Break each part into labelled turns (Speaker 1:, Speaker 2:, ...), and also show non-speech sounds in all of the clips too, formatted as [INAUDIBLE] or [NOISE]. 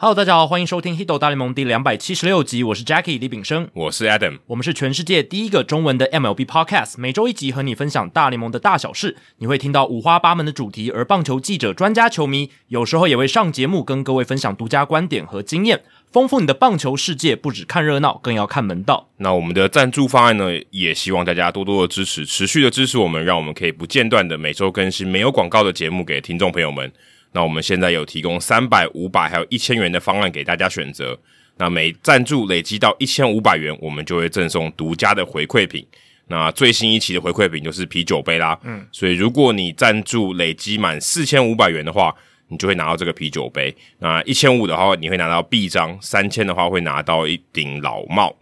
Speaker 1: Hello，大家好，欢迎收听《h i t o 大联盟》第两百七十六集，我是 Jackie 李炳生，
Speaker 2: 我是 Adam，
Speaker 1: 我们是全世界第一个中文的 MLB Podcast，每周一集和你分享大联盟的大小事，你会听到五花八门的主题，而棒球记者、专家、球迷有时候也会上节目跟各位分享独家观点和经验，丰富你的棒球世界，不只看热闹，更要看门道。
Speaker 2: 那我们的赞助方案呢，也希望大家多多的支持，持续的支持我们，让我们可以不间断的每周更新没有广告的节目给听众朋友们。那我们现在有提供三百、五百还有一千元的方案给大家选择。那每赞助累积到一千五百元，我们就会赠送独家的回馈品。那最新一期的回馈品就是啤酒杯啦。嗯，所以如果你赞助累积满四千五百元的话，你就会拿到这个啤酒杯。那一千五的话，你会拿到臂章；三千的话，会拿到一顶老帽。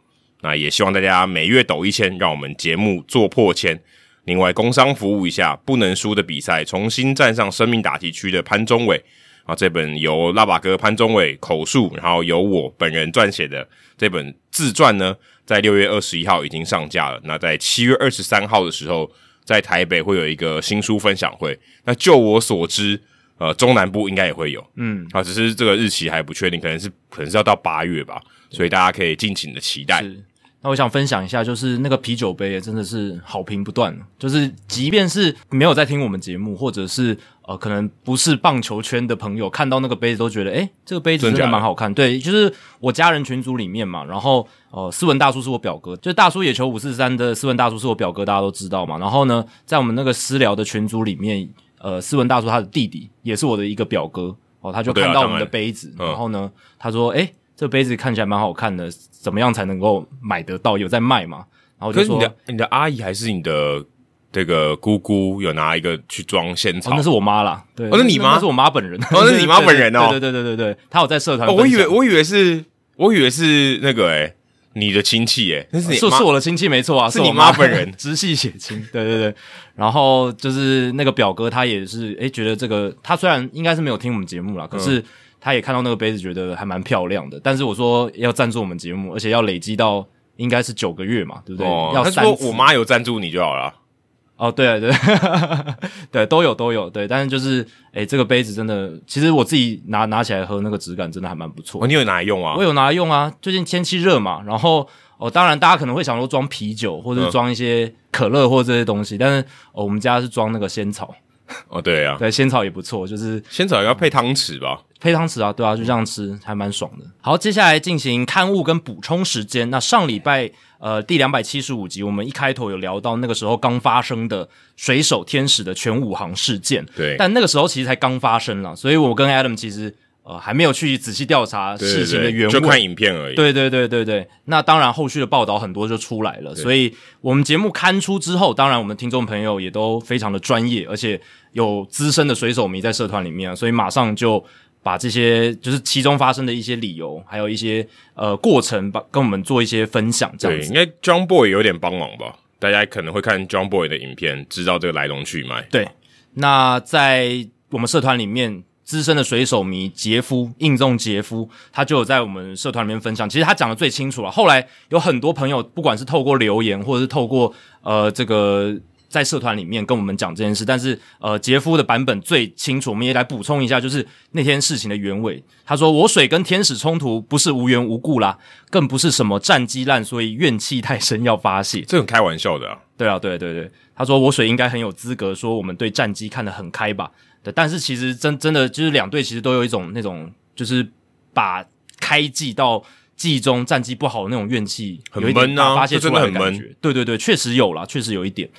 Speaker 2: 那也希望大家每月抖一千，让我们节目做破千。另外，工商服务一下，不能输的比赛，重新站上生命打击区的潘宗伟啊，这本由拉巴哥潘宗伟口述，然后由我本人撰写的这本自传呢，在六月二十一号已经上架了。那在七月二十三号的时候，在台北会有一个新书分享会。那就我所知，呃，中南部应该也会有，
Speaker 1: 嗯，
Speaker 2: 啊，只是这个日期还不确定，可能是可能是要到八月吧，所以大家可以敬请的期待。
Speaker 1: 是。那我想分享一下，就是那个啤酒杯也真的是好评不断，就是即便是没有在听我们节目，或者是呃可能不是棒球圈的朋友，看到那个杯子都觉得，诶、这个杯子真
Speaker 2: 真假
Speaker 1: 的
Speaker 2: 的
Speaker 1: 蛮好看。对，就是我家人群组里面嘛，然后呃斯文大叔是我表哥，就是大叔野球五四三的斯文大叔是我表哥，大家都知道嘛。然后呢，在我们那个私聊的群组里面，呃斯文大叔他的弟弟也是我的一个表哥哦，他就
Speaker 2: 哦对啊
Speaker 1: 看到我
Speaker 2: 当
Speaker 1: 们的
Speaker 2: 然
Speaker 1: 杯子，
Speaker 2: 嗯
Speaker 1: 然后呢，他说：“哎、这杯子看起来蛮好看的，怎么样才能够买得到？有在卖吗？”然后我
Speaker 2: 可
Speaker 1: 就是说
Speaker 2: 你：“的你的阿姨还是你的这个姑姑有拿一个去装仙
Speaker 1: 哦
Speaker 2: 草？，
Speaker 1: 那是我妈啦，对，
Speaker 2: 哦那你妈
Speaker 1: 那是我妈本人，
Speaker 2: 哦那是你妈本人哦
Speaker 1: 对对对对对对，她有在社团
Speaker 2: 哦
Speaker 1: 分享、
Speaker 2: 我以为我以为是我以为是那个诶、欸你的亲戚诶、那是你
Speaker 1: 是
Speaker 2: 妈哦
Speaker 1: 是我的亲戚没错啊，
Speaker 2: 是
Speaker 1: 我
Speaker 2: 你
Speaker 1: 妈
Speaker 2: 妈本人
Speaker 1: 直系血亲，对对对。然后就是那个表哥，他也是诶、觉得这个他虽然应该是没有听我们节目啦，
Speaker 2: 嗯
Speaker 1: 可是他也看到那个杯子，觉得还蛮漂亮的。但是我说要赞助我们节目，而且要累积到应该是九个月嘛，对不对？
Speaker 2: 哦，
Speaker 1: 要
Speaker 2: 他
Speaker 1: 三
Speaker 2: 说
Speaker 1: 次
Speaker 2: 我妈有赞助你就好了。
Speaker 1: 哦，对啊对 [LAUGHS] 啊对，都有都有对，但是就是诶，这个杯子真的，其实我自己拿拿起来喝，那个质感真的还蛮不错。
Speaker 2: 哦，你有拿来用啊
Speaker 1: 我？有拿来用啊，最近天气热嘛，然后哦，当然大家可能会想说装啤酒或者
Speaker 2: 嗯
Speaker 1: 装一些可乐或者这些东西，但是哦，我们家是装那个仙草，
Speaker 2: 哦，对啊，
Speaker 1: 对，仙草也不错，就是
Speaker 2: 仙草要配汤匙吧？
Speaker 1: 配汤匙啊，对啊，
Speaker 2: 嗯
Speaker 1: 就这样吃还蛮爽的。好，接下来进行刊物跟补充时间。那上礼拜呃第两百七十五集，我们一开头有聊到那个时候刚发生的水手天使的全武行事件，
Speaker 2: 对
Speaker 1: 但那个时候其实才刚发生了，所以我跟 Adam 其实呃还没有去仔细调查
Speaker 2: 对
Speaker 1: 事情的
Speaker 2: 对
Speaker 1: 原
Speaker 2: 对，
Speaker 1: 委，
Speaker 2: 就看影片而已。
Speaker 1: 对对对对对，那当然后续的报道很多就出来了，所以我们节目刊出之后，当然我们听众朋友也都非常的专业，而且有资深的水手迷在社团里面啊、所以马上就把这些就是其中发生的一些理由，还有一些呃过程，把跟我们做一些分享这样
Speaker 2: 对，
Speaker 1: 子
Speaker 2: 应。该 John Boy 有点帮忙吧？大家可能会看 John Boy 的影片，知道这个来龙去脉。
Speaker 1: 对，那在我们社团里面，资深的水手迷杰夫应仲杰夫，他就有在我们社团里面分享，其实他讲的最清楚了。后来有很多朋友，不管是透过留言，或者是透过呃这个。在社团里面跟我们讲这件事，但是呃，杰夫的版本最清楚，我们也来补充一下，就是那天事情的原委。他说：“我水跟天使冲突不是无缘无故啦，更不是什么战绩烂，所以怨气太深要发泄。
Speaker 2: 这很开玩笑的啊。
Speaker 1: 对啊，对对对，他说我水应该很有资格说我们对战绩看得很开吧？对，但是其实真真的就是两队其实都有一种那种就是把开季到季中战绩不好的那种怨气，
Speaker 2: 很
Speaker 1: 有一点
Speaker 2: 闷啊
Speaker 1: 大发泄
Speaker 2: 这真
Speaker 1: 出
Speaker 2: 的
Speaker 1: 来
Speaker 2: 很
Speaker 1: 感
Speaker 2: 闷
Speaker 1: 觉。对对对，确实有啦，确实有一点。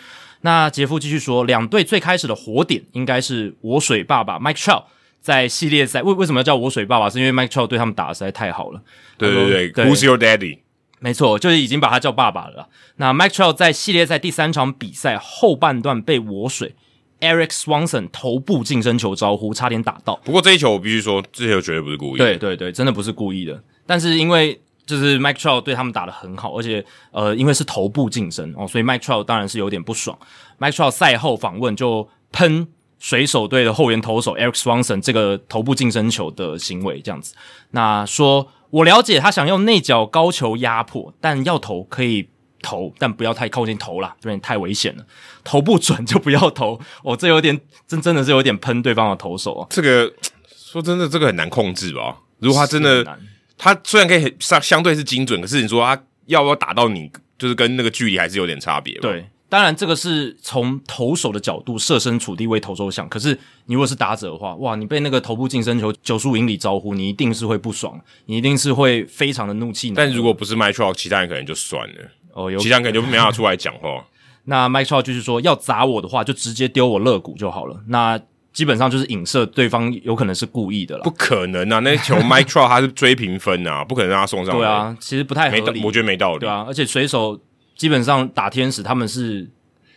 Speaker 1: 那杰夫继续说，两队最开始的火点应该是我水爸爸 Mike Trout 在系列赛为为什么要叫我水爸爸？是因为 Mike Trout 对他们打的实在太好了。
Speaker 2: 对
Speaker 1: 他说
Speaker 2: 对
Speaker 1: 对
Speaker 2: 对，Who's your daddy？
Speaker 1: 没错，就是已经把他叫爸爸了啦。那 Mike Trout 在系列赛第三场比赛后半段被我水 Eric Swanson 头部近身球招呼，差点打到。
Speaker 2: 不过这一球我必须说，这一球绝对不是故意的。
Speaker 1: 对对对，真的不是故意的。但是因为就是 Mike Trout 对他们打得很好，而且呃，因为是头部近身哦，所以 Mike Trout 当然是有点不爽。Mike Trout 赛后访问就喷水手队的后援投手 Eric Swanson 这个头部近身球的行为，这样子。那说我了解他想用内角高球压迫，但要投可以。投，但不要太靠近头啦，有点太危险了。投不准就不要投，哦，这有点真真的是有点喷对方的投手哦。
Speaker 2: 这个说真的，这个很难控制吧？如果他真
Speaker 1: 是啊
Speaker 2: 的
Speaker 1: 很难
Speaker 2: 他虽然可以很相相对是精准，可是你说他要不要打到你，就是跟那个距离还是有点差别吧。
Speaker 1: 对，当然这个是从投手的角度设身处地为投手想，可是你如果是打者的话，哇，你被那个头部近身球九十五英里招呼，你一定是会不爽，你一定是会非常的怒气难
Speaker 2: 但如果不是 m i t r o 其他人可能就算了，
Speaker 1: 哦有
Speaker 2: 其他人可能就没办法出来讲话。
Speaker 1: [LAUGHS] 那 Mike Trout 就是说要砸我的话，就直接丢我肋骨就好了。那基本上就是影射对方有可能是故意的啦
Speaker 2: 不。可能啊！那球 m i t r o 他是追平分啊， [LAUGHS] 不可能让他送上来。
Speaker 1: 对，啊，其实不太
Speaker 2: 没
Speaker 1: 合
Speaker 2: 道
Speaker 1: 理，，
Speaker 2: 我觉得没道理。
Speaker 1: 对啊，而且水手基本上打天使，他们是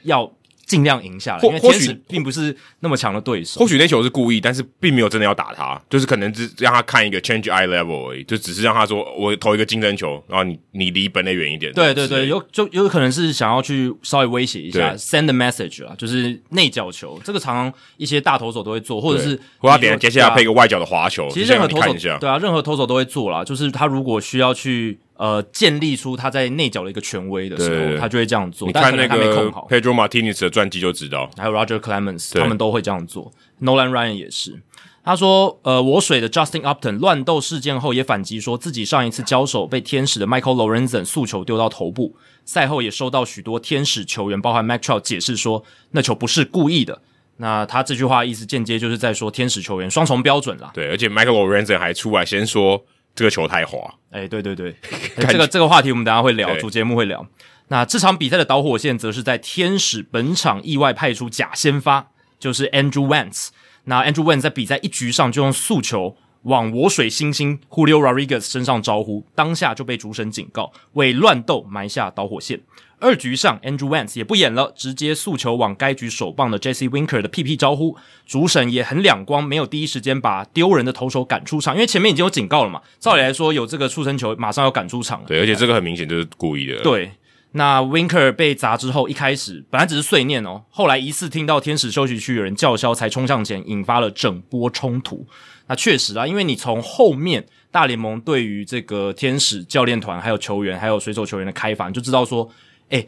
Speaker 1: 要尽量赢下来，
Speaker 2: 或
Speaker 1: 因为天
Speaker 2: 或许
Speaker 1: 使并不是那么强的对手。
Speaker 2: 或许那球是故意，但是并没有真的要打他，就是可能只让他看一个 change eye level 而已，就只是让他说我投一个竞争球，然后你你离本垒远一点。
Speaker 1: 对对
Speaker 2: 之
Speaker 1: 对，
Speaker 2: 类的，
Speaker 1: 有就有可能是想要去稍微威胁一下
Speaker 2: 对
Speaker 1: ，send a message 啊，就是内角球，这个常常一些大投手都会做，或者是
Speaker 2: 或者他等下接下来配一
Speaker 1: 对啊
Speaker 2: 个外角的滑球，
Speaker 1: 其实
Speaker 2: 就
Speaker 1: 任何
Speaker 2: 让你
Speaker 1: 投手
Speaker 2: 看一下。
Speaker 1: 对啊，任何投手都会做啦，就是他如果需要去呃建立出他在内角的一个权威的时
Speaker 2: 对
Speaker 1: 候，他就会这样做，
Speaker 2: 你
Speaker 1: 但
Speaker 2: 看
Speaker 1: 可
Speaker 2: 那
Speaker 1: 能他没
Speaker 2: 个
Speaker 1: 控好。
Speaker 2: Pedro Martinez 的传记就知道，
Speaker 1: 还有 Roger Clemens，
Speaker 2: 对
Speaker 1: 他们都会这样做。Nolan Ryan 也是。他说：“呃，我水的 Justin Upton 乱斗事件后也反击，说自己上一次交手被天使的 Michael Lorenzen 诉求丢到头部，赛后也收到许多天使球员，包含 Mac Trout 解释说那球不是故意的。那他这句话意思间接就是在说天使球员双重标准啦。
Speaker 2: 对，而且 Michael Lorenzen 还出来先说这个球太滑，
Speaker 1: 哎，对对
Speaker 2: [LAUGHS]
Speaker 1: 对，
Speaker 2: 感觉
Speaker 1: 这个这个话题我们等一下会聊，
Speaker 2: 对
Speaker 1: 主节目会聊。那这场比赛的导火线则是在天使本场意外派出假先发，就是 Andrew Wentz。那 Andrew Wentz 在比赛一局上就用速球往我水新星 Julio Rodriguez 身上招呼，当下就被主审警告，为乱斗埋下导火线。二局上，Andrew Wentz 也不演了，直接速球往该局首棒的 Jesse Winker 的屁屁招呼，主审也很两光，没有第一时间把丢人的投手赶出场，因为前面已经有警告了嘛。照理来说，有这个触身球，马上要赶出场了。
Speaker 2: 对，而且这个很明显就是故意的。，
Speaker 1: 对，那 Winker 被砸之后，一开始本来只是碎念哦，后来疑似听到天使休息区有人叫嚣，才冲向前，引发了整波冲突。那确实啊，因为你从后面大联盟对于这个天使教练团、还有球员、还有水手球员的开罚，你就知道说，哎。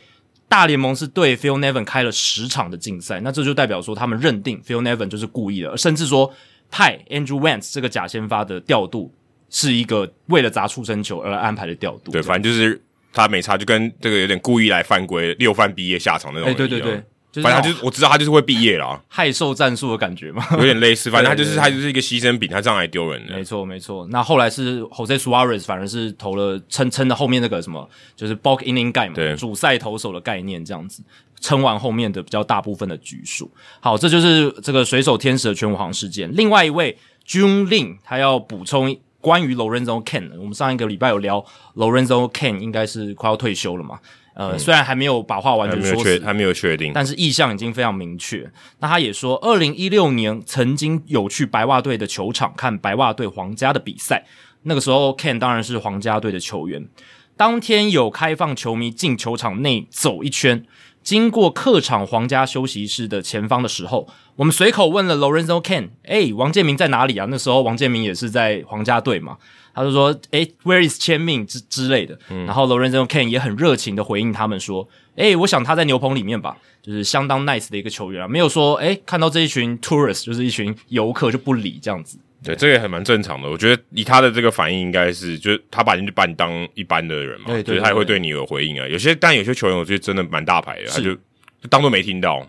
Speaker 1: 大联盟是对 Phil Nevin 开了十场的竞赛，那这就代表说他们认定 Phil Nevin 就是故意的，甚至说派 Andrew Wentz 这个假先发的调度是一个为了砸出生球而安排的调度。
Speaker 2: 对，反正就是他没差，就跟这个有点故意来犯规，六犯毕业下场那种
Speaker 1: 哎、
Speaker 2: 人一
Speaker 1: 对
Speaker 2: 样。
Speaker 1: 对对，就是
Speaker 2: 反正
Speaker 1: 那
Speaker 2: 他就
Speaker 1: 种
Speaker 2: 是我知道他就是会毕业啦，
Speaker 1: 害兽战术的感觉嘛。
Speaker 2: 有点类似。反正他就是
Speaker 1: 对对
Speaker 2: 他就是一个牺牲品，他上来丢人的
Speaker 1: 没。错，没错。那后来是 Jose Suarez，反而是投了撑撑的后面那个什么，就是 bulk inning 盖嘛
Speaker 2: 对，
Speaker 1: 主赛投手的概念这样子，撑完后面的比较大部分的局数。好，这就是这个水手天使的全武行事件。另外一位 Jun Lin，他要补充关于 Lorenzo Ken，我们上一个礼拜有聊 Lorenzo Ken 应该是快要退休了嘛。呃，虽然还没有把话完
Speaker 2: 嗯还
Speaker 1: 全
Speaker 2: 没有
Speaker 1: 说
Speaker 2: 确，
Speaker 1: 死，
Speaker 2: 还没有确定。
Speaker 1: 但是意向已经非常明确。那他也说，二零一六年曾经有去白袜队的球场看白袜队皇家的比赛，那个时候 Ken 当然是皇家队的球员。当天有开放球迷进球场内走一圈，经过客场皇家休息室的前方的时候，我们随口问了 Lorenzo Ken，哎、王建民在哪里啊？那时候王建民也是在皇家队嘛，他就说，哎、w h e r e is 千命之之类的。然后 Lorenzo Ken 也很热情的回应他们说，哎、我想他在牛棚里面吧，就是相当 nice 的一个球员啊，没有说，哎、看到这一群 tourist 就是一群游客就不理这样子。
Speaker 2: 对，这个也很蛮正常的。我觉得以他的这个反应，应该是就是他把你就把你当一般的人嘛，
Speaker 1: 对对
Speaker 2: 就是他也
Speaker 1: 对
Speaker 2: 会对你有回应啊。有些但有些球员，我觉得真的蛮大牌的，他
Speaker 1: 是嗯
Speaker 2: 就就当做没听到。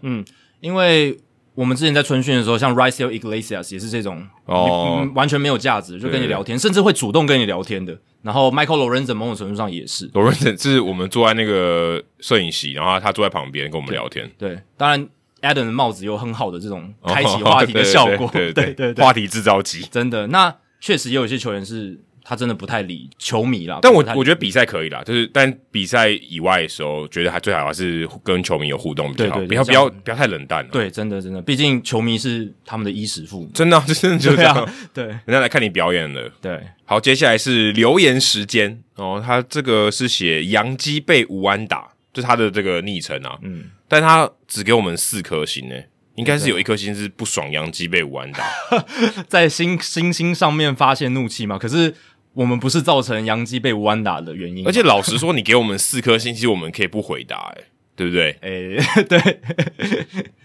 Speaker 1: 因为我们之前在春训的时候，像 Rice Iglesias 也是这种
Speaker 2: 哦
Speaker 1: 嗯完全没有价值，就跟你聊天，甚至会主动跟你聊天的。然后 Michael Lorenzen 某种程度上也是，
Speaker 2: 罗润森是我们坐在那个摄影席，然后他坐在旁边跟我们聊天，
Speaker 1: 对，当然 Adam 的帽子有很好的这种
Speaker 2: 哦
Speaker 1: 开启话题的效果，
Speaker 2: [LAUGHS] 对对
Speaker 1: 对
Speaker 2: 话题制造机。
Speaker 1: 真的。那确实也有一些球员是他真的不太理球迷啦，
Speaker 2: 但我
Speaker 1: 不太理
Speaker 2: 我觉得比赛可以啦，就是但比赛以外的时候，觉得还最好还是跟球迷有互动比较好，
Speaker 1: 对对对
Speaker 2: 不要不
Speaker 1: 这样
Speaker 2: 要不要太冷淡了。，
Speaker 1: 对，真的真的，毕竟球迷是他们的衣食父
Speaker 2: [LAUGHS]
Speaker 1: 母，
Speaker 2: 真的啊、就真的就是这
Speaker 1: 对
Speaker 2: 样，
Speaker 1: 啊， [LAUGHS] 对
Speaker 2: 人家来看你表演了。
Speaker 1: 对，
Speaker 2: 好，接下来是留言时间哦，他这个是写杨基被吴安打，就是他的这个昵称啊，
Speaker 1: 嗯，
Speaker 2: 但他只给我们四颗星呢、应该是有一颗星是不爽杨基被吴安打，
Speaker 1: 在星星星上面发泄怒气嘛，可是。我们不是造成杨基被弯打的原因嘛，
Speaker 2: 而且老实说，你给我们四颗星，其实我们可以
Speaker 1: 哎
Speaker 2: 哎
Speaker 1: [LAUGHS]
Speaker 2: 不回答、欸，对不对？
Speaker 1: 诶、对，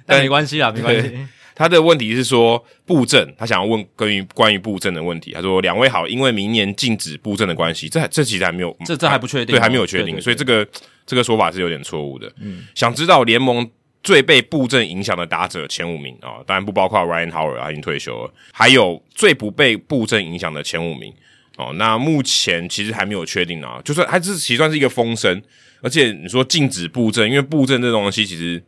Speaker 1: 但没关系啦，没关系。
Speaker 2: 他的问题是说布阵，他想要问关于关于布阵的问题。他说：“两位好，因为明年禁止布阵的关系，这还这其实还没有，
Speaker 1: 这这还不确定
Speaker 2: 对，
Speaker 1: 哦
Speaker 2: 还没有确定，
Speaker 1: 对对对
Speaker 2: 所以这个这个说法是有点错误的。嗯，想知道联盟最被布阵影响的打者前五名啊、当然不包括 Ryan Howard，他已经退休了，还有最不被布阵影响的前五名哦。那目前其实还没有确定啊，就算它这其实算是一个风声，而且你说禁止布阵，因为布阵这东西其实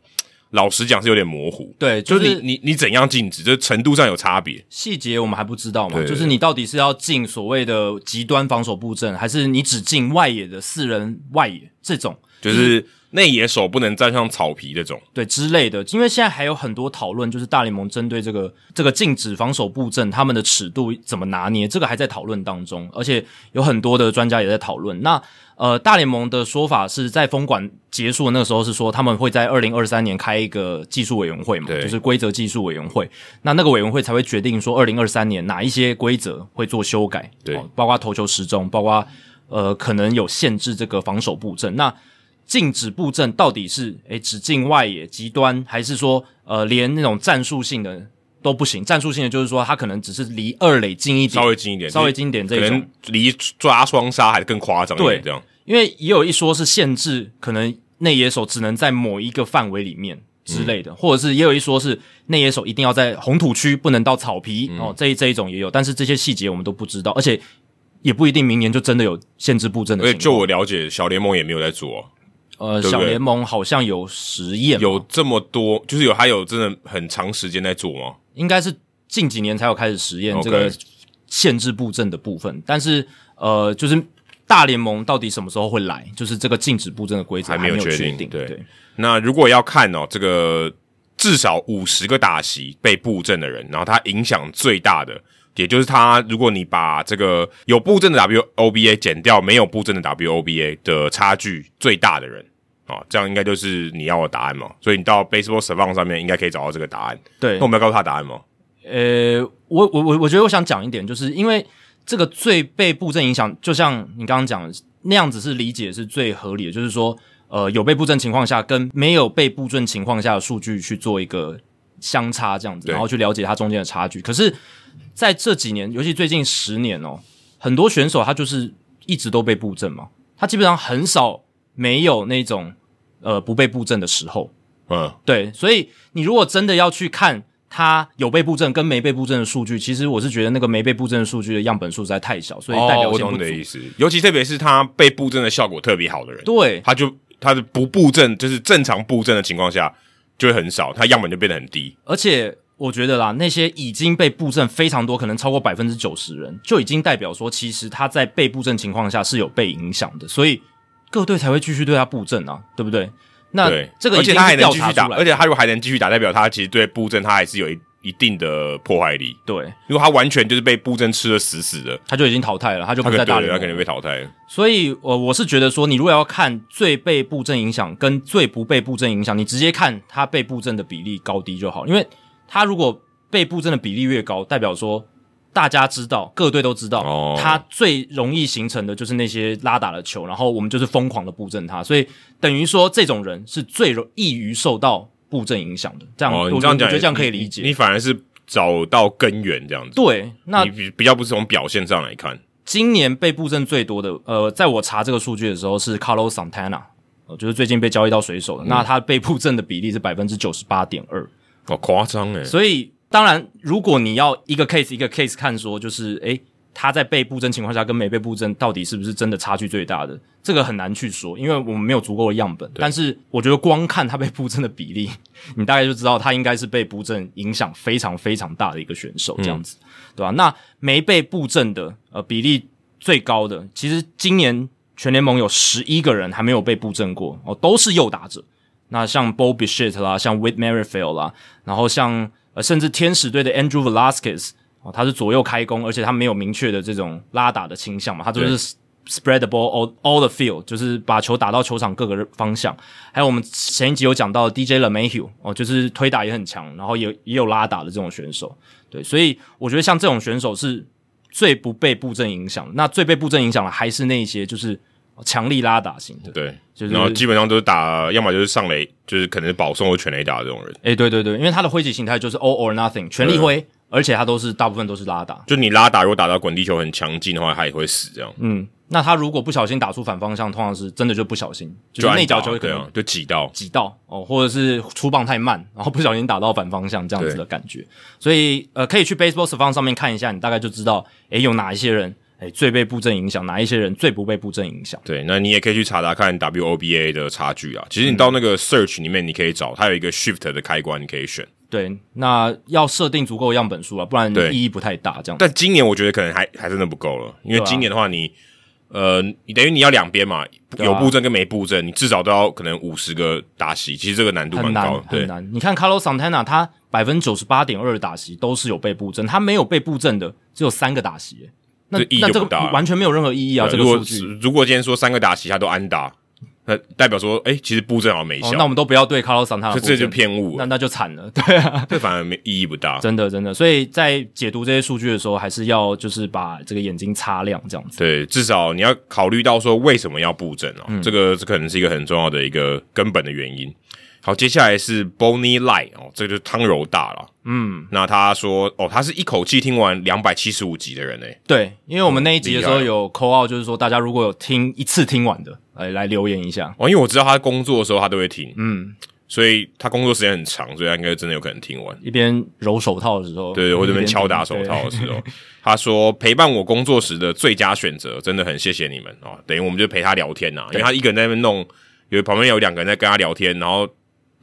Speaker 2: 老实讲是有点模糊。
Speaker 1: 对，
Speaker 2: 就
Speaker 1: 就是
Speaker 2: 你
Speaker 1: 是
Speaker 2: 你你怎样禁止，这程度上有差别。
Speaker 1: 细节我们还不知道嘛，
Speaker 2: 对
Speaker 1: 就是你到底是要进所谓的极端防守布阵，还是你只进外野的四人外野这种？嗯
Speaker 2: 就是内野手不能站上草皮这种，
Speaker 1: 对之类的，因为现在还有很多讨论，就是大联盟针对这个这个禁止防守布阵，他们的尺度怎么拿捏，这个还在讨论当中，而且有很多的专家也在讨论。那呃，大联盟的说法是在封管结束的那个时候是说，他们会在二零二三年开一个技术委员会嘛，
Speaker 2: 对
Speaker 1: 就是规则技术委员会。那那个委员会才会决定说，二零二三年哪一些规则会做修改，
Speaker 2: 对
Speaker 1: 哦包括投球时钟，包括呃可能有限制这个防守布阵。那禁止布阵到底是诶只进外野极端，还是说呃连那种战术性的都不行？战术性的就是说他可能只是离二垒近一点，
Speaker 2: 稍微近一点，
Speaker 1: 稍微近一点这
Speaker 2: 可
Speaker 1: 一种
Speaker 2: 能，离抓双杀还更夸张一
Speaker 1: 对
Speaker 2: 点，这样
Speaker 1: 因为也有一说是限制，可能内野手只能在某一个范围里面之类
Speaker 2: 嗯
Speaker 1: 的，或者是也有一说是内野手一定要在红土区，不能到草皮、
Speaker 2: 嗯
Speaker 1: 哦，这一这一种也有，但是这些细节我们都不知道，而且也不一定明年就真的有限制布阵的
Speaker 2: 而且
Speaker 1: 情
Speaker 2: 哎就
Speaker 1: 况。
Speaker 2: 我了解，小联盟也没有在做啊、
Speaker 1: 呃，
Speaker 2: 对不
Speaker 1: 小
Speaker 2: 对
Speaker 1: 联盟好像有实验嘛，
Speaker 2: 有这么多，就是有还有真的很长时间在做吗？
Speaker 1: 应该是近几年才有开始实验
Speaker 2: OK
Speaker 1: 这个限制布阵的部分，但是呃，就是大联盟到底什么时候会来，就是这个禁止布阵的规则
Speaker 2: 还没
Speaker 1: 没
Speaker 2: 有
Speaker 1: 确
Speaker 2: 确定对
Speaker 1: 对
Speaker 2: 那如果要看哦，这个至少五十个打席被布阵的人，然后他影响最大的，也就是他，如果你把这个有布阵的 WOBA 减掉没有布阵的 WOBA 的差距最大的人。哦，这样应该就是你要的答案嘛，所以你到 Baseball Savant 上面应该可以找到这个答案。
Speaker 1: 对
Speaker 2: 那我，们要告诉他答案吗？
Speaker 1: 呃，我我我我觉得我想讲一点，就是因为这个最被布阵影响，就像你刚刚讲的那样子是理解是最合理的，就是说，呃，有被布阵情况下跟没有被布阵情况下的数据去做一个相差这样子，
Speaker 2: 对
Speaker 1: 然后去了解它中间的差距。可是在这几年，尤其最近十年哦，很多选手他就是一直都被布阵嘛，他基本上很少没有那种呃不被布阵的时候。
Speaker 2: 嗯，
Speaker 1: 对，所以你如果真的要去看他有被布阵跟没被布阵的数据，其实我是觉得那个没被布阵的数据的样本数实在太小，所以代
Speaker 2: 哦，
Speaker 1: 表
Speaker 2: 我
Speaker 1: 性
Speaker 2: 懂
Speaker 1: 不
Speaker 2: 你
Speaker 1: 足。
Speaker 2: 的意思。尤其特别是他被布阵的效果特别好的人，
Speaker 1: 对
Speaker 2: 他就他的不布阵，就是正常布阵的情况下就会很少，他样本就变得很低。
Speaker 1: 而且我觉得啦，那些已经被布阵非常多，可能超过百分之九十人，就已经代表说，其实他在被布阵情况下是有被影响的，所以各队才会继续对他布阵啊，对不对？那
Speaker 2: 对，
Speaker 1: 这个
Speaker 2: 而
Speaker 1: 已
Speaker 2: 且
Speaker 1: 经
Speaker 2: 他还
Speaker 1: 是
Speaker 2: 能
Speaker 1: 调
Speaker 2: 继
Speaker 1: 查
Speaker 2: 续
Speaker 1: 出
Speaker 2: 打，
Speaker 1: 来
Speaker 2: 而
Speaker 1: 的，
Speaker 2: 且他如果还能继续打，代表他其实对布阵他还是有一一定的破坏力。
Speaker 1: 对，
Speaker 2: 如果他完全就是被布阵吃的死死的，
Speaker 1: 他就已经淘汰了，他就
Speaker 2: 他
Speaker 1: 不
Speaker 2: 可
Speaker 1: 在
Speaker 2: 能
Speaker 1: 大
Speaker 2: 对
Speaker 1: 联
Speaker 2: 他
Speaker 1: 盟嗯
Speaker 2: 可能
Speaker 1: 了。
Speaker 2: 被淘汰。
Speaker 1: 所以，我、我是觉得说，你如果要看最被布阵影响跟最不被布阵影响，你直接看他被布阵的比例高低就好。因为他如果被布阵的比例越高，代表说大家知道，各队都知道，
Speaker 2: 哦
Speaker 1: 他最容易形成的就是那些拉打的球，然后我们就是疯狂的布阵他，所以等于说这种人是最容易于受到布阵影响的。这样，
Speaker 2: 哦，
Speaker 1: 我
Speaker 2: 你这样讲，
Speaker 1: 我觉得这样可以理解。
Speaker 2: 你你反而是找到根源这样子。
Speaker 1: 对，那
Speaker 2: 你比比较不是从表现上来看，
Speaker 1: 今年被布阵最多的，呃，在我查这个数据的时候是 Carlos Santana，呃，就是最近被交易到水手的。那他被布阵的比例是百分之九十八点二，
Speaker 2: 哦，夸张哎，
Speaker 1: 所以当然，如果你要一个 case 一个 case 看，说就是诶、他在被布阵情况下跟没被布阵到底是不是真的差距最大的，这个很难去说，因为我们没有足够的样本。但是我觉得光看他被布阵的比例，你大概就知道他应该是被布阵影响非常非常大的一个选手，这样子，对吧、那没被布阵的呃比例最高的，其实今年全联盟有十一个人还没有被布阵过哦，都是右打者。那像 Bo Bichette 啦，像 Whit Merrifield 啦，然后像呃，甚至天使队的 Andrew Velasquez 哦，他是左右开弓，而且他没有明确的这种拉打的倾向嘛，他就是 spread the ball all all the field，就是把球打到球场各个方向。还有我们前一集有讲到的 DJ LeMahieu 哦，就是推打也很强，然后也也有拉打的这种选手。对，所以我觉得像这种选手是最不被布阵影响的，那最被布阵影响的还是那一些就是哦强力拉打型的。
Speaker 2: 对，
Speaker 1: 就是
Speaker 2: 然后基本上都是打，要么就是上垒，就是可能是保送或全垒打这种人。
Speaker 1: 诶，对对对，因为他的挥击形态就是 all or nothing，全力挥，而且他都是大部分都是拉打。
Speaker 2: 就你拉打，如果打到滚地球很强劲的话，他也会死这样。
Speaker 1: 嗯，那他如果不小心打出反方向，通常是真的就不小心，就是
Speaker 2: 按
Speaker 1: 内角
Speaker 2: 打
Speaker 1: 球可
Speaker 2: 对
Speaker 1: 能
Speaker 2: 啊，就挤到。
Speaker 1: 挤到哦，或者是出棒太慢，然后不小心打到反方向这样子的感觉。所以呃，可以去 Baseball s a v a n 上面看一下，你大概就知道，诶，有哪一些人诶最被布阵影响，哪一些人最不被布阵影响。
Speaker 2: 对，那你也可以去查查看 WOBA 的差距啊。其实你
Speaker 1: 嗯
Speaker 2: 到那个 search 里面，你可以找，它有一个 shift 的开关，你可以选。
Speaker 1: 对，那要设定足够样本数啊，不然
Speaker 2: 对
Speaker 1: 意义不太大。这样，
Speaker 2: 但今年我觉得可能还还真的不够了，因为
Speaker 1: 对啊
Speaker 2: 今年的话你，呃，你等于你要两边嘛，
Speaker 1: 对啊
Speaker 2: 有布阵跟没布阵，你至少都要可能五十个打席，其实这个难度蛮
Speaker 1: 很
Speaker 2: 高
Speaker 1: 难
Speaker 2: 的。
Speaker 1: 很
Speaker 2: 对，
Speaker 1: 难。你看 Carlos Santana，他百分之九十八点二的打席都是有被布阵，他没有被布阵的只有三个打席耶，那
Speaker 2: 这意义
Speaker 1: 那
Speaker 2: 就
Speaker 1: 这
Speaker 2: 不大
Speaker 1: 个
Speaker 2: 了
Speaker 1: 完全没有任何意义啊！这个
Speaker 2: 如
Speaker 1: 数
Speaker 2: 果
Speaker 1: 据。
Speaker 2: 如果今天说三个打席他都安打，那代表说，哎、其实布阵好像没
Speaker 1: 哦
Speaker 2: 效，，
Speaker 1: 那我们都不要对 Carlos Santana，
Speaker 2: 这这就
Speaker 1: 布阵
Speaker 2: 偏误
Speaker 1: 那
Speaker 2: 了，
Speaker 1: 那就惨了， [LAUGHS] 对啊，
Speaker 2: 这反而没意义不大。
Speaker 1: 真的真的，所以在解读这些数据的时候，还是要就是把这个眼睛擦亮，这样子。
Speaker 2: 对，至少你要考虑到说为什么要布阵哦，这个这可能是一个很重要的一个根本的原因。好，接下来是 Bonnie Light 哦，这个就是汤柔大了。嗯，那他说哦，他是一口气听完两百七十五集的人欸诶，
Speaker 1: 对，因为我们那一集的时
Speaker 2: 厉
Speaker 1: 候
Speaker 2: 害哦
Speaker 1: 有扣号，就是说大家如果有听一次听完的，来来留言一下。
Speaker 2: 哦，因为我知道他工作的时候他都会听，
Speaker 1: 嗯，
Speaker 2: 所以他工作时间很长，所以他应该真的有可能听完。
Speaker 1: 一边揉手套的时候，
Speaker 2: 对，我这边敲打手
Speaker 1: 对
Speaker 2: 套的时
Speaker 1: [LAUGHS]
Speaker 2: 候，他说陪伴我工作时的最佳选择，真的很谢谢你们哦。等于我们就陪他聊天啊呐、因为他一个人在那边弄，有旁边有两个人在跟他聊天，然后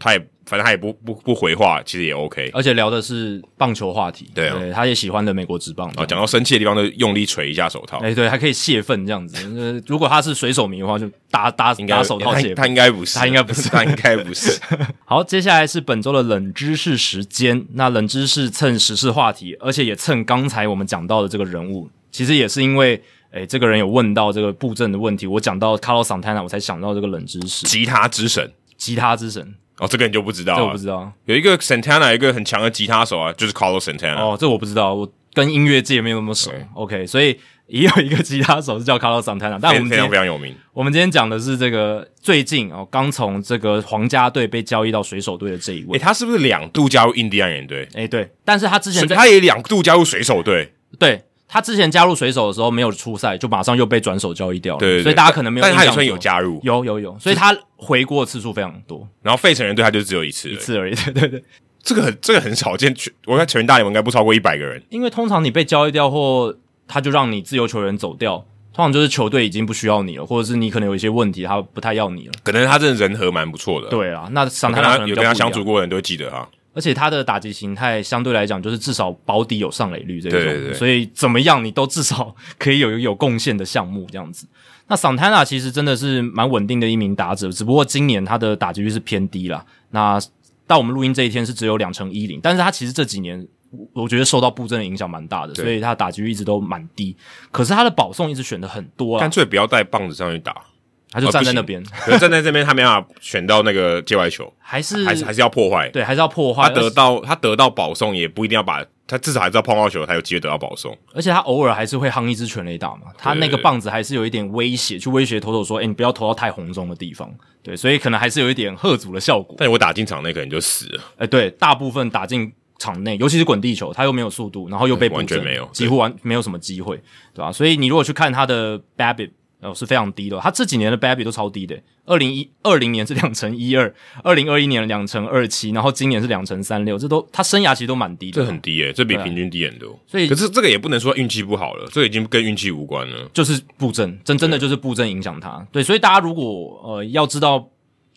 Speaker 2: 他也反正他也不不不回话，其实也 OK。
Speaker 1: 而且聊的是棒球话题，
Speaker 2: 对啊
Speaker 1: 他也喜欢的美国职棒。
Speaker 2: 哦，讲到生气的地方就用力捶一下手套，
Speaker 1: 哎、对，还可以泄愤这样子。呃如果他是水手迷的话，就打打
Speaker 2: 应该
Speaker 1: 打手套
Speaker 2: 他
Speaker 1: 泄
Speaker 2: 他
Speaker 1: 愤。
Speaker 2: 应该不是，
Speaker 1: 他应该不是
Speaker 2: 他应该
Speaker 1: [LAUGHS]
Speaker 2: 不是。
Speaker 1: 好，接下来是本周的冷知识时间。那冷知识蹭时事话题，而且也蹭刚才我们讲到的这个人物。其实也是因为，哎、这个人有问到这个布阵的问题，我讲到 Carlos Santana，我才想到这个冷知识。
Speaker 2: 吉他之神
Speaker 1: 吉他之神，
Speaker 2: 哦，这个你就不知道
Speaker 1: 这我
Speaker 2: 了
Speaker 1: 不。知道
Speaker 2: 有一个 Santana，有一个很强的吉他手啊，就是 Carlos Santana。
Speaker 1: 哦，这我不知道，我跟音乐界没有那么熟
Speaker 2: 对。
Speaker 1: OK，所以也有一个吉他手是叫 Carlos Santana，但我们今
Speaker 2: 非常
Speaker 1: 天
Speaker 2: 非常有名，
Speaker 1: 我们今天讲的是这个最近哦，刚从这个皇家队被交易到水手队的这一
Speaker 2: 诶、
Speaker 1: 位。
Speaker 2: 他是不是两度加入印第安人队？
Speaker 1: 哎、对，但是他之前在
Speaker 2: 他也两度加入水手队，
Speaker 1: 对他之前加入水手的时候没有出赛，就马上又被转手交易掉了，
Speaker 2: 对对对
Speaker 1: 所以大家可能没有
Speaker 2: 但
Speaker 1: 印
Speaker 2: 但
Speaker 1: 象
Speaker 2: 他
Speaker 1: 中。
Speaker 2: 也算有加入，
Speaker 1: 有有有，所以他回国的次数非常多，
Speaker 2: 然后费城人队他就只有一次而已，
Speaker 1: 一次而已。对 [LAUGHS] 对对，
Speaker 2: 这个很这个很少见，全我看全大联盟应该不超过一百个人。
Speaker 1: 因为通常你被交易掉或他就让你自由球员走掉，通常就是球队已经不需要你了，或者是你可能有一些问题，他不太要你了。
Speaker 2: 可能他真的人和蛮不错的，，
Speaker 1: 对啊，那桑塔
Speaker 2: 跟
Speaker 1: 纳
Speaker 2: 他
Speaker 1: 可能比
Speaker 2: 呃有
Speaker 1: 较不
Speaker 2: 跟他
Speaker 1: 一样
Speaker 2: 相处过的人都会记得他。
Speaker 1: 而且他的打击形态相对来讲，就是至少保底有上垒率这种，
Speaker 2: 对对对
Speaker 1: 所以怎么样你都至少可以有有贡献的项目这样子。那桑塔纳其实真的是蛮稳定的一名打者，只不过今年他的打击率是偏低啦。那到我们录音这一天是只有两成一零，但是他其实这几年我我觉得受到布阵的影响蛮大的，
Speaker 2: 对
Speaker 1: 所以他的打击率一直都蛮低。可是他的保送一直选的很多啊
Speaker 2: 干，脆不要带棒子上去打，
Speaker 1: 他就
Speaker 2: 哦
Speaker 1: 站
Speaker 2: 不
Speaker 1: 在
Speaker 2: 行
Speaker 1: 那边，
Speaker 2: 可是站在这边他没办法选到那个界外球，
Speaker 1: 还是
Speaker 2: 还是还是要破坏。
Speaker 1: 对还是要破坏
Speaker 2: 他。得到他得到保送也不一定要把，他至少还是要碰到球才有机会得到保送。
Speaker 1: 而且他偶尔还是会夯一支全垒打嘛，他那个棒子还是有一点威胁，去威胁投手说：“哎、你不要投到太红中的地方。”对，所以可能还是有一点贺阻的效果。
Speaker 2: 但我打进场内可能就死了，
Speaker 1: 哎、对，大部分打进场内，尤其是滚地球，他又没有速度，然后又被
Speaker 2: 完全
Speaker 1: 布阵
Speaker 2: 没有
Speaker 1: 几乎完没有什么机会，对吧、所以你如果去看他的 BABIP。哦，是非常低的。他这几年的 BABIP 都超低的，二零一二零年是两成一二，二零二一年两成二七，然后今年是两成三六，这都他生涯其实都蛮低的
Speaker 2: 这。很低耶、这比平均低很多。
Speaker 1: 啊所以
Speaker 2: 可是这个也不能说运气不好了，这个已经跟运气无关了。
Speaker 1: 就是布阵，真真的就是布阵影响他。对，所以大家如果呃要知道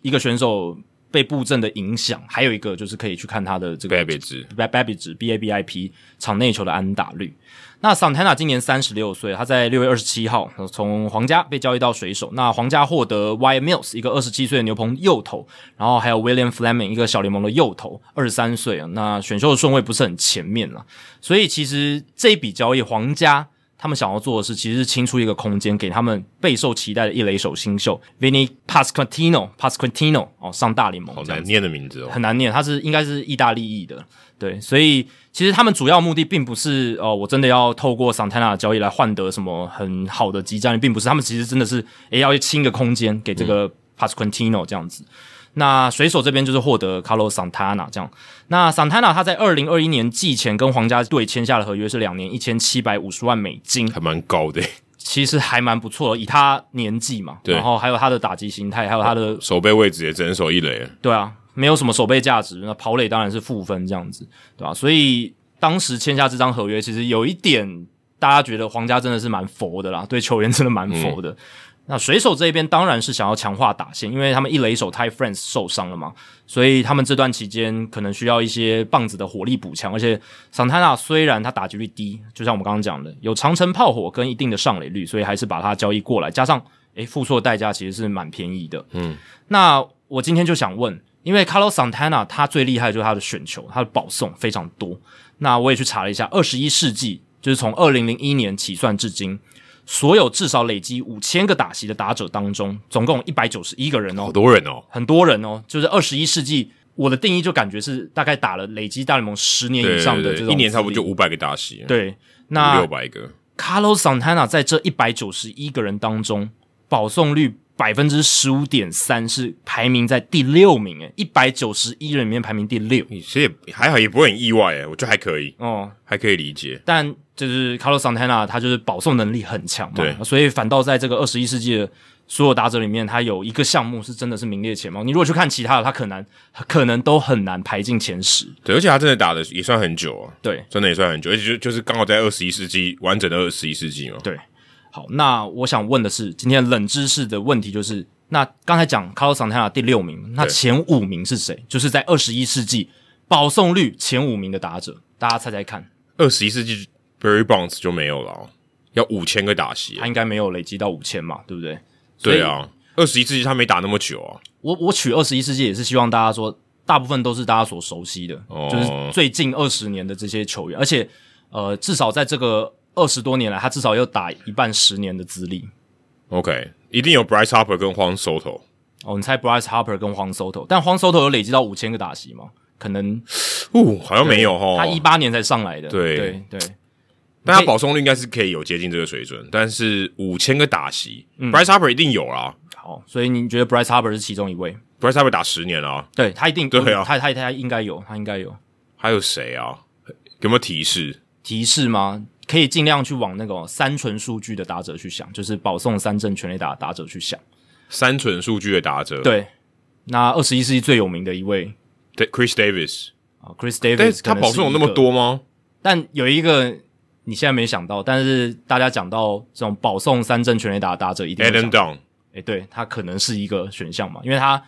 Speaker 1: 一个选手被布阵的影响，还有一个就是可以去看他的这个
Speaker 2: 贝贝兹
Speaker 1: b a b b i 值 B A B I P 场内球的安打率。那 Santana 今年三十六岁，他在六月二十七号呃从皇家被交易到水手。那皇家获得 Y Mills 一个二十七岁的牛棚右投，然后还有 William Fleming 一个小联盟的右投，二十三岁啊。那选秀的顺位不是很前面啦，所以其实这一笔交易，皇家他们想要做的是，其实是清出一个空间给他们备受期待的一垒手新秀 Vinny Pasquantino Pasquantino 哦上大联盟
Speaker 2: 好
Speaker 1: 这样
Speaker 2: 难
Speaker 1: 子
Speaker 2: 念的名字哦。
Speaker 1: 很难念，他是应该是意大利裔的，对，所以其实他们主要目的并不是呃，我真的要透过桑 a 纳的交易来换得什么很好的集战力，并不是，他们其实真的是也要清个空间给这个 Pasquantino 这样子。那水手这边就是获得 Carlos Santana 这样。那 Santana 他在二零二一年季前跟皇家队签下的合约是两年一千七百五十万美金，
Speaker 2: 还蛮高的， [LAUGHS]
Speaker 1: 其实还蛮不错的，以他年纪嘛，
Speaker 2: 对
Speaker 1: 然后还有他的打击形态，还有他的
Speaker 2: 守备位置也只能守一垒了。
Speaker 1: 对啊，没有什么守备价值，那跑垒当然是负分这样子，对吧、所以当时签下这张合约，其实有一点大家觉得皇家真的是蛮佛的啦，对球员真的蛮佛的。那水手这边当然是想要强化打线，因为他们一垒手 Ty France 受伤了嘛，所以他们这段期间可能需要一些棒子的火力补强。而且桑塔纳虽然他打击率低，就像我们刚刚讲的，有长城炮火跟一定的上垒率，所以还是把他交易过来，加上诶付出的代价其实是蛮便宜的。那我今天就想问，因为 Carlos Santana 他最厉害的就是他的选球，他的保送非常多。那我也去查了一下，二十一世纪就是从二零零一年起算至今，所有至少累积五千个打席的打者当中，总共一百九十一个人
Speaker 2: 好
Speaker 1: 哦，
Speaker 2: 多人哦，
Speaker 1: 很多人哦，就是二十一世纪。我的定义就感觉是大概打了累积大联盟十年
Speaker 2: 对
Speaker 1: 以上的
Speaker 2: 对
Speaker 1: 这
Speaker 2: 对，
Speaker 1: 种，
Speaker 2: 一年差不多就五百个打席，
Speaker 1: 对。
Speaker 2: 五
Speaker 1: 那
Speaker 2: 六百个，
Speaker 1: Carlos Santana 在这一百九十一个人当中，保送率百分之十五点三，是排名在第六名，诶，一百九十一人里面排名第六。
Speaker 2: 其实也还好，也不会很意外哎，我觉得还可以，
Speaker 1: 哦，
Speaker 2: 还可以理解。
Speaker 1: 但就是 Carlos Santana 他就是保送能力很强嘛，
Speaker 2: 对
Speaker 1: 所以反倒在这个二十一世纪的所有打者里面，他有一个项目是真的是名列前茅。你如果去看其他的，他可能可能都很难排进前十。
Speaker 2: 对，而且他真的打的也算很久啊，
Speaker 1: 对，
Speaker 2: 真的也算很久，而且就就是刚好在二十一世纪完整的二十一世纪嘛。哦
Speaker 1: 对，好，那我想问的是，今天冷知识的问题就是，那刚才讲 Carlos Santana 第六名，那
Speaker 2: 对
Speaker 1: 前五名是谁？就是在二十一世纪保送率前五名的打者，大家猜猜看，
Speaker 2: 二十一世纪 Barry Bonds 就没有了哦、要五千个打席
Speaker 1: 他，应该没有累积到五千嘛，对不对？哎所以
Speaker 2: 对啊，二十一世纪他没打那么久啊，
Speaker 1: 我我取二十一世纪也是希望大家说，大部分都是大家所熟悉的，
Speaker 2: 哦
Speaker 1: 就是最近二十年的这些球员，而且呃，至少在这个二十多年来，他至少要打一半十年的资历。
Speaker 2: OK，一定有 Bryce Harper 跟 Juan Soto，
Speaker 1: 哦，你猜 Bryce Harper 跟黄 Soto，但黄 Soto 有累积到五千个打席吗？可能
Speaker 2: 哦，好像没有哈。
Speaker 1: 他一八年才上来的，
Speaker 2: 对
Speaker 1: 对对，
Speaker 2: 但他保送率应该是可以有接近这个水准，但是五千个打席、b
Speaker 1: 嗯
Speaker 2: r y c e Harper 一定有啦
Speaker 1: 好，所以你觉得 Bryce Harper 是其中一位？
Speaker 2: ，Bryce Harper 打十年啦，
Speaker 1: 对他一定
Speaker 2: 对啊
Speaker 1: 他他他应该有，他应该有
Speaker 2: 还有谁啊？有没有提示？
Speaker 1: 提示吗？可以尽量去往那个三纯数据的打者去想，就是保送三振全垒打的打者去想。
Speaker 2: 三纯数据的打者，
Speaker 1: 对，那二十一世纪最有名的一位
Speaker 2: 对，Chris Davis，
Speaker 1: 啊，Chris
Speaker 2: 但
Speaker 1: Davis，
Speaker 2: 是他
Speaker 1: 可能
Speaker 2: 保送有那么
Speaker 1: 一个，
Speaker 2: 多吗？
Speaker 1: 但有一个你现在没想到，但是大家讲到这种保送三振全垒打的打者，一定会
Speaker 2: Adam
Speaker 1: 想
Speaker 2: Down，
Speaker 1: 诶、对他可能是一个选项嘛，因为他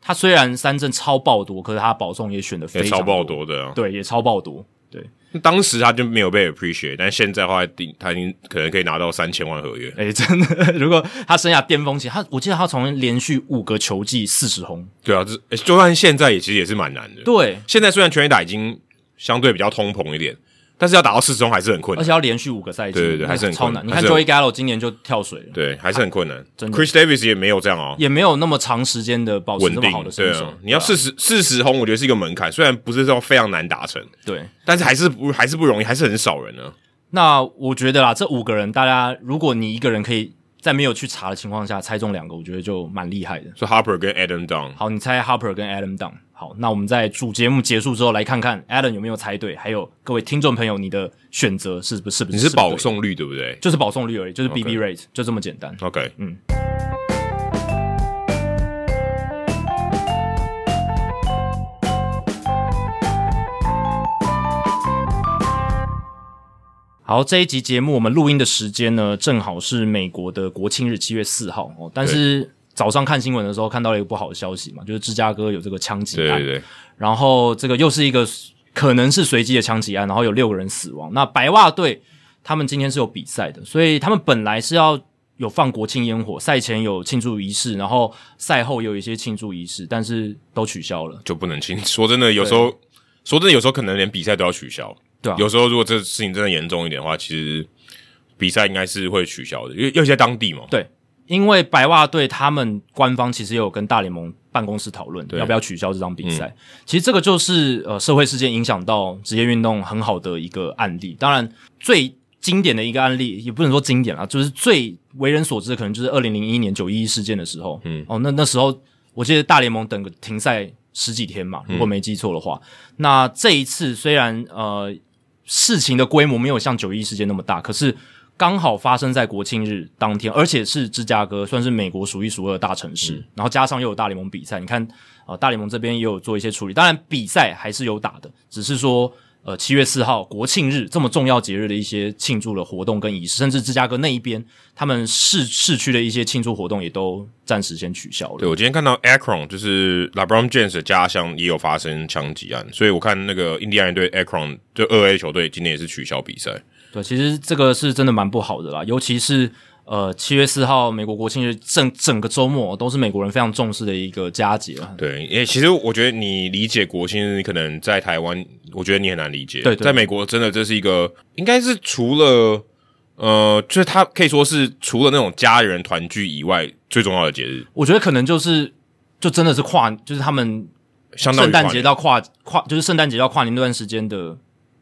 Speaker 1: 他虽然三振超爆多，可是他保送也选的非
Speaker 2: 也
Speaker 1: 常
Speaker 2: 超爆，多的、啊。
Speaker 1: 对，也超爆多，对，
Speaker 2: 当时他就没有被 appreciate，但现在的话，定他已经可能可以拿到三千万合约。
Speaker 1: 诶、真的， [LAUGHS] 如果他生涯巅峰期，他我记得他从连续五个球季四十轰，
Speaker 2: 对啊，这诶就算现在也其实也是蛮难的。
Speaker 1: 对，
Speaker 2: 现在虽然全垒打已经相对比较通膨一点，但是要打到四十中还是很困
Speaker 1: 而
Speaker 2: 难。
Speaker 1: 且要连续五个赛季，
Speaker 2: 对对对
Speaker 1: 那
Speaker 2: 还是很
Speaker 1: 超
Speaker 2: 困
Speaker 1: 难。
Speaker 2: 难
Speaker 1: 你看
Speaker 2: 还是很
Speaker 1: Joey Gallo 今年就跳水了，
Speaker 2: 对，还是很困难。
Speaker 1: 啊真的
Speaker 2: Chris Davis 也没有这样哦，
Speaker 1: 也没有那么长时间的保持
Speaker 2: 稳
Speaker 1: 那么好的
Speaker 2: 定。对
Speaker 1: 身手
Speaker 2: 啊，，你要四十四十轰，我觉得是一个门槛，虽然不是说非常难达成，
Speaker 1: 对。
Speaker 2: 但是还是不还是不容易，还是很少人呢。
Speaker 1: 那我觉得啦，这五个人，大家如果你一个人可以在没有去查的情况下猜中两个，我觉得就蛮厉害的。
Speaker 2: 所以 Harper 跟 Adam Down，
Speaker 1: 好，你猜 Harper 跟 Adam Down。好，那我们在主节目结束之后，来看看 Adam 有没有猜对，还有各位听众朋友，你的选择是不是不
Speaker 2: 你
Speaker 1: 是
Speaker 2: 是保
Speaker 1: 对，
Speaker 2: 送率对不对
Speaker 1: 就是保送率而已，就是 BB
Speaker 2: OK
Speaker 1: rate，就这么简单。
Speaker 2: ？OK，
Speaker 1: 好，这一集节目我们录音的时间呢，正好是美国的国庆日，七月四号哦。但是早上看新闻的时候，看到了一个不好的消息嘛，就是芝加哥有这个枪击
Speaker 2: 对
Speaker 1: 案，
Speaker 2: 对对，
Speaker 1: 然后这个又是一个可能是随机的枪击案，然后有六个人死亡。那白袜队他们今天是有比赛的，所以他们本来是要有放国庆烟火，赛前有庆祝仪式，然后赛后也有一些庆祝仪式，但是都取消了。
Speaker 2: 就不能轻。说真的，有时候说真的，有时候可能连比赛都要取消。
Speaker 1: 啊对啊
Speaker 2: 有时候如果这事情真的严重一点的话，其实比赛应该是会哦取消的，因为尤其在当地嘛。
Speaker 1: 对，因为白袜队他们官方其实也有跟大联盟办公室讨论
Speaker 2: 对
Speaker 1: 要不要取消这场比赛。其实这个就是呃社会事件影响到职业运动很好的一个案例。当然，最经典的一个案例也不能说经典啦，就是最为人所知的，可能就是二零零一年九一一事件的时候。嗯，哦，那那时候我记得大联盟等个停赛十几天嘛，如果没记错的话。那这一次虽然呃事情的规模没有像九一事件那么大，可是刚好发生在国庆日当天，而且是芝加哥，算是美国数一数二的大城市。然后加上又有大联盟比赛，你看，呃，大联盟这边也有做一些处理，当然比赛还是有打的，只是说。呃，七月四号国庆日这么重要节日的一些庆祝的活动跟仪式，甚至芝加哥那一边，他们市市区的一些庆祝活动也都暂时先取消了。
Speaker 2: 对，我今天看到 Akron 就是 LeBron James 的家乡也有发生枪击案，所以我看那个印第安人队 Akron 就二 A 球队今年也是取消比赛。
Speaker 1: 对，其实这个是真的蛮不好的啦，尤其是呃七月四号美国国庆日整整个周末都是美国人非常重视的一个佳节啊。
Speaker 2: 对，因为其实我觉得你理解国庆日，你可能在台湾，我觉得你很难理解。
Speaker 1: 对对
Speaker 2: 在美国真的这是一个，应该是除了呃，就是他可以说是除了那种家人团聚以外最重要的节日，
Speaker 1: 我觉得可能就是就真的是跨，就是他们
Speaker 2: 相当于
Speaker 1: 圣诞
Speaker 2: 跨
Speaker 1: 节
Speaker 2: 年
Speaker 1: 到跨跨，就是圣诞节到跨年那段时间的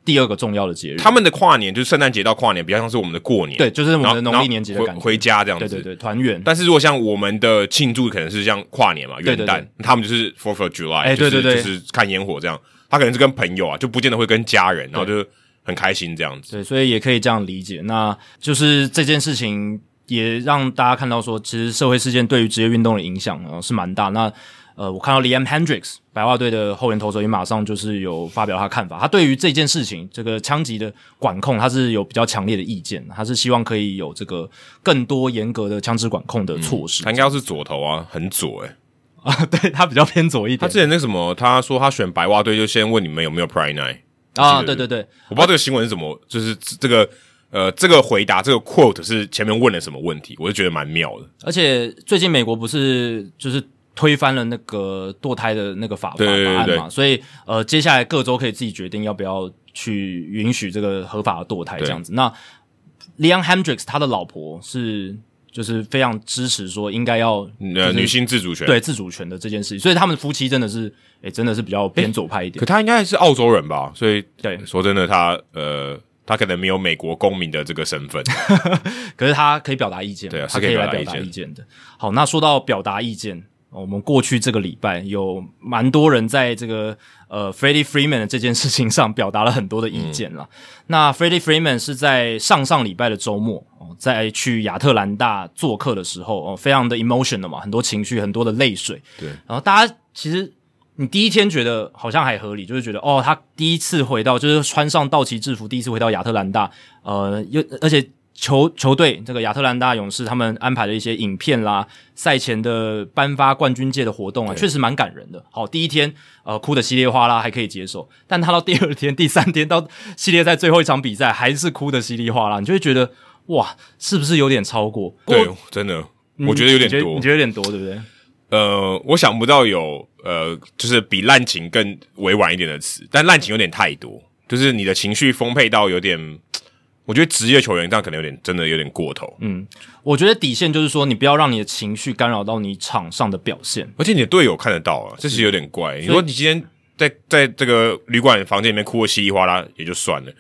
Speaker 1: 第二个重要的节日。
Speaker 2: 他们的跨年就是圣诞节到跨年，比较像是我们的过年，
Speaker 1: 对，就是我们
Speaker 2: 然后，
Speaker 1: 的
Speaker 2: 然后
Speaker 1: 农历年节的
Speaker 2: 回
Speaker 1: 感觉。
Speaker 2: 回家这样子。
Speaker 1: 对对对，团圆。
Speaker 2: 但是如果像我们的庆祝，可能是像跨年嘛，元
Speaker 1: 对
Speaker 2: 旦，
Speaker 1: 对
Speaker 2: 他们就是 Fourth of July，、
Speaker 1: 哎
Speaker 2: 就是
Speaker 1: 对对对
Speaker 2: 就是看烟火这样。他可能是跟朋友啊，就不见得会跟家人，然后就很开心这样子。
Speaker 1: 对，所以也可以这样理解。那就是这件事情也让大家看到说，其实社会事件对于职业运动的影响呃是蛮大。那呃，我看到 Liam Hendricks 白袜队的后援投手也马上就是有发表他的看法，他对于这件事情这个枪击的管控，他是有比较强烈的意见，他是希望可以有这个更多严格的枪支管控的措施。
Speaker 2: 他应该要是左投啊，很左诶、
Speaker 1: 啊， [LAUGHS] 对他比较偏左一
Speaker 2: 他
Speaker 1: 点
Speaker 2: 之前那什么，他说他选白袜队，就先问你们有没有 Pride Night。
Speaker 1: 啊，
Speaker 2: 这个
Speaker 1: 对对对，
Speaker 2: 我不知道这个新闻是怎么，就是这个呃，这个回答这个 quote 是前面问了什么问题，我就觉得蛮妙的。
Speaker 1: 而且最近美国不是就是推翻了那个堕胎的那个法法
Speaker 2: 对对对
Speaker 1: 法案
Speaker 2: 对
Speaker 1: 嘛，所以呃，接下来各州可以自己决定要不要去允许这个合法的堕胎这样子。那 Leon Hendricks 他的老婆是就是非常支持说应该要
Speaker 2: 呃，
Speaker 1: 就是
Speaker 2: 女性自主权，
Speaker 1: 对自主权的这件事情，所以他们夫妻真的是诶、真的是比较偏左派一点
Speaker 2: 可。他应该是澳洲人吧？所以
Speaker 1: 对
Speaker 2: 说真的他，呃，他可能没有美国公民的这个身份。
Speaker 1: [LAUGHS] 可是他可以表达意见嘛，
Speaker 2: 对啊
Speaker 1: 他
Speaker 2: 是可以
Speaker 1: 来
Speaker 2: 表达
Speaker 1: 表
Speaker 2: 意
Speaker 1: 达
Speaker 2: 见
Speaker 1: 意见的。好，那说到表达意见，哦我们过去这个礼拜有蛮多人在这个呃 Freddie Freeman 的这件事情上表达了很多的意见
Speaker 2: 嗯
Speaker 1: 啦。那 Freddie Freeman 是在上上礼拜的周末哦，在去亚特兰大做客的时候哦，非常的 emotional 嘛，很多情绪，很多的泪水。
Speaker 2: 对，
Speaker 1: 然后大家其实。你第一天觉得好像还合理，就是觉得哦，他第一次回到就是穿上道奇制服，第一次回到亚特兰大，呃，又而且球球队这个亚特兰大勇士他们安排的一些影片啦，赛前的颁发冠军戒的活动啊，确实蛮感人的。好，第一天呃哭的稀里哗啦还可以接受，但他到第二天、第三天到系列赛最后一场比赛还是哭的稀里哗啦，你就会觉得哇，是不是有点超过？
Speaker 2: 对
Speaker 1: 过，
Speaker 2: 真的，
Speaker 1: 你
Speaker 2: 我觉得有点
Speaker 1: 你
Speaker 2: 多
Speaker 1: 你。觉得有点多，对不对？
Speaker 2: 呃，我想不到有呃，就是比滥情更委婉一点的词，但滥情有点太多，就是你的情绪丰沛到有点，我觉得职业球员这样可能有点真的有点过头，
Speaker 1: 我觉得底线就是说，你不要让你的情绪干扰到你场上的表现。
Speaker 2: 而且你的队友看得到啊，这是有点怪。你说你今天在在这个旅馆房间里面哭的稀里哗啦也就算了，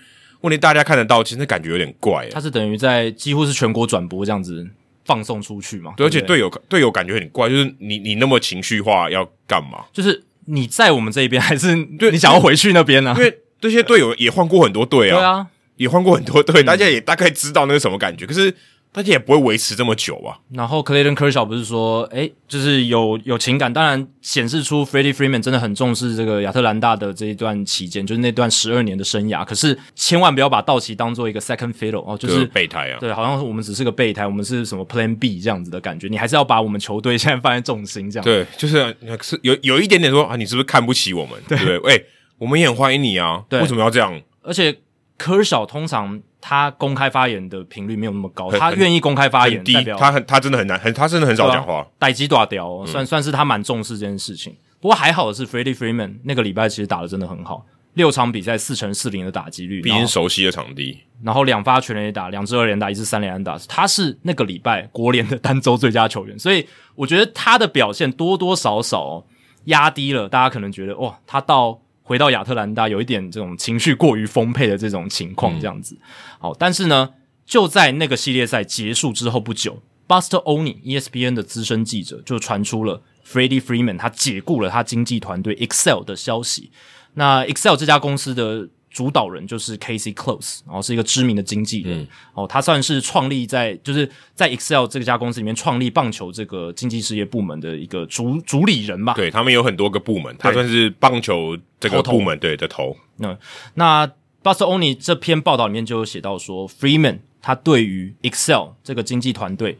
Speaker 2: 问题大家看得到，其实那感觉有点怪、啊
Speaker 1: 他是等于在几乎是全国转播这样子放送出去嘛？
Speaker 2: 对，而
Speaker 1: 不
Speaker 2: 且队友队友感觉很怪，就是你你那么情绪化要干嘛？
Speaker 1: 就是你在我们这一边，还是你想要回去那边呢、
Speaker 2: 因为这些队友也换过很多队啊，
Speaker 1: 对啊，
Speaker 2: 也换过很多
Speaker 1: 嗯
Speaker 2: 队，大家也大概知道那是什么感觉，可是大家也不会维持这么久啊。
Speaker 1: 然后 Clayton Kershaw 不是说，诶，就是有有情感，当然显示出 Freddie Freeman 真的很重视这个亚特兰大的这一段期间，就是那段十二年的生涯。可是千万不要把道奇当做一个 second fiddle 哦，就
Speaker 2: 就是
Speaker 1: 是
Speaker 2: 备胎啊，
Speaker 1: 对，好像我们只是个备胎，我们是什么 Plan B 这样子的感觉。你还是要把我们球队现在放在重心这样。
Speaker 2: 对，就是呃是有有一点点说啊，你是不是看不起我们？对不对？哎、我们也很欢迎你啊，
Speaker 1: 对
Speaker 2: 为什么要这样？
Speaker 1: 而且科小通常他公开发言的频率没有那么高，
Speaker 2: 很
Speaker 1: 他愿意公开发言，
Speaker 2: 很低
Speaker 1: 代，表
Speaker 2: 他嗯很他真的很难，很他真的很少讲话。
Speaker 1: 逮鸡打屌哦，算算是他蛮重视这件事情。不过还好的是，Freddie Freeman 那个礼拜其实打的真的很好，六场比赛四成四零的打击率，
Speaker 2: 毕
Speaker 1: 然
Speaker 2: 竟
Speaker 1: 后
Speaker 2: 熟悉的场地，
Speaker 1: 然后两发全垒打，两支二连打，一支三连打，他是那个礼拜国联的单周最佳球员，所以我觉得他的表现多多少少、哦、压低了大家可能觉得哇，他到回到亚特兰大有一点这种情绪过于丰沛的这种情
Speaker 2: 嗯
Speaker 1: 况这样子。好，但是呢，就在那个系列赛结束之后不久，Buster Oni E ESPN 的资深记者就传出了 Freddie Freeman 他解雇了他经纪团队 Excel 的消息。那 Excel 这家公司的主导人就是 Casey Close，然后是一个知名的经纪人、哦，他算是创立在就是在 Excel 这家公司里面创立棒球这个经济事业部门的一个主主理人吧。
Speaker 2: 对他们有很多个部门，他算是棒球这个
Speaker 1: 啊头头
Speaker 2: 部门对的头，
Speaker 1: 嗯那 Buster Oni 这篇报道里面就有写到说，Freeman 他对于 Excel 这个经纪团队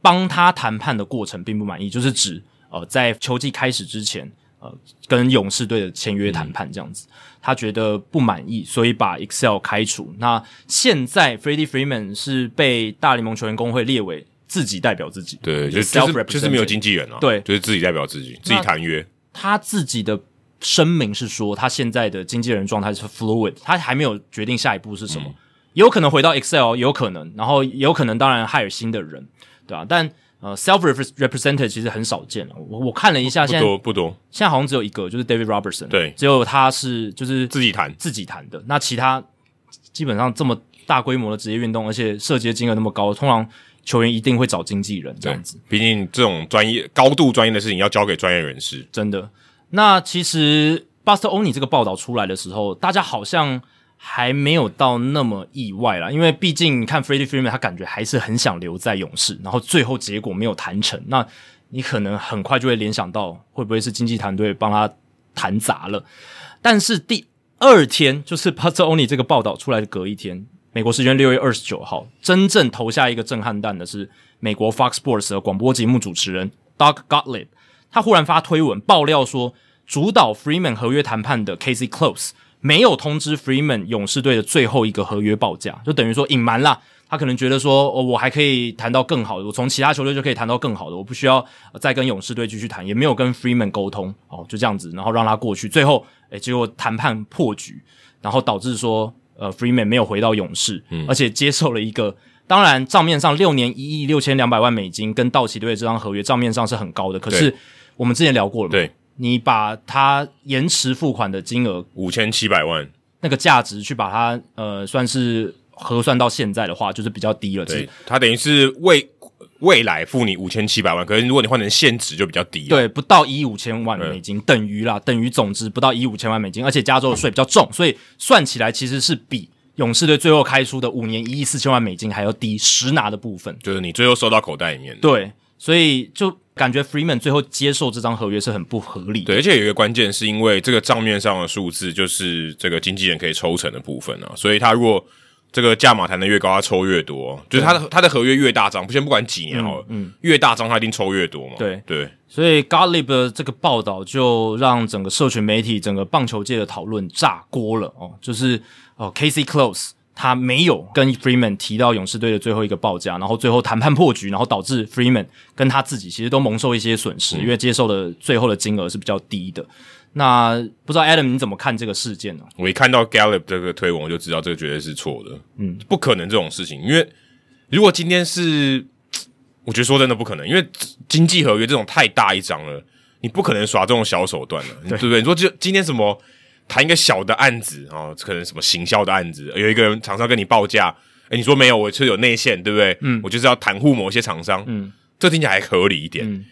Speaker 1: 帮他谈判的过程并不满意，就是指呃在球季开始之前，呃跟勇士队的签约谈判这样子，他觉得不满意，所以把 Excel 开除。那现在 Freddie Freeman 是被大联盟球员工会列为自己代表自己，
Speaker 2: 对，就就
Speaker 1: self
Speaker 2: 是就是没有
Speaker 1: represented
Speaker 2: 经纪人啊，
Speaker 1: 对
Speaker 2: 就是自己代表自己，自己谈约，
Speaker 1: 他自己的声明是说，他现在的经纪人状态是 fluid，他还没有决定下一步是什么，也有可能回到 Excel，也有可能，然后也有可能当然害尔新的人，对吧、但呃，self represented 其实很少见了。我我看了一下，
Speaker 2: 不
Speaker 1: 现在
Speaker 2: 多不多，
Speaker 1: 现在好像只有一个，就是 David Robertson，
Speaker 2: 对
Speaker 1: 只有他是就是
Speaker 2: 自己谈
Speaker 1: 自己谈的。那其他基本上这么大规模的职业运动，而且涉及的金额那么高，通常球员一定会找经纪人这
Speaker 2: 对
Speaker 1: 样子。，
Speaker 2: 毕竟这种专业高度专业的事情要交给专业人士，
Speaker 1: 真的。那其实 Buster Oni 这个报道出来的时候，大家好像还没有到那么意外啦，因为毕竟你看 Freddie Freeman 他感觉还是很想留在勇士，然后最后结果没有谈成，那你可能很快就会联想到会不会是经纪团队帮他谈砸了。但是第二天，就是 Buster Oni 这个报道出来的隔一天，美国时间六月二十九号，真正投下一个震撼弹的是美国 Fox Sports 的广播节目主持人 Doug Gottlieb，他忽然发推文爆料说，主导 Freeman 合约谈判的 Casey Close 没有通知 Freeman 勇士队的最后一个合约报价，就等于说隐瞒啦。他可能觉得说，哦，我还可以谈到更好的，我从其他球队就可以谈到更好的，我不需要呃再跟勇士队继续谈，也没有跟 Freeman 沟通，哦，就这样子，然后让他过去，最后，诶，结果谈判破局，然后导致说，呃，Freeman 没有回到勇士，而且接受了一个，当然账面上六年一亿六千两百万美金跟道奇队这张合约账面上是很高的，可是我们之前聊过了嘛，
Speaker 2: 对，
Speaker 1: 你把它延迟付款的金额
Speaker 2: 五千七百万，
Speaker 1: 那个价值去把它呃算是核算到现在的话，就是比较低了，其实
Speaker 2: 对他等于是未未来付你五千七百万，可是如果你换成现值就比较低、啊，
Speaker 1: 对，不到一亿五千万美金，等于啦，等于总值不到一亿五千万美金，而且加州的税比较重，所以算起来其实是比勇士队最后开出的五年一亿四千万美金还要低实拿的部分。
Speaker 2: 就是你最后收到口袋里面。
Speaker 1: 对，所以就感觉 Freeman 最后接受这张合约是很不合理的。
Speaker 2: 对，而且有一个关键是因为这个账面上的数字就是这个经纪人可以抽成的部分啊，所以他如果这个价码谈的越高，他抽越多，就是他的他的合约越大张，不先不管几年好了，嗯，越大张他一定抽越多嘛。
Speaker 1: 对
Speaker 2: 对，
Speaker 1: 所以 g a l i b 的这个报道就让整个社群媒体、整个棒球界的讨论炸锅了哦，就是哦，Casey Close 他没有跟 Freeman 提到勇士队的最后一个报价，然后最后谈判破局，然后导致 Freeman 跟他自己其实都蒙受一些损失，因为接受的最后的金额是比较低的。那不知道 Adam 你怎么看这个事件呢、
Speaker 2: 我一看到 Gallup 这个推文，我就知道这个绝对是错的，嗯，不可能这种事情，因为如果今天是，我觉得说真的不可能，因为经济合约这种太大一张了，你不可能耍这种小手段了，对不对？你说就今天什么谈一个小的案子啊、哦，可能什么行销的案子，有一个人厂商跟你报价，哎，你说没有，我是有内线，对不对？嗯，我就是要袒护某些厂商，嗯，这听起来还合理一点。
Speaker 1: 嗯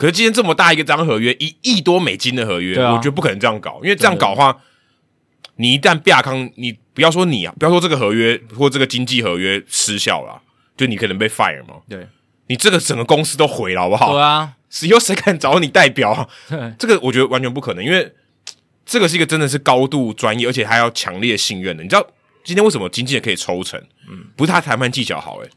Speaker 2: 可是今天这么大一个张合约，一亿多美金的合约，
Speaker 1: 对啊
Speaker 2: 我觉得不可能这样搞，因为这样搞的话，你一旦亚康，你不要说你啊，不要说这个合约或这个经济合约失效了啊，就你可能被 fire 嘛，
Speaker 1: 对，
Speaker 2: 你这个整个公司都毁了，好不好？
Speaker 1: 对啊，
Speaker 2: 是有谁敢找你代表啊
Speaker 1: 对？
Speaker 2: 这个我觉得完全不可能，因为嘖这个是一个真的是高度专业，而且还要强烈信任的。你知道今天为什么经纪人可以抽成？
Speaker 1: 嗯
Speaker 2: 不是他谈判技巧好、欸，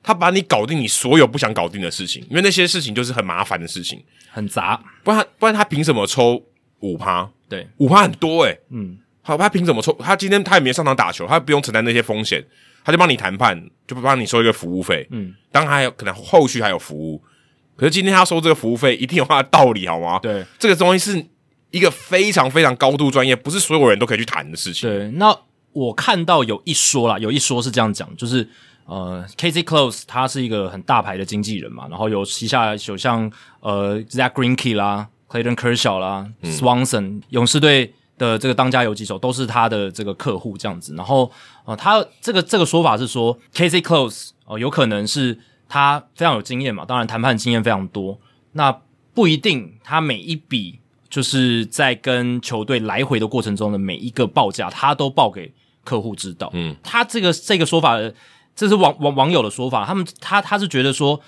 Speaker 2: 他把你搞定你所有不想搞定的事情，因为那些事情就是很麻烦的事情，
Speaker 1: 很杂，
Speaker 2: 不然他不然他凭什么抽五趴？
Speaker 1: 对，
Speaker 2: 五趴很多诶、
Speaker 1: 嗯，
Speaker 2: 好，他凭什么抽？他今天他也没上场打球，他不用承担那些风险，他就帮你谈判，就帮你收一个服务费。嗯，当然还有可能后续还有服务，可是今天他收这个服务费一定有他的道理，好吗？
Speaker 1: 对，
Speaker 2: 这个东西是一个非常非常高度专业，不是所有人都可以去谈的事情。
Speaker 1: 对，那我看到有一说啦，有一说是这样讲，就是呃，Casey Close 他是一个很大牌的经纪人嘛，然后有旗下有像呃 Zach Greinke 啦、Clayton Kershaw 啦、Swanson 勇士队的这个当家游击手都是他的这个客户这样子。然后呃，他这个这个说法是说 Casey Close 呃，有可能是他非常有经验嘛，当然谈判经验非常多，那不一定他每一笔就是在跟球队来回的过程中的每一个报价，他都报给客户知道。
Speaker 2: 嗯，
Speaker 1: 他这个这个说法，这是网网网友的说法，他们他他是觉得说，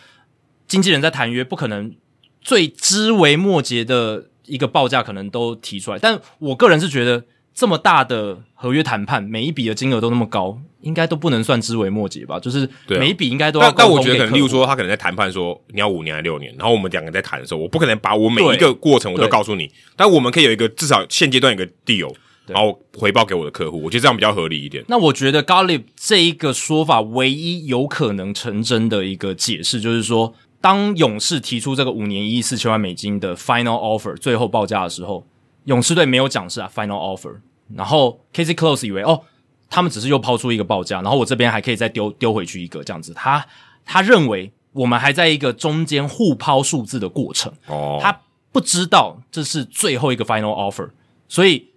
Speaker 1: 经纪人在谈约不可能最枝微末节的一个报价可能都提出来，但我个人是觉得。这么大的合约谈判，每一笔的金额都那么高，应该都不能算枝微末节吧？就是
Speaker 2: 对啊
Speaker 1: 每一笔应该都要
Speaker 2: 但但
Speaker 1: 沟
Speaker 2: 我
Speaker 1: 通
Speaker 2: 觉得
Speaker 1: 给
Speaker 2: 可能，
Speaker 1: 客
Speaker 2: 例如
Speaker 1: 户
Speaker 2: 说，他可能在谈判说你要五年还是六年，然后我们两个在谈的时候，我不可能把我每一个过程我都
Speaker 1: 对
Speaker 2: 告诉你，但我们可以有一个至少现阶段有一个 deal，
Speaker 1: 对
Speaker 2: 然后回报给我的客户，我觉得这样比较合理一点。
Speaker 1: 那我觉得 Gallup 这一个说法唯一有可能成真的一个解释，就是说，当勇士提出这个五年一亿四千万美金的 final offer 最后报价的时候，勇士队没有讲是啊 final offer，然后 Casey Close 以为哦，他们只是又抛出一个报价，然后我这边还可以再丢丢回去一个这样子，他他认为我们还在一个中间互抛数字的过程。
Speaker 2: 哦，
Speaker 1: 他不知道这是最后一个 final offer，所以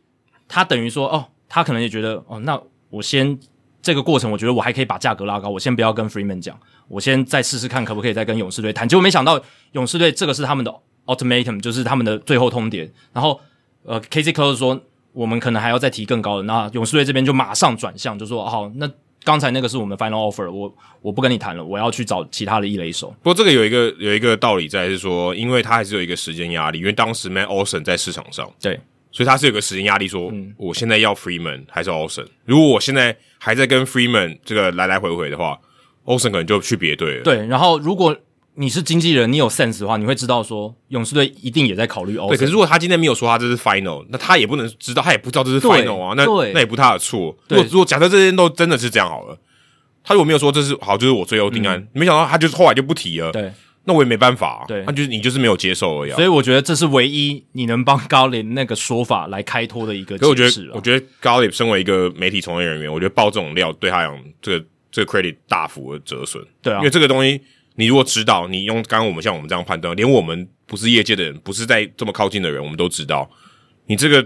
Speaker 1: 他等于说，哦，他可能也觉得，哦，那我先这个过程，我觉得我还可以把价格拉高，我先不要跟 Freeman 讲，我先再试试看可不可以再跟勇士队谈。结果没想到勇士队这个是他们的 ultimatum，就是他们的最后通牒。然后呃，KZ Close 说我们可能还要再提更高的，那勇士队这边就马上转向，就说，哦，好，那刚才那个是我们 final offer，我我不跟你谈了，我要去找其他的一垒手。
Speaker 2: 不过这个有一个有一个道理在是说，因为他还是有一个时间压力，因为当时 Man Olsen 在市场上，
Speaker 1: 对，
Speaker 2: 所以他是有个时间压力说，我现在要 Freeman 还是 Olsen？如果我现在还在跟 Freeman 这个来来回回的话，Olsen 可能就去别队了。
Speaker 1: 对，然后如果你是经纪人，你有 sense 的话，你会知道说勇士队一定也在考虑 o
Speaker 2: 对，可是如果他今天没有说他这是 final，那他也不能知道，他也不知道这是
Speaker 1: 对
Speaker 2: final 啊，那
Speaker 1: 对
Speaker 2: 那也不是他的错。如
Speaker 1: 对
Speaker 2: 果如果假设这些都真的是这样好了，他如果没有说这是好，就是我最后定案，没想到他就是后来就不提了，
Speaker 1: 对，
Speaker 2: 那我也没办法、啊，
Speaker 1: 对
Speaker 2: 那就是你就是没有接受而已、啊。
Speaker 1: 所以我觉得这是唯一你能帮高林那个说法来开脱的一个
Speaker 2: 可是我觉
Speaker 1: 解释啊
Speaker 2: 得，我
Speaker 1: 了。
Speaker 2: 觉得高磊身为一个媒体从业人员，我觉得报这种料对他来讲，这个这个 credit 大幅的折损。
Speaker 1: 对啊
Speaker 2: 因为这个东西，你如果知道，你用刚刚我们像我们这样判断，连我们不是业界的人，不是在这么靠近的人，我们都知道，你这个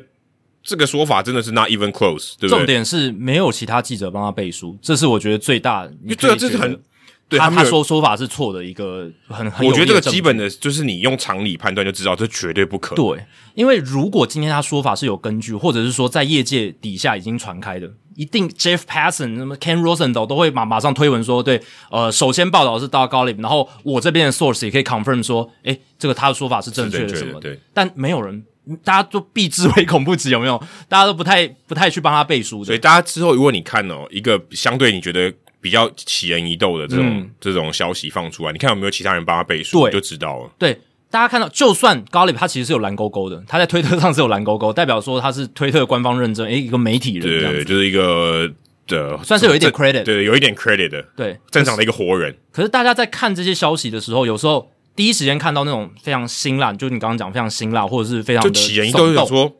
Speaker 2: 这个说法真的是 not even close，对不对？
Speaker 1: 重点是没有其他记者帮他背书，这是我觉得最大。
Speaker 2: 因
Speaker 1: 你
Speaker 2: 为
Speaker 1: 可
Speaker 2: 这个
Speaker 1: 以
Speaker 2: 啊这是
Speaker 1: 觉得
Speaker 2: 很对
Speaker 1: 他
Speaker 2: 他们
Speaker 1: 他
Speaker 2: 有
Speaker 1: 说说法是错的一个很很有
Speaker 2: 我觉得
Speaker 1: 力
Speaker 2: 这
Speaker 1: 的
Speaker 2: 个
Speaker 1: 证
Speaker 2: 基
Speaker 1: 据
Speaker 2: 本的就是你用常理判断就知道，这绝对不可能。
Speaker 1: 对，因为如果今天他说法是有根据，或者是说在业界底下已经传开的，一定 Jeff Passan 什么 Ken Rosenthal 都会马马上推文说，对，呃，首先报道是到高 l 然后我这边的 source 也可以 confirm 说，诶，这个他的说法是正确
Speaker 2: 是
Speaker 1: 的
Speaker 2: 正
Speaker 1: 什
Speaker 2: 确的
Speaker 1: 么的，
Speaker 2: 对
Speaker 1: 但没有人，大家都避之唯恐不及，有没有？大家都不太不太去帮他背书
Speaker 2: 所以
Speaker 1: 的，
Speaker 2: 大家之后，如果你看哦，一个相对你觉得比较起人疑窦的这种、这种消息放出来，你看有没有其他人帮他背书，
Speaker 1: 嗯对
Speaker 2: 你就知道了。
Speaker 1: 对。大家看到，就算高 l 他其实是有蓝勾勾的，他在推特上是有蓝勾勾，代表说他是推特官方认证，诶，一个媒体人这样
Speaker 2: 对，
Speaker 1: 子，
Speaker 2: 就是一个呃，
Speaker 1: 算是有一点
Speaker 2: 正
Speaker 1: credit
Speaker 2: 对，有一点 credit 的
Speaker 1: 对，
Speaker 2: 正常的一个活人，
Speaker 1: 可是大家在看这些消息的时候，有时候第一时间看到那种非常辛辣，就你刚刚讲非常辛辣，或者是非常
Speaker 2: 就
Speaker 1: 的
Speaker 2: 起人疑
Speaker 1: 耸动
Speaker 2: 窦，就想说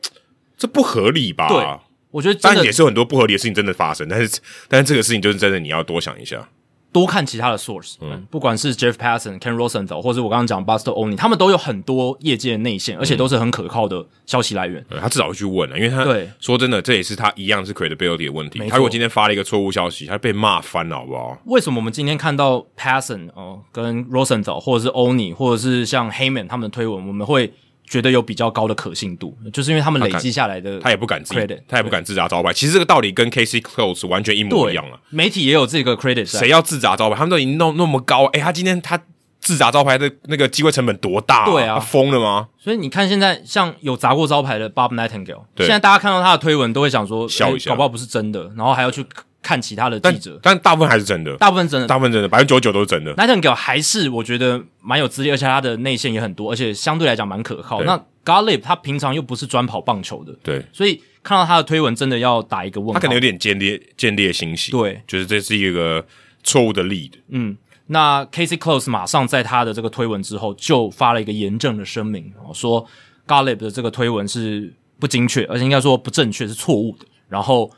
Speaker 2: 这不合理吧？
Speaker 1: 对我觉得真
Speaker 2: 当然也
Speaker 1: 的
Speaker 2: 是有很多不合理的事情真的发生，但是但是这个事情就是真的你要多想一下。
Speaker 1: 多看其他的 source，嗯，不管是 Jeff Passan、Ken Rosenthal，或者我刚刚讲 Buster Olney，他们都有很多业界的内线，
Speaker 2: 嗯
Speaker 1: 而且都是很可靠的消息来源。
Speaker 2: 呃他至少会去问了，因为他
Speaker 1: 对
Speaker 2: 说真的，这也是他一样是 credibility 的问题。
Speaker 1: 没
Speaker 2: 他如果
Speaker 1: 错
Speaker 2: 今天发了一个错误消息，他被骂翻了，好不好？
Speaker 1: 为什么我们今天看到 Passan 哦、跟 Rosenthal 或者是 Olney，或者是像 Heyman 他们的推文，我们会觉得有比较高的可信度，就是因为他们累积下来的，
Speaker 2: 他也不敢自己
Speaker 1: Credit，
Speaker 2: 他也不敢自砸招牌。其实这个道理跟 K C Close 完全一模
Speaker 1: 对
Speaker 2: 一样啊。
Speaker 1: 媒体也有这个 credit 在
Speaker 2: 谁要自砸招牌？他们都已经弄那么高，哎、他今天他自砸招牌的那个机会成本多大、
Speaker 1: 对啊
Speaker 2: 他疯了吗？
Speaker 1: 所以你看，现在像有砸过招牌的 Bob Nightingale，
Speaker 2: 对
Speaker 1: 现在大家看到他的推文都会想说，
Speaker 2: 笑一
Speaker 1: 诶
Speaker 2: 下
Speaker 1: 搞不好不是真的，然后还要去看其他的
Speaker 2: 但
Speaker 1: 记者，
Speaker 2: 但大部分还是真的，
Speaker 1: 大部分真的。
Speaker 2: 大部分真的，百分之九九都是真的。
Speaker 1: Nightingale 还是我觉得蛮有资历，而且他的内线也很多，而且相对来讲蛮可靠。
Speaker 2: 对
Speaker 1: 那 Gallup 他平常又不是专跑棒球的，
Speaker 2: 对
Speaker 1: 所以看到他的推文真的要打一个问号。
Speaker 2: 他可能有点建立建立信息，
Speaker 1: 对，
Speaker 2: 就是这是一个错误的 lead。
Speaker 1: 那 Casey Close 马上在他的这个推文之后就发了一个严正的声明，哦说 Gallup 的这个推文是不精确，而且应该说不正确，是错误的。然后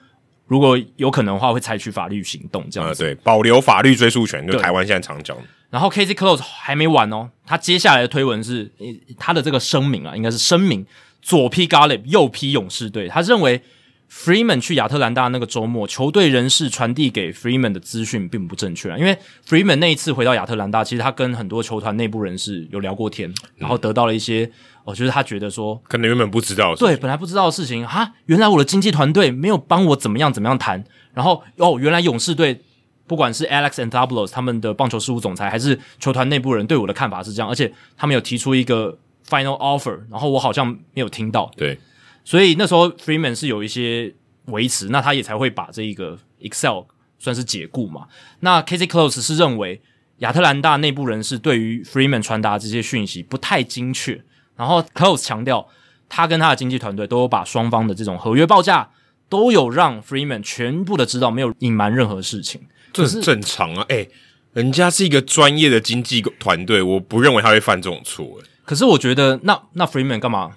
Speaker 1: 如果有可能的话，会采取法律行动这样
Speaker 2: 呃，
Speaker 1: 子。
Speaker 2: 对，保留法律追诉权，就
Speaker 1: 对
Speaker 2: 台湾现在常讲的。
Speaker 1: 然后 k z Close 还没完哦，他接下来的推文是呃他的这个声明啊，应该是声明左批 Gallup，右批勇士队。他认为 Freeman 去亚特兰大那个周末，球队人士传递给 Freeman 的资讯并不正确啊，因为 Freeman 那一次回到亚特兰大，其实他跟很多球团内部人士有聊过天，然后得到了一些，哦，就是他觉得说
Speaker 2: 可能原本不知道，
Speaker 1: 对，，本来不知道的事情哈，原来我的经纪团队没有帮我怎么样怎么样谈，然后哦，原来勇士队不管是 Alex and Dablos 他们的棒球事务总裁，还是球团内部人对我的看法是这样，而且他们有提出一个 final offer，然后我好像没有听到，
Speaker 2: 对，
Speaker 1: 所以那时候 Freeman 是有一些维持，那他也才会把这一个 Excel 算是解雇嘛。那 Casey Close 是认为亚特兰大内部人士对于 Freeman 传达这些讯息不太精确，然后 Close 强调他跟他的经纪团队都有把双方的这种合约报价都有让 Freeman 全部的知道，没有隐瞒任何事情。
Speaker 2: 这很正常啊。哎、人家是一个专业的经纪团队，我不认为他会犯这种错、哎
Speaker 1: 可是我觉得那那 Freeman 干嘛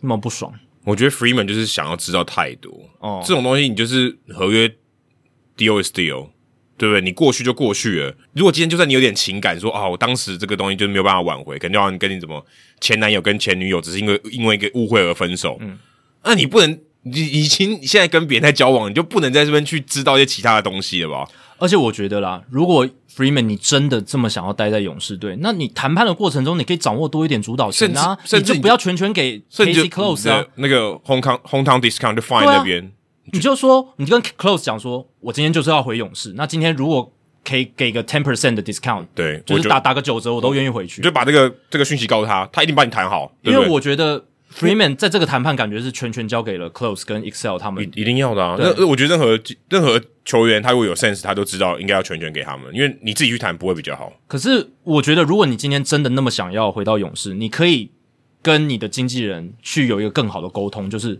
Speaker 1: 那么不爽？
Speaker 2: 我觉得 Freeman 就是想要知道太多
Speaker 1: 哦
Speaker 2: 这种东西你就是合约 deal is deal，对不对？你过去就过去了。如果今天就算你有点情感，说啊，我当时这个东西就没有办法挽回，可能就好像跟你怎么前男友跟前女友只是因为因为一个误会而分手，嗯，那你不能。你已经现在跟别人在交往，你就不能在这边去知道一些其他的东西了吧？
Speaker 1: 而且我觉得啦，如果 Freeman 你真的这么想要待在勇士队，那你谈判的过程中，你可以掌握多一点主导权啊，
Speaker 2: 甚至甚至
Speaker 1: 你就不要全权给
Speaker 2: 所以你就
Speaker 1: Casey Close 啊，
Speaker 2: 那个 hometown hometown discount 就放在
Speaker 1: 对啊
Speaker 2: 那边，
Speaker 1: 你就说你就跟 Close 讲说，我今天就是要回勇士，那今天如果可以给个 ten percent 的 discount，
Speaker 2: 对，
Speaker 1: 就
Speaker 2: 我
Speaker 1: 是打打个九折，我都愿意回
Speaker 2: 你
Speaker 1: 去，
Speaker 2: 就把这个这个讯息告诉他，他一定帮你谈好，
Speaker 1: 因
Speaker 2: 对不
Speaker 1: 为
Speaker 2: 对
Speaker 1: 我觉得 Freeman 在这个谈判感觉是全权交给了 Close 跟 Excel 他们，
Speaker 2: 一一定要的啊！那我觉得任何任何球员，他如果有 sense，他都知道应该要全权给他们，因为你自己去谈不会比较好。
Speaker 1: 可是我觉得，如果你今天真的那么想要回到勇士，你可以跟你的经纪人去有一个更好的沟通，就是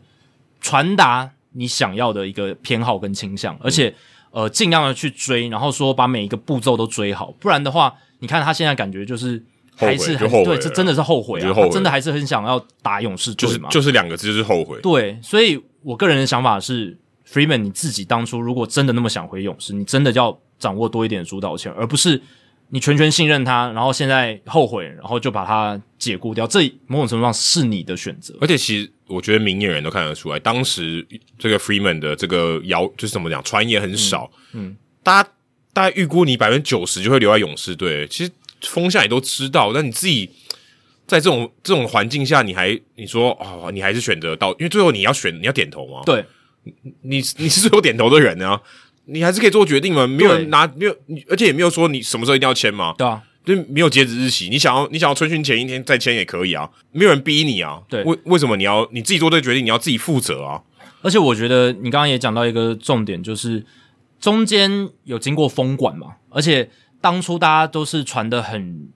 Speaker 1: 传达你想要的一个偏好跟倾
Speaker 2: 嗯
Speaker 1: 向，而且、呃尽量的去追，然后说把每一个步骤都追好，不然的话，你看他现在感觉就是
Speaker 2: 后悔
Speaker 1: 还是
Speaker 2: 就
Speaker 1: 很
Speaker 2: 后悔
Speaker 1: 对，
Speaker 2: 了
Speaker 1: 这真的是后悔
Speaker 2: 就
Speaker 1: 啊，
Speaker 2: 是后悔
Speaker 1: 他真的还是很想要打勇士队
Speaker 2: 就是
Speaker 1: 嘛，
Speaker 2: 就是两个字，就是后悔。
Speaker 1: 对，所以我个人的想法是，Freeman 你自己当初如果真的那么想回勇士，你真的要掌握多一点主导权，而不是你全权信任他，然后现在后悔，然后就把他解雇掉。这某种程度上是你的选择。
Speaker 2: 而且其实我觉得明眼人都看得出来，当时这个 Freeman 的这个谣就是怎么讲，传言很少，嗯，大家大家预估你百分之九十就会留在勇士队，其实风向也都知道，但你自己在这种这种环境下，你还你说哦，你还是选择到，因为最后你要选你要点头嘛，
Speaker 1: 对，
Speaker 2: 你 [LAUGHS] 你是最后点头的人啊，你还是可以做决定嘛，没有人
Speaker 1: 对
Speaker 2: 拿没有，你而且也没有说你什么时候一定要签嘛，
Speaker 1: 对啊，
Speaker 2: 就没有截止日期，你想要你想要春训前一天再签也可以啊，没有人逼你啊。
Speaker 1: 对
Speaker 2: 为为什么你要你自己做这个决定，你要自己负责啊？
Speaker 1: 而且我觉得你刚刚也讲到一个重点，就是中间有经过封管嘛，而且当初大家都是传的很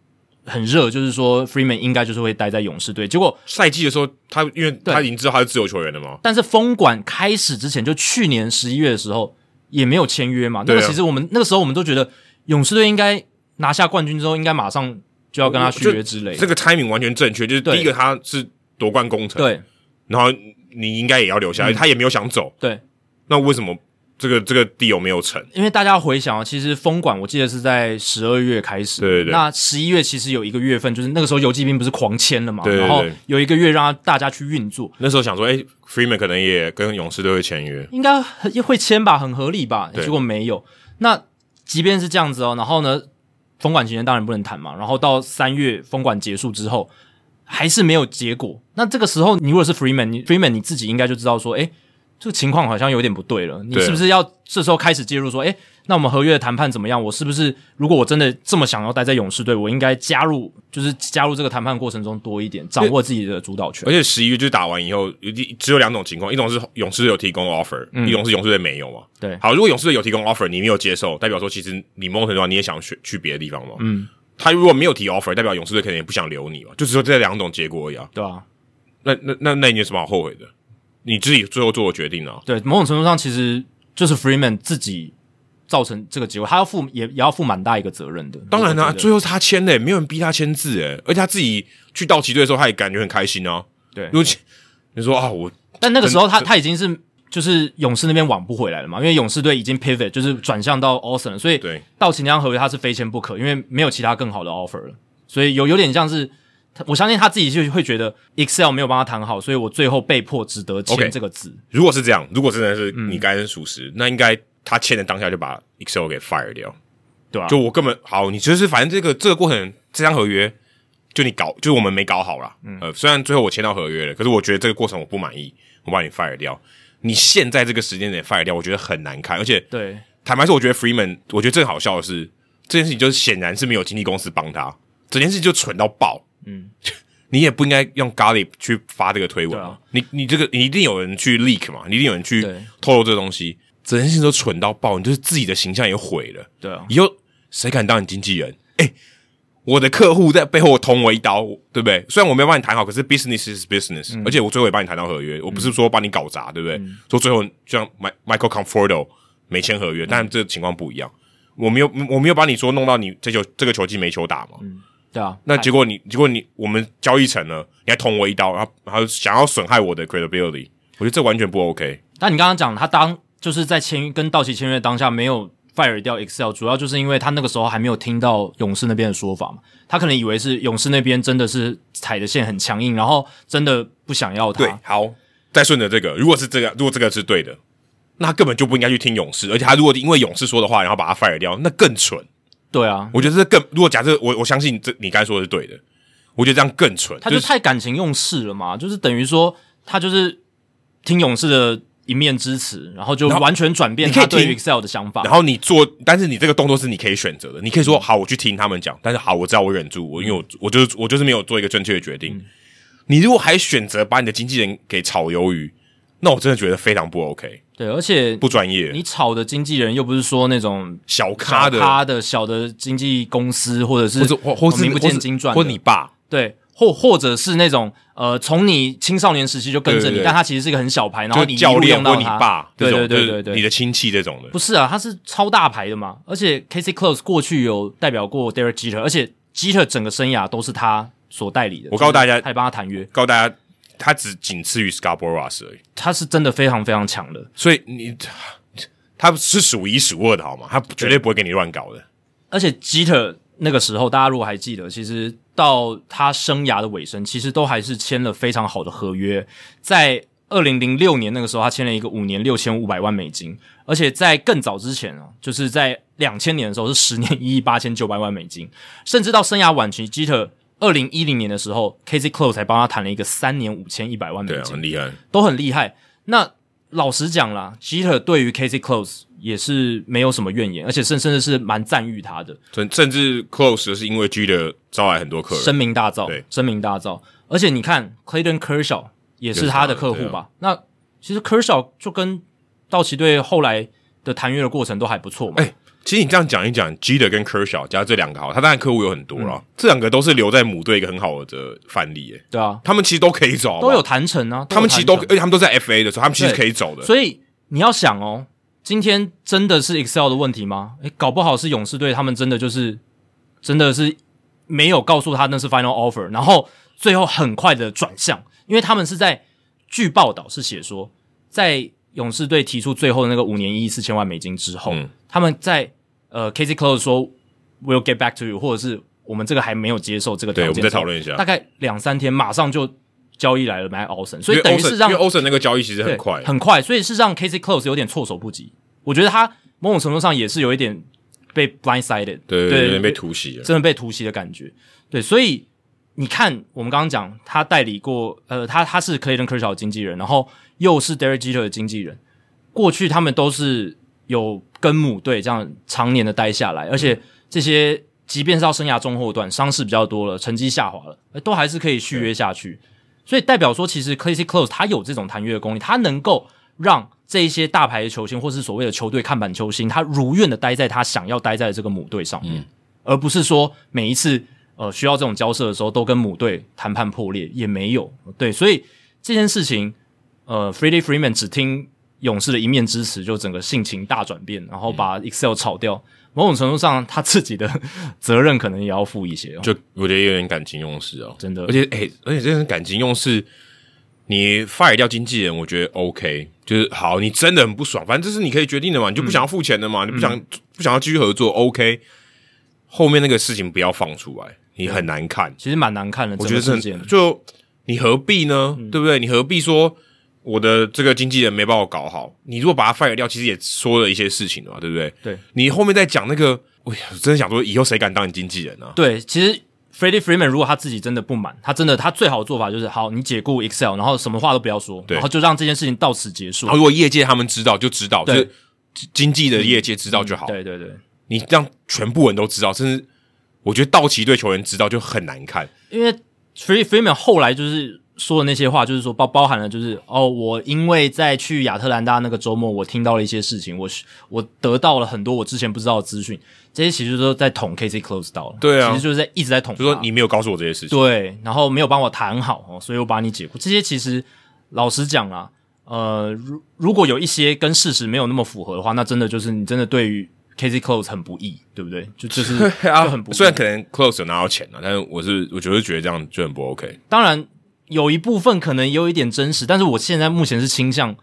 Speaker 1: 很热，就是说 Freeman 应该就是会待在勇士队，结果
Speaker 2: 赛季的时候，他因为他已经知道他是自由球员了嘛，
Speaker 1: 但是封馆开始之前，就去年十一月的时候也没有签约嘛。那
Speaker 2: 对
Speaker 1: 个
Speaker 2: 啊
Speaker 1: 其实我们那个时候我们都觉得勇士队应该拿下冠军之后，应该马上就要跟他续约之类
Speaker 2: 这
Speaker 1: 的。
Speaker 2: 个 timing 完全正确。就是第
Speaker 1: 对
Speaker 2: 一个他是夺冠功臣，，
Speaker 1: 对
Speaker 2: 然后你应该也要留下来，他也没有想走，
Speaker 1: 对，
Speaker 2: 那为什么这个这个 deal 没有成？
Speaker 1: 因为大家回想啊，其实封馆我记得是在十二月开始，
Speaker 2: 对对对
Speaker 1: 那十一月其实有一个月份，就是那个时候游击兵不是狂签了嘛，
Speaker 2: 对对对
Speaker 1: 然后有一个月让他大家去运作，
Speaker 2: 那时候想说，哎、f r e e m a n 可能也跟勇士队会签约，
Speaker 1: 应该很会签吧，很合理吧？
Speaker 2: 对
Speaker 1: 结果没有。那即便是这样子哦，然后呢，封管期间当然不能谈嘛。然后到三月封管结束之后，还是没有结果。那这个时候，你如果是 Freeman，你 Freeman 你自己应该就知道说，诶，这个情况好像有点不对了。你
Speaker 2: 对
Speaker 1: 是不是要这时候开始介入说，诶，那我们合约的谈判怎么样？我是不是如果我真的这么想要待在勇士队，我应该加入，就是加入这个谈判过程中多一点，掌握自己的主导权
Speaker 2: 而。且十一月就打完以后，有一只有两种情况，一种是勇士队有提供 offer，、一种是勇士队没有嘛。
Speaker 1: 嗯对
Speaker 2: 好，如果勇士队有提供 offer，你没有接受，代表说其实你某种程度上你也想去去别的地方嘛。嗯，他如果没有提 offer，代表勇士队可能也不想留你嘛，就只有这两种结果而已啊。
Speaker 1: 对啊，
Speaker 2: 那那那那你有什么好后悔的？你自己最后做的决定啊。
Speaker 1: 对，某种程度上其实就是 Freeman 自己造成这个结果，他要负也也要负蛮大一个责任的。
Speaker 2: 当然啊
Speaker 1: 我
Speaker 2: 啦、
Speaker 1: 觉得
Speaker 2: 欸最后是他签的、没有人逼他签字诶、而且他自己去到旗队的时候，他也感觉很开心啊。
Speaker 1: 对
Speaker 2: 如果其你说啊，我
Speaker 1: 但那个时候他他已经是就是勇士那边挽不回来了嘛，因为勇士队已经 pivot 就是转向到 Austin 了，所以
Speaker 2: 对
Speaker 1: 道奇那张合约他是非签不可，因为没有其他更好的 offer 了，所以有有点像是他，我相信他自己就会觉得 Excel 没有帮他谈好，所以我最后被迫只得签
Speaker 2: OK
Speaker 1: 这个字。
Speaker 2: 如果是这样，如果真的是你刚才是属实，那应该他签的当下就把 Excel 给 fire 掉，
Speaker 1: 对啊
Speaker 2: 就我根本好，你就是反正这个这个过程这张合约就你搞，就是我们没搞好啦。呃，虽然最后我签到合约了，可是我觉得这个过程我不满意，我把你 fire 掉。你现在这个时间点 fire 掉，我觉得很难看，而且
Speaker 1: 对，
Speaker 2: 坦白说，我觉得 Freeman，我觉得最好笑的是这件事情，就是显然是没有经纪公司帮他，整件事情就蠢到爆。嗯， [LAUGHS] 你也不应该用 Garlic 去发这个推文、
Speaker 1: 对啊
Speaker 2: 你你这个你一定有人去 leak 嘛，你一定有人去
Speaker 1: 对
Speaker 2: 透露这个东西，整件事情都蠢到爆，你就是自己的形象也毁了。
Speaker 1: 对啊
Speaker 2: 以后谁敢当你经纪人？哎、我的客户在背后捅我一刀，对不对？虽然我没有帮你谈好，可是 business is business，、而且我最后也帮你谈到合约，我不是说把你搞砸，对不对？说最后就像 Mi- Michael Conforto 没签合约，但这情况不一样，我没有我没有把你说弄到你这球这个球季没球打嘛，
Speaker 1: 对啊，
Speaker 2: 那结果你结果你我们交易成了，你还捅我一刀，然后然后想要损害我的 credibility，我觉得这完全不 OK。
Speaker 1: 但你刚刚讲他当就是在签跟道奇签约当下没有 fire 掉 Excel，主要就是因为他那个时候还没有听到勇士那边的说法嘛，他可能以为是勇士那边真的是踩的线很强硬，然后真的不想要他。
Speaker 2: 对，好，再顺着这个，如果是这个，如果这个是对的，那他根本就不应该去听勇士，而且他如果因为勇士说的话，然后把他 fire 掉，那更蠢。
Speaker 1: 对啊，
Speaker 2: 我觉得这更，如果假设我我相信这你刚才说的是对的，我觉得这样更蠢。
Speaker 1: 他就是太感情用事了嘛，就是等于说他就是听勇士的一面之词，然后就
Speaker 2: 然后
Speaker 1: 完全转变
Speaker 2: 你可以
Speaker 1: 他对于
Speaker 2: 听
Speaker 1: Excel 的想法
Speaker 2: 然。后你做，但是你这个动作是你可以选择的，你可
Speaker 1: 嗯
Speaker 2: 以说好，我去听他们讲，但是好，我知道我忍住，我因为我我就是我就是没有做一个正确的决
Speaker 1: 嗯
Speaker 2: 定。你如果还选择把你的经纪人给炒鱿鱼，那我真的觉得非常不 OK，
Speaker 1: 对，而且
Speaker 2: 不专业，
Speaker 1: 你炒的经纪人又不是说那种
Speaker 2: 小
Speaker 1: 小
Speaker 2: 咖的，
Speaker 1: 咖的小的经纪公司，或者是
Speaker 2: 或者或或是
Speaker 1: 名不
Speaker 2: 或
Speaker 1: 见
Speaker 2: 是
Speaker 1: 经传的，
Speaker 2: 或你爸，
Speaker 1: 对，或或者是那种呃，从你青少年时期就跟着
Speaker 2: 对
Speaker 1: 你，
Speaker 2: 对对
Speaker 1: 但他其实是一个很小牌，然
Speaker 2: 就
Speaker 1: 后
Speaker 2: 是
Speaker 1: 你一
Speaker 2: 教
Speaker 1: 路
Speaker 2: 练
Speaker 1: 用
Speaker 2: 或
Speaker 1: 到
Speaker 2: 你
Speaker 1: 他
Speaker 2: 爸这
Speaker 1: 对
Speaker 2: 种，
Speaker 1: 对对
Speaker 2: 就是
Speaker 1: 对对，
Speaker 2: 你的亲戚这种的，
Speaker 1: 不是啊，他是超大牌的嘛，而且 Casey Close 过去有代表过 Derek Jeter，而且 Jeter 整个生涯都是他所代理的。
Speaker 2: 我告诉大家
Speaker 1: 就是他也帮他谈约，
Speaker 2: 告诉大家，他只仅次于 Scarborough 而已。
Speaker 1: 他是真的非常非常强的，
Speaker 2: 所以你他是数一数二的好吗？他绝对不会给你乱搞的。
Speaker 1: 而且 Jeter 那个时候，大家如果还记得，其实到他生涯的尾声，其实都还是签了非常好的合约。在二零零六年那个时候，他签了一个五年六千五百万美金，而且在更早之前啊，就是在两千年的时候是十年一亿八千九百万美金，甚至到生涯晚期，Jeter 二零一零年的时候，KZ Close 才帮他谈了一个三年五千一百万美
Speaker 2: 对啊，
Speaker 1: 金
Speaker 2: 很，厉害。
Speaker 1: 都很厉害。那老实讲啦，Jeter 对于 KZ Close 也是没有什么怨言，而且甚甚至是蛮赞誉他的。
Speaker 2: 甚甚至 Close 是因为 G 的招来很多客
Speaker 1: 声
Speaker 2: 人，
Speaker 1: 名大噪，
Speaker 2: 对
Speaker 1: 声名大噪。而且你看，Clayton Kershaw 也是他的客户
Speaker 2: 啊
Speaker 1: 吧？那其实 Kershaw 就跟道奇队后来的谈约的过程都还不错嘛。
Speaker 2: 哎其实你这样讲一讲 G 的跟 Kershaw 加这两个好，他当然客户有很多
Speaker 1: 嗯
Speaker 2: 啦，这两个都是留在母队一个很好的范例、欸。
Speaker 1: 对啊，
Speaker 2: 他们其实都可以走好不
Speaker 1: 都
Speaker 2: 好，
Speaker 1: 有谈成啊，
Speaker 2: 他们其实都，
Speaker 1: 有
Speaker 2: 而
Speaker 1: 谈成
Speaker 2: 且他们都在 FA 的时候，他们其实
Speaker 1: 对
Speaker 2: 可以走的。
Speaker 1: 所以你要想哦，今天真的是 Excel 的问题吗？诶，搞不好是勇士队他们真的就是真的是没有告诉他那是 final offer，然后最后很快的转向，因为他们是在据报道是写说，在勇士队提出最后的那个五年一亿四千万美金之后，
Speaker 2: 嗯
Speaker 1: 他们在呃 Casey Close 说 We'll get back to you，或者是我们这个还没有接受这个条
Speaker 2: 对，
Speaker 1: 件
Speaker 2: 我
Speaker 1: 之
Speaker 2: 们
Speaker 1: 后，
Speaker 2: 再讨论一下
Speaker 1: 大。概两三天马上就交易来了 Matt Olson，所以
Speaker 2: 因为
Speaker 1: 等于
Speaker 2: Olsen-
Speaker 1: 是让
Speaker 2: 因为 Olsen 那个交易其实
Speaker 1: 对
Speaker 2: 很快，
Speaker 1: 很快，所以是让 Casey Close 有点措手不及。我觉得他某种程度上也是有一点被 blindsided，
Speaker 2: 对
Speaker 1: 对
Speaker 2: 有点被突袭了。
Speaker 1: 真的被突袭的感觉。对，所以你看，我们刚刚讲他代理过，呃，他他是 Clayton Kershaw 的经纪人，然后又是 Derek Jeter 的经纪人，过去他们都是有跟母队这样常年的待下来，而
Speaker 2: 嗯
Speaker 1: 且这些即便是到生涯中后段，伤势比较多了，成绩下滑了，呃都还是可以续约下去。所以代表说，其实 Casey Close 他有这种谈约的功力，他能够让这一些大牌的球星，或是所谓的球队看板球星，他如愿的待在他想要待在的这个母队上
Speaker 2: 嗯
Speaker 1: 面，而不是说每一次呃需要这种交涉的时候都跟母队谈判破裂，也没有对。所以这件事情，呃 f r e d d y Freeman 只听勇士的一面之词，就整个性情大转变，然
Speaker 2: 嗯
Speaker 1: 后把 Excel 炒掉。某种程度上，他自己的 [LAUGHS] 责任可能也要负一些、哦。
Speaker 2: 就我觉得有点感情用事哦，
Speaker 1: 真的
Speaker 2: 而且哎、而且这种感情用事，你 fire 掉经纪人，我觉得 OK，就是好，你真的很不爽，反正这是你可以决定的嘛，你就
Speaker 1: 嗯
Speaker 2: 不想要付钱的嘛，你不想、不想要继续合作，OK。后面那个事情不要放出来，你很难看。
Speaker 1: 其实蛮难看的，
Speaker 2: 我觉得
Speaker 1: 整个
Speaker 2: 是
Speaker 1: 事件嗯
Speaker 2: 很就你何必呢？对不对？你何必说我的这个经纪人没把我搞好？你如果把他 fire 掉，其实也说了一些事情的嘛，对不对？
Speaker 1: 对
Speaker 2: 你后面再讲那个，我真的想说，以后谁敢当你经纪人啊？
Speaker 1: 对，其实 Freddie Freeman 如果他自己真的不满，他真的他最好的做法就是好，你解雇 Excel，然后什么话都不要说，
Speaker 2: 对
Speaker 1: 然后就让这件事情到此结束
Speaker 2: 然。后如果业界他们知道，就知道，就
Speaker 1: 对嗯
Speaker 2: 是经济的业界知道就好。
Speaker 1: 对对对，
Speaker 2: 你让全部人都知道，甚至我觉得道奇队球员知道就很难看。
Speaker 1: 因为 Free Freeman 后来就是说的那些话，就是说包包含了就是哦，我因为在去亚特兰大那个周末，我听到了一些事情，我我得到了很多我之前不知道的资讯，这些其实都在捅 KC Close 到了，
Speaker 2: 对啊
Speaker 1: 其实就是在一直在捅他，
Speaker 2: 就说你没有告诉我这些事情，
Speaker 1: 对，然后没有帮我谈好哦，所以我把你解雇。这些其实老实讲啦，呃，如如果有一些跟事实没有那么符合的话，那真的就是你真的对于 KZ Close 很不易，对不对？就就是
Speaker 2: [LAUGHS]
Speaker 1: 就很不易。
Speaker 2: 啊虽然可能 close 有拿到钱了、啊但是我是我就是觉得这样就很不 OK。
Speaker 1: 当然有一部分可能也有一点真实，但是我现在目前是倾向，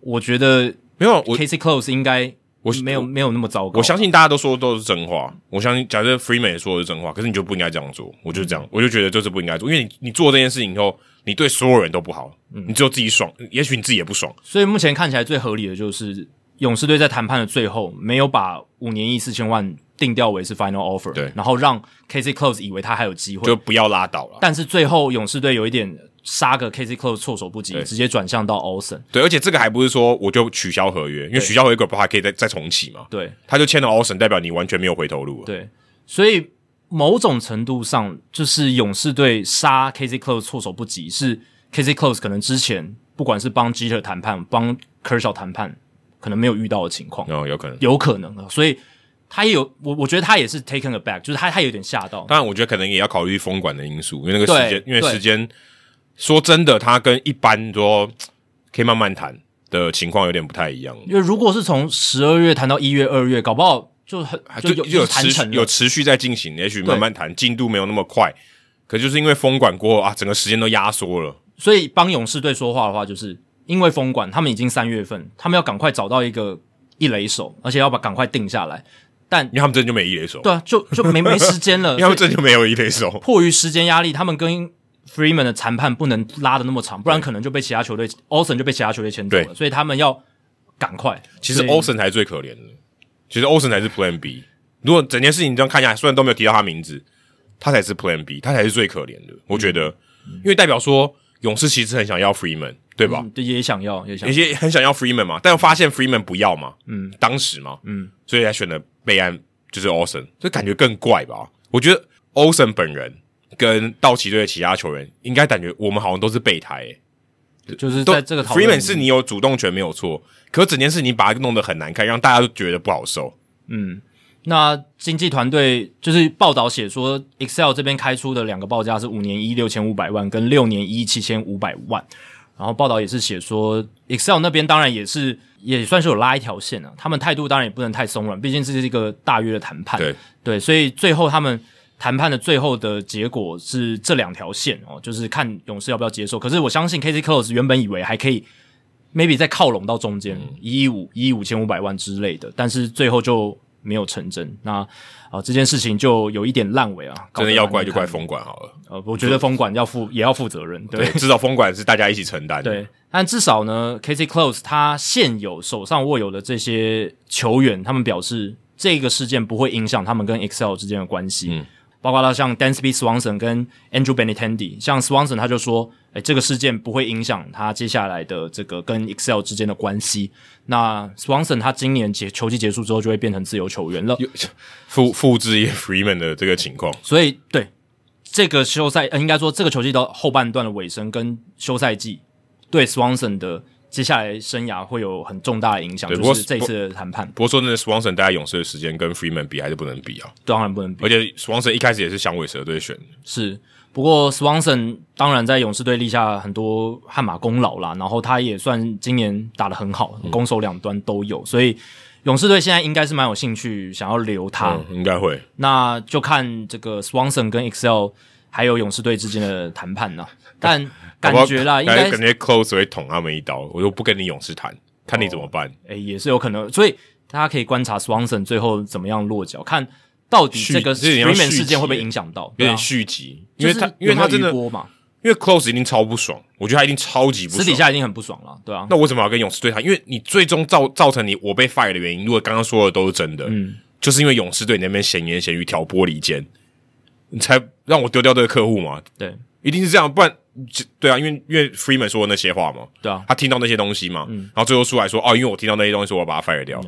Speaker 1: 我觉得
Speaker 2: 没有，啊我
Speaker 1: KZ Close 应该
Speaker 2: 我
Speaker 1: 没有没有那么糟糕。
Speaker 2: 我相信大家都说都是真话，我相信假设 Freeman 也说的是真话，可是你就不应该这样做。我就这
Speaker 1: 嗯
Speaker 2: 样，我就觉得就是不应该做，因为你你做这件事情以后，你对所有人都不好，
Speaker 1: 嗯
Speaker 2: 你只有自己爽，也许你自己也不爽。
Speaker 1: 所以目前看起来最合理的就是勇士队在谈判的最后没有把五年亿四千万定调为是 final offer，
Speaker 2: 对
Speaker 1: 然后让 KC Close 以为他还有机会
Speaker 2: 就，不要拉倒了。
Speaker 1: 但是最后勇士队有一点杀个 KC Close 措手不及，
Speaker 2: 对
Speaker 1: 直接转向到 Olsen，
Speaker 2: 对，而且这个还不是说我就取消合约，因为取消合约搞不好还可以再再重启嘛。
Speaker 1: 对
Speaker 2: 他就签了 Olsen，代表你完全没有回头路了。
Speaker 1: 对，所以某种程度上就是勇士队杀 KC Close 措手不及，是 KC Close 可能之前不管是帮 Jeter 谈判，帮 Kershaw 谈判，可能没有遇到的情况，
Speaker 2: 哦，有可能。
Speaker 1: 有可能的，所以。他也有我，我觉得他也是 taken aback，就是他他有点吓到，
Speaker 2: 当然，我觉得可能也要考虑封管的因素，因为那个时
Speaker 1: 对，
Speaker 2: 间因为
Speaker 1: 对
Speaker 2: 时间，说真的，它跟一般说可以慢慢谈的情况有点不太一样。
Speaker 1: 因为如果是从十二月谈到一月、二月，搞不好就很就有
Speaker 2: 有
Speaker 1: 谈
Speaker 2: 持续
Speaker 1: 成了
Speaker 2: 有持续在进行，也许慢慢谈，进度没有那么快。可就是因为封管过后啊，整个时间都压缩了，
Speaker 1: 所以帮勇士队说话的话，就是因为封管，他们已经三月份，他们要赶快找到一个一垒手，而且要把赶快定下来。但
Speaker 2: 因为他们真的就没一垒手，
Speaker 1: 对啊，就就没没时间了
Speaker 2: [LAUGHS] 因为，他们
Speaker 1: 所以
Speaker 2: 真的就没有一垒手。
Speaker 1: 迫于时间压力，他们跟 Freeman 的谈判不能拉的那么长，不然可能就被其他球队 Olsen 就被其他球队签走了，
Speaker 2: 对
Speaker 1: 所以他们要赶快。
Speaker 2: 其实
Speaker 1: 所以
Speaker 2: Olsen 才是最可怜的，其实 Olsen 才是 Plan B。如果整件事情这样看下来，虽然都没有提到他名字，他才是 Plan B，他才是最可怜的。我觉得，
Speaker 1: 嗯
Speaker 2: 因为代表说勇士其实很想要 Freeman，对吧？
Speaker 1: 嗯对也想要也想
Speaker 2: 有
Speaker 1: 要，
Speaker 2: 些很想要 Freeman 嘛，但发现 Freeman 不要嘛，嗯，当时嘛，
Speaker 1: 嗯，
Speaker 2: 所以才选了备案，就是 Olsen，这感觉更怪吧？我觉得 Olsen 本人跟道奇队的其他球员，应该感觉我们好像都是备胎、欸，
Speaker 1: 就是
Speaker 2: 都
Speaker 1: 在这个讨论里
Speaker 2: Freeman
Speaker 1: 面
Speaker 2: 是你有主动权没有错，可整件事你把它弄得很难看，让大家都觉得不好受。
Speaker 1: 那经纪团队就是报道写说，Excel 这边开出的两个报价是五年一六千五百万跟六年一七千五百万。然后报道也是写说，Excel 那边当然也是也算是有拉一条线啊，他们态度当然也不能太松软，毕竟这是一个大约的谈判。
Speaker 2: 对
Speaker 1: 对，所以最后他们谈判的最后的结果是这两条线哦，就是看勇士要不要接受。可是我相信 KC Close 原本以为还可以，maybe 再靠拢到中间
Speaker 2: 嗯
Speaker 1: 一亿五、一亿五千五百万之类的，但是最后就没有成真。那啊、呃这件事情就有一点烂尾啊，搞
Speaker 2: 真
Speaker 1: 得
Speaker 2: 的要
Speaker 1: 蛮
Speaker 2: 怪就怪
Speaker 1: 难看
Speaker 2: 封管好了，
Speaker 1: 的。呃，我觉得封管要负也要负责任，对
Speaker 2: 对，至少封管是大家一起承担。，
Speaker 1: 对，但至少呢，KC Close 他现有手上握有的这些球员，他们表示这个事件不会影响他们跟 Excel 之间的关系。
Speaker 2: 嗯
Speaker 1: 包括到像 Dansby Swanson 跟 Andrew Benintendi，像 Swanson 他就说，哎，这个事件不会影响他接下来的这个跟 Excel 之间的关系。那 Swanson 他今年结球季结束之后就会变成自由球员了，
Speaker 2: 复复制一个 Freeman 的这个情况，
Speaker 1: 所以对这个休赛，呃，应该说这个球季到后半段的尾声跟休赛季对 Swanson 的接下来生涯会有很重大的影响，
Speaker 2: 对
Speaker 1: 就是这
Speaker 2: 不
Speaker 1: 一
Speaker 2: 过
Speaker 1: 次的谈判
Speaker 2: 不过说真的，Swanson 待在勇士的时间跟 Freeman 比还是不能比啊。
Speaker 1: 当然不能比
Speaker 2: 而且 Swanson 一开始也是响尾蛇队选的，
Speaker 1: 是。不过 Swanson 当然在勇士队立下很多汗马功劳啦，然后他也算今年打得很好，
Speaker 2: 嗯
Speaker 1: 攻守两端都有，所以勇士队现在应该是蛮有兴趣想要留他。
Speaker 2: 嗯，应该会。
Speaker 1: 那就看这个 Swanson 跟 Excel 还有勇士队之间的谈判呢、但感觉啦，应
Speaker 2: 感
Speaker 1: 该
Speaker 2: 觉感觉 close 会捅他们一刀，我就不跟你勇士谈，看你怎么办。
Speaker 1: 诶也是有可能，所以大家可以观察 Swanson 最后怎么样落脚，看到底
Speaker 2: 续
Speaker 1: 这个
Speaker 2: 有点像
Speaker 1: Freeman
Speaker 2: 续
Speaker 1: 事件
Speaker 2: 集
Speaker 1: 会不会
Speaker 2: 耶
Speaker 1: 影响到，
Speaker 2: 有
Speaker 1: 对啊
Speaker 2: 点续集，因
Speaker 1: 就
Speaker 2: 为
Speaker 1: 是
Speaker 2: 他因为
Speaker 1: 有没有
Speaker 2: 他真的
Speaker 1: 余波嘛，
Speaker 2: 因为 close 一定超不爽，我觉得他一定超级不
Speaker 1: 私
Speaker 2: 爽。
Speaker 1: 底下一定很不爽了，对啊，
Speaker 2: 那我为什么要跟勇士对谈？因为你最终造造成你我被 fire 的原因，如果刚刚说的都是真的，
Speaker 1: 嗯，
Speaker 2: 就是因为勇士队那边闲言闲语挑拨离间，你才让我丢掉这个客户嘛，
Speaker 1: 对
Speaker 2: 一定是这样，不然这对啊，因为因为 Freeman 说的那些话嘛，
Speaker 1: 对啊，
Speaker 2: 他听到那些东西嘛，
Speaker 1: 嗯
Speaker 2: 然后最后出来说哦，因为我听到那些东西，所以我把他 fire 掉。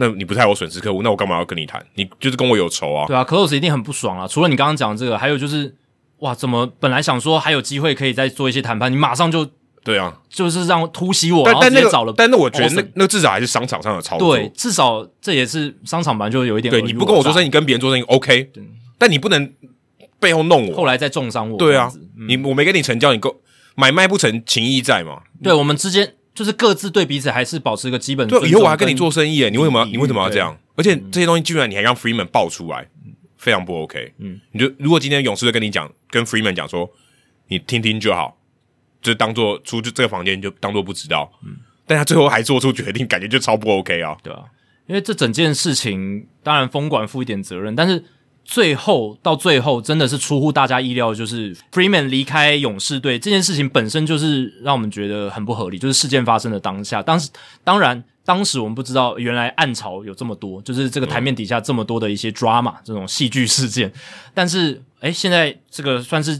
Speaker 2: 那你不太有损失客户，那我干嘛要跟你谈？你就是跟我有仇啊！
Speaker 1: 对啊，Close 一定很不爽啊。除了你刚刚讲的这个，还有就是，哇，怎么本来想说还有机会可以再做一些谈判，你马上就
Speaker 2: 对啊，
Speaker 1: 就是让突袭我，
Speaker 2: 但
Speaker 1: 然后
Speaker 2: 但
Speaker 1: 直
Speaker 2: 那
Speaker 1: 接
Speaker 2: 个
Speaker 1: 找了，
Speaker 2: 但那我觉得那
Speaker 1: Olsen
Speaker 2: 那至少还是商场上的操作。
Speaker 1: 对，至少这也是商场版就有一点
Speaker 2: 对，
Speaker 1: 尔虞
Speaker 2: 你不跟我做生
Speaker 1: 意，
Speaker 2: 意，你跟别人做生意 OK，但你不能背后弄
Speaker 1: 后
Speaker 2: 我。
Speaker 1: 来再重伤我，
Speaker 2: 对
Speaker 1: 这
Speaker 2: 啊
Speaker 1: 样子，
Speaker 2: 你我没跟你成交，你够买卖不成，情义在嘛？
Speaker 1: 对我们之间就是各自对彼此还是保持一个基本
Speaker 2: 对，啊
Speaker 1: 尊
Speaker 2: 以后
Speaker 1: 重
Speaker 2: 我还跟你做生意耶，你为什么要
Speaker 1: 礼遇
Speaker 2: 你为什么要这样？而且这些东西居然你还让 Freeman 爆出来，非常不 OK。嗯，你就如果今天勇士队跟你讲，跟 Freeman 讲说，你听听就好，就当做出这这个房间就当做不知道。嗯，但他最后还做出决定，感觉就超不 OK 啊。
Speaker 1: 对啊，因为这整件事情，当然风管负一点责任，但是最后到最后真的是出乎大家意料，就是 Freeman 离开勇士队这件事情本身就是让我们觉得很不合理，就是事件发生的当下，当时当然。当时我们不知道，原来暗潮有这么多，就是这个台面底下这么多的一些 drama、这种戏剧事件。但是，哎，现在这个算是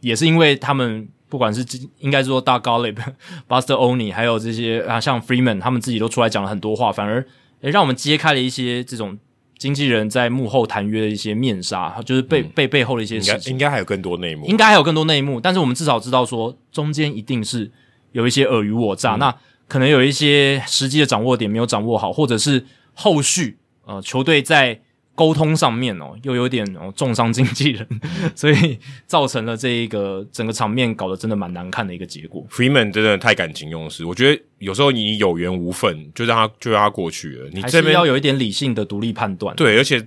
Speaker 1: 也是因为他们不管是今应该是说大 Gallup、Buster [LAUGHS] Oni，还有这些啊像 Freeman 他们自己都出来讲了很多话，反而诶让我们揭开了一些这种经纪人在幕后谈约的一些面纱，就是背、背背后的一些
Speaker 2: 应
Speaker 1: 事
Speaker 2: 该
Speaker 1: 情。
Speaker 2: 应该还有更多内幕。
Speaker 1: 应该还有更多内幕，但是我们至少知道说中间一定是有一些尔虞我诈，
Speaker 2: 嗯
Speaker 1: 那可能有一些实际的掌握点没有掌握好，或者是后续呃球队在沟通上面哦又有点哦重伤经纪人，
Speaker 2: 嗯
Speaker 1: [LAUGHS] 所以造成了这一个整个场面搞得真的蛮难看的一个结果。
Speaker 2: Freeman 真的太感情用事，我觉得有时候你有缘无分，就让他就让他过去了。你
Speaker 1: 还
Speaker 2: 这
Speaker 1: 是
Speaker 2: 边
Speaker 1: 要有一点理性的独立判断。
Speaker 2: 对，而且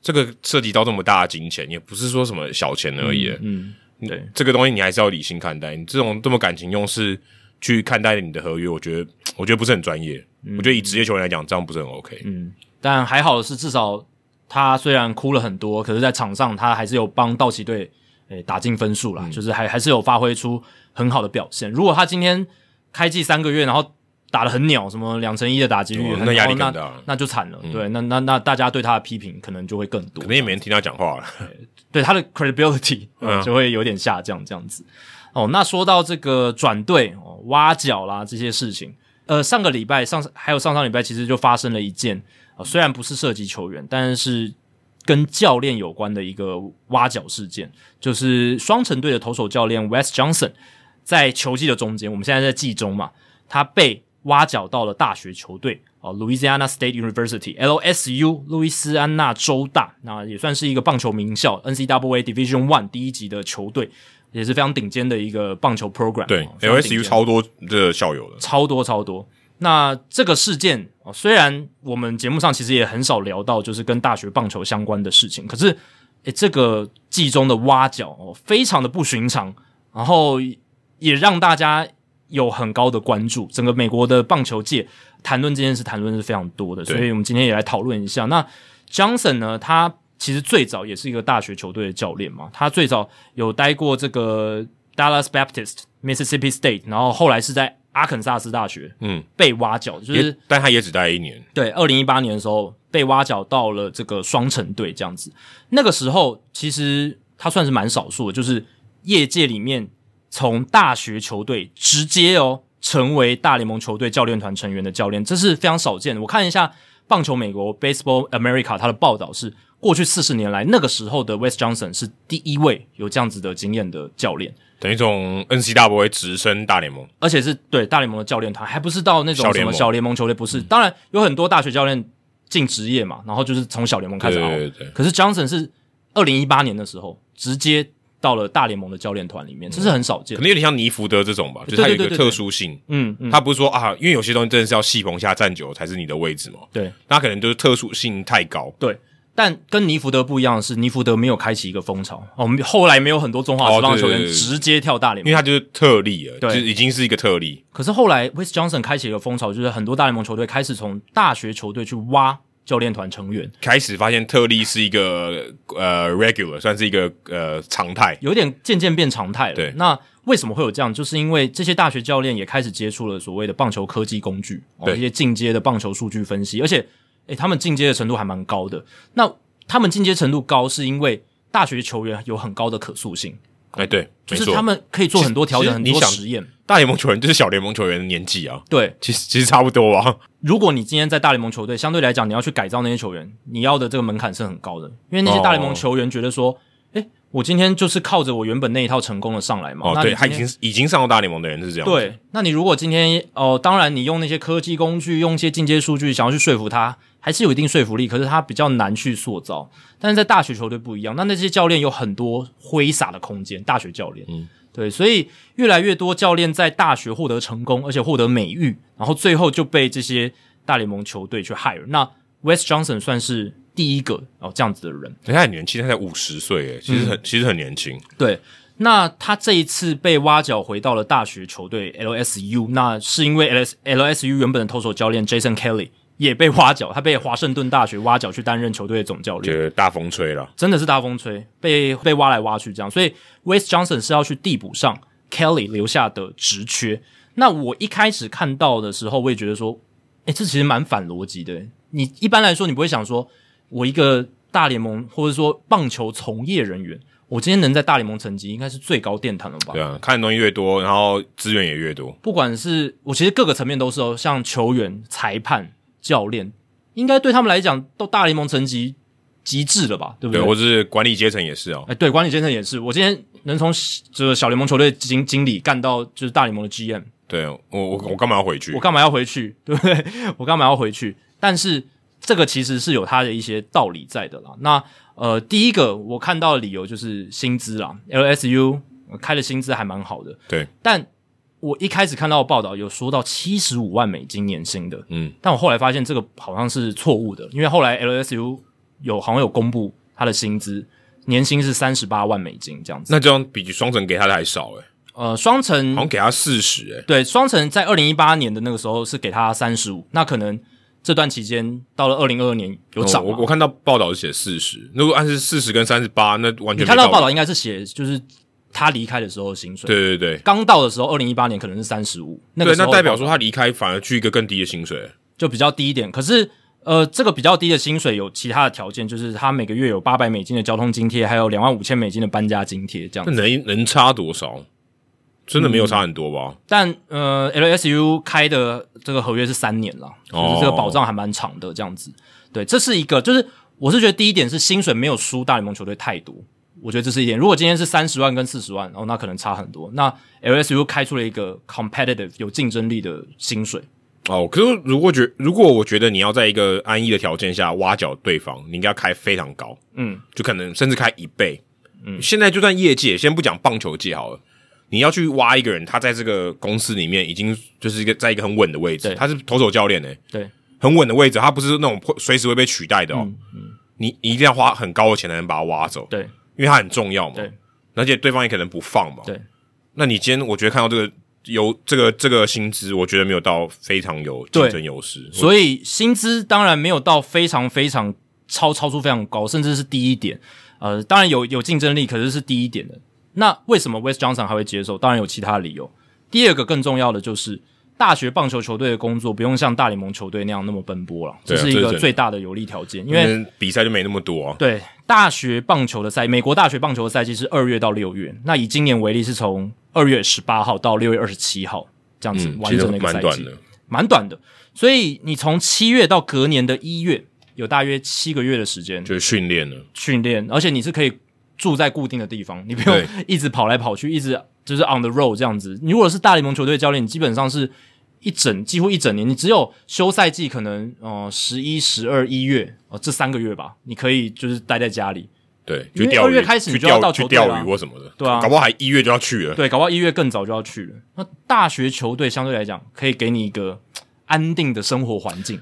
Speaker 2: 这个涉及到这么大的金钱，也不是说什么小钱而已。
Speaker 1: 嗯，嗯，对，
Speaker 2: 这个东西你还是要理性看待。你这种这么感情用事去看待你的合约，我觉得我觉得不是很专业。我觉得以职业球员来讲，这样不是很 OK。
Speaker 1: 嗯，但还好的是，至少他虽然哭了很多，可是，在场上他还是有帮道奇队诶、打进分数
Speaker 2: 嗯
Speaker 1: 啦，就是还还是有发挥出很好的表现。如果他今天开季三个月，然后打得很鸟，什么两成一的打击率，
Speaker 2: 哦那压力
Speaker 1: 然后
Speaker 2: 更大嗯
Speaker 1: 那那就惨了。对，那那那大家对他的批评可能就会更多
Speaker 2: 可，能也没人听他讲话了。
Speaker 1: 哦对他的 credibility、呃
Speaker 2: 嗯
Speaker 1: 就会有点下降这样子。哦，那说到这个转队、哦、挖角啦这些事情，呃，上个礼拜上还有上上礼拜其实就发生了一件、呃，虽然不是涉及球员，但是跟教练有关的一个挖角事件，就是双城队的投手教练 Wes Johnson 在球季的中间，我们现在在季中嘛，他被挖角到了大学球队哦，Louisiana State University（LSU） 路易斯安那州大，那也算是一个棒球名校 （NCAA Division One） 第一级的球队，也是非常顶尖的一个棒球 program 哦。
Speaker 2: 对
Speaker 1: 非常顶尖
Speaker 2: ，LSU 超多的校友的，
Speaker 1: 超多超多。那这个事件哦，虽然我们节目上其实也很少聊到，就是跟大学棒球相关的事情，可是，诶，这个季中的挖角哦，非常的不寻常，然后也让大家有很高的关注。整个美国的棒球界谈论这件事，谈论是非常多的，
Speaker 2: 对
Speaker 1: 所以我们今天也来讨论一下。那 Johnson 呢，他其实最早也是一个大学球队的教练嘛，他最早有待过这个 Dallas Baptist、Mississippi State，然后后来是在阿肯萨斯大学
Speaker 2: 嗯，
Speaker 1: 被挖角，就
Speaker 2: 也
Speaker 1: 是
Speaker 2: 但他也只待一年。
Speaker 1: 对二零一八年的时候被挖角到了这个双城队这样子。那个时候其实他算是蛮少数的，就是业界里面从大学球队直接哦成为大联盟球队教练团成员的教练，这是非常少见的。我看一下棒球美国 Baseball America 它的报道是，过去四十年来那个时候的 West Johnson 是第一位有这样子的经验的教练。
Speaker 2: 等于从 NCAA 直升大联盟，
Speaker 1: 而且是对大联盟的教练团，还不是到那种
Speaker 2: 小
Speaker 1: 什
Speaker 2: 联
Speaker 1: 么
Speaker 2: 盟嗯
Speaker 1: 小联盟球队，不是。当然有很多大学教练进职业嘛，然后就是从小联盟开始熬。
Speaker 2: 对对对对
Speaker 1: 可是 Johnson 是二零一八年的时候直接到了大联盟的教练团里面，这是很少见
Speaker 2: 嗯可。能有点像尼福德这种吧，就是他有一
Speaker 1: 对
Speaker 2: 个
Speaker 1: 对对对
Speaker 2: 特殊性。
Speaker 1: 嗯嗯，
Speaker 2: 他不是说啊，因为有些东西真的是要戏棚下站久才是你的位置嘛，
Speaker 1: 对
Speaker 2: 那可能就是特殊性太高。
Speaker 1: 对。但跟尼福德不一样的是，尼福德没有开启一个风潮。哦，我们后来没有很多中华职棒球
Speaker 2: 哦对
Speaker 1: 员
Speaker 2: 对对对
Speaker 1: 直接跳大联
Speaker 2: 因为
Speaker 1: 盟，
Speaker 2: 他就是特例了，就
Speaker 1: 对
Speaker 2: 是已经是一个特例。
Speaker 1: 可是后来 Wes Johnson 开启一个风潮，就是很多大联盟球队开始从大学球队去挖教练团成员，
Speaker 2: 开始发现特例是一个呃 regular，算是一个呃常态。
Speaker 1: 有点渐渐变常态了。
Speaker 2: 对
Speaker 1: 那为什么会有这样？就是因为这些大学教练也开始接触了所谓的棒球科技工具，哦、
Speaker 2: 对
Speaker 1: 一些进阶的棒球数据分析，而且，诶，他们进阶的程度还蛮高的。那他们进阶程度高，是因为大学球员有很高的可塑性，
Speaker 2: 哎，对，
Speaker 1: 就
Speaker 2: 没
Speaker 1: 是
Speaker 2: 错
Speaker 1: 他们可以做很多调整、
Speaker 2: 其实
Speaker 1: 很
Speaker 2: 你
Speaker 1: 多
Speaker 2: 想
Speaker 1: 实验。
Speaker 2: 大联盟球员就是小联盟球员的年纪啊，
Speaker 1: 对，
Speaker 2: 其实其实差不多啊。
Speaker 1: 如果你今天在大联盟球队，相对来讲你要去改造那些球员，你要的这个门槛是很高的，因为那
Speaker 2: 哦
Speaker 1: 些大联盟球员觉得说，诶，我今天就是靠着我原本那一套成功的上来嘛。
Speaker 2: 哦
Speaker 1: 那，你
Speaker 2: 对，
Speaker 1: 今
Speaker 2: 他已
Speaker 1: 天
Speaker 2: 经已经上到大联盟的人是这样。，
Speaker 1: 对，那你如果今天哦、当然你用那些科技工具，用一些进阶数据，想要去说服他，还是有一定说服力，可是他比较难去塑造。但是在大学球队不一样，那那些教练有很多挥洒的空间，大学教练，
Speaker 2: 嗯，
Speaker 1: 对，所以越来越多教练在大学获得成功，而且获得美誉，然后最后就被这些大联盟球队去 hire。那 West Johnson 算是第一个哦这样子的人。
Speaker 2: 他很年轻，他才五十岁，哎，其
Speaker 1: 嗯
Speaker 2: 实很、其实很年轻。
Speaker 1: 对，那他这一次被挖角回到了大学球队 LSU，那是因为 LS LSU 原本的投手教练 Jason Kelly 也被挖角，他被华盛顿大学挖角去担任球队的总教练
Speaker 2: 觉。得大风吹了，
Speaker 1: 真的是大风吹，被被挖来挖去这样，所以 Wes Johnson 是要去递补上 Kelly 留下的职缺。那我一开始看到的时候，我也觉得说，诶，这其实蛮反逻辑的。你一般来说，你不会想说，我一个大联盟或者说棒球从业人员，我今天能在大联盟成绩应该是最高殿堂了吧
Speaker 2: 对？啊，看的东西越多，然后资源也越多。
Speaker 1: 不管是我其实各个层面都是哦，像球员、裁判、教练，应该对他们来讲都大联盟成绩极致了吧？对不
Speaker 2: 对，或者是管理阶层也是哦。
Speaker 1: 哎，对，管理先生也是，我今天能从这个小联盟球队经经理干到就是大联盟的 GM，
Speaker 2: 对我我我干嘛要回去
Speaker 1: 我？干嘛要回去？ [LAUGHS] 对不对？我干嘛要回去？但是这个其实是有它的一些道理在的啦。那呃，第一个我看到的理由就是薪资啦，LSU 呃开的薪资还蛮好的，
Speaker 2: 对，
Speaker 1: 但我一开始看到的报道有说到七十五万美金年薪的，
Speaker 2: 嗯，
Speaker 1: 但我后来发现这个好像是错误的，因为后来 LSU 有好像有公布他的薪资。年薪是三十八万美金这样子，
Speaker 2: 那这样比双城给他的还少哎，
Speaker 1: 呃，双城
Speaker 2: 好像给他四十哎。
Speaker 1: 对双城在二零一八年的那个时候是给他三十五，那可能这段期间到了二零二二年有涨啊
Speaker 2: 哦
Speaker 1: 嘛、
Speaker 2: 我我看到报道是写四十，如果按是四十跟三十八，那完全
Speaker 1: 你
Speaker 2: 没
Speaker 1: 看到
Speaker 2: 道理
Speaker 1: 报道应该是写就是他离开的时候的薪水，，
Speaker 2: 对对对
Speaker 1: 刚到的时候二零一八年可能是三十五，那个
Speaker 2: 对，
Speaker 1: 时候
Speaker 2: 那
Speaker 1: 的
Speaker 2: 代表
Speaker 1: 报
Speaker 2: 说他离开反而去一个更低的薪水，
Speaker 1: 就比较低一点，可是。呃，这个比较低的薪水有其他的条件，就是他每个月有八百美金的交通津贴，还有两万五千美金的搬家津贴这样
Speaker 2: 那。能能差多少？真的
Speaker 1: 嗯
Speaker 2: 没有差很多吧？
Speaker 1: 但呃，LSU 开的这个合约是三年了，
Speaker 2: 哦
Speaker 1: 就是这个保障还蛮长的，这样子。对，这是一个，就是我是觉得第一点是薪水没有输大联盟球队太多，我觉得这是一点。如果今天是三十万跟四十万，哦，那可能差很多。那 LSU 开出了一个 competitive 有竞争力的薪水，
Speaker 2: 哦，可是如果觉如果我觉得你要在一个安逸的条件下挖角对方，你应该要开非常高，
Speaker 1: 嗯，
Speaker 2: 就可能甚至开一倍。嗯，现在就算业界，先不讲棒球界好了，你要去挖一个人，他在这个公司里面已经就是一个在一个很稳的位置
Speaker 1: 对，
Speaker 2: 他是投手教练呢、欸
Speaker 1: 对，嗯
Speaker 2: 很稳的位置，他不是那种会随时会被取代的哦。你你一定要花很高的钱才能把他挖走，
Speaker 1: 对，
Speaker 2: 因为他很重要嘛。
Speaker 1: 对，
Speaker 2: 而且对方也可能不放嘛。
Speaker 1: 对，
Speaker 2: 那你今天我觉得看到这个有这个这个薪资，我觉得没有到非常有竞争优势。我
Speaker 1: 所以薪资当然没有到非常非常超超出非常高，甚至是低一点。呃，当然有有竞争力，可是是低一点的。那为什么 West Johnson 还会接受？当然有其他理由。第二个更重要的就是，大学棒球球队的工作不用像大联盟球队那样那么奔波了，
Speaker 2: 对
Speaker 1: 这
Speaker 2: 啊
Speaker 1: 是一
Speaker 2: 这是真
Speaker 1: 个
Speaker 2: 的
Speaker 1: 最大的有利条件。因为
Speaker 2: 比赛就没那么多、啊，
Speaker 1: 对大学棒球的赛，美国大学棒球的赛季是二月到六月，那以今年为例，是从二月十八号到六月二十七号这样子
Speaker 2: 嗯，
Speaker 1: 完
Speaker 2: 其实
Speaker 1: 整的一个
Speaker 2: 蛮
Speaker 1: 赛
Speaker 2: 短
Speaker 1: 季。
Speaker 2: 的。
Speaker 1: 蛮短的。所以你从七月到隔年的一月，有大约七个月的时间
Speaker 2: 就是训练了，
Speaker 1: 训练，而且你是可以住在固定的地方，你不用
Speaker 2: 对
Speaker 1: [LAUGHS] 一直跑来跑去，一直就是 on the road 这样子。你如果是大联盟球队教练，你基本上是一整几乎一整年，你只有休赛季可能呃十一、十二、一月哦、这三个月吧，你可以就是待在家里。
Speaker 2: 对，
Speaker 1: 因为
Speaker 2: 去钓
Speaker 1: 二
Speaker 2: 鱼，
Speaker 1: 月开始你
Speaker 2: 去
Speaker 1: 就要到
Speaker 2: 钓
Speaker 1: 球
Speaker 2: 去
Speaker 1: 队了啊
Speaker 2: 钓鱼或什么的，
Speaker 1: 对啊
Speaker 2: 搞不好还一月就要去了。
Speaker 1: 对，搞不好一月更早就要去了。那大学球队相对来讲，可以给你一个嘖安定的生活环境。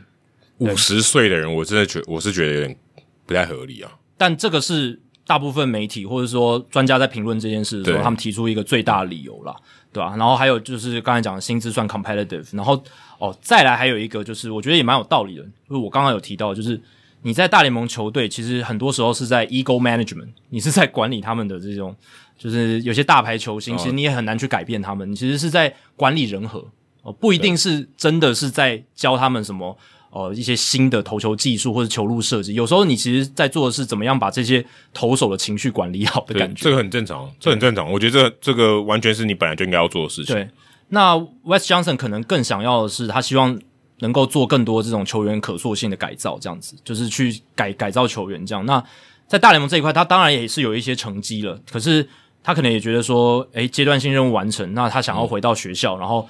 Speaker 2: 五十岁的人，我真的觉我是觉得有点不太合理啊。
Speaker 1: 但这个是大部分媒体或者说专家在评论这件事的时候，
Speaker 2: 对
Speaker 1: 他们提出一个最大的理由啦，对吧、然后还有就是刚才讲的薪资算 competitive，然后哦，再来还有一个就是我觉得也蛮有道理的，就是我刚刚有提到，就是你在大联盟球队其实很多时候是在 ego management，你是在管理他们的这种，就是有些大牌球星，其实你也很难去改变他们，你其实是在管理人和。哦，不一定是真的是在教他们什么呃一些新的投球技术或者球路设计。有时候你其实在做的是怎么样把这些投手的情绪管理好的
Speaker 2: 对，
Speaker 1: 感觉。
Speaker 2: 这个很正常，这很正常。我觉得这这个完全是你本来就应该要做的事情。
Speaker 1: 对，那 West Johnson 可能更想要的是，他希望能够做更多这种球员可塑性的改造，这样子就是去改改造球员这样。那在大联盟这一块，他当然也是有一些成绩了，可是他可能也觉得说，诶，阶段性任务完成，那他
Speaker 2: 嗯
Speaker 1: 想要回到学校，然后。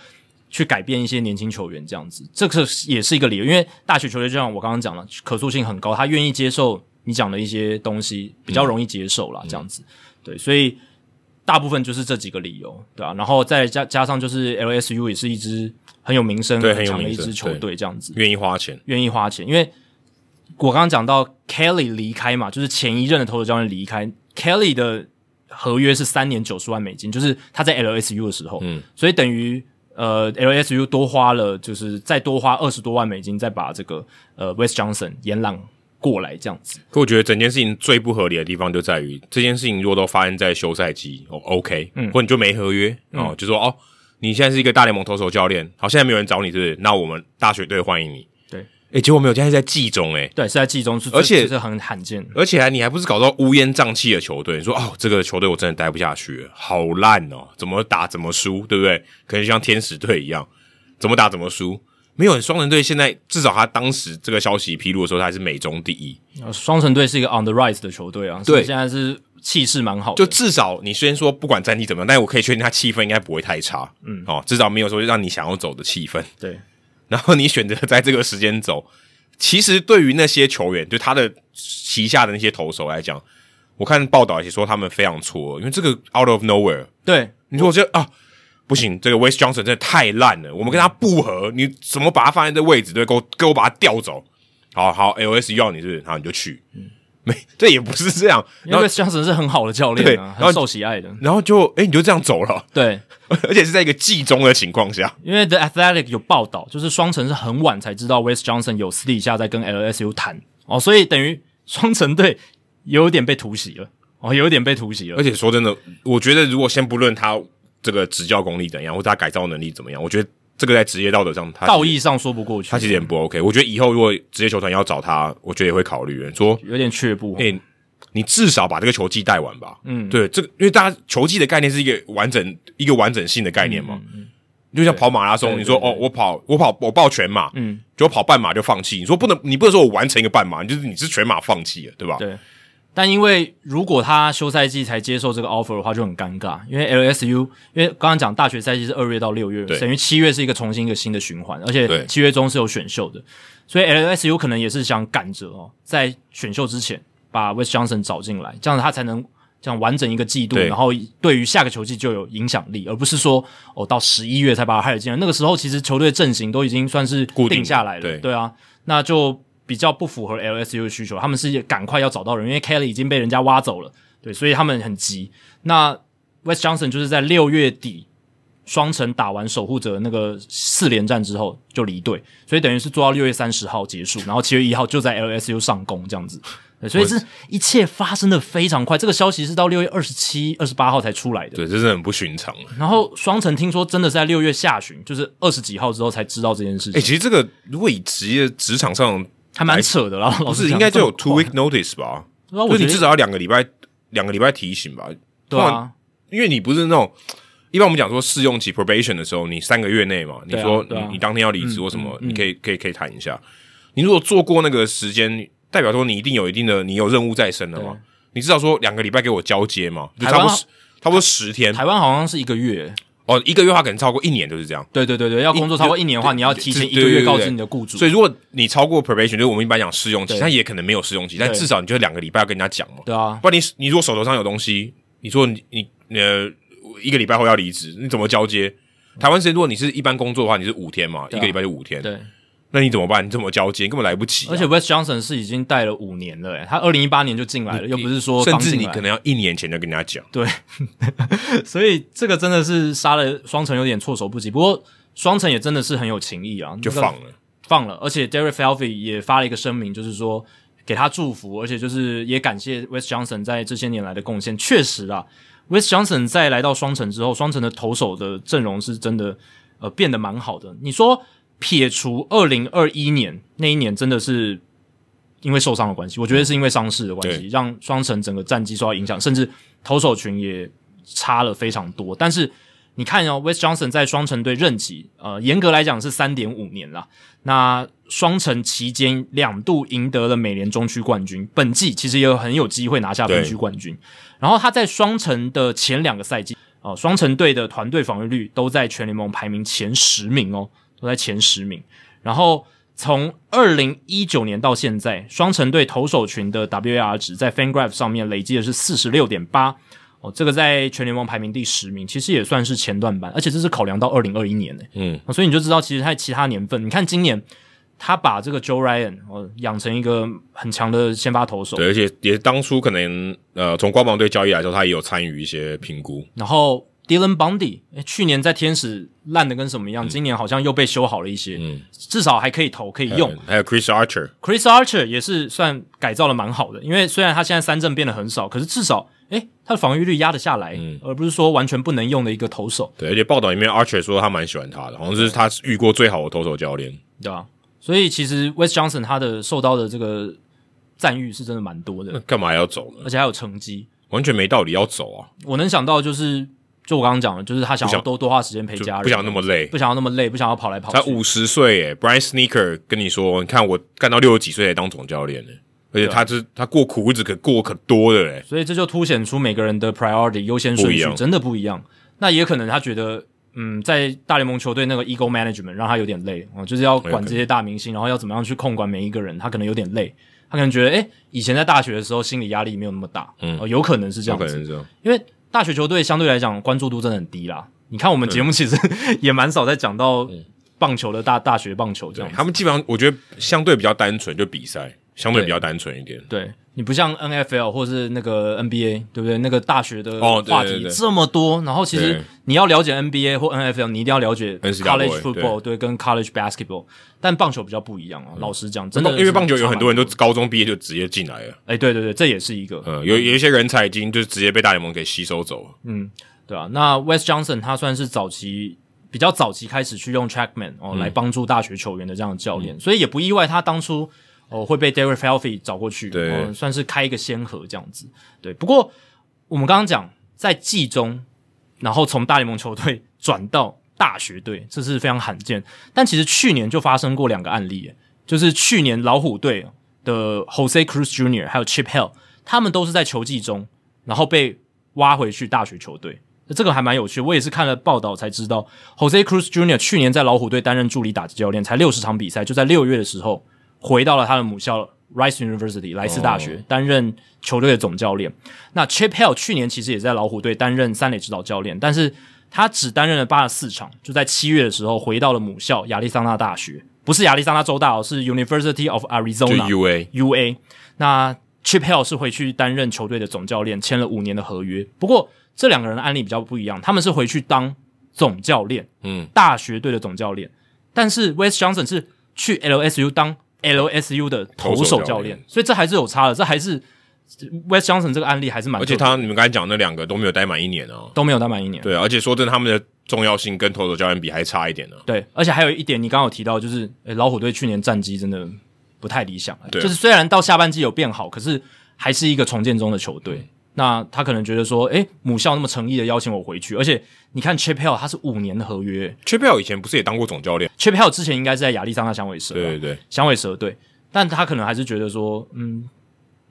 Speaker 1: 去改变一些年轻球员这样子，这个是也是一个理由，因为大学球队就像我刚刚讲了，可塑性很高，他愿意接受你讲的一些东西，比
Speaker 2: 嗯
Speaker 1: 较容易接受啦，这样子。对，所以大部分就是这几个理由，对啊，然后再加加上就是 LSU 也是一支很有名声、
Speaker 2: 对
Speaker 1: 很强
Speaker 2: 很有
Speaker 1: 的一
Speaker 2: 名声
Speaker 1: 支球队，这样子
Speaker 2: 愿意花钱，
Speaker 1: 愿意花钱，因为我刚刚讲到 Kelly 离开嘛，就是前一任的投手教练离开，Kelly 的合约是三年九十万美金，就是他在 LSU 的时候，
Speaker 2: 嗯
Speaker 1: 所以等于。呃，LSU 多花了，就是再多花二十多万美金，再把这个呃 West Johnson 延揽过来这样子。
Speaker 2: 可我觉得整件事情最不合理的地方就在于，这件事情如果都发生在休赛季，哦，OK，嗯，或你就没合约，哦，就说哦，你现在是一个大联盟投手教练，好，现在没有人找你，是不是？那我们大学队欢迎你。
Speaker 1: 对，
Speaker 2: 诶，结果没有，现在是在季中，诶，
Speaker 1: 对，是在季中是，
Speaker 2: 而且
Speaker 1: 这是很罕见的。
Speaker 2: 而且还你还不是搞到乌烟瘴气的球队，你说哦，这个球队我真的待不下去了，好烂哦，怎么打怎么输，对不对？可能就像天使队一样，怎么打怎么输。没有，双人队现在至少他当时这个消息披露的时候，他还是美中第一。
Speaker 1: 呃双城队是一个 on the rise 的球队啊，
Speaker 2: 对
Speaker 1: 是现在是气势蛮好的，
Speaker 2: 就至少你虽然说不管战绩怎么样，但我可以确定他气氛应该不会太差。嗯，哦，至少没有说让你想要走的气氛。 [LAUGHS]
Speaker 1: 对
Speaker 2: 然后你选择在这个时间走，其实对于那些球员，就他的旗下的那些投手来讲，我看报道也说他们非常错愕，因为这个 out of nowhere，
Speaker 1: 对
Speaker 2: 你说我觉
Speaker 1: 嗯
Speaker 2: 得啊，不行，这个 West Johnson 真的太烂了，我们跟他不合，你怎么把他放在这位置？对，给我给我把他调走。好好，LS 要你是不是？好，你就去。没， [LAUGHS] 这也不是这样。
Speaker 1: 嗯因
Speaker 2: 然
Speaker 1: 为
Speaker 2: 后，
Speaker 1: Johnson 是很好的教练
Speaker 2: 对
Speaker 1: 啊，
Speaker 2: 然后
Speaker 1: 很受喜爱的，
Speaker 2: 然后就哎、你就这样走了，
Speaker 1: 对，
Speaker 2: [LAUGHS] 而且是在一个季中的情况下。
Speaker 1: 因为 The Athletic 有报道，就是双城是很晚才知道 West Johnson 有私底下在跟 LSU 谈哦，所以等于双城队有点被突袭了，哦，有点被突袭了
Speaker 2: 而，且说真的，我觉得如果先不论他这个执教功力怎样，或者他改造能力怎么样，我觉得这个在职业道德上，他
Speaker 1: 道义上说不过去，
Speaker 2: 他其实也不 OK。我觉得以后如果职业球团要找他，我觉得也会考虑说，
Speaker 1: 有点却步，
Speaker 2: 哎、你至少把这个球技带完吧。嗯，对，这个因为大家球技的概念是一个完整一个完整性的概念嘛。就像跑马拉松，
Speaker 1: 对
Speaker 2: 你说
Speaker 1: 对
Speaker 2: 哦，我跑我跑我报全马，嗯，就跑半马就放弃。你说不能，你不能说我完成一个半马，你就是你是全马放弃了，对吧？
Speaker 1: 对但因为如果他休赛季才接受这个 offer 的话，就很尴尬，因为 LSU 因为刚刚讲大学赛季是二月到六月，
Speaker 2: 对
Speaker 1: 等于七月是一个重新一个新的循环，而且
Speaker 2: 对
Speaker 1: 七月中是有选秀的，所以 LSU 可能也是想赶着哦，在选秀之前把 West Johnson 找进来，这样他才能这样完整一个季度，
Speaker 2: 对
Speaker 1: 然后对于下个球季就有影响力，而不是说哦到十一月才把他害进来，那个时候其实球队阵型都已经算是
Speaker 2: 固定
Speaker 1: 定下来了，
Speaker 2: 对
Speaker 1: 对啊，那就比较不符合 LSU 的需求，他们是赶快要找到人，因为 Kelly 已经被人家挖走了，对，所以他们很急。那 West Johnson 就是在六月底双城打完守护者的那个四连战之后就离队，所以等于是做到六月三十号结束，然后七月一号就在 LSU 上工这样子。对，所以这一切发生的非常快，这个消息是到六月二十七、二十八号才出来的。
Speaker 2: 对，这真的很不寻常。
Speaker 1: 然后双城听说真的是在六月下旬，就是二十几号之后才知道这件事
Speaker 2: 哎、
Speaker 1: 情，
Speaker 2: 其实这个如果以职业职场上
Speaker 1: 还蛮扯的啦。
Speaker 2: 不
Speaker 1: 不
Speaker 2: 是应该就有 two week notice 吧？
Speaker 1: 对啊，
Speaker 2: 就
Speaker 1: 我
Speaker 2: 是
Speaker 1: 觉
Speaker 2: 你至
Speaker 1: 得
Speaker 2: 少要两个礼拜，两个礼拜提醒吧。
Speaker 1: 对
Speaker 2: 不然
Speaker 1: 啊，
Speaker 2: 因为你不是那种一般我们讲说试用期 probation 的时候，你三个月内嘛，你
Speaker 1: 对啊
Speaker 2: 说你、
Speaker 1: 对啊嗯
Speaker 2: 你当天要离职或什么，你可以可以可以谈一下。你如果做过那个时间，代表说你一定有一定的你有任务在身了嘛？你至少说两个礼拜给我交接嘛，就
Speaker 1: 台
Speaker 2: 差不
Speaker 1: 湾
Speaker 2: 多十差不多十天
Speaker 1: 台湾好像是一个月，
Speaker 2: 哦，一个月的话可能超过一年就是这样。
Speaker 1: 对对对对，要工作超过一年的话，
Speaker 2: 对
Speaker 1: 你要提前
Speaker 2: 对
Speaker 1: 一
Speaker 2: 对
Speaker 1: 个
Speaker 2: 对
Speaker 1: 月
Speaker 2: 对
Speaker 1: 告
Speaker 2: 对
Speaker 1: 知你的雇主。
Speaker 2: 所以如果你超过 probation，就是我们一般讲试用期，
Speaker 1: 对
Speaker 2: 但也可能没有试用期，但
Speaker 1: 对
Speaker 2: 至少你就两个礼拜要跟人家讲嘛。
Speaker 1: 对啊，
Speaker 2: 不然你你如果手头上有东西，你说你你你呃一个礼拜后要离职，你怎么交接？台湾时间如果你是一般工作的话，你是五天嘛，一个礼拜就五天。
Speaker 1: 啊对，
Speaker 2: 那你怎么办？你怎么交接？根本来不及啊、
Speaker 1: 而且 West Johnson 是已经带了五年了，哎，他二零一八年就进来了，又不是说
Speaker 2: 甚
Speaker 1: 刚
Speaker 2: 至
Speaker 1: 进
Speaker 2: 你
Speaker 1: 来
Speaker 2: 可能要一年前就跟人家讲，
Speaker 1: 对， [LAUGHS] 所以这个真的是杀了双城有点措手不及。不过双城也真的是很有情义啊，
Speaker 2: 就
Speaker 1: 那个
Speaker 2: 放了。
Speaker 1: 放了，而且 Derek f e l v y 也发了一个声明，就是说给他祝福，而且就是也感谢 West Johnson 在这些年来的贡献。确实啊，West Johnson 在来到双城之后，双城的投手的阵容是真的呃变得蛮好的。你说撇除二零二一年那一年，真的是因为受伤的关系，我觉得是因为伤势的关系，
Speaker 2: 对
Speaker 1: 让双城整个战绩受到影响，甚至投手群也差了非常多。但是你看哦，West Johnson 在双城队任期，呃，严格来讲是三点五年啦。那双城期间两度赢得了美联中区冠军，本季其实也有很有机会拿下分区冠军。然后他在双城的前两个赛季，哦、双城队的团队防御率都在全联盟排名前十名哦，都在前十名。然后从二零一九年到现在，双城队投手群的 WAR 值在 FanGraph 上面累积的是四十六点八，哦，这个在全联盟排名第十名，其实也算是前段班，而且这是考量到二零二一年呢、
Speaker 2: 嗯
Speaker 1: 哦所以你就知道，其实他其他年份，你看今年他把这个 Joe Ryan 哦养成一个很强的先发投手，
Speaker 2: 对，而且也当初可能呃，从光芒队交易来说，他也有参与一些评估，
Speaker 1: 然后 Dylan Bundy 诶去年在天使烂的跟什么一样，今年好像又被修好了一些，
Speaker 2: 嗯
Speaker 1: 至少还可以投可以用。
Speaker 2: 嗯还有 Chris Archer，
Speaker 1: Chris Archer 也是算改造的蛮好的，因为虽然他现在三振变得很少，可是至少诶他的防御率压得下来，
Speaker 2: 嗯
Speaker 1: 而不是说完全不能用的一个投手。
Speaker 2: 对，而且报道里面 Archer 说他蛮喜欢他的，好像是他遇过最好的投手教练。
Speaker 1: 对吧、所以其实 West Johnson 他的受到的这个赞誉是真的蛮多的，
Speaker 2: 那干嘛要走呢？
Speaker 1: 而且还有成绩。
Speaker 2: 完全没道理要走啊，
Speaker 1: 我能想到就是，就我刚刚讲的，就是他想
Speaker 2: 不
Speaker 1: 要
Speaker 2: 想
Speaker 1: 多多花时间陪
Speaker 2: 就
Speaker 1: 家人，
Speaker 2: 不想那么累。
Speaker 1: 不想要那么累，不想要跑来跑
Speaker 2: 才
Speaker 1: 去。
Speaker 2: 五十岁耶，Brian Sneaker 跟你说，你看我干到六十几岁才当总教练呢，而且
Speaker 1: 啊
Speaker 2: 他是他过苦日子可过可多的嘞。
Speaker 1: 所以这就凸显出每个人的 priority 优先顺
Speaker 2: 不一
Speaker 1: 序
Speaker 2: 样
Speaker 1: 真的不一样。那也可能他觉得，嗯，在大联盟球队那个 ego management 让他有点累哦，就是要管这些大明星，然后要怎么样去控管每一个人，他可能有点累。他可能觉得，诶，以前在大学的时候心理压力没有那么大，嗯、有可能是这样
Speaker 2: 有可
Speaker 1: 子
Speaker 2: 能。是这样，
Speaker 1: 因为大学球队相对来讲关注度真的很低啦。你看我们节目其实 [LAUGHS] 也蛮少在讲到
Speaker 2: 嗯
Speaker 1: 棒球的大大学棒球这
Speaker 2: 对
Speaker 1: 样子
Speaker 2: 他们基本上我觉得相对比较单纯，就比赛相对比较单纯一点。
Speaker 1: 对你不像 N F L 或是那个 N B A，对不对？那个大学的
Speaker 2: 哦对
Speaker 1: 话
Speaker 2: 对
Speaker 1: 题
Speaker 2: 对
Speaker 1: 这么多，然后其实
Speaker 2: 对
Speaker 1: 你要了解 N B A 或 N F L，你一定要了解
Speaker 2: NCAA
Speaker 1: college football 对跟 college basketball，但棒球比较不一样啊。老实讲，真的
Speaker 2: 嗯因为棒球有很多人
Speaker 1: 都
Speaker 2: 都高中毕业就直接进来了，
Speaker 1: 哎，对对对，这也是一个
Speaker 2: 嗯，有有一些人才已经就是直接被大联盟给吸收走了。
Speaker 1: 对啊，那 West Johnson 他算是早期比较早期开始去用 Trackman 哦、来帮助大学球员的这样的教练，所以也不意外他当初哦会被 Derek f e l f y 找过去，
Speaker 2: 对
Speaker 1: 哦算是开一个先河这样子。对，不过我们刚刚讲在季中，然后从大联盟球队转到大学队，这是非常罕见。但其实去年就发生过两个案例耶，就是去年老虎队的 Jose Cruz Jr. 还有 Chip Hill，他们都是在球季中，然后被挖回去大学球队。这个还蛮有趣，我也是看了报道才知道，Jose Cruz Jr. 去年在老虎队担任助理打击教练，才六十场比赛，就在六月的时候回到了他的母校 Rice University 莱斯大学、担任球队的总教练。那 Chip Hill 去年其实也在老虎队担任三垒指导教练，但是他只担任了八十四场，就在七月的时候回到了母校亚利桑那大学，不是亚利桑那州大哦，是 University of
Speaker 2: 就
Speaker 1: Arizona
Speaker 2: U A，
Speaker 1: U A。那 Chip Hill 是回去担任球队的总教练，签了五年的合约。不过这两个人的案例比较不一样，他们是回去当总教练，
Speaker 2: 嗯，
Speaker 1: 大学队的总教练。但是 West Johnson 是去 LSU 当 LSU 的投
Speaker 2: 投手
Speaker 1: 手
Speaker 2: 教
Speaker 1: 教
Speaker 2: 练
Speaker 1: 练，所以这还是有差的，这还是 West Johnson 这个案例还是蛮
Speaker 2: 而
Speaker 1: 特
Speaker 2: 且
Speaker 1: 别的，
Speaker 2: 他你们刚才讲那两个都没有待满一年啊。
Speaker 1: 都没有待满一年。
Speaker 2: 对，而且说真的，他们的重要性跟投手教练比还差一点呢、
Speaker 1: 对，而且还有一点，你刚刚有提到，就是、诶老虎队去年战绩真的不太理想，
Speaker 2: 对
Speaker 1: 就是虽然到下半季有变好，可是还是一个重建中的球队。
Speaker 2: 嗯
Speaker 1: 那他可能觉得说，诶，母校那么诚意的邀请我回去，而且你看 Chip Hill 他是五年的合约
Speaker 2: Chip Hill 以前不是也当过总教练？
Speaker 1: ，Chip Hill 之前应该是在亚利桑那响尾蛇嘛，啊
Speaker 2: 对对对，
Speaker 1: 响尾蛇队，但他可能还是觉得说，嗯，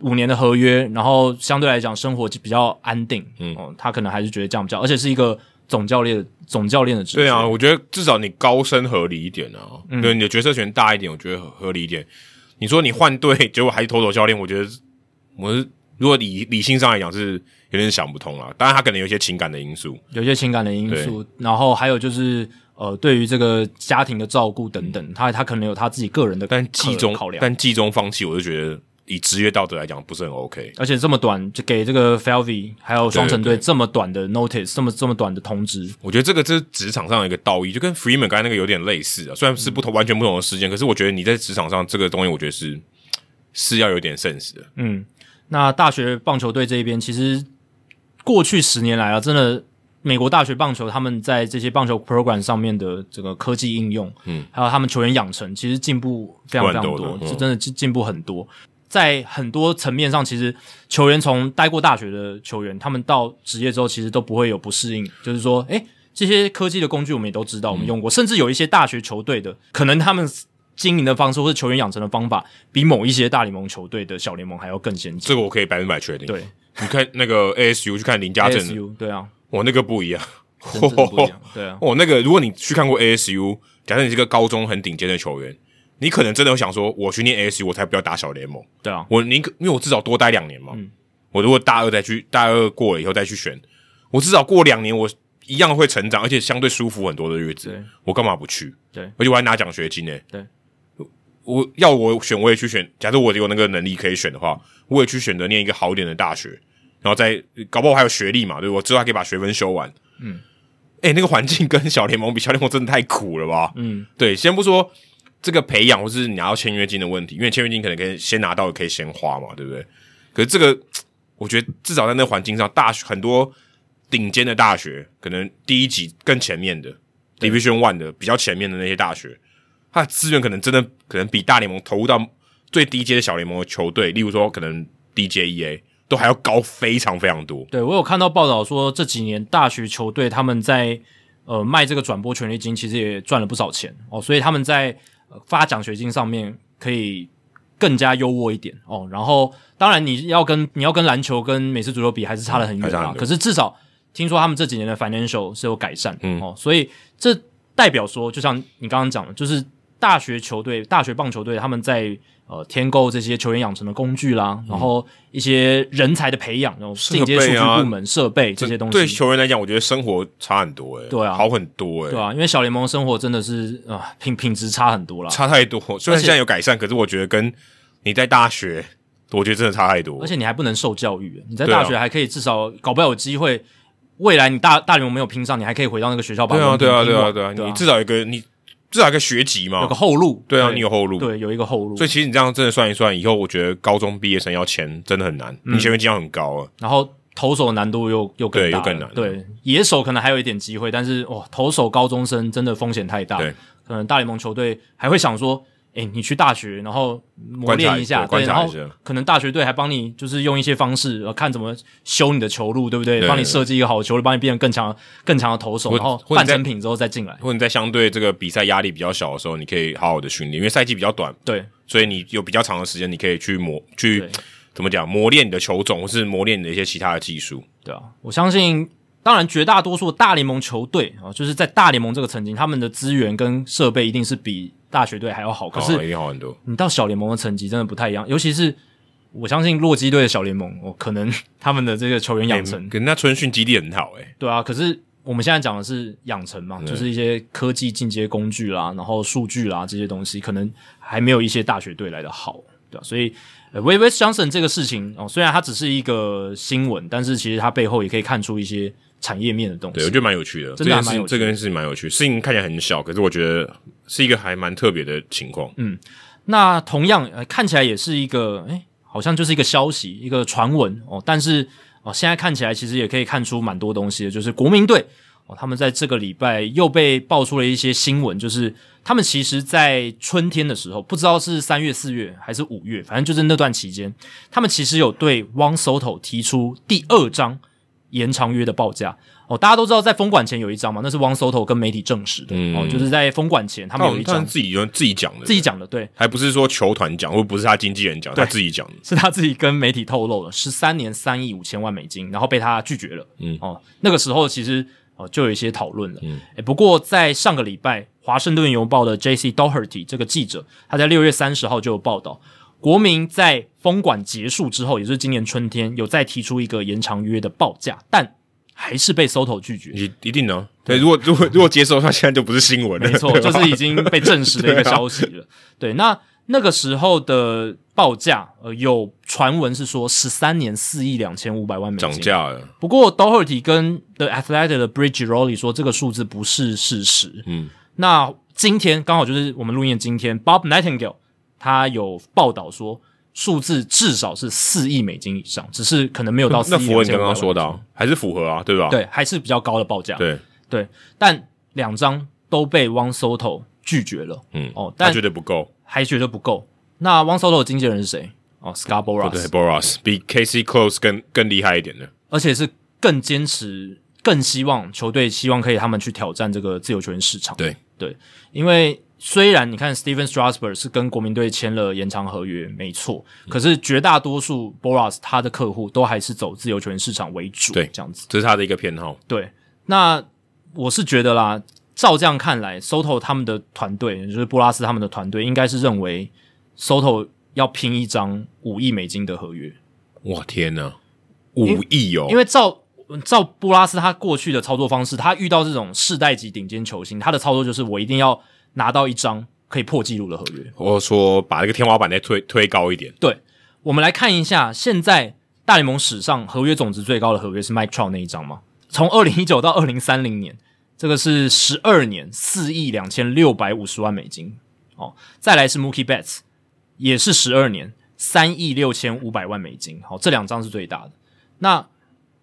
Speaker 1: 五年的合约，然后相对来讲生活比较安定，嗯、哦，他可能还是觉得这样比较，而且是一个总教练总教练的职责，
Speaker 2: 对啊，我觉得至少你高升合理一点啊，
Speaker 1: 嗯
Speaker 2: 对你的决策权大一点，我觉得合合理一点。你说你换队， [LAUGHS] 结果还是投手教练，我觉得我是如果理理性上来讲是有点想不通啊。当然，他可能有一些情感的因素，
Speaker 1: 有一些情感的因素，然后还有就是呃，对于这个家庭的照顾等等，他他可能有他自己个人的
Speaker 2: 嗯但
Speaker 1: 季
Speaker 2: 季中
Speaker 1: 考量。
Speaker 2: 但季中放弃，我就觉得以职业道德来讲不是很 OK。
Speaker 1: 而且这么短，就给这个 Felvy 还有双城队
Speaker 2: 对
Speaker 1: 这么短的 notice，这么这么短的通知，
Speaker 2: 我觉得这个这是职场上的一个道义，就跟 Freeman 刚才那个有点类似啊。虽然是不同、完全不同的事件，可是我觉得你在职场上这个东西，我觉得是是要有点 sense 的。
Speaker 1: 嗯，那大学棒球队这一边，其实过去十年来啊，真的美国大学棒球他们在这些棒球 program 上面的这个科技应用，嗯，还有他们球员养成，其实进步非常非常
Speaker 2: 蛮
Speaker 1: 多
Speaker 2: 多，的
Speaker 1: 是
Speaker 2: 嗯
Speaker 1: 真的进进步很多。在很多层面上，其实球员从待过大学的球员，他们到职业之后，其实都不会有不适应，就是说，诶、这些科技的工具我们也都知道，我
Speaker 2: 嗯
Speaker 1: 们用过，甚至有一些大学球队的，可能他们经营的方式或者球员养成的方法，比某一些大联盟球队的小联盟还要更先进。
Speaker 2: 这个我可以百分百确定。
Speaker 1: 对，
Speaker 2: 你看那个 ASU 去看林家正的，
Speaker 1: ASU 对啊，
Speaker 2: 我那个不一样。
Speaker 1: 真的不一
Speaker 2: [LAUGHS]
Speaker 1: 样，对啊，
Speaker 2: 哦，那个如果你去看过 ASU，假设你是个高中很顶尖的球员，你可能真的有想说，我去念 ASU，我才不要打小联盟，
Speaker 1: 对啊，
Speaker 2: 我宁可因为我至少多待两年嘛。
Speaker 1: 嗯
Speaker 2: 我如果大二再去，大二过了以后再去选，我至少过两年，我一样会成长，而且相对舒服很多的日
Speaker 1: 对
Speaker 2: 子，我干嘛不去？
Speaker 1: 对，
Speaker 2: 而且我还拿奖学金呢、
Speaker 1: 对
Speaker 2: 我，我要我选我也去选，假设我有那个能力可以选的话，我也去选择念一个好一点的大学，然后再搞不好还有学历嘛，对不对我之后还可以把学分修完。嗯，哎、那个环境跟小联盟比，小联盟真的太苦了吧？
Speaker 1: 嗯，
Speaker 2: 对，先不说这个培养或是你拿到签约金的问题，因为签约金可能可以先拿到，可以先花嘛，对不对？可是这个，我觉得至少在那个环境上，大学很多顶尖的大学，可能第一级更前面的 Division One 的比较前面的那些大学，它的资源可能真的可能比大联盟投入到最低阶的小联盟的球队，例如说可能 DJEA 都还要高非常非常多。
Speaker 1: 对我有看到报道说，这几年大学球队他们在呃卖这个转播权利金，其实也赚了不少钱哦，所以他们在、呃发奖学金上面可以更加优渥一点哦。然后，当然你要跟你要跟篮球跟美式足球比，还是差得很远
Speaker 2: 嗯还差
Speaker 1: 啦。
Speaker 2: 很远
Speaker 1: 可是至少听说他们这几年的 financial 是有改善、
Speaker 2: 嗯
Speaker 1: 哦，所以这代表说，就像你刚刚讲的，就是大学球队、大学棒球队他们在呃添购这些球员养成的工具啦，然后一些人才的培养，然后进阶数
Speaker 2: 设备
Speaker 1: 据
Speaker 2: 啊
Speaker 1: 部门。设备这些东
Speaker 2: 对
Speaker 1: 西，
Speaker 2: 球员来讲，我觉得生活差很多、欸，
Speaker 1: 对啊
Speaker 2: 好很多、欸，
Speaker 1: 对啊，因为小联盟生活真的是啊、品品质差很多啦。
Speaker 2: 差太多。虽
Speaker 1: 而
Speaker 2: 然
Speaker 1: 且
Speaker 2: 现在有改善，可是我觉得跟你在大学，我觉得真的差太多。
Speaker 1: 而且你还不能受教育，你在
Speaker 2: 对啊
Speaker 1: 大学还可以至少搞不好有机会，未来你大大联盟没有拼上，你还可以回到那个学校把
Speaker 2: 对啊，
Speaker 1: 文凭
Speaker 2: 对啊，
Speaker 1: 拼
Speaker 2: 对啊，
Speaker 1: 完
Speaker 2: 对啊，你
Speaker 1: 对
Speaker 2: 至少有一个你至少有一个学籍
Speaker 1: 有
Speaker 2: 嘛
Speaker 1: 个，后路。
Speaker 2: 对啊，你有后路。
Speaker 1: 对有一个后路
Speaker 2: 所，以其实你这样真的算一算，以后我觉得高中毕业生要签真的很难，
Speaker 1: 嗯
Speaker 2: 你签约金要很高啊。
Speaker 1: 然后投手难度又又更
Speaker 2: 对
Speaker 1: 大
Speaker 2: 又
Speaker 1: 了，
Speaker 2: 更难了
Speaker 1: 对野手可能还有一点机会，但是哇，投手高中生真的风险太大
Speaker 2: 对，
Speaker 1: 可能大联盟球队还会想说。哎、你去大学，然后磨练一下，
Speaker 2: 观
Speaker 1: 对，然
Speaker 2: 察
Speaker 1: 后
Speaker 2: 一下对观察一下
Speaker 1: 可能大学队还帮你，就是用一些方式，呃，看怎么修你的球路，对不对？
Speaker 2: 对
Speaker 1: 帮你设计一个好的球路，帮你变得更强、更强的投手，
Speaker 2: 或
Speaker 1: 然后
Speaker 2: 或者
Speaker 1: 半
Speaker 2: 在
Speaker 1: 成品之后再进来。
Speaker 2: 或者你在相对这个比赛压力比较小的时候，你可以好好的训练，因为赛季比较短，
Speaker 1: 对，
Speaker 2: 所以你有比较长的时间，你可以去磨去
Speaker 1: 对
Speaker 2: 怎么讲磨练你的球种，或是磨练你的一些其他的技术。
Speaker 1: 对啊，我相信，当然绝大多数大联盟球队啊，就是在大联盟这个层级，他们的资源跟设备一定是比大学队还要好。可是
Speaker 2: 哦一定好很多。
Speaker 1: 你到小联盟的层级真的不太一样，尤其是我相信洛基队的小联盟，哦，可能 [LAUGHS] 他们的这个球员养成，
Speaker 2: 嗯可是那春训基地很好哎、
Speaker 1: 对啊，可是。我们现在讲的是养成嘛，就是一些科技进阶工具啦，然后数据啦这些东西，可能还没有一些大学队来的好，对吧、所以，呃 w a v e s Johnson 这个事情哦，虽然它只是一个新闻，但是其实它背后也可以看出一些产业面的东西。
Speaker 2: 对，我觉得蛮有趣的，
Speaker 1: 真的还蛮有趣
Speaker 2: 这件事这件事情蛮有趣，事情看起来很小，可是我觉得是一个还蛮特别的情况。
Speaker 1: 嗯那同样、呃、看起来也是一个，哎，好像就是一个消息，一个传闻哦。但是哦，现在看起来其实也可以看出蛮多东西的，就是国民队哦，他们在这个礼拜又被爆出了一些新闻，就是他们其实，在春天的时候，不知道是三月、四月还是五月，反正就是那段期间，他们其实有对汪 Soto 提出第二张延长约的报价。哦，大家都知道，在封馆前有一张嘛，那是汪 Soto 跟媒体证实的、
Speaker 2: 嗯
Speaker 1: 哦，就是在封馆前他
Speaker 2: 他
Speaker 1: 们有
Speaker 2: 们
Speaker 1: 一
Speaker 2: 他
Speaker 1: 张
Speaker 2: 们自己有自己讲的，
Speaker 1: 自己，讲的，对，
Speaker 2: 还不是说球团讲，或不是他经纪人讲，他自己讲的。
Speaker 1: 是他自己跟媒体透露的，十三年三亿五千万美金，然后被他拒绝了。嗯，哦，那个时候其实哦就有一些讨论了。嗯，不过在上个礼拜，《华盛顿邮报》的 J.C. Doherty 这个记者，他在六月三十号就有报道，国民在封馆结束之后，也就是今年春天，有再提出一个延长约的报价，但还是被 Soto 拒绝。
Speaker 2: 一一定的啊。对，如果如果如果接受的话，现在就不是新闻了。
Speaker 1: 没
Speaker 2: [LAUGHS]
Speaker 1: 错，
Speaker 2: 对吧啊
Speaker 1: 就是已经被证实的一个消息了。对，那那个时候的报价，呃，有传闻是说十三年四亿两千五百万美金
Speaker 2: 涨。价了。
Speaker 1: 不过 Doherty 跟 The Athletic 的 Bridge Rolly 说，这个数字不是事实。
Speaker 2: 嗯，
Speaker 1: 那今天刚好就是我们录音的今天，Bob Nightingale 他有报道说，数字至少是四亿美金以上，只是可能没有到4
Speaker 2: 那
Speaker 1: 亿
Speaker 2: 符合你
Speaker 1: 2500
Speaker 2: 刚刚说的
Speaker 1: 美
Speaker 2: 啊，还是符合啊，对吧？
Speaker 1: 金，对，还是比较高的报价。
Speaker 2: 对，
Speaker 1: 对，但两张都被 One Soto 拒绝了。
Speaker 2: 嗯，
Speaker 1: 哦，
Speaker 2: 他
Speaker 1: 但
Speaker 2: 觉得不够。
Speaker 1: 还觉得不够。那 One Soto 的经纪人是谁？哦
Speaker 2: 对
Speaker 1: ，Scarborough，
Speaker 2: ，Boras 比 KC Close 更更厉害一点的。
Speaker 1: 而且是更坚持、更希望球队希望可以他们去挑战这个自由球员市场。
Speaker 2: 对
Speaker 1: 对，因为虽然你看 Steven Strasburg 是跟国民队签了延长合约，没错，
Speaker 2: 嗯
Speaker 1: 可是绝大多数 Boras 他的客户都还是走自由球员市场为主，
Speaker 2: 对
Speaker 1: 这样子。
Speaker 2: 这是他的一个偏好。
Speaker 1: 对，那我是觉得啦，照这样看来，Soto 他们的团队，也就是波拉斯他们的团队，应该是认为 Soto 要拼一张五亿美金的合约，
Speaker 2: 哇天呐，五亿哦！
Speaker 1: 因为照照波拉斯他过去的操作方式，他遇到这种世代级顶尖球星，他的操作就是我一定要拿到一张可以破纪录的合约。
Speaker 2: 我说把这个天花板再推推高一点，
Speaker 1: 对，我们来看一下，现在大联盟史上合约总值最高的合约是 Mike Trout 那一张嘛？从二零一九到二零三零年，这个是十二年四亿两千六百五十万美金哦。再来是 Mookie Betts，也是十二年三亿六千五百万美金。好、这两张是最大的。那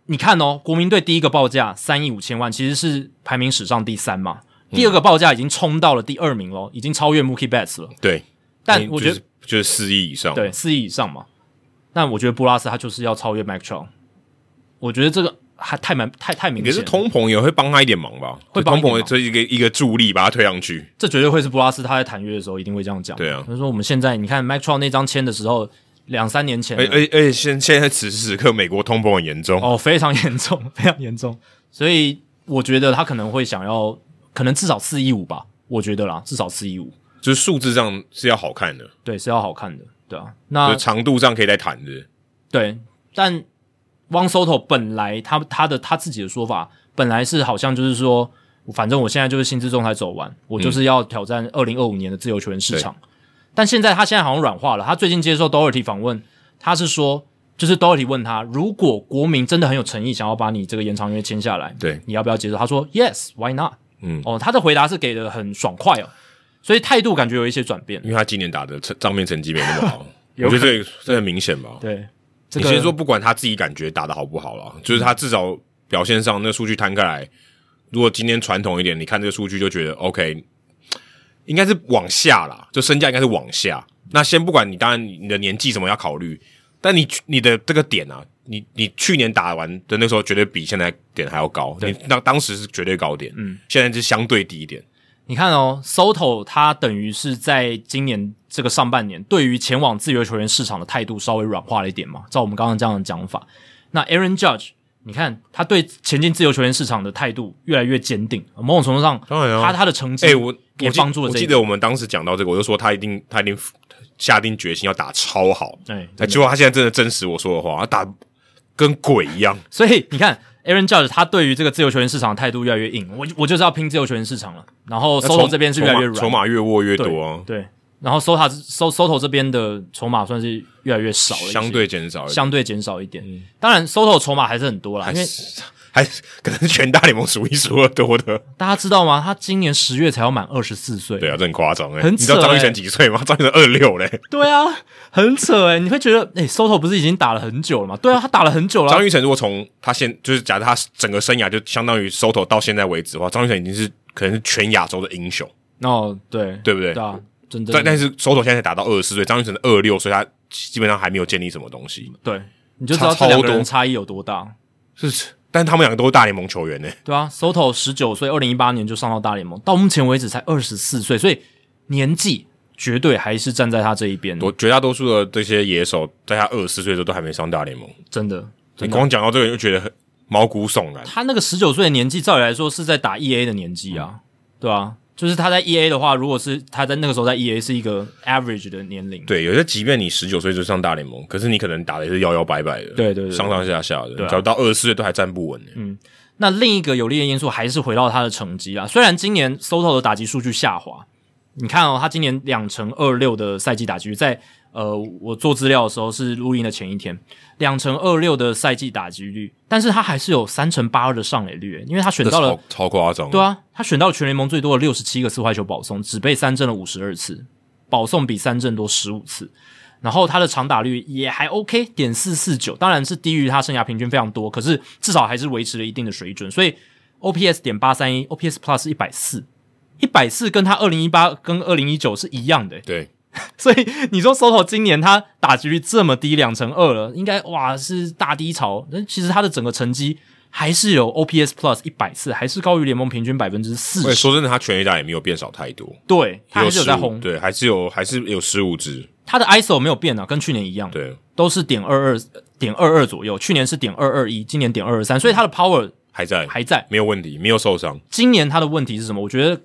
Speaker 1: 你看哦，国民队第一个报价三亿五千万，其实是排名史上第三嘛。
Speaker 2: 嗯
Speaker 1: 第二个报价已经冲到了第二名喽，已经超越 Mookie Betts 了。
Speaker 2: 对。
Speaker 1: 但我觉得
Speaker 2: 就是就是四亿以上，
Speaker 1: 对，四亿以上嘛。那我觉得布拉斯他就是要超越 Mac t r o n 我觉得这个还太蛮太太明
Speaker 2: 可
Speaker 1: 显
Speaker 2: 是
Speaker 1: 了，
Speaker 2: 通膨也会帮他一点忙吧？
Speaker 1: 会帮
Speaker 2: 通
Speaker 1: 一点忙
Speaker 2: 膨这一个一个助力把他推上去，
Speaker 1: 这绝对会是布拉斯他在谈约的时候一定会这样讲。
Speaker 2: 对啊
Speaker 1: 他说我们现在你看 Mac t r o n 那张签的时候，两三年前了
Speaker 2: 而而而且现现在此时此刻美国通膨很严重，
Speaker 1: 哦，非常严重， [LAUGHS] 非常严重。所以我觉得他可能会想要，可能至少四亿五吧，我觉得啦，至少四亿五，
Speaker 2: 就是数字上是要好看的，
Speaker 1: 对，是要好看的，对啊。
Speaker 2: 就
Speaker 1: 那
Speaker 2: 是长度上可以再谈的。
Speaker 1: 对，但汪 Soto 本来他他的他自己的说法，本来是好像就是说，反正我现在就是薪资仲裁走完，我就是
Speaker 2: 嗯
Speaker 1: 要挑战二零二五年的自由球员市场。但现在他现在好像软化了，他最近接受 Doherty 访问，他是说，就是 Doherty 问他，如果国民真的很有诚意，想要把你这个延长约签下来，
Speaker 2: 对
Speaker 1: 你要不要接受？他说 Yes，Why not？
Speaker 2: 嗯
Speaker 1: 哦，他的回答是给的很爽快哦，所以态度感觉有一些转变。
Speaker 2: 因为他今年打的成账面成绩没那么好，
Speaker 1: [LAUGHS] 有
Speaker 2: 我
Speaker 1: 可
Speaker 2: 觉得
Speaker 1: 能
Speaker 2: 这个这很明显吧。
Speaker 1: 对，这
Speaker 2: 你
Speaker 1: 个
Speaker 2: 先说，不管他自己感觉打的好不好啦，就是他至少表现上那个数据摊开来，如果今天传统一点，你看这个数据就觉得 OK，应该是往下啦，就身价应该是往下。那先不管你，当然你的年纪什么要考虑，但你你的这个点啊，你你去年打完的那时候绝对比现在点还要高，你那当时是绝对高点，嗯，现在是相对低一点，
Speaker 1: 你看哦，Soto 他等于是在今年这个上半年，对于前往自由球员市场的态度稍微软化了一点嘛。照我们刚刚这样的讲法，那 Aaron Judge，你看他对前进自由球员市场的态度越来越坚定，某种程度上，
Speaker 2: 当然啊
Speaker 1: 他他的成绩，
Speaker 2: 哎、我
Speaker 1: 也
Speaker 2: 我记
Speaker 1: 帮助了
Speaker 2: 我
Speaker 1: 这一
Speaker 2: 记得我们当时讲到这个，我就说他一定他一定下定决心要打超好，
Speaker 1: 哎，
Speaker 2: 哎，结果他现在真的证实我说的话，他打跟鬼一样。
Speaker 1: 所以你看 Aaron Judge 他对于这个自由球员市场的态度越来越硬，我我就是要拼自由球员市场了。然后 Soto 这边是越来越
Speaker 2: 筹
Speaker 1: 软，
Speaker 2: 码越握越多啊，
Speaker 1: 对，然后 Soto So Soto 这边的筹码算是越来越少了一些，
Speaker 2: 相对减少一点，嗯
Speaker 1: 相对减少一点。当然，Soto 筹码还是很多啦，
Speaker 2: 还
Speaker 1: 因为
Speaker 2: 是还是可能是全大联盟数一数二多的。
Speaker 1: 大家知道吗？他今年十月才要满二十四岁，
Speaker 2: 对啊，这很夸张哎、
Speaker 1: 很扯
Speaker 2: 你知道张玉成
Speaker 1: 欸
Speaker 2: 几岁吗？张玉成二六嘞，
Speaker 1: 对啊，很扯诶、你会觉得，诶 s o t o 不是已经打了很久了吗？对啊，他打了很久了啊
Speaker 2: 张，玉成如果从他现就是假设他整个生涯就相当于 Soto 到现在为止的话，张玉成已经是可能是全亚洲的英雄，
Speaker 1: 哦，对
Speaker 2: 对不对？
Speaker 1: 对啊，真
Speaker 2: 但
Speaker 1: 的
Speaker 2: 但是 Soto 现在才打到二十四岁，张玉成二六岁，他基本上还没有建立什么东西。
Speaker 1: 对，你就知道这
Speaker 2: 差超
Speaker 1: 两个人
Speaker 2: 多
Speaker 1: 差异有多大。
Speaker 2: 是，但他们两个都是大联盟球员呢、欸
Speaker 1: 对啊，Soto 十九岁，二零一八年就上到大联盟，到目前为止才二十四岁，所以年纪绝对还是站在他这一边，
Speaker 2: 多绝大多数的这些野手，在他二十四岁的时候都还没上大联盟。
Speaker 1: 真的。
Speaker 2: 你
Speaker 1: 真的
Speaker 2: 光讲到这个，你就觉得很毛骨悚然。
Speaker 1: 他那个十九岁的年纪，照理来说是在打 E A 的年纪啊，对啊，就是他在 E A 的话，如果是他在那个时候在 E A 是一个 average 的年龄，
Speaker 2: 对，有些即便你十九岁就上大联盟，可是你可能打的也是摇摇摆摆的，
Speaker 1: 对对对
Speaker 2: 上上下下的，
Speaker 1: 啊嗯
Speaker 2: 搞到二十岁都还站不稳呢。
Speaker 1: 那另一个有利的因素还是回到他的成绩啊啦。虽然今年 Soto 的打击数据下滑，你看哦，他今年两成二六的赛季打击率，在呃我做资料的时候是录音的前一天，两成二六的赛季打击率，但是他还是有三成八二的上垒率，因为他选
Speaker 2: 这
Speaker 1: 到了
Speaker 2: 超超夸张，
Speaker 1: 对，啊，他选到了全联盟最多的六十七个四坏球保送，只被三振了五十二次，保送比三振多十五次。然后他的长打率也还 OK，点四四九，当然是低于他生涯平均非常多，可是至少还是维持了一定的水准。所以 OPS 点八三一，OPS Plus 一百四，一百四跟他二零一八跟二零一九是一样的、欸
Speaker 2: 对，
Speaker 1: 所以你说 Soto 今年他打击率这么低，两成二了，应该哇是大低潮。但其实他的整个成绩还是有 OPS Plus 一百四，还是高于联盟平均百分之
Speaker 2: 而
Speaker 1: 四
Speaker 2: 且
Speaker 1: 十。
Speaker 2: 说真的，他全垒打也没有变少太多，
Speaker 1: 对，他还是有在
Speaker 2: 15
Speaker 1: 红。
Speaker 2: 对，还是有还是有十五支，
Speaker 1: 他的 ISO 没有变啊，跟去年一样，
Speaker 2: 对，
Speaker 1: 都是点二二点二二左右。去年是点二二一，今年点二二三，所以他的 Power
Speaker 2: 还在，
Speaker 1: 还啊在。
Speaker 2: 没有问题，没有受伤，
Speaker 1: 今年他的问题是什么？我觉得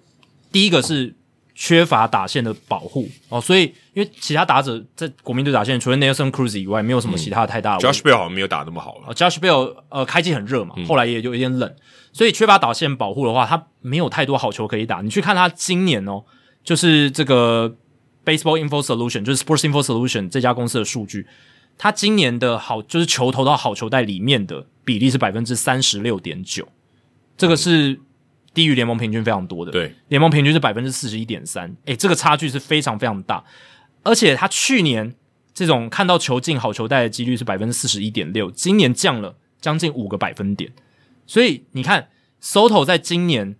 Speaker 1: 第一个是缺乏打线的保护哦，所以因为其他打者在国民队打线，除了 Nelson Cruz 以外，没有什么其他的太大的问题。
Speaker 2: 嗯 Josh Bell 好像没有打那么好了，
Speaker 1: 呃，Josh Bell 呃开季很热嘛，后来也有一点冷，所以缺乏导线保护的话，他没有太多好球可以打。你去看他今年哦，就是这个 Baseball Info Solution，就是 Sports Info Solution 这家公司的数据，他今年的好就是球投到好球带里面的比例是百分之三十六点九，这个是低于联盟平均非常多的。
Speaker 2: 对，
Speaker 1: 联盟平均是百分之四十一点三，诶，这个差距是非常非常大。而且他去年这种看到球进好球带的几率是百分之四十一点六，今年降了将近五个百分点。所以你看，Soto 在今年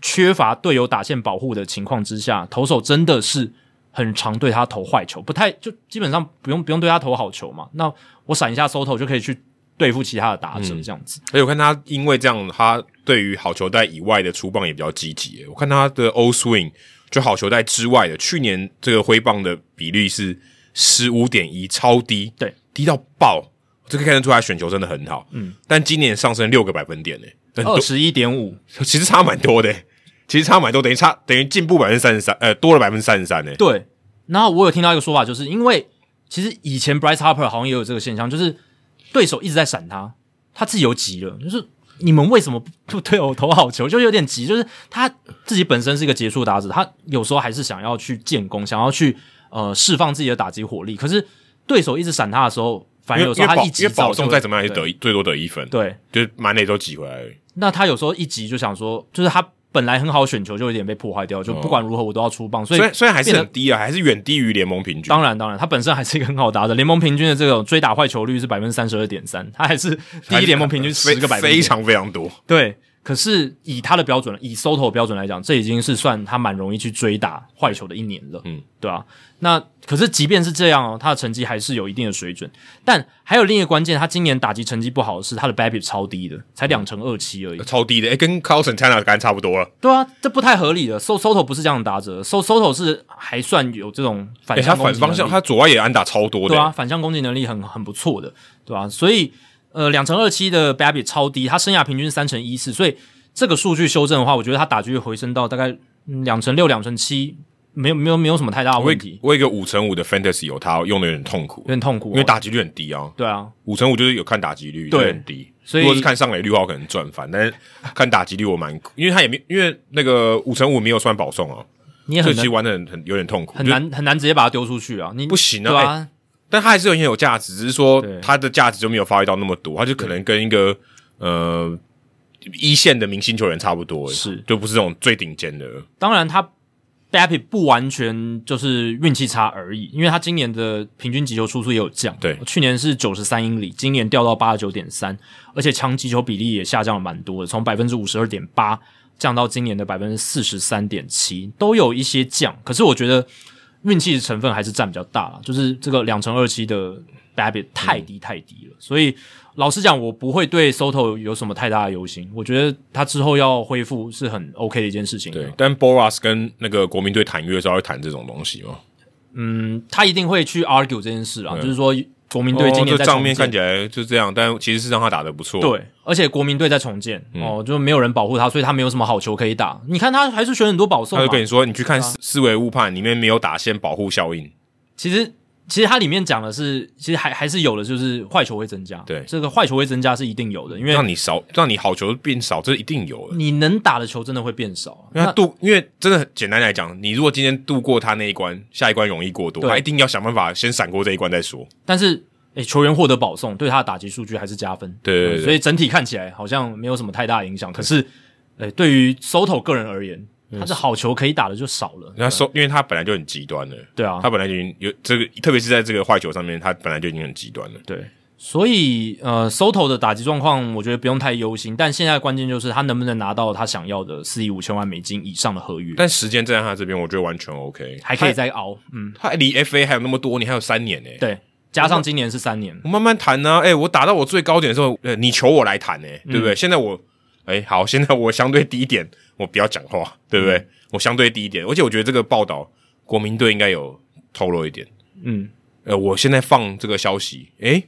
Speaker 1: 缺乏队友打线保护的情况之下，投手真的是很常对他投坏球，不太就基本上不用不用对他投好球嘛。那我闪一下 Soto 就可以去对付其他的打者，
Speaker 2: 嗯
Speaker 1: 这样子。
Speaker 2: 而且我看他因为这样，他对于好球带以外的出棒也比较积极耶。我看他的 O swing 就好球带之外的，去年这个挥棒的比率是十五点一，超低，
Speaker 1: 对，
Speaker 2: 低到爆。这个看得出来选球真的很好，嗯，但今年上升六个百分点呢，很多
Speaker 1: 二十一点五，
Speaker 2: 其实差蛮多的，其实差蛮多，等于差等于进步百分之三十三，呃，多了百分之三十三呢。
Speaker 1: 对，然后我有听到一个说法，就是因为其实以前 Bryce Harper 好像也有这个现象，就是对手一直在闪他，他自己有急了，就是你们为什么不对我投好球，就有点急，就是他自己本身是一个结束打者，他有时候还是想要去建功，想要去呃释放自己的打击火力，可是对手一直闪他的时候，反而
Speaker 2: 因
Speaker 1: 有
Speaker 2: 为
Speaker 1: 时候
Speaker 2: 因
Speaker 1: 他
Speaker 2: 为保
Speaker 1: 一
Speaker 2: 因
Speaker 1: 急
Speaker 2: 为保
Speaker 1: 早就
Speaker 2: 送再怎么样也得
Speaker 1: 对
Speaker 2: 一最多得一分，，
Speaker 1: 对，
Speaker 2: 就是满垒都挤回来而已。
Speaker 1: 那他有时候一急就想说，就是他本来很好选球，就有点被破坏掉，
Speaker 2: 哦
Speaker 1: 就不管如何我都要出棒，所以
Speaker 2: 虽然虽然还是
Speaker 1: 变得
Speaker 2: 很低啊，还是远低于联盟平均。
Speaker 1: 当然，当然，他本身还是一个很好打的。联盟平均的这种追打坏球率是百分之三十二点三，他还
Speaker 2: [LAUGHS]
Speaker 1: 是第一联盟平均十个百分
Speaker 2: 非
Speaker 1: 点。
Speaker 2: 常非常多。
Speaker 1: 对，可是以他的标准，以 Soto 的标准来讲，这已经是算他蛮容易去追打坏球的一年了，
Speaker 2: 嗯，
Speaker 1: 对啊。那可是即便是这样哦，他的成绩还是有一定的水准。但还有另一个关键，他今年打击成绩不好的是他的 BABIP 超低的，才两成二七而已。
Speaker 2: 超低的，哎、跟 Carlson t a n a 感觉差不多了。
Speaker 1: 对啊，这不太合理的。So Soto 不是这样的打者，So Soto 是还算有这种
Speaker 2: 哎、
Speaker 1: 反
Speaker 2: 他
Speaker 1: 向攻
Speaker 2: 反
Speaker 1: 击能
Speaker 2: 方
Speaker 1: 力
Speaker 2: 向，他左外野安打超多的、
Speaker 1: 对啊，反向攻击能力很很不错的，对吧、所以呃，两成二七的 b a b i 超低，他生涯平均三成一四，所以这个数据修正的话，我觉得他打击率回升到大概嗯两成六、两成七，没有没有没有什么太大的
Speaker 2: 我
Speaker 1: 问
Speaker 2: 有
Speaker 1: 题，
Speaker 2: 我有一个五乘五的 Fantasy 有他用的有点痛苦
Speaker 1: 有，点痛苦、
Speaker 2: 因为打击率很低啊，
Speaker 1: 对啊，
Speaker 2: 五乘五就是有看打击率就
Speaker 1: 对
Speaker 2: 很低。
Speaker 1: 所以
Speaker 2: 如果是看上垒率的话，我可能赚翻，但是看打击率我蛮，因为他也没因为那个五乘五没有算保送啊，
Speaker 1: 你也
Speaker 2: 所
Speaker 1: 很
Speaker 2: 以其
Speaker 1: 难
Speaker 2: 实玩的很很有点痛苦，
Speaker 1: 很
Speaker 2: 就。
Speaker 1: 难很难直接把它丢出去啊，你
Speaker 2: 不行啊
Speaker 1: 对啊，
Speaker 2: 但他还是很有价值，只是说
Speaker 1: 对
Speaker 2: 他的价值就没有发挥到那么多，他就可能跟一个呃一线的明星球员差不多而已，
Speaker 1: 是
Speaker 2: 就不是这种最顶尖的了。
Speaker 1: 当然他 b a b i 不完全就是运气差而已，因为他今年的平均击球出速也有降，
Speaker 2: 对
Speaker 1: 去年是九十三英里，今年掉到八十九点三，而且强击球比例也下降了蛮多的，从百分之五十二点八降到今年的百分之四十三点七，都有一些降。可是我觉得运气的成分还是占比较大了，就是这个两成二七的 b a b i 太低太低了，所以。老实讲，我不会对 Soto 有什么太大的忧心。我觉得他之后要恢复是很 OK 的一件事情。啊
Speaker 2: 对，但 Boras 跟那个国民队谈约的时候会谈这种东西吗？
Speaker 1: 嗯，他一定会去 argue 这件事啊，就是说国民队今年
Speaker 2: 哦这
Speaker 1: 在
Speaker 2: 账
Speaker 1: 重
Speaker 2: 面
Speaker 1: 建，
Speaker 2: 看起来就这样，但其实是让他打的不嗯错。，
Speaker 1: 对，而且国民队在重建、哦，就没有人保护他，所以他没有什么好球可以打。你看他还是选很多保送
Speaker 2: 他
Speaker 1: 嘛
Speaker 2: 就，跟你说，你去看思思维误判里面没有打线保护效应，
Speaker 1: 其实其实它里面讲的是，其实还还是有的，就是坏球会增加。
Speaker 2: 对
Speaker 1: 这个坏球会增加是一定有的，因为
Speaker 2: 让你少让你好球变少，这一定有的。
Speaker 1: 你能打的球真的会变少。
Speaker 2: 因为他度，因为真的简单来讲，你如果今天度过他那一关，下一关容易过多，
Speaker 1: 对
Speaker 2: 他一定要想办法先闪过这一关再说。
Speaker 1: 但是，诶、球员获得保送对他的打击数据还是加分。
Speaker 2: 对对对
Speaker 1: 所以整体看起来好像没有什么太大影响。可是，诶、对于 Soto 个人而言，
Speaker 2: 嗯
Speaker 1: 他的好球可以打的就少了。
Speaker 2: 那收，因为他本来就很极端了，
Speaker 1: 对啊，
Speaker 2: 他本来就已经有这个，特别是在这个坏球上面，他本来就已经很极端了。
Speaker 1: 对，所以呃，Soto 的打击状况，我觉得不用太忧心。但现在关键就是他能不能拿到他想要的四亿五千万美金以上的合约，
Speaker 2: 但时间站在他这边，我觉得完全 OK，
Speaker 1: 还可以再熬。嗯，
Speaker 2: 他。他离 FA 还有那么多，你还有三年呢、
Speaker 1: 对，加上今年是三年，
Speaker 2: 我慢慢谈呢、啊。哎、我打到我最高点的时候，呃，你求我来谈呢、
Speaker 1: 嗯
Speaker 2: 对不对？现在我，哎、好，现在我相对低一点，我不要讲话，对不对？
Speaker 1: 嗯
Speaker 2: 我相对低一点，而且我觉得这个报道，国民队应该有透露一点。
Speaker 1: 嗯，
Speaker 2: 呃，我现在放这个消息，哎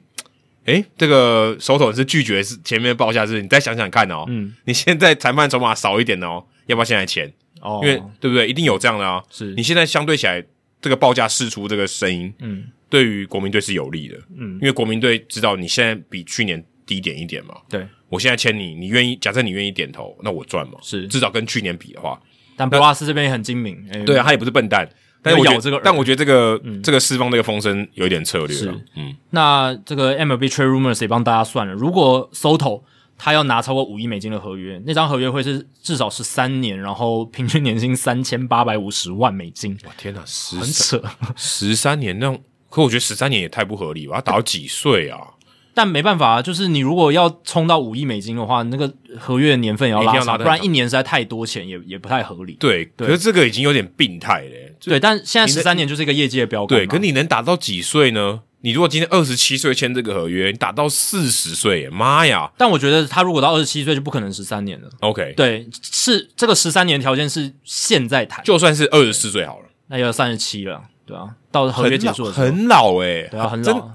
Speaker 2: 哎，这个手头是拒绝是前面报价是，你再想想看哦，
Speaker 1: 嗯，
Speaker 2: 你现在谈判筹码少一点哦，要不要现在签？
Speaker 1: 哦，
Speaker 2: 因为、对不对？一定有这样的啊。
Speaker 1: 是
Speaker 2: 你现在相对起来，这个报价释出这个声音，
Speaker 1: 嗯，
Speaker 2: 对于国民队是有利的，
Speaker 1: 嗯
Speaker 2: 因为国民队知道你现在比去年低点一点嘛，
Speaker 1: 对，
Speaker 2: 我现在签你，你愿意，假设你愿意点头，那我赚嘛，
Speaker 1: 是嗯
Speaker 2: 至少跟去年比的话，
Speaker 1: 但博拉斯这边也很精明，诶
Speaker 2: 对啊，他也不是笨蛋，但是我
Speaker 1: 咬
Speaker 2: 觉得
Speaker 1: 这个饵嗯
Speaker 2: 但我觉得这个、这个释放这个风声有一点策略了
Speaker 1: 是，
Speaker 2: 嗯，
Speaker 1: 那这个 MLB Trade Rumors 也帮大家算了，如果 Soto 他要拿超过五亿美金的合约，那张合约会是至少是三年，然后平均年薪三千八百五十万美金，
Speaker 2: 哇，天哪，十
Speaker 1: 很
Speaker 2: 三
Speaker 1: 扯。
Speaker 2: 十三年那种，可我觉得十三年也太不合理吧，他打到几岁啊？
Speaker 1: 但没办法啊，就是你如果要冲到五亿美金的话，那个合约的年份也要
Speaker 2: 一定
Speaker 1: 拉
Speaker 2: 要拉
Speaker 1: 长，
Speaker 2: 得
Speaker 1: 不然
Speaker 2: 长
Speaker 1: 一年实在太多钱，也也不太合理。
Speaker 2: 对，
Speaker 1: 对
Speaker 2: 可是这个已经有点病态嘞、就
Speaker 1: 对，但现在
Speaker 2: 你的
Speaker 1: 十三年就是一个业界的标杆
Speaker 2: 对，
Speaker 1: 嘛。
Speaker 2: 可你能打到几岁呢？你如果今天二十七岁签这个合约，你打到四十岁耶，妈呀
Speaker 1: 但我觉得他如果到二十七岁就不可能十三年了。
Speaker 2: ！OK，
Speaker 1: 对，是这个十三年条件是现在谈，
Speaker 2: 就算是二十四岁好了，
Speaker 1: 那要三十七了，对啊，到合约
Speaker 2: 很
Speaker 1: 结
Speaker 2: 老
Speaker 1: 束的时候，
Speaker 2: 很老哎、
Speaker 1: 对啊，很
Speaker 2: 真
Speaker 1: 老啊。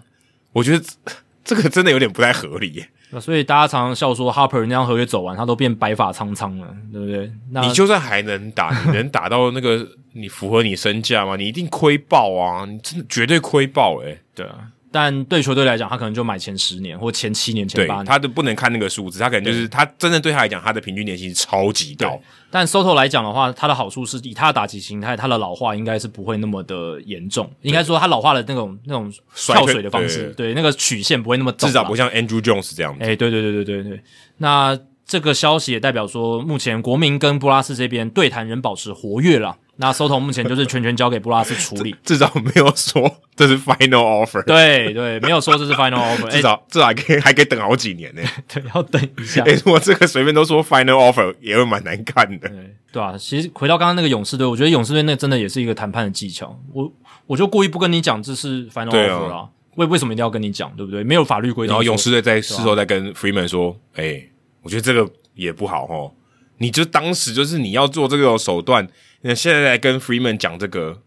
Speaker 2: 我觉得这这个真的有点不太合理
Speaker 1: [LAUGHS]
Speaker 2: 耶。
Speaker 1: 那所以大家常常笑说，Harper 那张合约走完，他都变白发苍苍了，对不对？那
Speaker 2: 你就算还能打，
Speaker 1: [LAUGHS]
Speaker 2: 你能打到那个你符合你身价吗？你一定亏爆啊！你真的绝对亏爆哎、
Speaker 1: 对啊。但对球队来讲，他可能就买前十年或前七年、前
Speaker 2: 对
Speaker 1: 八，年。
Speaker 2: 他都不能看那个数字，他可能就是他真的对他来讲，他的平均年薪超级高
Speaker 1: 对。但 Soto 来讲的话，他的好处是以他的打击形态，他的老化应该是不会那么的严重，应该说他老化的那种那种
Speaker 2: 衰退
Speaker 1: 跳水的方式，对那个曲线不会那么陡啦
Speaker 2: 至少不像 Andrew Jones 这样子。。
Speaker 1: 哎、对对对对对对。那这个消息也代表说，目前国民跟布拉斯这边对谈仍保持活跃了。那 Soto 目前就是全权交给布拉斯处理
Speaker 2: 至少没有说这是 [LAUGHS] final
Speaker 1: [LAUGHS]
Speaker 2: offer，
Speaker 1: 对对，没有说这是 final offer，哎 [LAUGHS]
Speaker 2: 至少、至少还可以还可以等好几年呢、
Speaker 1: 对，要等一下。
Speaker 2: 哎、如果这个随便都说 final offer，也会蛮难看的。
Speaker 1: 对对啊，其实回到刚刚那个勇士队，我觉得勇士队那真的也是一个谈判的技巧。我我就故意不跟你讲这是 final
Speaker 2: 对啊
Speaker 1: offer 啦，为、为什么一定要跟你讲，对不对？没有法律规定。
Speaker 2: 然后勇，士队在事后再
Speaker 1: 啊
Speaker 2: 跟 Freeman 说：“哎、我觉得这个也不好哦。你就当时就是你要做这个手段，那现在来跟 Freeman 讲这个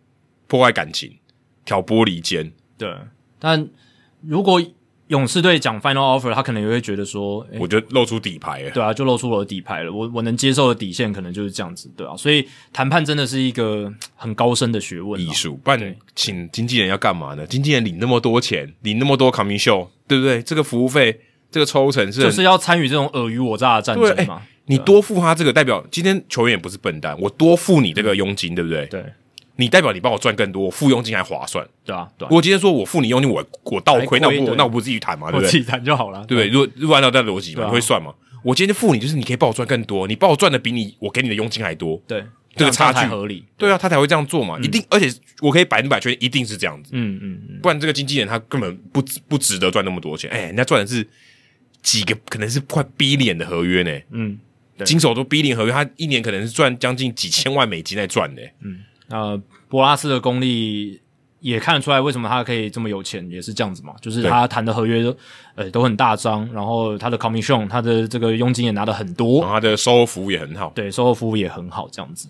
Speaker 2: 破坏感情、挑拨离间，
Speaker 1: 对，但如果勇士队讲 final offer，他可能也会觉得说，诶
Speaker 2: 我就露出底牌了。
Speaker 1: 对啊，就露出我的底牌了。我我能接受的底线可能就是这样子，对啊。所以谈判真的是一个嗯很高深的学问啊、
Speaker 2: 艺术，不然请经纪人要干嘛呢？经纪人领那么多钱，领那么多 commission，对不对？这个服务费，这个抽成是
Speaker 1: 就
Speaker 2: 很
Speaker 1: 是要参与这种尔虞我诈的战
Speaker 2: 对，
Speaker 1: 争
Speaker 2: 哎、
Speaker 1: 嘛。啊
Speaker 2: 你多付他这个，代表今天球员也不是笨蛋，我多付你这个佣金，对不对？
Speaker 1: 对
Speaker 2: 你代表你帮我赚更多，我付佣金还划算。
Speaker 1: 对啊，对
Speaker 2: 如
Speaker 1: 啊，
Speaker 2: 果今天说我付你佣金，我我倒
Speaker 1: 还亏
Speaker 2: 亏，那我不
Speaker 1: 对
Speaker 2: 那我不自己谈嘛，对
Speaker 1: 我
Speaker 2: 不
Speaker 1: 自
Speaker 2: 对？
Speaker 1: 己谈就好了。
Speaker 2: 对不对？如果如果按照这样的逻辑嘛，
Speaker 1: 对啊
Speaker 2: 你会算嘛？我今天付你，就是你可以帮我赚更多，你帮我赚的比你我给你的佣金还多，
Speaker 1: 对，
Speaker 2: 这个
Speaker 1: 样
Speaker 2: 差
Speaker 1: 才
Speaker 2: 距
Speaker 1: 合理。
Speaker 2: 对啊，他才会这样做嘛。一定，而且我可以百分百确定，一定是这样子，
Speaker 1: 嗯嗯嗯，
Speaker 2: 不然这个经纪人他根本不不值得赚那么多钱。哎、人家赚的是几个，可能是快逼脸的合约呢。
Speaker 1: 嗯，对
Speaker 2: 金手都逼零合约，他一年可能是赚将近几千万美金在赚的、
Speaker 1: 呃，博拉斯的功力也看得出来，为什么他可以这么有钱，也是这样子嘛，就是他谈的合约都呃都很大张，然后他的 commission，他的这个佣金也拿的很多，
Speaker 2: 然后他的售后服务也很好。
Speaker 1: 对，售后服务也很好，这样子。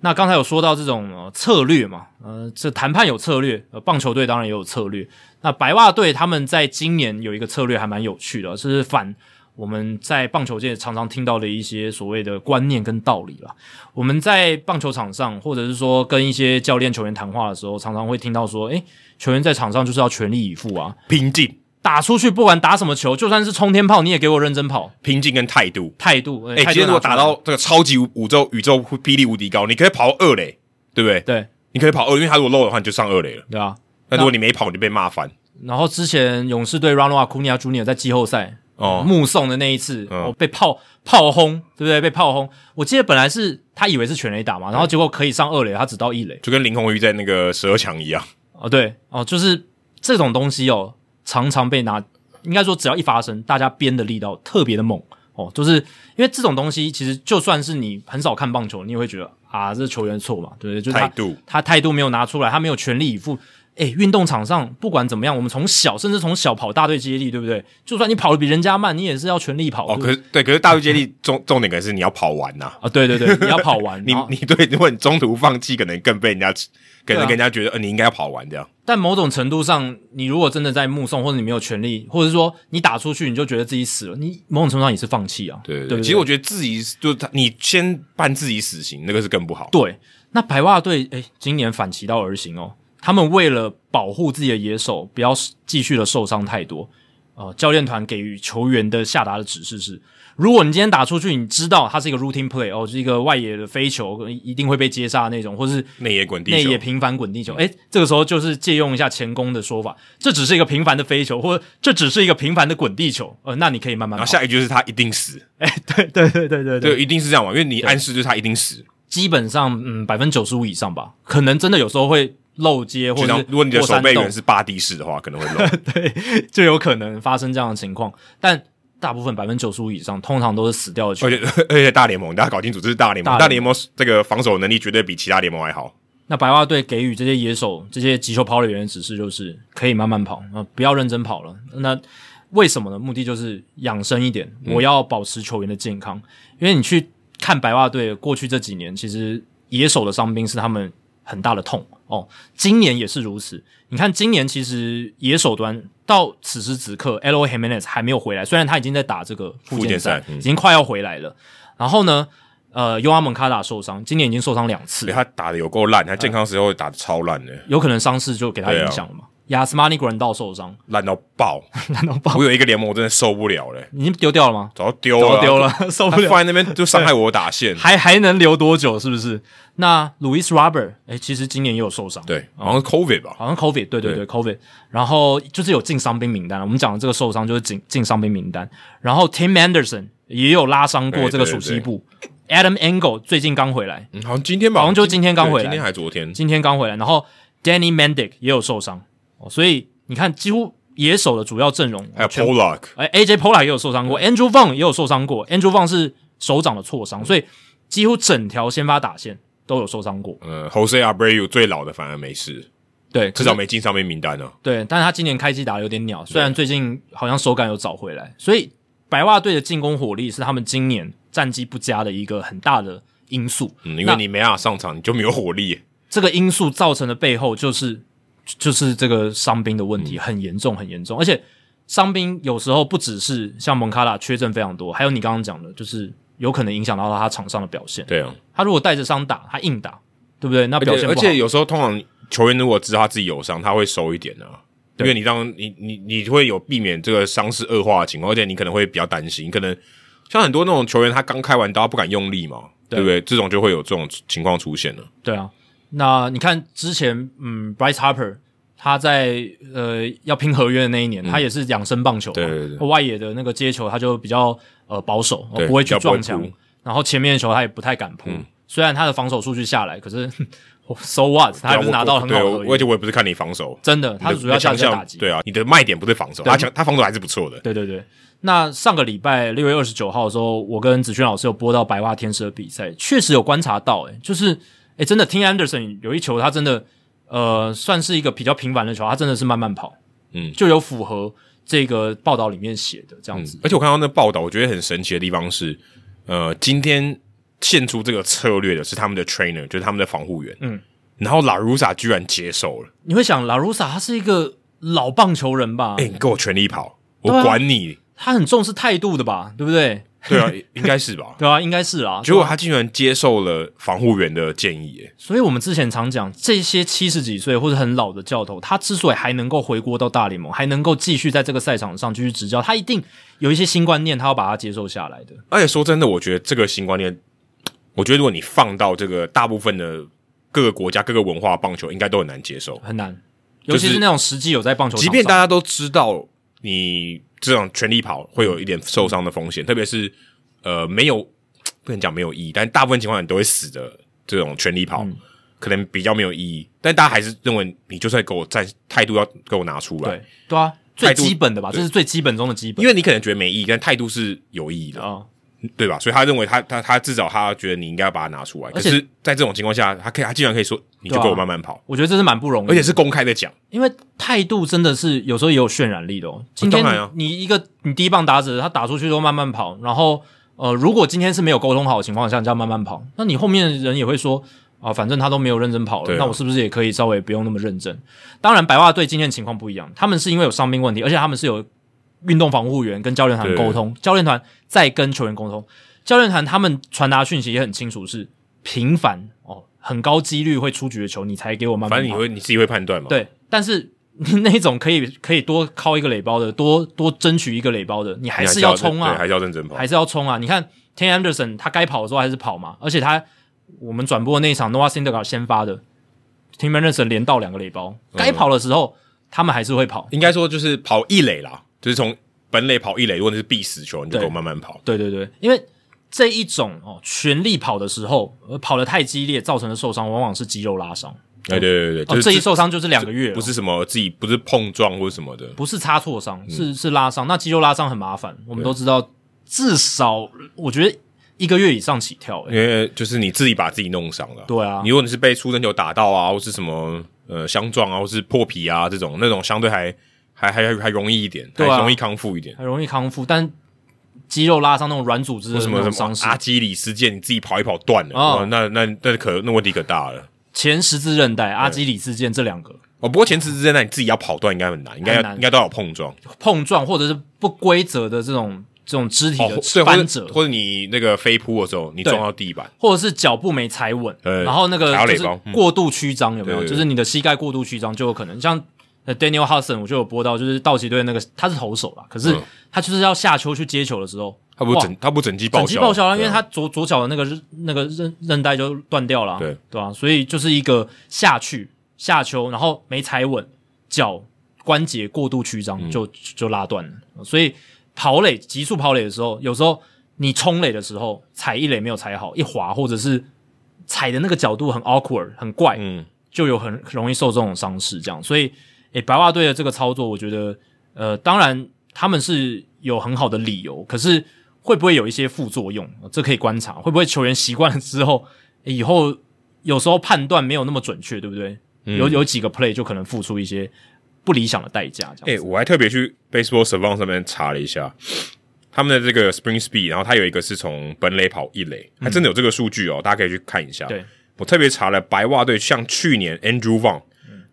Speaker 1: 那刚才有说到这种、呃、策略嘛，呃，这谈判有策略，呃，棒球队当然也有策略。那白袜队他们在今年有一个策略还蛮有趣的，是反我们在棒球界常常听到的一些所谓的观念跟道理啦。我们在棒球场上，或者是说跟一些教练、球员谈话的时候，常常会听到说，诶，球员在场上就是要全力以赴啊，
Speaker 2: 拼劲、
Speaker 1: 打出去不管打什么球，就算是冲天炮，你也给我认真跑，
Speaker 2: 拼劲跟态度。
Speaker 1: 态度。诶
Speaker 2: 哎、
Speaker 1: 态度
Speaker 2: 今天如果打
Speaker 1: 拿出来
Speaker 2: 到这个超级宇宙宇宙霹雳无敌高，你可以跑二垒，对不对？
Speaker 1: 对
Speaker 2: 你可以跑二垒，因为他如果漏的话，你就上二垒了。
Speaker 1: 对啊，
Speaker 2: 那如果你没跑，你就被骂翻。
Speaker 1: 然后之前勇士队 r a n o a c u n a Junior 在季后赛
Speaker 2: 哦
Speaker 1: 目送的那一次，
Speaker 2: 嗯
Speaker 1: 哦被炮炮轰，对不对？被炮轰。我记得本来是他以为是全垒打嘛，然后结果可以上二垒，他只到一垒。
Speaker 2: 就跟林鸿宇在那个十二强一样，
Speaker 1: 哦，对，哦，就是这种东西哦，常常被拿，应该说只要一发生，大家编的力道特别的猛哦，就是因为这种东西，其实就算是你很少看棒球，你也会觉得啊，这球员错嘛，对不对？就是他
Speaker 2: 态度
Speaker 1: 他态度没有拿出来，他没有全力以赴。诶，运动场上不管怎么样，我们从小甚至从小跑大队接力，对不对？就算你跑得比人家慢，你也是要全力跑。对
Speaker 2: 哦。
Speaker 1: 不
Speaker 2: 可
Speaker 1: 对
Speaker 2: 是对，可是大陆接力重重点可能是你要跑完呐、
Speaker 1: 啊，对对对，你要跑完。
Speaker 2: [LAUGHS] 你
Speaker 1: 然后
Speaker 2: 你对，如果你中途放弃，可能更被人家，可
Speaker 1: 啊
Speaker 2: 能跟人家觉得，呃，你应该要跑完这样。
Speaker 1: 但某种程度上，你如果真的在目送，或者你没有权利，或者说你打出去你就觉得自己死了，你某种程度上也是放弃啊。
Speaker 2: 对对
Speaker 1: 对不
Speaker 2: 其实我觉得自己就是他，你先判自己死刑，那个是更不好。
Speaker 1: 对，那白袜队诶，今年反其道而行哦，他们为了保护自己的野手，不要继续的受伤太多。呃，教练团给予球员的下达的指示是：如果你今天打出去，你知道它是一个 routine play 哦，是一个外野的飞球，一定会被接杀的那种，或是
Speaker 2: 内野滚地球
Speaker 1: 内野平凡滚地球。诶，这个时候就是借用一下前攻的说法，这只是一个平凡的飞球，或者这只是一个平凡的滚地球。呃，那你可以慢慢
Speaker 2: 然
Speaker 1: 跑
Speaker 2: 后。下一句就是他一定死，
Speaker 1: [LAUGHS] 对对对对对对
Speaker 2: 对，一定是这样嘛，因为你暗示就是他一定死。
Speaker 1: 基本上嗯百分之九十五以上吧，可能真的有时候会漏接或
Speaker 2: 就
Speaker 1: 者
Speaker 2: 像
Speaker 1: 是
Speaker 2: 如果你的
Speaker 1: 过
Speaker 2: 守
Speaker 1: 山
Speaker 2: 备
Speaker 1: 洞 [LAUGHS]
Speaker 2: 员是巴蒂式的话，可能会漏。
Speaker 1: 对，就有可能发生这样的情况。但大部分百分之九十五以上，通常都是死掉的球
Speaker 2: 而。且而且大联盟，大家搞清楚，这是大联盟，
Speaker 1: 大
Speaker 2: 大
Speaker 1: 联
Speaker 2: 联盟这个防守能力绝对比其他联盟还好。
Speaker 1: 那白袜队给予这些野手、这些急球跑垒员的指示就是可以慢慢跑，呃，不要认真跑了。那为什么呢？目的就是养生一点，我要保持球员的健康。因为你去看白袜队过去这几年，其实野手的伤兵是他们很大的痛哦。今年也是如此。你看，今年其实野手端到此时此刻，L. O. Jimenez 还没有回来，虽然他已经在打这个附
Speaker 2: 附
Speaker 1: 件
Speaker 2: 件
Speaker 1: 赛嗯
Speaker 2: 赛，
Speaker 1: 已经快要回来了。然后呢，呃，尤阿蒙卡达受伤，今年已经受伤两次
Speaker 2: 对，。他打的有够烂，他健康时候打的超烂的，
Speaker 1: 有可能伤势就给他
Speaker 2: 啊
Speaker 1: 影响了嘛。亚斯马尼果然到受伤， [LAUGHS]
Speaker 2: 烂到爆。
Speaker 1: 难道爆？
Speaker 2: 我有一个联盟我真的受不了了，
Speaker 1: 已经丢掉了吗？
Speaker 2: 早就丢
Speaker 1: 早
Speaker 2: 了，啊
Speaker 1: 丢了，
Speaker 2: [LAUGHS]
Speaker 1: 受
Speaker 2: 他
Speaker 1: 不了。
Speaker 2: 放在那边就伤害我打线。
Speaker 1: 还还能留多久？是不是？那 Louis Robert，哎、其实今年也有受伤，，
Speaker 2: 对，好像是 COVID 吧，
Speaker 1: 好像 COVID，对对对 c o v i d 然后就是有进伤兵名单了。我们讲的这个受伤就是进进伤兵名单。然后 Tim Anderson 也有拉伤过
Speaker 2: 对
Speaker 1: 这个
Speaker 2: 对
Speaker 1: 暑期
Speaker 2: 对
Speaker 1: 部 a d a m Angle 最近刚回来，
Speaker 2: 嗯好像今天吧，
Speaker 1: 好像就今天刚回来
Speaker 2: 对今天还昨天。
Speaker 1: 今天刚回来，然后 Danny Mendick 也有受伤，哦，所以你看，几乎野手的主要阵容
Speaker 2: 还有
Speaker 1: 全
Speaker 2: Pollock，
Speaker 1: 哎，AJ Pola 也有受伤过，Andrew Vaughn 也有受伤过，Andrew Vaughn 是手掌的挫
Speaker 2: 嗯
Speaker 1: 伤，所以几乎整条先发打线都有受伤过。
Speaker 2: 呃，Jose Abreu 最老的反而没事，
Speaker 1: 对，
Speaker 2: 至少没进上面名单呢。啊
Speaker 1: 对，但是他今年开机打的有点鸟，虽然最近好像手感有找回来，所以白袜队的进攻火力是他们今年战绩不佳的一个很大的因素。
Speaker 2: 嗯，因
Speaker 1: 那
Speaker 2: 为你没办法上场，你就没有火力。
Speaker 1: 这个因素造成的背后就是就是这个伤兵的问
Speaker 2: 嗯
Speaker 1: 题、很严重，很严重，而且伤兵有时候不只是像蒙卡拉缺阵非常多，还有你刚刚讲的，就是有可能影响到他场上的表现。
Speaker 2: 对啊，
Speaker 1: 他如果带着伤打，他硬打，对不对？那
Speaker 2: 而
Speaker 1: 表现
Speaker 2: 且
Speaker 1: 不
Speaker 2: 而
Speaker 1: 好。
Speaker 2: 且有时候通常球员如果知道他自己有伤，他会收一点啊，因为你让你你你会有避免这个伤势恶化的情况，而且你可能会比较担心，可能像很多那种球员他刚开完刀他不敢用力嘛，
Speaker 1: 对
Speaker 2: 对不对？这种就会有这种情况出现了。
Speaker 1: 对啊，那你看之前，嗯，Bryce Harper 他在呃要拼合约的那一年，他也是养生棒球嘛，
Speaker 2: 嗯对对
Speaker 1: 外野的那个接球他就比较呃保守，哦
Speaker 2: 对
Speaker 1: 不会去
Speaker 2: 比较不会
Speaker 1: 撞墙
Speaker 2: 扑，嗯
Speaker 1: 然后前面的球他也不太敢扑。虽然他的防守数据下来，可是 [LAUGHS] so what，他还不是拿到很好
Speaker 2: 对啊
Speaker 1: 的
Speaker 2: 我
Speaker 1: 合
Speaker 2: 我而
Speaker 1: 约
Speaker 2: 且。我也不是看你防守，
Speaker 1: 真的，他
Speaker 2: 你
Speaker 1: 的
Speaker 2: 的
Speaker 1: 主要价
Speaker 2: 强
Speaker 1: 值在
Speaker 2: 项
Speaker 1: 打击。
Speaker 2: 对啊，你的卖点不是防守，他强他防守还是不错的。
Speaker 1: 对对对。那上个礼拜六月二十九号的时候，我跟子轩老师有播到白袜天使的比赛，确实有观察到、欸，诶，就是诶、真的 Tim Anderson 有一球，他真的呃，算是一个比较平凡的球，他真的是慢慢跑，
Speaker 2: 嗯
Speaker 1: 就有符合这个报道里面写的这样子。
Speaker 2: 而且我看到那报道，我觉得很神奇的地方是，呃，今天献出这个策略的是他们的 trainer，就是他们的防护员。
Speaker 1: 嗯，
Speaker 2: 然后拉鲁萨居然接受了，
Speaker 1: 你会想，拉鲁萨他是一个老棒球人吧？
Speaker 2: 欸哎、你给我全力跑，
Speaker 1: 对啊
Speaker 2: 我管你，
Speaker 1: 他很重视态度的吧，对不对？？
Speaker 2: 对啊，应该是吧
Speaker 1: [LAUGHS] 对啊，应该是啦。
Speaker 2: 结果他竟然接受了防护员的建议耶，
Speaker 1: 所以我们之前常讲，这些七十几岁或者很老的教头，他之所以还能够回国到大联盟，还能够继续在这个赛场上继续执教，他一定有一些新观念，他要把它接受下来的。
Speaker 2: 而且说真的，我觉得这个新观念，我觉得如果你放到这个大部分的各个国家、各个文化棒球，应该都很难接受。
Speaker 1: 很难，
Speaker 2: 就
Speaker 1: 尤其是
Speaker 2: 是
Speaker 1: 那种实际有在棒球场
Speaker 2: 即
Speaker 1: 上，
Speaker 2: 便大家都知道你这种全力跑会有一点受伤的风险，特别是呃没有不能讲没有意义，但大部分情况你都会死的这种全力跑，
Speaker 1: 嗯
Speaker 2: 可能比较没有意义，但大家还是认为你就算给我站态度要给我拿出来
Speaker 1: 对，对啊，最
Speaker 2: 态度
Speaker 1: 基本的吧，
Speaker 2: 对
Speaker 1: 这是最基本中的基本。
Speaker 2: 因为你可能觉得没意义，但态度是有意义的，
Speaker 1: 啊、
Speaker 2: 对吧？所以他认为他他他至少他觉得你应该要把它拿出来，可
Speaker 1: 而且
Speaker 2: 是在这种情况下，他可以他竟然可以说你就
Speaker 1: 对啊
Speaker 2: 给我慢慢跑，
Speaker 1: 我觉得这是蛮不容易的，
Speaker 2: 而且是公开的讲，
Speaker 1: 因为态度真的是有时候也有渲染力的哦。今天
Speaker 2: 当然啊
Speaker 1: 你,、一个你第一棒打者，他打出去都慢慢跑，然后呃，如果今天是没有沟通好的情况下，你这样慢慢跑，那你后面的人也会说。啊，反正他都没有认真跑了，
Speaker 2: 对啊
Speaker 1: 那我是不是也可以稍微不用那么认真？当然，白袜队今天的情况不一样，他们是因为有伤病问题，而且他们是有运动防护员跟教练团
Speaker 2: 对
Speaker 1: 沟通，教练团再跟球员沟通，教练团他们传达讯息也很清楚是，频繁哦，很高几率会出局的球，你才给我慢慢跑。
Speaker 2: 反正你会你自己会判断
Speaker 1: 嗯
Speaker 2: 嘛，
Speaker 1: 对，但是那种可以可以多敲一个垒包的，多多争取一个垒包的，你
Speaker 2: 你
Speaker 1: 还
Speaker 2: 还
Speaker 1: 是要冲
Speaker 2: 对
Speaker 1: 啊，
Speaker 2: 还是要认真跑，
Speaker 1: 还是要冲啊！你看 t a n Anderson 他该跑的时候还是跑嘛，而且他我们转播的那一场 Noah Syndergaard 先发的 t a n Anderson 连到两个垒包，
Speaker 2: 嗯
Speaker 1: 该跑的时候、他们还是会跑。
Speaker 2: 应该说就是跑一垒啦，就是从本垒跑一垒，如果你是必死球，你就
Speaker 1: 对
Speaker 2: 给我慢慢跑。
Speaker 1: 对对对，因为这一种哦全力跑的时候，呃跑得太激烈造成的受伤往往是肌肉拉伤，
Speaker 2: 哎，对对对，
Speaker 1: 哦
Speaker 2: 就是
Speaker 1: 这一受伤就是两个月了，
Speaker 2: 不是什么自己不是碰撞或什么的，
Speaker 1: 不是擦挫伤，
Speaker 2: 嗯
Speaker 1: 是是拉伤。那肌肉拉伤很麻烦，我们都知道，至少我觉得一个月以上起跳、欸。
Speaker 2: 因为就是你自己把自己弄伤了。
Speaker 1: 对啊
Speaker 2: 你，如果你是被出生球打到啊，或是什么呃相撞啊，或是破皮啊这种，那种相对还还还还容易一点，还
Speaker 1: 对啊
Speaker 2: 容易康复一点。
Speaker 1: 很容易康复，但肌肉拉伤那种软组织的
Speaker 2: 为什么
Speaker 1: 那种
Speaker 2: 什么啊
Speaker 1: 伤势，
Speaker 2: 阿基里斯腱你自己跑一跑断了，
Speaker 1: 哦
Speaker 2: 哦，那那那可那问题可大了。
Speaker 1: 前十字韧带、阿基里斯腱这两个
Speaker 2: 哦，不过前提之间，那你自己要跑断应该很难，应
Speaker 1: 很
Speaker 2: 该要
Speaker 1: 难
Speaker 2: 应该都要有碰撞。
Speaker 1: 碰撞或者是不规则的这种这种肢体
Speaker 2: 哦，对，
Speaker 1: 的
Speaker 2: 或
Speaker 1: 翻
Speaker 2: 者
Speaker 1: 折，
Speaker 2: 或者你那个飞扑的时候，你
Speaker 1: 对
Speaker 2: 撞到地板，
Speaker 1: 或者是脚步没踩稳，
Speaker 2: 呃
Speaker 1: 然后那个
Speaker 2: 踩到
Speaker 1: 就
Speaker 2: 垒
Speaker 1: 是
Speaker 2: 包嗯
Speaker 1: 过度曲张有没有？
Speaker 2: 对对对
Speaker 1: 就是你的膝盖过度曲张就有可能像。呃 Daniel Hudson 我就有播到，就是道奇队那个他是投手啦，可是
Speaker 2: 嗯
Speaker 1: 他就是要下球去接球的时候，
Speaker 2: 他不
Speaker 1: 哇
Speaker 2: 整他不整机报
Speaker 1: 整
Speaker 2: 销，
Speaker 1: 季报销了，因为
Speaker 2: 对啊
Speaker 1: 他左左脚的那个韧那个韧韧带就断掉了啊、
Speaker 2: 对
Speaker 1: 对啊，所以就是一个下去下球，然后没踩稳，脚关节过度曲
Speaker 2: 嗯
Speaker 1: 张就、就拉断了。所以跑垒急速跑垒的时候，有时候你冲垒的时候踩一垒没有踩好，一滑或者是踩的那个角度很 awkward 很怪，
Speaker 2: 嗯，
Speaker 1: 就有很很容易受这种伤势，这样，所以，诶，白袜队的这个操作，我觉得，呃，当然他们是有很好的理由，可是会不会有一些副作用？呃这可以观察，会不会球员习惯了之后，诶以后有时候判断没有那么准确，对不对？
Speaker 2: 嗯
Speaker 1: 有有几个 play 就可能付出一些不理想的代价，这
Speaker 2: 哎、
Speaker 1: 样子。
Speaker 2: 我还特别去 Baseball Savant 上面查了一下他们的这个 Spring Speed，然后它有一个是从本垒跑一垒，还真的有这个数据哦，大家可以去看一下。
Speaker 1: 对，
Speaker 2: 我特别查了白袜队，像去年 Andrew Vaughn，、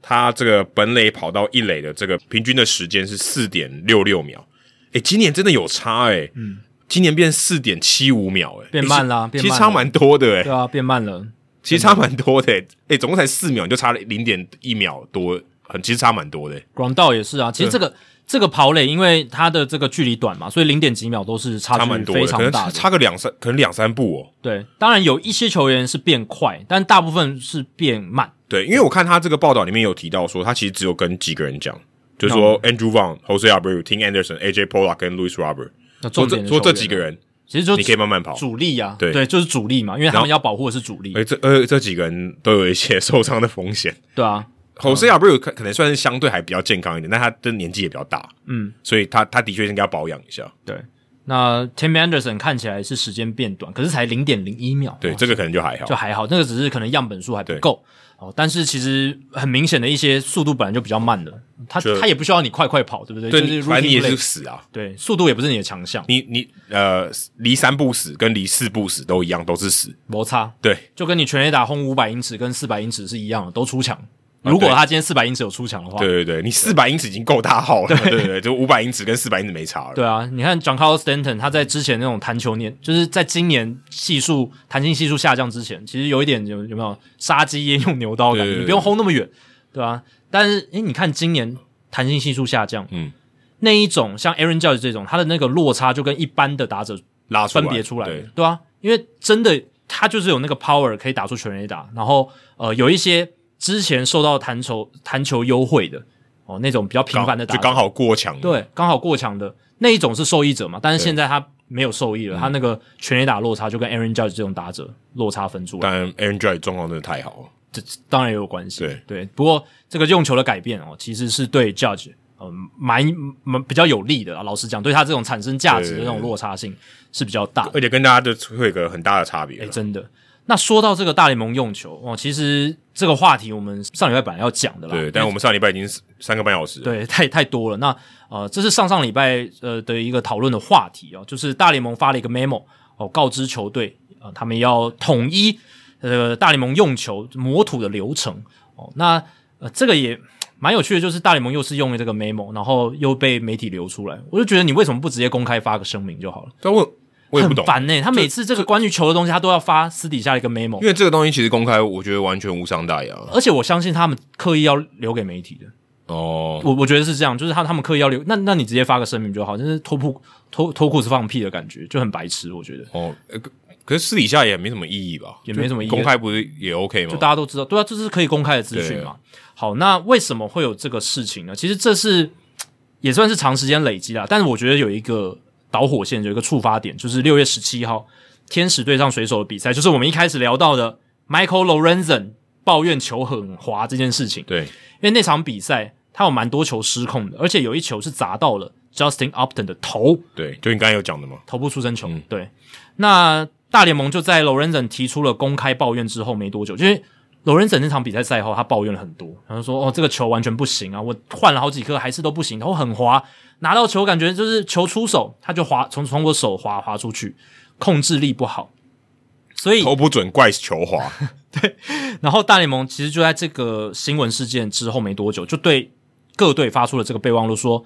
Speaker 2: 他
Speaker 1: 嗯
Speaker 2: 这个本垒跑到一垒的这个平均的时间是四点六六秒，哎、今年真的有差哎、嗯，今年变四点七五秒哎、
Speaker 1: 变慢啦
Speaker 2: 其
Speaker 1: 变慢了
Speaker 2: 实其实差蛮多的哎、
Speaker 1: 对啊，变慢了，
Speaker 2: 其实差蛮多的、欸，哎、总共才四秒，你就差了零点一秒多，很其实差蛮多的、欸。
Speaker 1: 广道也是啊。其实这
Speaker 2: 嗯
Speaker 1: 个这个跑垒，因为它的这个距离短嘛，所以零点几秒都是差
Speaker 2: 差
Speaker 1: 距
Speaker 2: 蛮多的，
Speaker 1: 非
Speaker 2: 可
Speaker 1: 常
Speaker 2: 能
Speaker 1: 大
Speaker 2: 差
Speaker 1: 的，
Speaker 2: 差个两三，可能两三步哦。
Speaker 1: 对，当然有一些球员是变快，但大部分是变慢。
Speaker 2: 对，因为我看他这个报道里面有提到说，他其实只有跟几个人讲，就是说 Andrew Vaughn、Jose Abreu、Tim Anderson、AJ Pollock 跟 Louis Robert，
Speaker 1: 那重
Speaker 2: 说
Speaker 1: 点
Speaker 2: 这
Speaker 1: 的球员
Speaker 2: 说这
Speaker 1: 啊
Speaker 2: 几个人，
Speaker 1: 其实就
Speaker 2: 你可以慢慢跑。
Speaker 1: 主力啊，
Speaker 2: 对
Speaker 1: 就是主力嘛，因为他们
Speaker 2: 然后
Speaker 1: 要保护的是主力，
Speaker 2: 而这呃这几个人都有一些 [LAUGHS] 受伤的风险。
Speaker 1: 对啊，
Speaker 2: Jose Abreu 可可能算是相对还比较健康一点，但他的年纪也比较大，
Speaker 1: 嗯，
Speaker 2: 所以他他的确应该要保养一下。
Speaker 1: 对。那 Tim Anderson 看起来是时间变短，可是才零点零一秒，
Speaker 2: 对，
Speaker 1: 哦
Speaker 2: 这个可能就还好
Speaker 1: 就。还好，那个只是可能样本数还不够哦。但是其实很明显的一些速度本来就比较慢的，他
Speaker 2: 就
Speaker 1: 他也不需要你快快跑，对不对？
Speaker 2: 对，
Speaker 1: 就是
Speaker 2: 你反正你也
Speaker 1: routine
Speaker 2: 是
Speaker 1: play
Speaker 2: 死啊，
Speaker 1: 对，速度也不是你的强项，
Speaker 2: 你你呃离三步死跟离四步死都一样，都是死。
Speaker 1: 摩擦
Speaker 2: 对，
Speaker 1: 就跟你全垒打轰五百英尺跟四百英尺是一样的，都出墙。如果他今天四百英尺有出场的话，
Speaker 2: 啊对对对，你四百英尺已经够大号了，对对对，就五百英尺跟四百英尺没差了。
Speaker 1: 对啊，你看 John Carlos Stanton，他在之前那种弹球年，就是在今年系数弹性系数下降之前，其实有一点有有没有杀鸡焉用牛刀的感觉，
Speaker 2: 对对对
Speaker 1: 你不用轰那么远，对吧、但是诶，你看今年弹性系数下降，
Speaker 2: 嗯，
Speaker 1: 那一种像 Aaron Judge 这种，他的那个落差就跟一般的打者
Speaker 2: 拉出来
Speaker 1: 分别出来的
Speaker 2: 对，
Speaker 1: 对啊，因为真的他就是有那个 power 可以打出全垒打，然后呃有一些之前受到弹球弹球优惠的哦那种比较频
Speaker 2: 刚
Speaker 1: 繁的打
Speaker 2: 就
Speaker 1: 者，
Speaker 2: 刚好过墙。，
Speaker 1: 对，刚好过墙的那一种是受益者嘛，但是
Speaker 2: 对
Speaker 1: 现在他没有受益了，他那个全垒打落差就跟 Aaron Judge 这种打者落差分出来，
Speaker 2: 但 Aaron Judge 状况真的太好了。
Speaker 1: 这这当然也有关系。
Speaker 2: 对
Speaker 1: 不过这个用球的改变哦，其实是对 Judge 嗯、蛮蛮比较有利的啊。老实讲，对他这种产生价值的
Speaker 2: 对
Speaker 1: 那种落差性是比较大的。
Speaker 2: 而且跟大家的会有一个很大的差别
Speaker 1: 哎、
Speaker 2: 了。
Speaker 1: 真的。那说到这个大联盟用球哦，其实这个话题我们上礼拜本来要讲的啦，
Speaker 2: 对，但我们上礼拜已经三个半小时了。
Speaker 1: 对，太太多了。那呃，这是上上礼拜呃的一个讨论的话题哦，就是大联盟发了一个 memo 哦，告知球队呃，他们要统一呃大联盟用球磨土的流程哦。那呃，这个也蛮有趣的，就是大联盟又是用了这个 memo，然后又被媒体流出来，我就觉得你为什么不直接公开发个声明就好了？
Speaker 2: 但我我也不懂
Speaker 1: 很，烦呢、欸他每次这个关于球的东西，他都要发私底下一个 memo，
Speaker 2: 因为这个东西其实公开，我觉得完全无伤大雅。
Speaker 1: 而且我相信他们刻意要留给媒体的。
Speaker 2: 哦，
Speaker 1: 我我觉得是这样，就是他他们刻意要留，那那你直接发个声明就好，就是脱裤脱脱裤子放屁的感觉，就很白痴，我觉得
Speaker 2: 哦，呃可可是私底下也没什么意义吧？
Speaker 1: 也没什么意义
Speaker 2: 就公开不是也 OK 吗
Speaker 1: 就？大家都知道，对啊，这是可以公开的资讯嘛。好，那为什么会有这个事情呢？其实这是也算是长时间累积啦，但是我觉得有一个导火线，有一个触发点，就是六月十七号天使对上水手的比赛，就是我们一开始聊到的 Michael Lorenzen 抱怨球很滑这件事情。
Speaker 2: 对，
Speaker 1: 因为那场比赛他有蛮多球失控的，而且有一球是砸到了 Justin Upton 的头，
Speaker 2: 对，就你刚才有讲的嘛。
Speaker 1: 头部出身球。对，那大联盟就在 Lorenzen 提出了公开抱怨之后没多久，就是 Lorenzen 那场比赛赛后，他抱怨了很多，然后说：“哦，这个球完全不行啊，我换了好几颗还是都不行，头很滑，拿到球感觉就是球出手他就滑，从从我手滑滑出去，控制力不好。”所以
Speaker 2: 投不准怪
Speaker 1: [LAUGHS]
Speaker 2: 球滑，
Speaker 1: 然后大联盟其实就在这个新闻事件之后没多久，就对各队发出了这个备忘录说，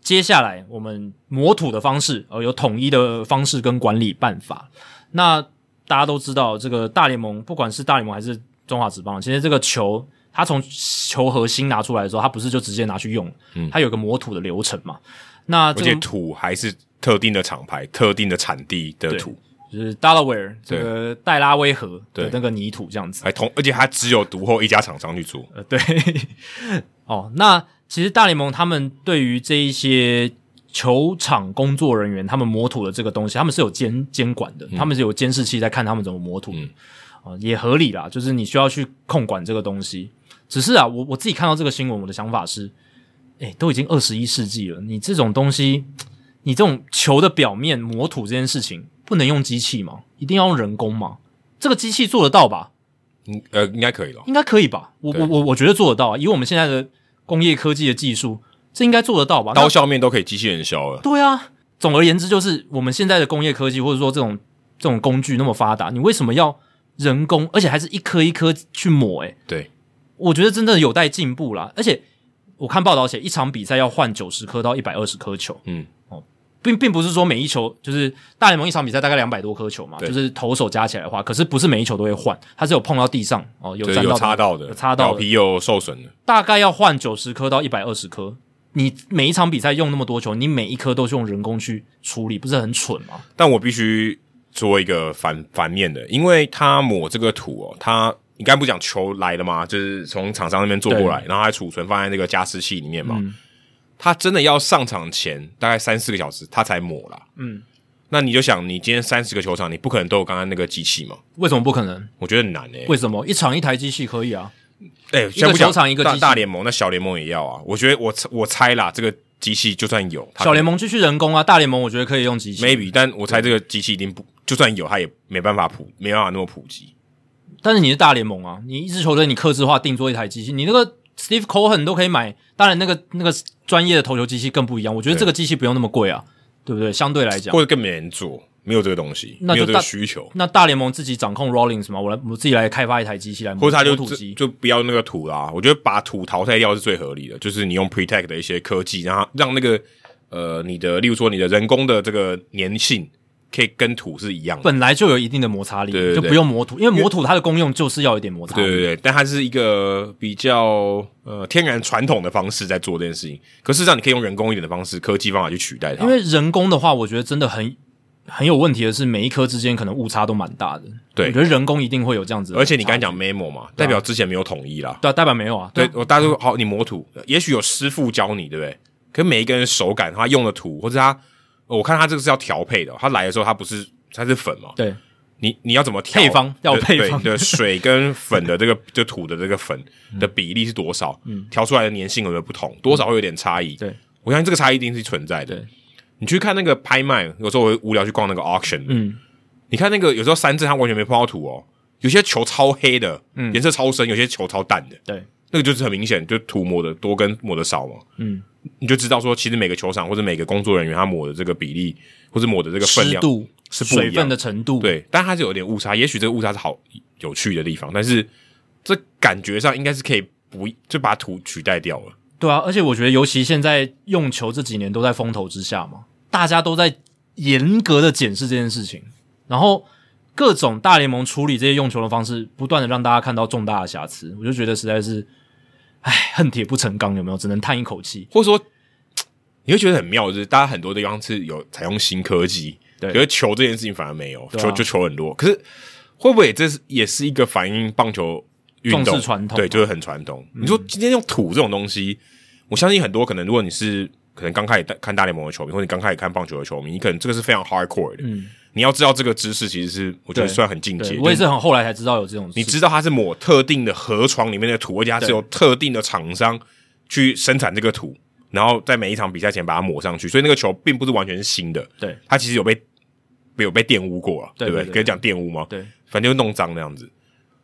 Speaker 1: 接下来我们磨土的方式，呃，有统一的方式跟管理办法。那大家都知道，这个大联盟不管是大联盟还是中华职棒，其实这个球它从球核心拿出来的时候，它不是就直接拿去用，它有个磨土的流程嘛。那
Speaker 2: 而
Speaker 1: 这
Speaker 2: 且
Speaker 1: 个
Speaker 2: 土还是特定的厂牌、特定的产地的土，
Speaker 1: 就是 Delaware 这个戴拉威河的
Speaker 2: 对
Speaker 1: 那个泥土这样子，
Speaker 2: 还同，而且它只有独后一家厂商去做。
Speaker 1: 呃，对， [LAUGHS] 哦，那其实大联盟他们对于这一些球场工作人员，他们磨土的这个东西，他们是有监监管的，他们是有监视器在看他们怎么磨土的，哦也合理啦，就是你需要去控管这个东西。只是啊，我我自己看到这个新闻，我的想法是，哎，都已经二十一世纪了，你这种东西，你这种球的表面磨土这件事情，不能用机器吗？一定要用人工吗？这个机器做得到吧？
Speaker 2: 嗯，呃，应该可以了。
Speaker 1: 应该可以吧？我
Speaker 2: 对
Speaker 1: 我我我觉得做得到啊，以我们现在的工业科技的技术，这应该做得到吧？那
Speaker 2: 刀削面都可以机器人削了，
Speaker 1: 对啊。总而言之，就是我们现在的工业科技，或者说这种这种工具那么发达，你为什么要人工，而且还是一颗一颗去抹、欸？诶，
Speaker 2: 对，
Speaker 1: 我觉得真的有待进步啦。而且我看报道写，一场比赛要换九十颗到一百二十颗球，
Speaker 2: 嗯，
Speaker 1: 并并不是说每一球就是大联盟一场比赛大概两百多颗球嘛，
Speaker 2: 对
Speaker 1: 就是投手加起来的话，可是不是每一球都会换，它是有碰到地上哦，有
Speaker 2: 就
Speaker 1: 沾到
Speaker 2: 是有
Speaker 1: 地
Speaker 2: 擦到的，
Speaker 1: 有擦到
Speaker 2: 表
Speaker 1: 的
Speaker 2: 皮有受损的，
Speaker 1: 大概要换九十颗到一百二十颗。你每一场比赛用那么多球，你每一颗都是用人工去处理，不是很蠢吗？
Speaker 2: 但我必须做一个反反面的，因为他抹这个土哦，他你刚才不讲球来了吗？就是从厂商那边做过来，然后还储存放在那个加湿器里面嘛。
Speaker 1: 嗯
Speaker 2: 他真的要上场前大概三四个小时，他才抹啦。
Speaker 1: 嗯，
Speaker 2: 那你就想，你今天三十个球场，你不可能都有刚刚那个机器嘛？
Speaker 1: 为什么不可能？
Speaker 2: 我觉得很难诶、欸。
Speaker 1: 为什么一场一台机器可以啊？
Speaker 2: 哎、先不
Speaker 1: 一
Speaker 2: 讲
Speaker 1: 个球场一个
Speaker 2: 大
Speaker 1: 机器
Speaker 2: 大联盟，那小联盟也要啊。我觉得我我猜啦，这个机器就算有，它
Speaker 1: 小联盟继续人工啊，大联盟我觉得可以用机器。
Speaker 2: maybe，但我猜这个机器一定不，就算有，它也没办法普，没办法那么普及。
Speaker 1: 但是你是大联盟啊，你一支球队你克制化定做一台机器，你那个 Steve Cohen 都可以买，当然那个那个专业的投球机器更不一样。我觉得
Speaker 2: 对
Speaker 1: 这个机器不用那么贵啊，对不对？相对来讲，
Speaker 2: 或者更没人做。没有这个东西，
Speaker 1: 那
Speaker 2: 没
Speaker 1: 就
Speaker 2: 有这个
Speaker 1: 大
Speaker 2: 需求，
Speaker 1: 那大联盟自己掌控 Rollins 吗？我来，我自己来开发一台机器来磨，
Speaker 2: 或者他就
Speaker 1: 磨土
Speaker 2: 自
Speaker 1: 机。
Speaker 2: 就不要那个土啦。我觉得把土淘汰掉是最合理的，就是你用 Protect 的一些科技，让它让那个呃你的，例如说你的人工的这个粘性可以跟土是一样的。
Speaker 1: 本来就有一定的摩擦力，
Speaker 2: 对对
Speaker 1: 就
Speaker 2: 对
Speaker 1: 不用磨土，因为磨土它的功用就是要有一点摩擦力。
Speaker 2: 对对对，但它是一个比较呃天然传统的方式在做这件事情。可事实上，你可以用人工一点的方式、科技方法去取代它。
Speaker 1: 因为人工的话，我觉得真的很很有问题的是，每一颗之间可能误差都蛮大的。
Speaker 2: 对
Speaker 1: 我觉得人工一定会有这样子的差距，
Speaker 2: 而且你刚才讲 memo 嘛，
Speaker 1: 啊
Speaker 2: 代表之前没有统一啦。
Speaker 1: 对、啊，代表没有啊，
Speaker 2: 对，我大家说好，你磨土，也许有师傅教你，对不对？可每一个人手感，他用的土，或者他，呃我看他这个是要调配的。他来的时候，他不是他是粉嘛？
Speaker 1: 对，
Speaker 2: 你你要怎么调
Speaker 1: 配方要有
Speaker 2: 对
Speaker 1: 配方嗯
Speaker 2: 对对水跟粉
Speaker 1: [LAUGHS]
Speaker 2: 的这个就土的这个粉的比例是多少？嗯，调出来的粘性有没有不同？多少会有点差异。
Speaker 1: 对，
Speaker 2: 我相信这个差异一定是存在的
Speaker 1: 对。
Speaker 2: 你去看那个拍卖，有时候我会无聊去逛那个 auction，
Speaker 1: 嗯，
Speaker 2: 你看那个有时候三振他完全没碰到土哦，有些球超黑的，嗯，颜色超深，有些球超淡的，
Speaker 1: 对，
Speaker 2: 那个就是很明显，就涂抹的多跟抹的少嘛。
Speaker 1: 嗯，
Speaker 2: 你就知道说，其实每个球场或者每个工作人员他抹的这个比例或者抹的这个分
Speaker 1: 湿
Speaker 2: 量，
Speaker 1: 度
Speaker 2: 是不一样
Speaker 1: 水分的程度，，
Speaker 2: 对，但它是有点误差。也许这个误差是好有趣的地方，但是这感觉上应该是可以不就把土取代掉了。
Speaker 1: 对啊。而且我觉得，尤其现在用球这几年都在风头之下嘛，大家都在严格的检视这件事情，然后各种大联盟处理这些用球的方式，不断的让大家看到重大的瑕疵，我就觉得实在是，唉，恨铁不成钢，有没有？只能叹一口气。
Speaker 2: 或者说，你会觉得很妙，就是大家很多地方是有采用新科技，
Speaker 1: 对
Speaker 2: 可是球这件事情反而没有，
Speaker 1: 对啊
Speaker 2: 球就球很多。可是会不会这是也是一个反映棒球运动
Speaker 1: 重视传统啊嗯
Speaker 2: 对，就是很传统。你说今天用土这种东西，我相信很多可能，如果你是可能刚开始看大联盟的球迷，或者你刚开始看棒球的球迷，你可能这个是非常 hardcore 的。
Speaker 1: 嗯
Speaker 2: 你要知道这个知识其实是我觉得
Speaker 1: 对
Speaker 2: 算很进阶
Speaker 1: 对，，
Speaker 2: 就
Speaker 1: 我也是很后来才知道有这种事。
Speaker 2: 你知道它是抹特定的河床里面的土，而且它是由特定的厂商去生产这个土，然后在每一场比赛前把它抹上去，所以那个球并不是完全是新的，
Speaker 1: 对
Speaker 2: 它其实有被有被玷污过啊，
Speaker 1: 对
Speaker 2: 不对？
Speaker 1: 对对
Speaker 2: 可以讲玷污吗？
Speaker 1: 对，
Speaker 2: 反正就弄脏那样子，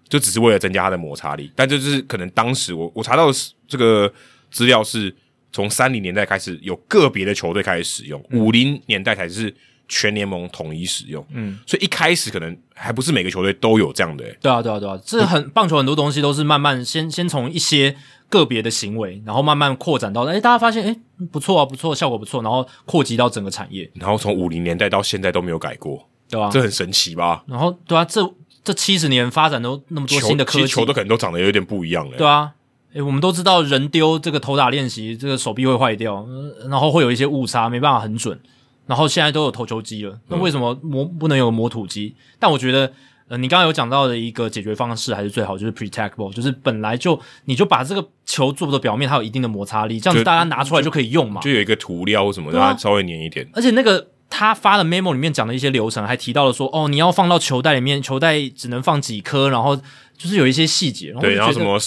Speaker 2: 就只是为了增加它的摩擦力。但这就是可能当时我我查到的是这个资料是从三零年代开始有个别的球队开始使用，
Speaker 1: 嗯
Speaker 2: 五零、年代才是全联盟统一使用。嗯，所以一开始可能还不是每个球队都有这样的、欸
Speaker 1: 对啊，对啊，对啊，这很棒球很多东西都是慢慢先先从一些个别的行为，然后慢慢扩展到，哎，大家发现，哎，不错啊，不错，效果不错，然后扩及到整个产业，
Speaker 2: 然后从五零年代到现在都没有改过，
Speaker 1: 对吧、
Speaker 2: 这很神奇吧？
Speaker 1: 然后对啊，这这七十年发展都那么多
Speaker 2: 球
Speaker 1: 新的
Speaker 2: 其
Speaker 1: 科
Speaker 2: 实
Speaker 1: 技
Speaker 2: 球，都可能都长得有点不一样了。
Speaker 1: 对啊，哎，我们都知道人丢这个投打练习，这个手臂会坏掉，呃然后会有一些误差，没办法很准。然后现在都有投球机
Speaker 2: 嗯
Speaker 1: 了，那为什么磨不能有磨土机？但我觉得，呃，你刚刚有讲到的一个解决方式还是最好，就是 protect ball，就是本来就你就把这个球做的表面它有一定的摩擦力，这样子
Speaker 2: 就
Speaker 1: 大家拿出来就可以用嘛。
Speaker 2: 就有一个涂料或什么，
Speaker 1: 对啊
Speaker 2: 让它稍微黏一点。
Speaker 1: 而且那个他发的 memo 里面讲的一些流程，还提到了说，哦，你要放到球袋里面，球袋只能放几颗，然后就是有一些细节，然后我
Speaker 2: 对，
Speaker 1: 就
Speaker 2: 然后
Speaker 1: 觉
Speaker 2: 什
Speaker 1: 得，
Speaker 2: 么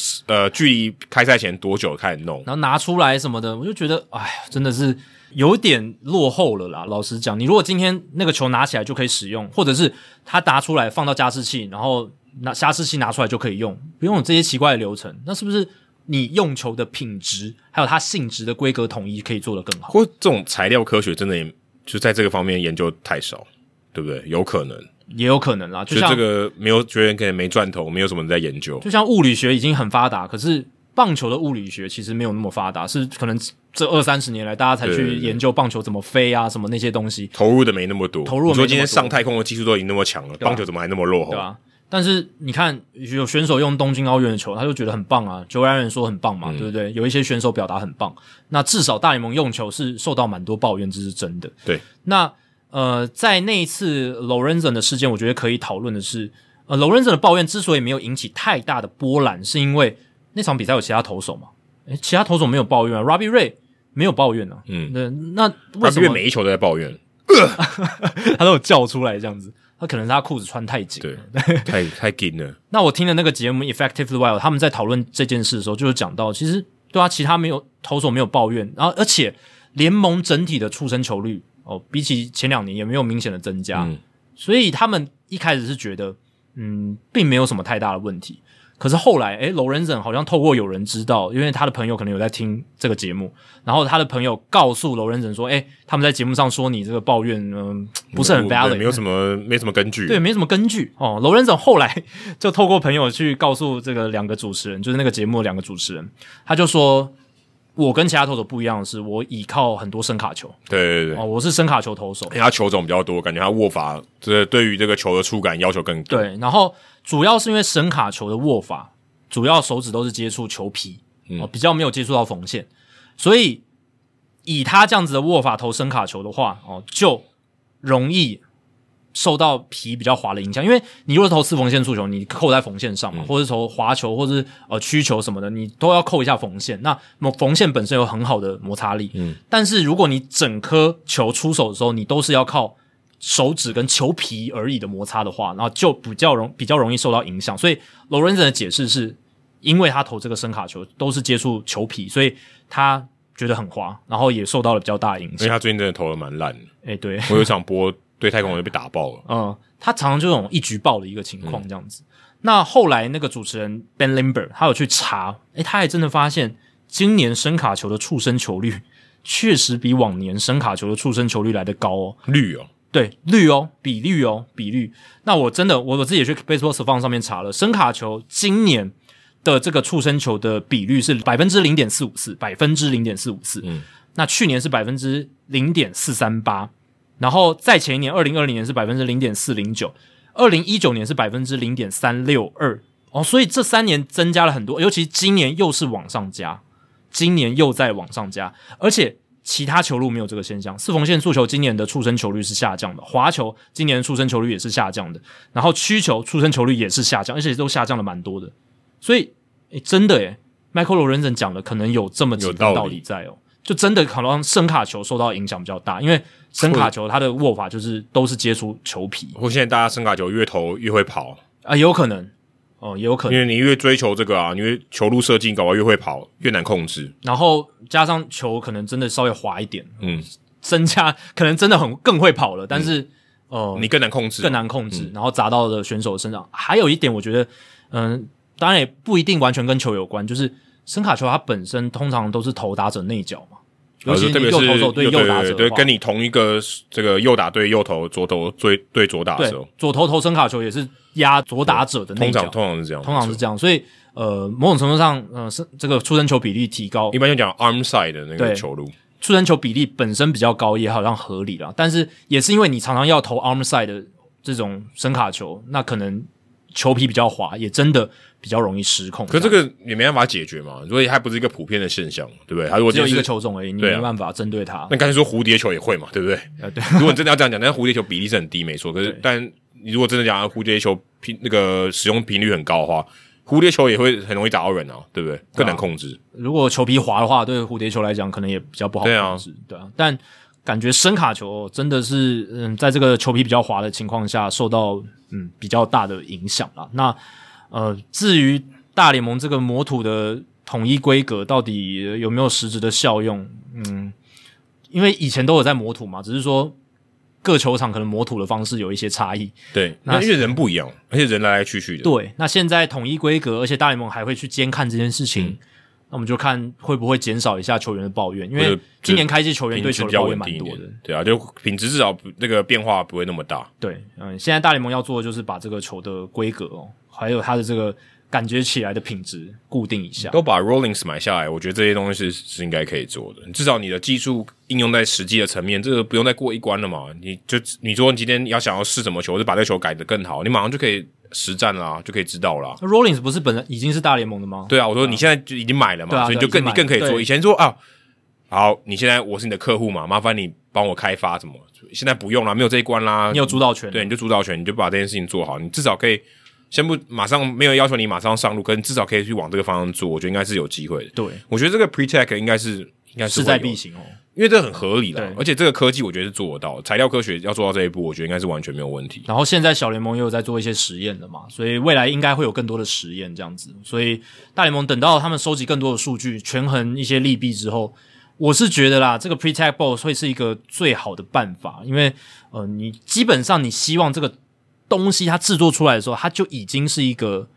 Speaker 2: 呃，距离开赛前多久开始弄？
Speaker 1: 然后拿出来什么的，我就觉得，哎呀，真的是有点落后了啦。老实讲，你如果今天那个球拿起来就可以使用，或者是他拿出来放到加湿器，然后拿加湿器拿出来就可以用，不用有这些奇怪的流程，那是不是你用球的品质还有它性质的规格统一可以做得更好？
Speaker 2: 或这种材料科学真的也就在这个方面研究太少，对不对？有可能，
Speaker 1: 也有可能啦，就
Speaker 2: 就
Speaker 1: 像
Speaker 2: 这个没有觉得可能没赚头，没有什么人在研究。
Speaker 1: 就像物理学已经很发达，可是棒球的物理学其实没有那么发达，是可能这二三十年来大家才
Speaker 2: 对对
Speaker 1: 去
Speaker 2: 对
Speaker 1: 研究棒球怎么飞啊，什么那些东西，
Speaker 2: 投入的没那么多，
Speaker 1: 投入的没那
Speaker 2: 你
Speaker 1: 么多
Speaker 2: 说今天上太空的技术都已经那么强了，棒球怎么还那么落后
Speaker 1: 对？啊吧、哦但是你看，有选手用东京奥运的球，他就觉得很棒啊。九安人说很棒嘛，对不对？有一些选手表达很棒，那至少大联盟用球是受到蛮多抱怨，这是真的。
Speaker 2: 对，
Speaker 1: 那呃，在那一次 Lorenzen 的事件，我觉得可以讨论的是，呃，Lorenzen 的抱怨之所以没有引起太大的波澜，是因为那场比赛有其他投手嘛？诶，其他投手没有抱怨啊，Robbie Ray 没有抱怨啊。
Speaker 2: 嗯
Speaker 1: 那那为什
Speaker 2: 因为
Speaker 1: 么
Speaker 2: 每一球都在抱怨，
Speaker 1: [LAUGHS] 他都有叫出来这样子？他可能是他裤子穿太紧， [LAUGHS]
Speaker 2: 对，太太紧了。
Speaker 1: 那我听的那个节目《Effectively Wild》，他们在讨论这件事的时候，就是讲到，其实对啊，其他没有投手没有抱怨，然后而且联盟整体的触身球率哦，比起前两年也没有明显的增加，
Speaker 2: 嗯
Speaker 1: 所以他们一开始是觉得，嗯，并没有什么太大的问题。可是后来，诶，楼人整好像透过有人知道，因为他的朋友可能有在听这个节目，然后他的朋友告诉楼人整说，诶，他们在节目上说你这个抱怨，嗯、不是很
Speaker 2: 对
Speaker 1: valid，
Speaker 2: 没有什么没什么根据。
Speaker 1: 对，没什么根据哦。楼人总 [LAUGHS] 后来就透过朋友去告诉这个两个主持人，就是那个节目的两个主持人，他就说，我跟其他投手不一样的是，我倚靠很多声卡球
Speaker 2: 对对
Speaker 1: 哦，
Speaker 2: 对
Speaker 1: 我是声卡球投手
Speaker 2: 因。为他球种比较多，感觉他握法这对于这个球的触感要求更多。
Speaker 1: 对，然后主要是因为声卡球的握法，主要手指都是接触球皮，哦，比较没有接触到缝线，所以以他这样子的握法投声卡球的话，哦，就容易受到皮比较滑的影响。因为你如果投四缝线速球，你扣在缝线上嘛，或者是投滑球，或者是呃曲球什么的，你都要扣一下缝线。那么缝线本身有很好的摩擦力，嗯，但是如果你整颗球出手的时候，你都是要靠手指跟球皮而已的摩擦的话，然后就比较容比较容易受到影响。所以 l o r e n z 的解释是，因为他投这个声卡球都是接触球皮，所以他觉得很滑，然后也受到了比较大的影
Speaker 2: 因为
Speaker 1: 响。
Speaker 2: 他最近真的投的蛮烂的，
Speaker 1: 哎、对，
Speaker 2: 我有一场波对太空人就被打爆了。
Speaker 1: 嗯，他常常就这种一举报的一个情况这样子。那后来那个主持人 Ben Limber 他有去查，诶，他还真的发现今年声卡球的触身球率 [LAUGHS] 确实比往年声卡球的触身球率来得高哦。
Speaker 2: 绿哦，
Speaker 1: 对，率哦，比率哦，比率。那我真的我我自己也去 Baseball s f u n 上面查了，声卡球今年的这个触身球的比率是百分之零点四五四，百分之零点四五四。
Speaker 2: 嗯，
Speaker 1: 那去年是百分之零点四三八，然后再前一年二零二零年是百分之零点四零九，二零一九年是百分之零点三六二。哦，所以这三年增加了很多，尤其今年又是往上加，今年又在往上加，而且其他球路没有这个现象。四缝线速球今年的触身球率是下降的，滑球今年的触身球率也是下降的，然后曲球触身球率也是下降，而且都下降了蛮多的。所以，诶真的诶 m i c h a e l l o r e n z n 讲的可能有这么几
Speaker 2: 有
Speaker 1: 分
Speaker 2: 道理
Speaker 1: 道理在哦。就真的可能声卡球受到影响比较大，因为声卡球它的握法就是都是接触球皮
Speaker 2: 或现在大家声卡球越投越会跑，
Speaker 1: 啊，也有可能哦，也有可能
Speaker 2: 因。为你越追求这个啊，因为球路设计搞啊完越会跑，越难控制。
Speaker 1: 然后加上球可能真的稍微滑一点，
Speaker 2: 嗯，
Speaker 1: 增加可能真的很更会跑了，但是、呃，
Speaker 2: 你更难控制，
Speaker 1: 更难控
Speaker 2: 嗯
Speaker 1: 制，然后砸到的选手身上。还有一点，我觉得，嗯，当然也不一定完全跟球有关，就是声卡球它本身通常都是投打者内角嘛，尤
Speaker 2: 呃，
Speaker 1: 其
Speaker 2: 特
Speaker 1: 你
Speaker 2: 别
Speaker 1: 右
Speaker 2: 是
Speaker 1: 投手对右打者的话，
Speaker 2: 对，跟你同一个这个右打对右投，左投对对左打的时
Speaker 1: 对
Speaker 2: 候，
Speaker 1: 左投投声卡球也是压左打者的内
Speaker 2: 通
Speaker 1: 角，
Speaker 2: 常通常是这样，
Speaker 1: 通常是这样，所以呃，某种程度上，呃，是这个出生球比例提高
Speaker 2: 一，般就讲 arm side 的那
Speaker 1: 对
Speaker 2: 个球路，
Speaker 1: 出生球比例本身比较高，也好像合理啦。但是也是因为你常常要投 arm side 的这种声卡球，那可能球皮比较滑，也真的比较容易失控。
Speaker 2: 可这个也没办法解决嘛，所以它不是一个普遍的现象，对不对？它如果
Speaker 1: 只有
Speaker 2: 就
Speaker 1: 一个
Speaker 2: 是
Speaker 1: 球种而已，你
Speaker 2: 对啊
Speaker 1: 没办法针对它。
Speaker 2: 那刚才说蝴蝶球也会嘛，
Speaker 1: [LAUGHS]
Speaker 2: 对不对？
Speaker 1: 呃，对，
Speaker 2: 如果你真的要这样讲，但是蝴蝶球比例是很低，没错。可是，但你如果真的讲蝴蝶球频那个使用频率很高的话，蝴蝶球也会很容易打到人啊，对不对？更难控制。
Speaker 1: 如果球皮滑的话，对蝴蝶球来讲可能也比较不好
Speaker 2: 对啊
Speaker 1: 控制，对啊。但感觉声卡球真的是，嗯，在这个球皮比较滑的情况下，受到嗯比较大的影响啦。那呃，至于大联盟这个模土的统一规格到底呃有没有实质的效用，嗯，因为以前都有在模土嘛，只是说各球场可能模土的方式有一些差异，
Speaker 2: 对，那因为人不一样，而且人来来去去的。
Speaker 1: 对，那现在统一规格，而且大联盟还会去监看这件事
Speaker 2: 嗯
Speaker 1: 情，那我们就看会不会减少一下球员的抱怨，因
Speaker 2: 或
Speaker 1: 为
Speaker 2: 者
Speaker 1: 今年开季球员
Speaker 2: 品
Speaker 1: 对
Speaker 2: 质
Speaker 1: 球
Speaker 2: 比
Speaker 1: 的
Speaker 2: 较
Speaker 1: 抱
Speaker 2: 稳
Speaker 1: 怨蛮
Speaker 2: 定一
Speaker 1: 多
Speaker 2: 点
Speaker 1: 的。，
Speaker 2: 对啊，就品质至少那个变化不会那么大。
Speaker 1: 对，嗯，现在大联盟要做的就是把这个球的规格哦，还有它的这个感觉起来的品质固定一下。
Speaker 2: 都把 Rollins 买下来，我觉得这些东西是是应该可以做的。至少你的技术应用在实际的层面，这个不用再过一关了嘛。你就你说你今天要想要试什么球，就把这球改得更好，你马上就可以实战啦、就可以知道啦、
Speaker 1: 那 Rollins 不是本来已经是大联盟的吗？
Speaker 2: 对啊，我说你现在就已经买了嘛，
Speaker 1: 对啊
Speaker 2: 所以你
Speaker 1: 对
Speaker 2: 就
Speaker 1: 已
Speaker 2: 更
Speaker 1: 经买
Speaker 2: 你
Speaker 1: 了
Speaker 2: 更可以做。
Speaker 1: 对
Speaker 2: 以前说啊，好，你现在我是你的客户嘛，麻烦你帮我开发什么，现在不用啦，没有这一关啦，
Speaker 1: 你有主导权，
Speaker 2: 啊对，你就主导权，你就把这件事情做好，你至少可以先不马上没有要求你马上上路，跟至少可以去往这个方向做，我觉得应该是有机会的。
Speaker 1: 对，
Speaker 2: 我觉得这个 Pretech 应该是应该是
Speaker 1: 势
Speaker 2: 会
Speaker 1: 在
Speaker 2: 有
Speaker 1: 必，行哦。
Speaker 2: 因为这很合理的
Speaker 1: 对，
Speaker 2: 而且这个科技我觉得是做得到的，材料科学要做到这一步，我觉得应该是完全没有问题。
Speaker 1: 然后现在小联盟也有在做一些实验的嘛，所以未来应该会有更多的实验这样子。所以大联盟等到他们收集更多的数据，权衡一些利弊之后，我是觉得啦，这个 p r e t a g ball 会是一个最好的办法，因为呃，你基本上你希望这个东西它制作出来的时候，它就已经是一个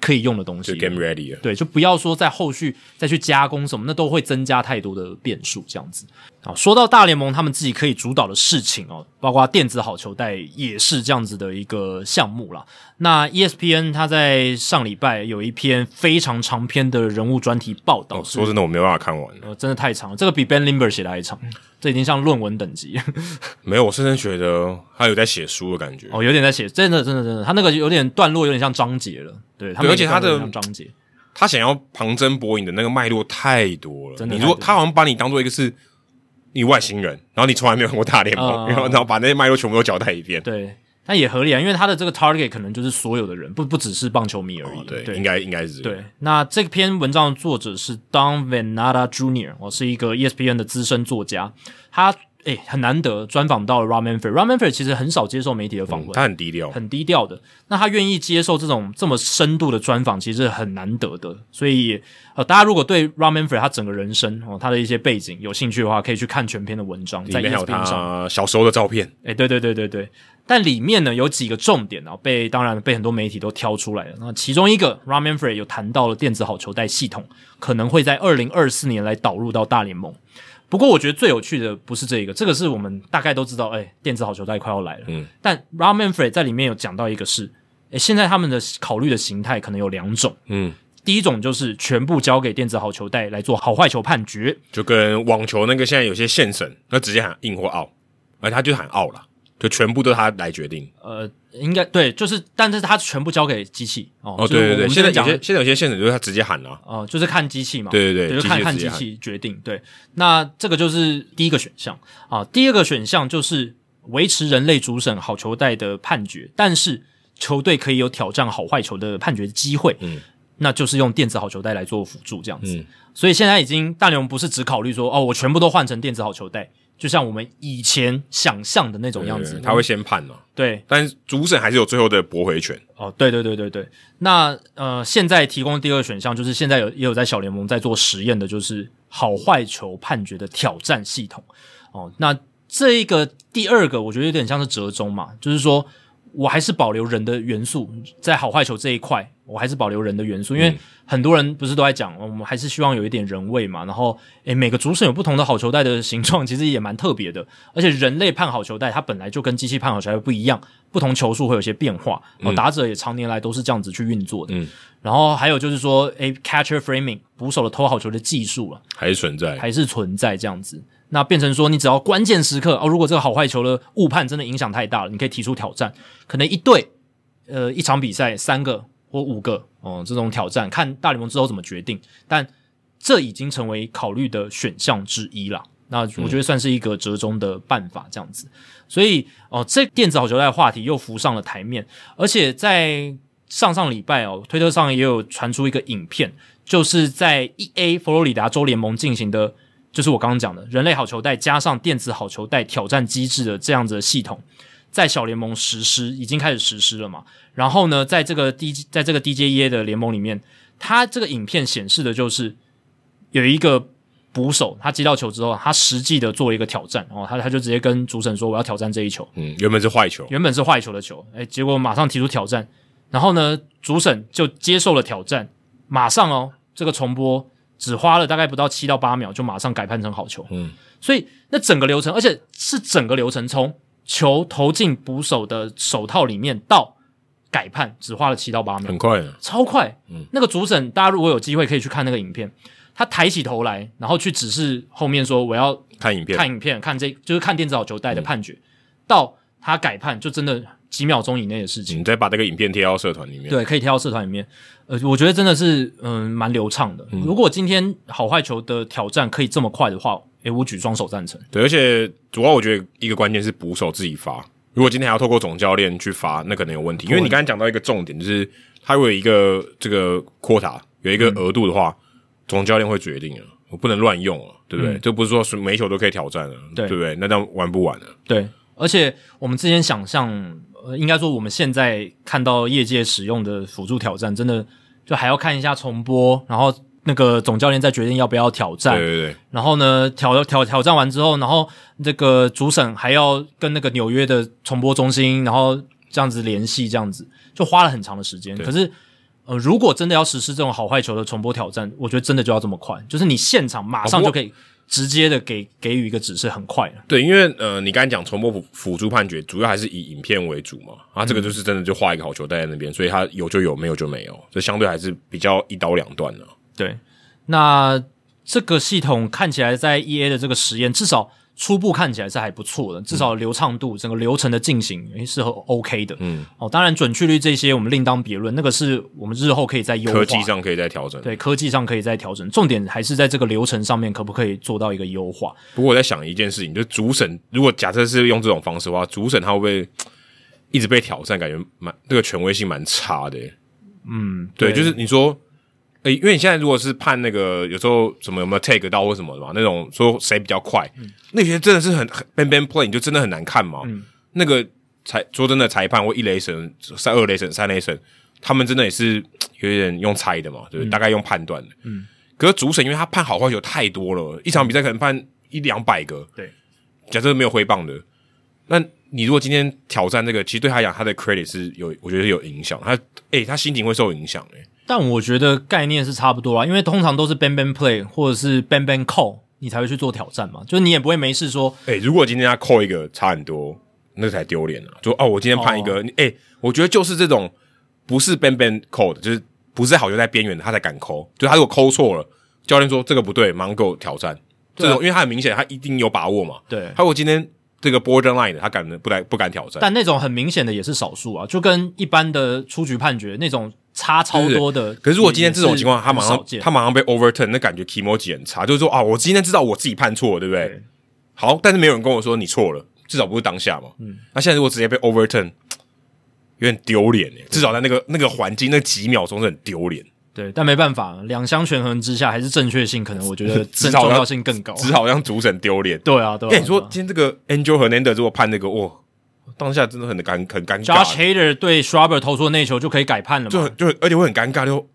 Speaker 1: 可以用的东西
Speaker 2: 就
Speaker 1: 了。
Speaker 2: game ready 了。
Speaker 1: 对，就不要说在后续再去加工什么，那都会增加太多的变数。这样子，好，说到大联盟他们自己可以主导的事情哦，包括电子好球带也是这样子的一个项目啦。那 E ESPN 他在上礼拜有一篇非常长篇的人物专题报道，
Speaker 2: 哦，
Speaker 1: 是
Speaker 2: 说真的，我没有办法看完。
Speaker 1: 呃真的太长了，这个比 Ben Limber 写的还长，这已经像论文等级
Speaker 2: 嗯没有，我深深觉得他有在写书的感觉。
Speaker 1: [LAUGHS] 哦，有点在写，真的真的真的，他那个有点段落有点像章节了，对，他
Speaker 2: 对
Speaker 1: 每
Speaker 2: 而且
Speaker 1: 个
Speaker 2: 他
Speaker 1: 段落
Speaker 2: 的
Speaker 1: 有点像章节。
Speaker 2: 他想要旁征博引的那个脉络太多了。
Speaker 1: 真的
Speaker 2: 你
Speaker 1: 太
Speaker 2: 如果
Speaker 1: 多
Speaker 2: 他好像把你当做一个是你外星人，然后你从来没有看过大联盟，
Speaker 1: 嗯
Speaker 2: 然后然后把那些脉络全部都交代一遍。
Speaker 1: 对，但也合理啊，因为他的这个 target 可能就是所有的人，不不只是棒球迷而已。
Speaker 2: 哦对，
Speaker 1: 对
Speaker 2: 应该应该是这个
Speaker 1: 对，那这篇文章的作者是 Don Venata Jr.，我、是一个 E ESPN 的资深作家，他诶很难得专访到 Ramen Fair。Ramen Fair 其实很少接受媒体的访
Speaker 2: 嗯
Speaker 1: 问，
Speaker 2: 他很低调。
Speaker 1: 很低调的。那他愿意接受这种这么深度的专访，其实是很难得的。所以，呃，大家如果对 Ramen Fair 他整个人生哦，他的一些背景有兴趣的话，可以去看全篇的文章，
Speaker 2: 里
Speaker 1: 在 E
Speaker 2: 面还有
Speaker 1: ESPN 上。
Speaker 2: 他小时候的照片，
Speaker 1: 哎，对对对对对，但里面呢有几个重点啊，被当然被很多媒体都挑出来了。那其中一个 Ramen Free 有谈到了电子好球带系统可能会在二零二四年来导入到大联盟。不过我觉得最有趣的不是这个，这个是我们大概都知道，哎，电子好球带快要来了。
Speaker 2: 嗯，
Speaker 1: 但 Ramen Free 在里面有讲到一个是，哎，现在他们的考虑的形态可能有两种，
Speaker 2: 嗯，
Speaker 1: 第一种就是全部交给电子好球带来做好坏球判决，
Speaker 2: 就跟网球那个现在有些现审，那直接喊硬或 out，而他就喊 out 啦，就全部都他来决定。
Speaker 1: 呃，应该对，就是，但是它全部交给机器哦。
Speaker 2: 哦，
Speaker 1: 就是
Speaker 2: 对对
Speaker 1: 我
Speaker 2: 对，
Speaker 1: 们
Speaker 2: 现在
Speaker 1: 这边讲
Speaker 2: 有些现在有些现审就是他直接喊啊啦。
Speaker 1: 哦，就是看机器嘛，
Speaker 2: 对对对
Speaker 1: 就是看
Speaker 2: 机械
Speaker 1: 看
Speaker 2: 自己
Speaker 1: 机
Speaker 2: 按
Speaker 1: 器决定。对，那这个就是第一个选项啊。第二个选项就是维持人类主审好球带的判决，但是球队可以有挑战好坏球的判决机会。
Speaker 2: 嗯，
Speaker 1: 那就是用电子好球带来做辅助这样子。
Speaker 2: 嗯
Speaker 1: 所以现在已经大联盟不是只考虑说哦，我全部都换成电子好球带，就像我们以前想象的那种样子
Speaker 2: 对。他会先判嘛，
Speaker 1: 对
Speaker 2: 但是主审还是有最后的驳回权。
Speaker 1: 哦，对对对对对，那呃，现在提供的第二个选项就是现在有也有在小联盟在做实验的，就是好坏球判决的挑战系统。哦，那这一个第二个，我觉得有点像是折中嘛，就是说我还是保留人的元素在好坏球这一块，我还是保留人的元素，因为很多人不是都在讲，哦我们还是希望有一点人味嘛。然后，诶，每个主审有不同的好球带的形状，其实也蛮特别的。而且人类判好球带，它本来就跟机器判好球带不一样，不同球数会有些变化。哦，打者也常年来都是这样子去运作的。
Speaker 2: 嗯
Speaker 1: 然后还有就是说，诶 c a t c h e r framing 捕手的偷好球的技术啊了、
Speaker 2: 还是存在，
Speaker 1: 还是存在这样子。那变成说，你只要关键时刻哦，如果这个好坏球的误判真的影响太大了，你可以提出挑战。可能一队，呃，一场比赛三个或五个哦、这种挑战，看大联盟之后怎么决定。但这已经成为考虑的选项之一啦。那我觉得算是一个折中的办法，这样子。所以哦、这电子好球带的话题又浮上了台面，而且在上上礼拜哦，推特上也有传出一个影片，就是在 E A 佛罗里达州联盟进行的，就是我刚刚讲的人类好球带加上电子好球带挑战机制的这样子的系统，在小联盟实施，已经开始实施了嘛。然后呢，在这个 D 在这个 DJEA 的联盟里面，它这个影片显示的就是有一个捕手，他接到球之后，他实际的做了一个挑战，哦，他他就直接跟主审说我要挑战这一球，
Speaker 2: 嗯，原本是坏球，
Speaker 1: 原本是坏球的球，哎，结果马上提出挑战，然后呢，主审就接受了挑战，马上哦，这个重播只花了大概不到七到八秒，就马上改判成好球。
Speaker 2: 嗯，
Speaker 1: 所以那整个流程，而且是整个流程从球投进捕手的手套里面到改判，只花了七到八秒
Speaker 2: 很，快啊，
Speaker 1: 超快。
Speaker 2: 嗯
Speaker 1: 那个主审，大家如果有机会可以去看那个影片，他抬起头来，然后去指示后面说我要
Speaker 2: 看影片，
Speaker 1: 看影片，嗯看这就是看电子好球带的判决，到他改判就真的几秒钟以内的事情。
Speaker 2: 嗯你再把这个影片贴到社团里面，
Speaker 1: 对，可以贴到社团里面。呃，我觉得真的是嗯蛮流畅的。如果今天好坏球的挑战可以这么快的话，诶，我举双手赞成。
Speaker 2: 对，而且主要我觉得一个关键是捕手自己发，如果今天还要透过总教练去发，那可能有问题，因为你刚才讲到一个重点，就是他有一个这个 quota 有
Speaker 1: 嗯
Speaker 2: 一个额度的话，总教练会决定啊，我不能乱用啊，对不对？这不是说是每一球都可以挑战啊，
Speaker 1: 嗯对
Speaker 2: 不对？那这样玩不完啊？
Speaker 1: 对，而且我们之前想象，呃，应该说我们现在看到业界使用的辅助挑战，真的就还要看一下重播，然后那个总教练再决定要不要挑战
Speaker 2: 对。对对，
Speaker 1: 然后呢，挑挑挑战完之后，然后这个主审还要跟那个纽约的重播中心，然后这样子联系，这样子就花了很长的时间。可是呃，如果真的要实施这种好坏球的重播挑战，我觉得真的就要这么快，就是你现场马上
Speaker 2: 哦不
Speaker 1: 就
Speaker 2: 过
Speaker 1: 可以直接的给给予一个指示，很快了。
Speaker 2: 对，因为呃，你刚才讲重播辅辅助判决，主要还是以影片为主嘛。啊，
Speaker 1: 嗯
Speaker 2: 这个就是真的就画一个好球带在那边，所以他有就有，没有就没有，这相对还是比较一刀两断的、
Speaker 1: 对，那这个系统看起来在 E A 的这个实验，至少初步看起来是还不错的，至少
Speaker 2: 嗯
Speaker 1: 流畅度、整个流程的进行诶是 O K 的。嗯，哦，当然准确率这些我们另当别论，那个是我们日后可以再优化
Speaker 2: 科
Speaker 1: 的。
Speaker 2: 技上可以再调整。
Speaker 1: 对科技上可以再调整，重点还是在这个流程上面可不可以做到一个优化。
Speaker 2: 不过我在想一件事情，就是主审如果假设是用这种方式的话，主审他会不会一直被挑战？感觉蛮这个权威性蛮差的耶、
Speaker 1: 嗯，
Speaker 2: 对，就是你说，诶、因为你现在如果是判那个有时候什么有没有 take 到或什么的嘛，那种说谁比较快，那些真的是很很 ban ban play，你就真的很难看嘛。那个裁说真的，裁判或一雷神、三二雷神、三雷神，他们真的也是有点用猜的嘛，对不对？大概用判断的。嗯，可是主审因为他判好坏球太多了，一场比赛可能判一两百个，
Speaker 1: 对，
Speaker 2: 假设没有挥棒的，那你如果今天挑战这个，其实对他讲他的 credit 是有，我觉得是有影响。他诶、他心情会受影响诶、
Speaker 1: 但我觉得概念是差不多啦，因为通常都是 ban ban play 或者是 ban ban call，你才会去做挑战嘛，就是你也不会没事说
Speaker 2: 哎、如果今天他扣一个差很多，那才丢脸啊！就哦，我今天判一个，哎、欸我觉得就是这种不是 ban ban 扣的，就是不是在好球在边缘的，他才敢扣。就他如果扣错了，教练说这个不对，马上给我挑战。这
Speaker 1: 啊
Speaker 2: 种，因为他很明显，他一定有把握嘛。
Speaker 1: 对
Speaker 2: 他如果今天这个 borderline 的，他敢不敢不敢挑战？
Speaker 1: 但那种很明显的也是少数啊，就跟一般的出局判决那种差超多的。
Speaker 2: 可是如果今天这种情况，
Speaker 1: 也是
Speaker 2: 他马
Speaker 1: 很
Speaker 2: 上
Speaker 1: 少见
Speaker 2: 他马上被 overturn，那感觉 k i m o j i 很差，就是说啊，我今天知道我自己判错了，对不对？
Speaker 1: 对
Speaker 2: 好，但是没有人跟我说你错了，至少不是当下嘛。嗯，那现在如果直接被 overturn，有点丢脸诶，至少在那个那个环境那几秒钟是很丢脸，
Speaker 1: 对，但没办法，两相权衡之下，还是正确性可能我觉
Speaker 2: [LAUGHS]
Speaker 1: 得
Speaker 2: 至
Speaker 1: 正
Speaker 2: 少要
Speaker 1: 重要性更高。
Speaker 2: 只好让主审丢脸。
Speaker 1: 对啊，对啊。
Speaker 2: 哎、你说今天这个 Angel 和 Nander 如果判那个，哇，当下真的很尴很尴
Speaker 1: Josh 哦
Speaker 2: 尬，
Speaker 1: Hader 对 Schreiber 投出的内球就可以改判了
Speaker 2: 就
Speaker 1: 嘛
Speaker 2: 很？就很而且会很尴尬，就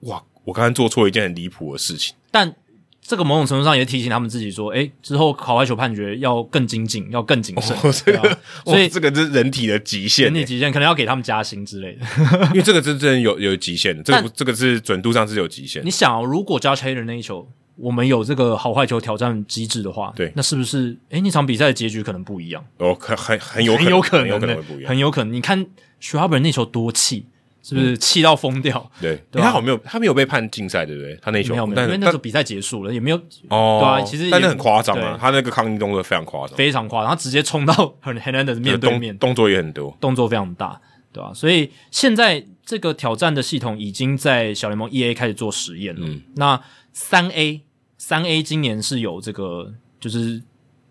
Speaker 2: 哇，我刚刚做错一件很离谱的事情。
Speaker 1: 但这个某种程度上也提醒他们自己说，哎，之后考外球判决要更精进，要更谨
Speaker 2: [LAUGHS]
Speaker 1: 慎。
Speaker 2: 哦，这个，
Speaker 1: 对啊所以
Speaker 2: 哇这个是人体的极限
Speaker 1: 人
Speaker 2: 欸、
Speaker 1: 体极限可能要给他们加薪之类的。
Speaker 2: 因为这个是真的有有极限的，这个
Speaker 1: 但
Speaker 2: 不这个是准度上是有极限
Speaker 1: 你。想、哦，如果 Josh Hader 那一球，我们有这个好坏球挑战机制的话，
Speaker 2: 对
Speaker 1: 那是不是哎那场比赛的结局可能不一样？
Speaker 2: 哦，很很很有
Speaker 1: 很有可能
Speaker 2: 可很有可能
Speaker 1: 的
Speaker 2: 会不一样。
Speaker 1: 很有可能。你看 Schreiber 那球多气，是不
Speaker 2: 嗯
Speaker 1: 是气到疯掉？
Speaker 2: 对，
Speaker 1: 对啊
Speaker 2: 他好像没有他没有被判禁赛，对不对？他那球
Speaker 1: 没有没有，
Speaker 2: 但
Speaker 1: 因为那时候比赛结束了，也没有
Speaker 2: 但哦，
Speaker 1: 对啊其实也
Speaker 2: 但那很夸张啊
Speaker 1: 对，
Speaker 2: 他那个抗议动作非常夸张，
Speaker 1: 非常夸张，他直接冲到 [LAUGHS] 很 Hernandez 面对
Speaker 2: 动
Speaker 1: 面，
Speaker 2: 动作也很多。
Speaker 1: 动作非常大，对吧、所以现在这个挑战的系统已经在小联盟 E A 开始做实验了。
Speaker 2: 嗯
Speaker 1: 那三 A 三 A 今年是有这个就是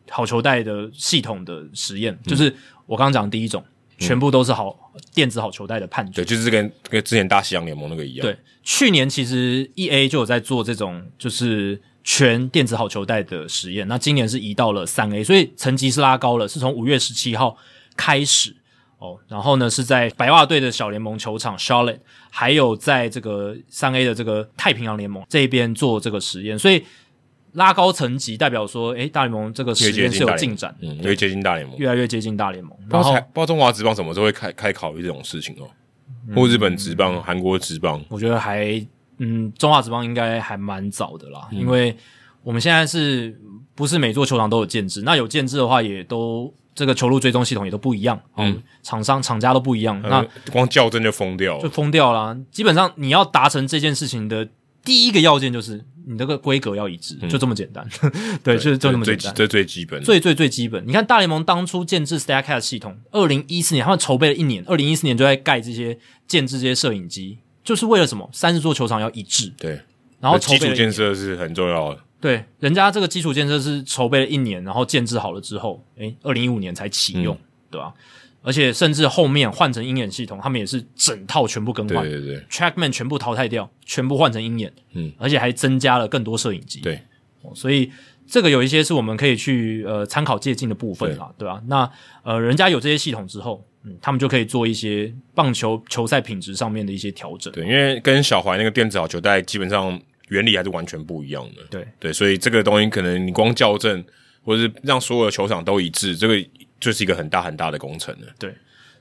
Speaker 1: 好球带的系统的实验，就是我刚刚讲的第一种，全部都是好、电子好球带的判决
Speaker 2: 对，。就是跟跟之前大西洋联盟那个一样。，
Speaker 1: 对，去年其实 E A 就有在做这种就是全电子好球带的实验，那今年是移到了三 A，所以层级是拉高了，是从五月十七号开始哦。然后呢，是在白袜队的小联盟球场 Charlotte，还有在这个三 A 的这个太平洋联盟这边做这个实验，所以拉高层级代表说，诶，大联盟这个
Speaker 2: 越
Speaker 1: 实
Speaker 2: 接
Speaker 1: 验是有
Speaker 2: 近大
Speaker 1: 进
Speaker 2: 联
Speaker 1: 展
Speaker 2: 盟，，嗯，越接近大联盟。
Speaker 1: 越来越接近大联盟。
Speaker 2: 不
Speaker 1: 然
Speaker 2: 知
Speaker 1: 后
Speaker 2: 道台不知道中华职棒什么时候会开开考虑这种事情哦，
Speaker 1: 嗯
Speaker 2: 或日本职棒、韩国职棒，
Speaker 1: 我觉得还嗯，中华职棒应该还蛮早的啦，因为我们现在是不是每座球场都有建制？那有建制的话，也都这个球路追踪系统也都不一样，嗯，厂商厂家都不一样，那
Speaker 2: 那呃光校正就疯掉
Speaker 1: 就
Speaker 2: 了。
Speaker 1: 封掉啦。基本上你要达成这件事情的第一个要件就是你这个规格要一致，就这么简单，嗯 [LAUGHS] 对，就是就这么
Speaker 2: 最
Speaker 1: 简单。
Speaker 2: 这最基本的。
Speaker 1: 最最最基本。你看大联盟当初建制 Stacks 系统，二零一四年他们筹备了一年，二零一四年就在盖这些建制这些摄影机，就是为了什么？三十座球场要一致，
Speaker 2: 对，
Speaker 1: 然后筹
Speaker 2: 基
Speaker 1: 备
Speaker 2: 础
Speaker 1: 了
Speaker 2: 建设是很重要的。
Speaker 1: 对，人家这个基础建设是筹备了一年，然后建制好了之后，诶，二零一五年才启
Speaker 2: 嗯
Speaker 1: 用，对吧、而且甚至后面换成鹰眼系统，他们也是整套全部更
Speaker 2: 对
Speaker 1: 换
Speaker 2: 对对
Speaker 1: ，Trackman 全部淘汰掉，全部换成鹰眼，
Speaker 2: 嗯，
Speaker 1: 而且还增加了更多摄影机，哦
Speaker 2: 对。
Speaker 1: 所以这个有一些是我们可以去呃参考借鉴的部分啦，对吧、那呃，人家有这些系统之后，嗯，他们就可以做一些棒球球赛品质上面的一些调整。
Speaker 2: 对，因为跟小怀那个电子好球带基本上原理还是完全不一样的。
Speaker 1: 对
Speaker 2: 对，所以这个东西可能你光校正，或者是让所有的球场都一致，这个就是一个很大很大的工程了。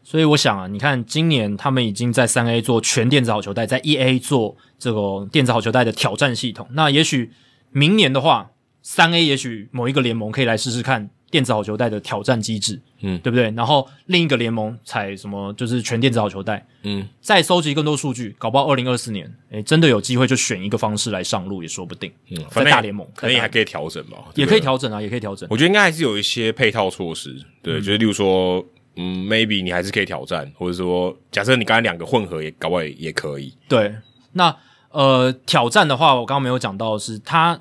Speaker 1: 所以我想啊，你看今年他们已经在三 A 做全电子好球带，在一 A 做这个电子好球带的挑战系统。那也许明年的话，三 A 也许某一个联盟可以来试试看电子好球带的挑战机制，
Speaker 2: 嗯
Speaker 1: 对不对？然后另一个联盟采什么就是全电子好球带，
Speaker 2: 嗯，
Speaker 1: 再收集更多数据，搞不好二零二四年，诶，真的有机会就选一个方式来上路也说不定。嗯，在
Speaker 2: 反正
Speaker 1: 大联盟，
Speaker 2: 可能
Speaker 1: 在
Speaker 2: 也
Speaker 1: 大
Speaker 2: 还可以调整吧，
Speaker 1: 也
Speaker 2: 这个
Speaker 1: 可以调整啊，也可以调整。
Speaker 2: 我觉得应该还是有一些配套措施，对，就是例如说，嗯，maybe 你还是可以挑战，或者说，假设你刚才两个混合也搞不好也也可以，
Speaker 1: 对，那呃，挑战的话，我刚刚没有讲到的是，他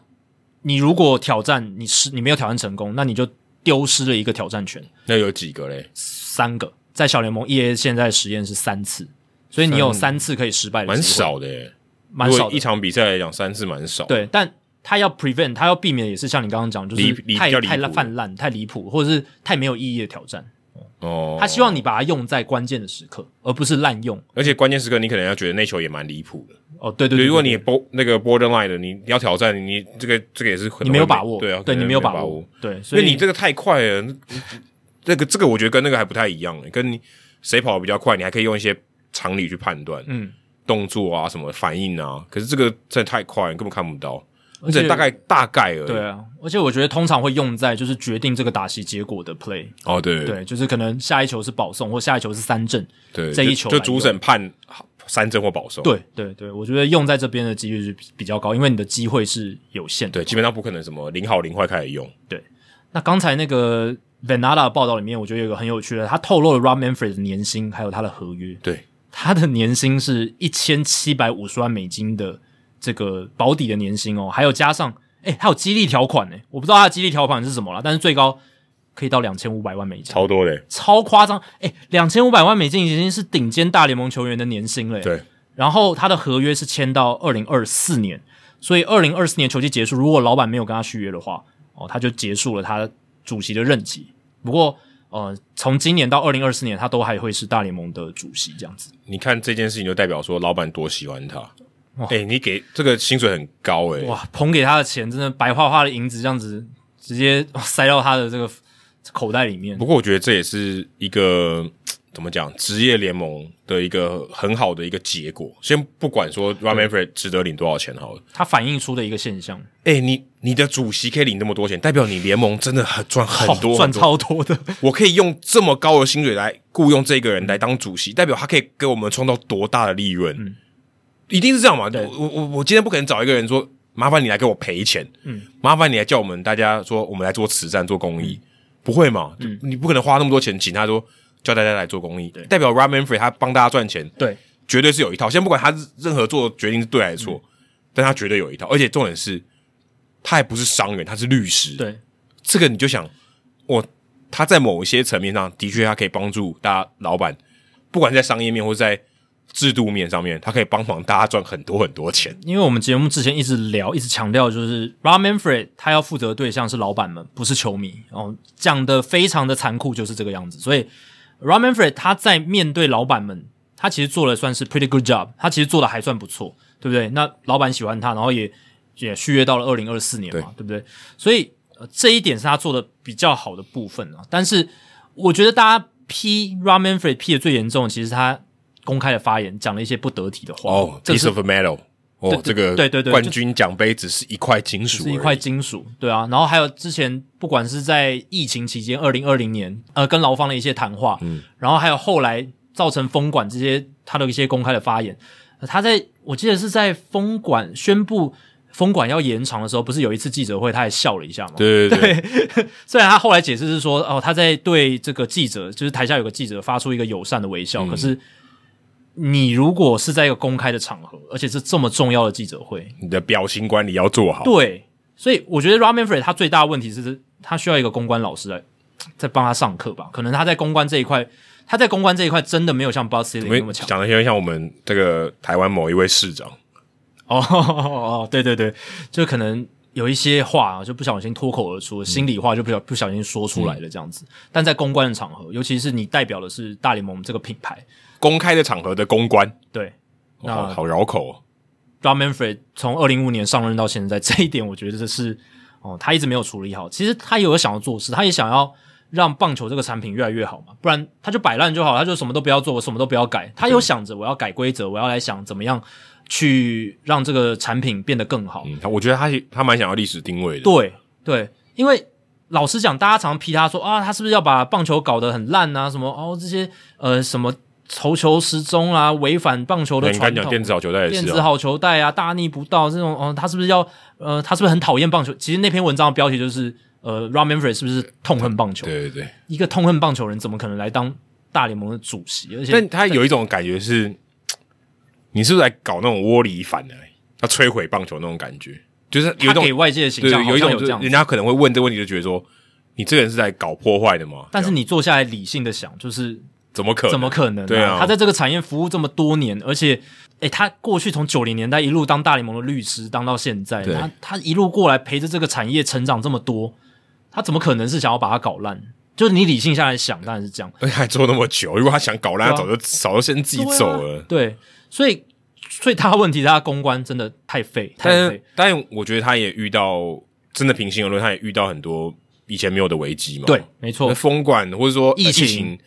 Speaker 1: 你如果挑战你是你没有挑战成功，那你就丢失了一个挑战权，
Speaker 2: 那有几个嘞，
Speaker 1: 三个在小联盟 E A 现在的实验是三次，所以你有三次可以失败的，
Speaker 2: 蛮，少的耶，
Speaker 1: 蛮
Speaker 2: 如
Speaker 1: 少
Speaker 2: 果
Speaker 1: 的
Speaker 2: 一。场比赛来讲，三次蛮少，，
Speaker 1: 对，但他要 prevent，他要避免的也是像你刚刚讲，就
Speaker 2: 离
Speaker 1: 是
Speaker 2: 离
Speaker 1: 太
Speaker 2: 比较离
Speaker 1: 太
Speaker 2: 谱
Speaker 1: 烂泛滥、太离谱，或者是太没有意义的挑战。
Speaker 2: 哦，
Speaker 1: 他希望你把它用在关键的时刻，而不是滥用。
Speaker 2: 而且关键时刻你可能要觉得那球也蛮离谱的，
Speaker 1: 哦，对对
Speaker 2: 对，
Speaker 1: 对，
Speaker 2: 如果
Speaker 1: 对
Speaker 2: 你 b 那个 borderline 的，你要挑战，你这个这个也是很
Speaker 1: 你没有
Speaker 2: 容易
Speaker 1: 把握，
Speaker 2: 对啊，
Speaker 1: 对
Speaker 2: 可
Speaker 1: 你
Speaker 2: 能
Speaker 1: 没
Speaker 2: 没
Speaker 1: 有
Speaker 2: 把
Speaker 1: 把握，，对，
Speaker 2: 因
Speaker 1: 所
Speaker 2: 为
Speaker 1: 以
Speaker 2: 你这个太快了，那这个这个我觉得跟那个还不太一样，跟你谁跑的比较快，你还可以用一些常理去判断，
Speaker 1: 嗯，
Speaker 2: 动作啊什么反应啊，可是这个真的太快，你根本看不到，
Speaker 1: 而且
Speaker 2: 这大概大概而已，
Speaker 1: 对啊，而且我觉得通常会用在就是决定这个打席结果的 play，
Speaker 2: 哦对
Speaker 1: 对，就是可能下一球是保送或下一球是三振，
Speaker 2: 对，
Speaker 1: 这一
Speaker 2: 就
Speaker 1: 球
Speaker 2: 就
Speaker 1: 来
Speaker 2: 主
Speaker 1: 用
Speaker 2: 审判三振或保送，
Speaker 1: 对对对，我觉得用在这边的几率是比比较高，因为你的机会是有限的。
Speaker 2: 对，基本上不可能什么零好零坏开始用，
Speaker 1: 那刚才那个 Vanada 的报道里面，我觉得有一个很有趣的，他透露了 Rob Manfred 的年薪还有他的合约，
Speaker 2: 对，
Speaker 1: 他的年薪是一千七百五十万美金的这个保底的年薪哦，还有加上哎，还有激励条款呢，我不知道他的激励条款是什么啦，但是最高可以到两千五百万美金。
Speaker 2: 超多的，
Speaker 1: 超夸张，哎，两千五百万美金已经是顶尖大联盟球员的年薪了。诶，
Speaker 2: 对，
Speaker 1: 然后他的合约是签到二零二四年，所以二零二四年球季结束，如果老板没有跟他续约的话，哦，他就结束了他主席的任期。不过，呃，从今年到二零二四年，他都还会是大联盟的主席这样子。
Speaker 2: 你看这件事情就代表说老板多喜欢他，哎、你给这个薪水很高哎、
Speaker 1: 哇，捧给他的钱真的白花花的银子，这样子直接哦塞到他的这个口袋里面
Speaker 2: 不。过我觉得这也是一个怎么讲，职业联盟的一个很好的一个结果。先不管说 r a m a n f r e d 值得领多少钱好了，
Speaker 1: 他反映出的一个现象，
Speaker 2: 哎、你你的主席可以领那么多钱，代表你联盟真的很赚很多
Speaker 1: 哦赚
Speaker 2: 很多。
Speaker 1: 超多的。
Speaker 2: 我可以用这么高的薪水来雇佣这个人来当主席，代表他可以给我们创造多大的利润？一定是这样嘛？我我我我今天不可能找一个人说，麻烦你来给我赔钱，嗯，麻烦你来叫我们大家说，我们来做慈善做公益，不会嘛？你不可能花那么多钱请他说叫大家来做公益，代表 Ramen Free 他帮大家赚钱，
Speaker 1: 对，
Speaker 2: 绝对是有一套。先不管他任何做决定是对还是错，但他绝对有一套，而且重点是，他还不是商人，他是律师，
Speaker 1: 对，
Speaker 2: 这个你就想，我他在某一些层面上的确，他可以帮助大家老板，不管在商业面或是在制度面上面，他可以帮忙大家赚很多很多钱。
Speaker 1: 因为我们节目之前一直聊，一直强调，就是 Rob Manfred 他要负责的对象是老板们，不是球迷。哦，讲的非常的残酷，就是这个样子。所以 Rob Manfred 他在面对老板们，他其实做的算是 pretty good job，他其实做的还算不错，对不对？那老板喜欢他，然后也也续约到了二零二四年嘛，对不对？所以、呃这一点是他做的比较好的部分啊。但是我觉得大家批 Rob Manfred 批的最严重，其实他公开的发言讲了一些不得体的话。
Speaker 2: 哦
Speaker 1: 这
Speaker 2: ，piece
Speaker 1: 是
Speaker 2: of metal，哦，
Speaker 1: 对
Speaker 2: 这
Speaker 1: 对
Speaker 2: 个
Speaker 1: 对对对
Speaker 2: 冠军奖杯只是一块金属，
Speaker 1: 是一块，金属，对啊。然后还有之前不管是在疫情期间，二零二零年呃跟劳方的一些谈话，嗯，然后还有后来造成封管这些他的一些公开的发言，呃他在我记得是在封管宣布封管要延长的时候，不是有一次记者会他还笑了一下吗？
Speaker 2: 对对对，
Speaker 1: 虽然他后来解释是说，哦，他在对这个记者，就是台下有个记者发出一个友善的微
Speaker 2: 嗯
Speaker 1: 笑，可是。你如果是在一个公开的场合，而且是这么重要的记者会，
Speaker 2: 你的表情管理要做好。
Speaker 1: 对，所以我觉得 Ramen f r e d 他最大的问题是，他需要一个公关老师来在帮他上课吧。可能他在公关这一块，他在公关这一块真的没有像 Buzz c i l
Speaker 2: 因
Speaker 1: y
Speaker 2: 为
Speaker 1: 那么强。
Speaker 2: 讲的有点像我们这个台湾某一位市长，
Speaker 1: 哦哦，对对对，就可能有一些话啊，就不小心脱口而出，心里话就不小不小心说出来了这样子。但在公关的场合，尤其是你代表的是大联盟这个品牌，
Speaker 2: 公开的场合的公关，
Speaker 1: 对。
Speaker 2: 哦好
Speaker 1: 那
Speaker 2: 好绕口、哦。
Speaker 1: Rob Manfred 从二零一五年上任到 [LAUGHS] 现在，这一点我觉得这是哦，他一直没有处理好。其实他也有想要做事，他也想要让棒球这个产品越来越好嘛，不然他就摆烂就好了，他就什么都不要做，我什么都不要改。他有想着我要改规则，我要来想怎么样去让这个产品变得更好。
Speaker 2: 嗯，他我觉得他他蛮想要历史定位的，
Speaker 1: 对对，因为老实讲，大家常批他说啊，他是不是要把棒球搞得很烂啊？什么哦，这些呃什么投球失踪啊，违反棒球的
Speaker 2: 对你刚
Speaker 1: 传
Speaker 2: 讲
Speaker 1: 统，
Speaker 2: 电子好球袋也
Speaker 1: 电
Speaker 2: 是
Speaker 1: 子
Speaker 2: 啊，
Speaker 1: 好球带啊，大逆不道这种，哦，他是不是要呃，他是不是很讨厌棒球？其实那篇文章的标题就是呃 r a m a n f r e 是不是痛恨棒球？
Speaker 2: 对对对。
Speaker 1: 一个痛恨棒球人怎么可能来当大联盟的主席？而且
Speaker 2: 但他有一种感觉是，你是不是来搞那种窝里反的、要摧毁棒球那种感觉？就是有
Speaker 1: 他
Speaker 2: 一种
Speaker 1: 给外界的形
Speaker 2: 对，
Speaker 1: 象好
Speaker 2: 有一
Speaker 1: 像
Speaker 2: 种
Speaker 1: 有
Speaker 2: 就
Speaker 1: 这
Speaker 2: 是
Speaker 1: 样
Speaker 2: 人，家可能会问这个问题，就觉得说你这个人是来搞破坏的吗？
Speaker 1: 但是
Speaker 2: 这样
Speaker 1: 你坐下来理性的想，就是
Speaker 2: 怎么可能
Speaker 1: 啊怎么可能、
Speaker 2: 对啊
Speaker 1: 他在这个产业服务这么多年，而且，诶，他过去从九零年代一路当大联盟的律师，当到现在，
Speaker 2: 对
Speaker 1: 他他一路过来陪着这个产业成长这么多，他怎么可能是想要把它搞烂？就是你理性下来想，当然是这样。
Speaker 2: 而哎且还做那么久？如果他想搞烂，他
Speaker 1: 对
Speaker 2: 早
Speaker 1: 啊
Speaker 2: 就早就先自己走了。
Speaker 1: 对，啊所以最大问题是他的公关真的太废，太
Speaker 2: 但
Speaker 1: 废
Speaker 2: 是。，但我觉得他也遇到真的平心而论，他也遇到很多以前没有的危机嘛。
Speaker 1: 对，，没
Speaker 2: 哦那
Speaker 1: 错，
Speaker 2: 封管或者说
Speaker 1: 疫
Speaker 2: 呃
Speaker 1: 情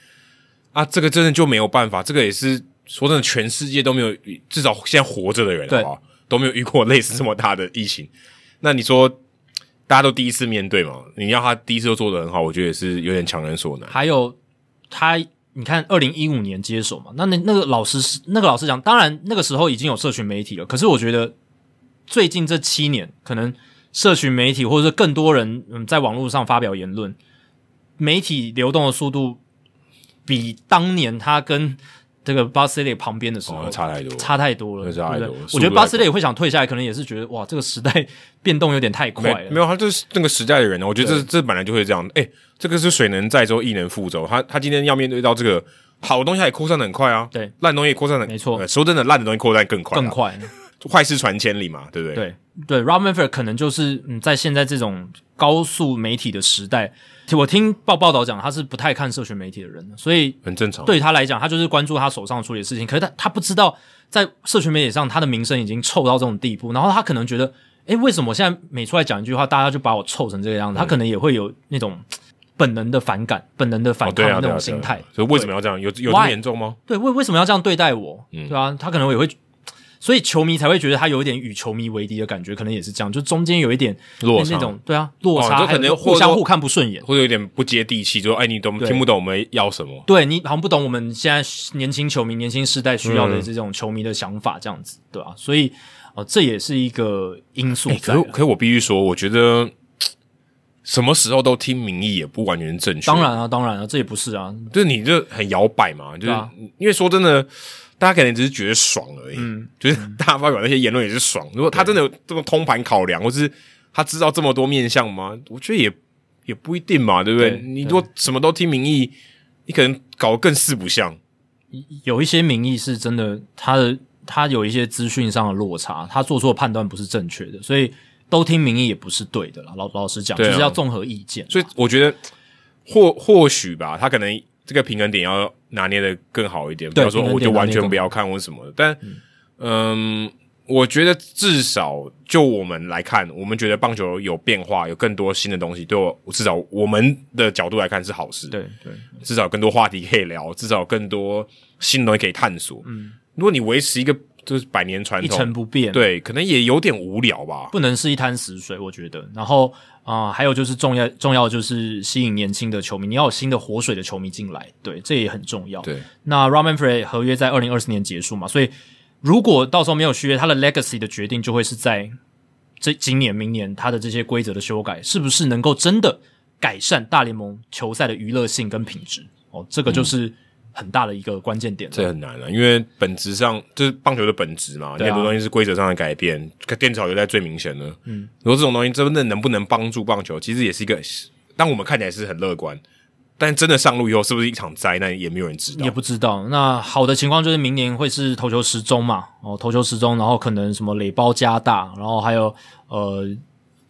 Speaker 2: 啊，这个真的就没有办法，这个也是说真的，全世界都没有，至少现在活着的人，好
Speaker 1: 对
Speaker 2: 不好？都没有遇过类似这么大的疫情。那你说大家都第一次面对嘛？你要他第一次就做得很好，我觉得也是有点强人所难。
Speaker 1: 还有他，你看，二零一五年接手嘛，那那那个老师是那个老师讲，当然那个时候已经有社群媒体了，可是我觉得最近这七年，可能社群媒体或者是更多人嗯在网络上发表言论，媒体流动的速度比当年他跟这个巴塞利旁边的时候、
Speaker 2: 哦差太多
Speaker 1: 差太多了，
Speaker 2: 那差太
Speaker 1: 对
Speaker 2: 多
Speaker 1: 不对
Speaker 2: 了
Speaker 1: 我
Speaker 2: 速
Speaker 1: 觉
Speaker 2: 度
Speaker 1: 得巴
Speaker 2: 太
Speaker 1: 塞利会想退下来，可能也是觉得哇，这个时代 [LAUGHS] 变动有点太快
Speaker 2: 没
Speaker 1: 了，
Speaker 2: 没有，他就是那个时代的人啊。我觉得这这本来就会这样。哎、这个是水能载舟，亦能覆舟。他他今天要面对到这个好的东西，它也扩散的很快啊。
Speaker 1: 对，
Speaker 2: 烂东西也扩散的
Speaker 1: 没错
Speaker 2: 说真的，烂的东西扩散更快、啊
Speaker 1: 更，快。
Speaker 2: 坏事传千里嘛，对不对？
Speaker 1: 对对 r o b m a n f e r 可能就是嗯，在现在这种高速媒体的时代，我听报报道讲他是不太看社群媒体的人，所以
Speaker 2: 很正常。
Speaker 1: 对他来讲，他就是关注他手上处理的事情。可是他他不知道，在社群媒体上，他的名声已经臭到这种地步，然后他可能觉得，诶，为什么我现在每出来讲一句话，大家就把我臭成这个
Speaker 2: 嗯
Speaker 1: 样子？他可能也会有那种嘖本能的反感、本能的反
Speaker 2: 哦对
Speaker 1: 抗
Speaker 2: 啊
Speaker 1: 那
Speaker 2: 对啊
Speaker 1: 种心态。
Speaker 2: 对啊所以为什么要这样？有有这么
Speaker 1: Why？
Speaker 2: 严重吗？
Speaker 1: 对，为为什么要这样对待我？
Speaker 2: 嗯
Speaker 1: 对啊，他可能也会，所以球迷才会觉得他有一点与球迷为敌的感觉，可能也是这样，就中间有一点
Speaker 2: 落差
Speaker 1: 那种，对啊，落
Speaker 2: 哦
Speaker 1: 差，
Speaker 2: 就可能
Speaker 1: 还有
Speaker 2: 或者
Speaker 1: 互相
Speaker 2: 说
Speaker 1: 互看不顺眼。
Speaker 2: 或者有点不接地气，就说哎，你懂
Speaker 1: 对
Speaker 2: 听不懂我们要什么？
Speaker 1: 对你好像不懂我们现在年轻球迷、年轻世代需要
Speaker 2: 嗯
Speaker 1: 的这种球迷的想法，这样子，对啊，所以哦、呃这也是一个因素
Speaker 2: 哎可
Speaker 1: 在
Speaker 2: 是
Speaker 1: 啊。
Speaker 2: 可是我必须说，我觉得嘖什么时候都听民意也不完全是正确。
Speaker 1: 当，然啊，当然啊，这也不是啊，
Speaker 2: 就是你这很摇摆嘛，就是、
Speaker 1: 对啊
Speaker 2: 因为说真的，大家可能只是觉得爽而已，
Speaker 1: 嗯
Speaker 2: 就是大家发表那些言论也是爽。如果他真的有这么通盘考量，或是他知道这么多面向吗？我觉得也也不一定嘛，对不对？
Speaker 1: 对
Speaker 2: 你如果什么都听民意，你可能搞得更四不像。
Speaker 1: 有一些民意是真的，他的他有一些资讯上的落差，他做出的判断不是正确的，所以都听民意也不是对的啦。老老实讲，
Speaker 2: 对啊
Speaker 1: 就是要综合意见。
Speaker 2: 所以我觉得或或许吧，他可能这个平衡点要拿捏的更好一点，不
Speaker 1: 对
Speaker 2: 要说
Speaker 1: 平衡
Speaker 2: 我就
Speaker 1: 点拿
Speaker 2: 完
Speaker 1: 捏
Speaker 2: 全
Speaker 1: 更
Speaker 2: 不要看或什么的。但嗯我觉得至少就我们来看，我们觉得棒球有变化，有更多新的东西，对我至少我们的角度来看是好事。
Speaker 1: 对对，
Speaker 2: 至少有更多话题可以聊，至少有更多新的东西可以探索。嗯，如果你维持一个就是百年传
Speaker 1: 一成
Speaker 2: 统，
Speaker 1: 不变，，
Speaker 2: 对，可能也有点无聊吧。
Speaker 1: 不能是一滩死水，我觉得。然后啊、呃还有就是重要重要就是吸引年轻的球迷，你要有新的活水的球迷进来，对，这也很重要。
Speaker 2: 对，
Speaker 1: 那 Roman f r e 合约在二零二四年结束嘛，所以如果到时候没有续约，他的 legacy 的决定就会是在这今年、明年他的这些规则的修改，是不是能够真的改善大联盟球赛的娱乐性跟品质？哦，这个就是很大的一个关键点了。
Speaker 2: 这很难了、啊因为本质上就是棒球的本质嘛，你
Speaker 1: 对啊
Speaker 2: 很多东西是规则上的改变，电子好球在最明显的。嗯，如果这种东西真的能不能帮助棒球，其实也是一个，当我们看起来是很乐观，但真的上路以后是不是一场灾难，也没有人知道
Speaker 1: 也。不知道。那好的情况就是明年会是投球时钟嘛，哦，投球时钟，然后可能什么垒包加大，然后还有呃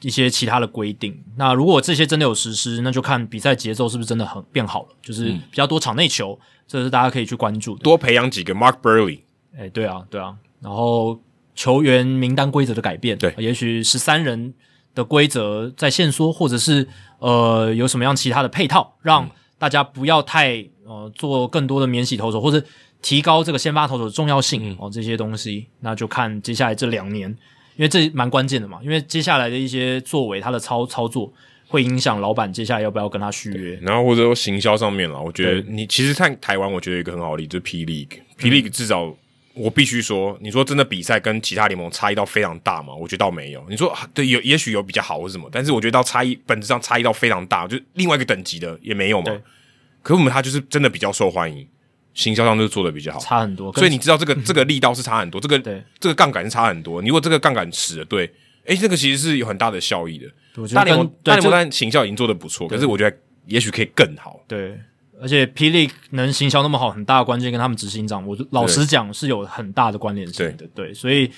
Speaker 1: 一些其他的规定。那如果这些真的有实施，那就看比赛节奏是不是真的很变好了，就是
Speaker 2: 嗯
Speaker 1: 比较多场内球，这是大家可以去关注的。
Speaker 2: 多培养几个 Mark Burley，
Speaker 1: 哎，对啊，对啊。然后球员名单规则的改变，
Speaker 2: 对
Speaker 1: 也许十三人的规则在限缩，或者是呃有什么样其他的配套，
Speaker 2: 嗯
Speaker 1: 让大家不要太呃做更多的免洗投手，或者提高这个先发投手的重要性、
Speaker 2: 嗯
Speaker 1: 哦这些东西，那就看接下来这两年，因为这蛮关键的嘛，因为接下来的一些作为他的操操作。会影响老板接下来要不要跟他续约，
Speaker 2: 然后或者说行销上面了，我觉得你其实看台湾，我觉得有一个很好的例子就是 P
Speaker 1: 嗯
Speaker 2: League，P League 至少我必须说，你说真的比赛跟其他联盟差异到非常大嘛？我觉得倒没有。你说啊对，有也许有比较好或什么，但是我觉得到差异本质上差异到非常大，就另外一个等级的也没有嘛
Speaker 1: 对。
Speaker 2: 可我们他就是真的比较受欢迎，行销上就是做的比较好，
Speaker 1: 差很多。
Speaker 2: 所以你知道这个这个力道是差很多，这个
Speaker 1: 对
Speaker 2: 这个杠杆是差很多。你如果这个杠杆使的对，诶，这个其实是有很大的效益的。
Speaker 1: 我觉得
Speaker 2: 大联盟
Speaker 1: 跟
Speaker 2: 大
Speaker 1: 对
Speaker 2: 联
Speaker 1: 这
Speaker 2: 盟当然行销已经做的不错，可是我觉得也许可以更好。
Speaker 1: 对，而且霹雳能行销那么好，很大的关键跟他们执行长，我就老实讲是有很大的关联性的。对，所以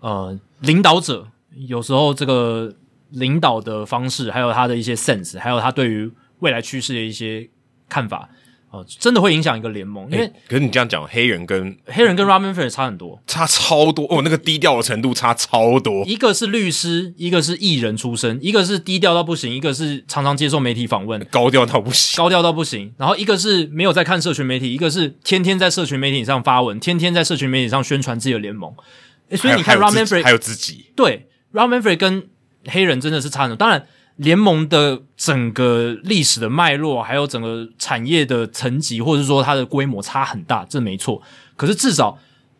Speaker 1: 呃，领导者有时候这个领导的方式，还有他的一些 sense，还有他对于未来趋势的一些看法，呃，真的会影响一个联盟，因为
Speaker 2: 诶可是你这样讲，黑人跟
Speaker 1: 黑人跟 Robin Fair 差很多，
Speaker 2: 差超多哦，那个低调的程度差超多。
Speaker 1: 一个是律师，一个是艺人出身，一个是低调到不行，一个是常常接受媒体访问。
Speaker 2: 高调到不行，
Speaker 1: 高调到不行。然后一个是没有在看社群媒体，一个是天天在社群媒体上发文，天天在社群媒体上宣传自己的联盟。诶所以你看 r a m
Speaker 2: 还
Speaker 1: a n f r e
Speaker 2: 有自己还有自己，
Speaker 1: 对 r a m a n f r e 跟黑人真的是差很多。当然，联盟的整个历史的脉络，还有整个产业的层级，或者是说它的规模差很大，这没错。可是至少，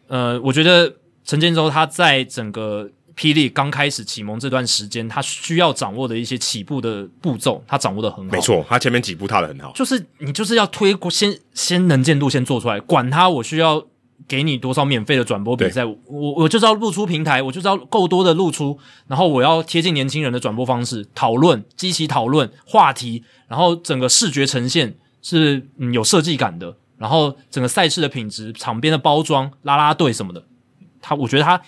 Speaker 1: 呃，我觉得陈建州他在整个霹雳刚开始启蒙这段时间，他需要掌握的一些起步的步骤，他掌握的很好。
Speaker 2: 没错，他前面几步踏的很好。
Speaker 1: 就是你就是要推过先先能见度先做出来，管他我需要给你多少免费的转播比赛，我我我就是要露出平台，我就是要够多的露出，然后我要贴近年轻人的转播方式，讨论激起讨论话题，然后整个视觉呈现是、嗯、有设计感的，然后整个赛事的品质、场边的包装、啦啦队什么的，他我觉得他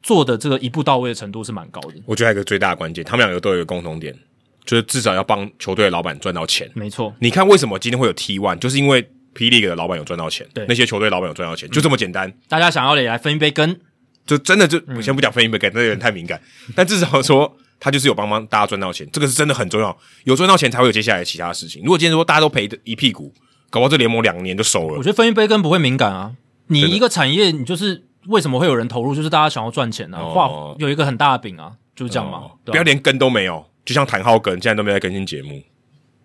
Speaker 1: 做的这个一步到位的程度是蛮高的，
Speaker 2: 我觉得还有一个最大的关键，他们两个都有一个共同点，就是至少要帮球队的老板赚到钱。
Speaker 1: 没错，
Speaker 2: 你看为什么今天会有 T one，就是因为 P League 的老板有赚到钱，
Speaker 1: 对
Speaker 2: 那些球队老板有赚到钱，就这么简单。
Speaker 1: 大家想要的也来分一杯羹，
Speaker 2: 就真的就
Speaker 1: 嗯
Speaker 2: 我先不讲分一杯给，那有点太敏感。 [LAUGHS] 但至少说他就是有帮忙大家赚到钱，这个是真的很重要。有赚到钱才会有接下来其他的事情。如果今天说大家都赔的一屁股，搞不好这联盟两年就熟
Speaker 1: 我
Speaker 2: 了。
Speaker 1: 觉得分一杯羹不会敏感啊。你
Speaker 2: 真的
Speaker 1: 一个产业，你就是为什么会有人投入，就是大家想要赚钱啊，
Speaker 2: 哦
Speaker 1: 画、有一个很大的饼啊，嗯就是这样嘛。对
Speaker 2: 不
Speaker 1: 吧
Speaker 2: 要连跟都没有，就像谭浩跟现在都没有在更新节目。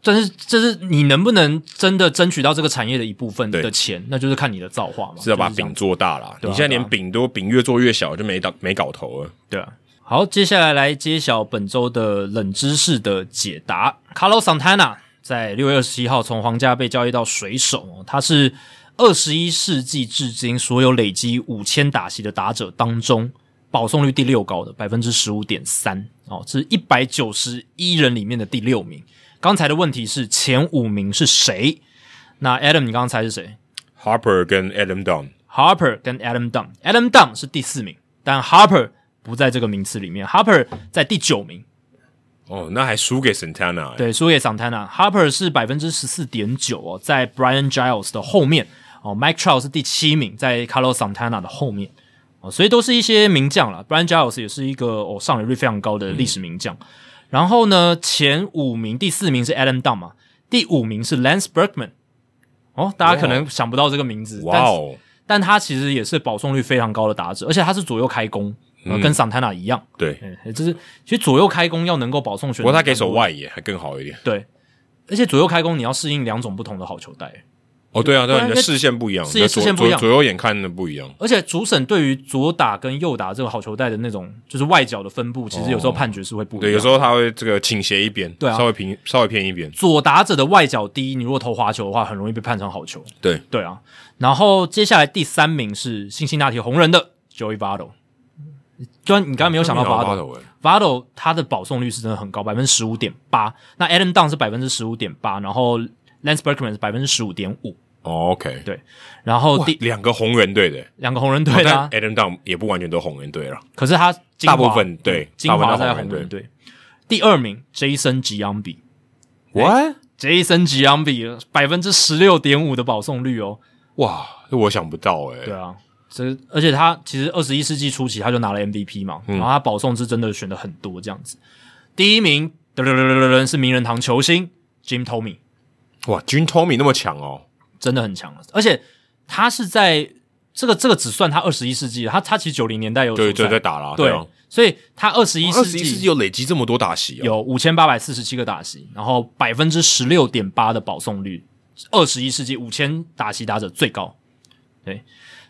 Speaker 1: 但是这是你能不能真的争取到这个产业的一部分
Speaker 2: 对
Speaker 1: 的钱，那就是看你的造化嘛。
Speaker 2: 是要把
Speaker 1: 就是这样
Speaker 2: 饼做大啦。
Speaker 1: 对啊
Speaker 2: 你现在连
Speaker 1: 对啊
Speaker 2: 饼都饼越做越小，就没搞没搞头了。
Speaker 1: 对啊。好，接下来来揭晓本周的冷知识的解答。Carlos Santana 在六月二十七号从皇家被交易到水手，哦他是二十一世纪至今所有累积五千打席的打者当中，保送率第六高的百分之十五点三哦，是一百九十一人里面的第六名。刚才的问题是前五名是谁？那 Adam，你刚刚猜是谁？
Speaker 2: Harper 跟 Adam Dunn，
Speaker 1: Harper 跟 Adam Dunn，Adam Dunn 是第四名，但 Harper 不在这个名次里面，Harper 在第九名，
Speaker 2: 哦，那还输给 Santana、欸。
Speaker 1: 对，输给 Santana。Harper 是百分之十四点九哦，在 Brian Giles 的后面哦，Mike Trout 是第七名，在 Carlos Santana 的后面哦，所以都是一些名将啦。Brian Giles 也是一个哦上垒率非常高的历史名将。
Speaker 2: 嗯
Speaker 1: 然后呢，前五名，第四名是 Adam Dunn 嘛，第五名是 Lance Berkman。哦，大家可能想不到这个名字，
Speaker 2: 哇哦，
Speaker 1: 但他其实也是保送率非常高的打者，而且他是左右开弓，
Speaker 2: 嗯
Speaker 1: 呃跟桑塔纳一样，
Speaker 2: 对。
Speaker 1: 嗯，就是其实左右开弓要能够保送选，
Speaker 2: 不过他给手外野还更好一点。
Speaker 1: 对，而且左右开弓你要适应两种不同的好球带，
Speaker 2: 哦，对啊，对
Speaker 1: 对啊
Speaker 2: 啊，
Speaker 1: 因
Speaker 2: 你
Speaker 1: 为
Speaker 2: 的视线不一样，
Speaker 1: 视野
Speaker 2: 你的左
Speaker 1: 视线不一样
Speaker 2: 左左右眼看的不一样。
Speaker 1: 而且主审对于左打跟右打这个好球带的那种就是外角的分布，其实有时候判决是会不一样，
Speaker 2: 哦对，有时候他会这个倾斜一边，
Speaker 1: 对啊
Speaker 2: 稍微平稍微偏一边，
Speaker 1: 左打者的外角低，你如果投滑球的话，很容易被判成好球，
Speaker 2: 对
Speaker 1: 对啊，然后接下来第三名是辛辛那提红人的 Joey Votto，虽然你刚刚没有想
Speaker 2: 哦
Speaker 1: 到欸 Votto，
Speaker 2: 头欸
Speaker 1: Vado 他的保送率是真的很高，百分之十五点八。那 Adam Dunn 是百分之十五点八，然后 Lance Berkman 是百分之十五点五，
Speaker 2: 哦，OK，
Speaker 1: 然后第
Speaker 2: 两个红人队的，
Speaker 1: 两个红人队的、啊
Speaker 2: 但，Adam Down 也不完全都红人队了，
Speaker 1: 可是他精华嗯
Speaker 2: 大部分对
Speaker 1: 精华在
Speaker 2: 大部分
Speaker 1: 红
Speaker 2: 都红
Speaker 1: 人
Speaker 2: 人
Speaker 1: 队。第二名 Jason Giambi。哎
Speaker 2: 哇
Speaker 1: Jason Giambi 百分之十六点五的保送率哦，
Speaker 2: 哇，这我想不到哎，
Speaker 1: 对啊，这而且嗯他其实二十一世纪初期他就拿了 MVP 嘛，然后他保送是真的选的很多这样子。第一名噔噔噔噔噔噔是名人堂球星 Jim Tomey，
Speaker 2: 哇，Jim Tommy 那么强哦，
Speaker 1: 真的很强了，而且他是在这个这个只算他二十一世纪，他他其实九零年代有
Speaker 2: 对
Speaker 1: 出赛
Speaker 2: 对在打啦，
Speaker 1: 对
Speaker 2: 啊，
Speaker 1: 所以他二十一
Speaker 2: 二
Speaker 1: 世
Speaker 2: 十一世纪
Speaker 1: 纪
Speaker 2: 有累积这么多打席哦，
Speaker 1: 有五千八百四十七个打席，然后百分之十六点八的保送率，二十一世纪五千打席打者最高，对，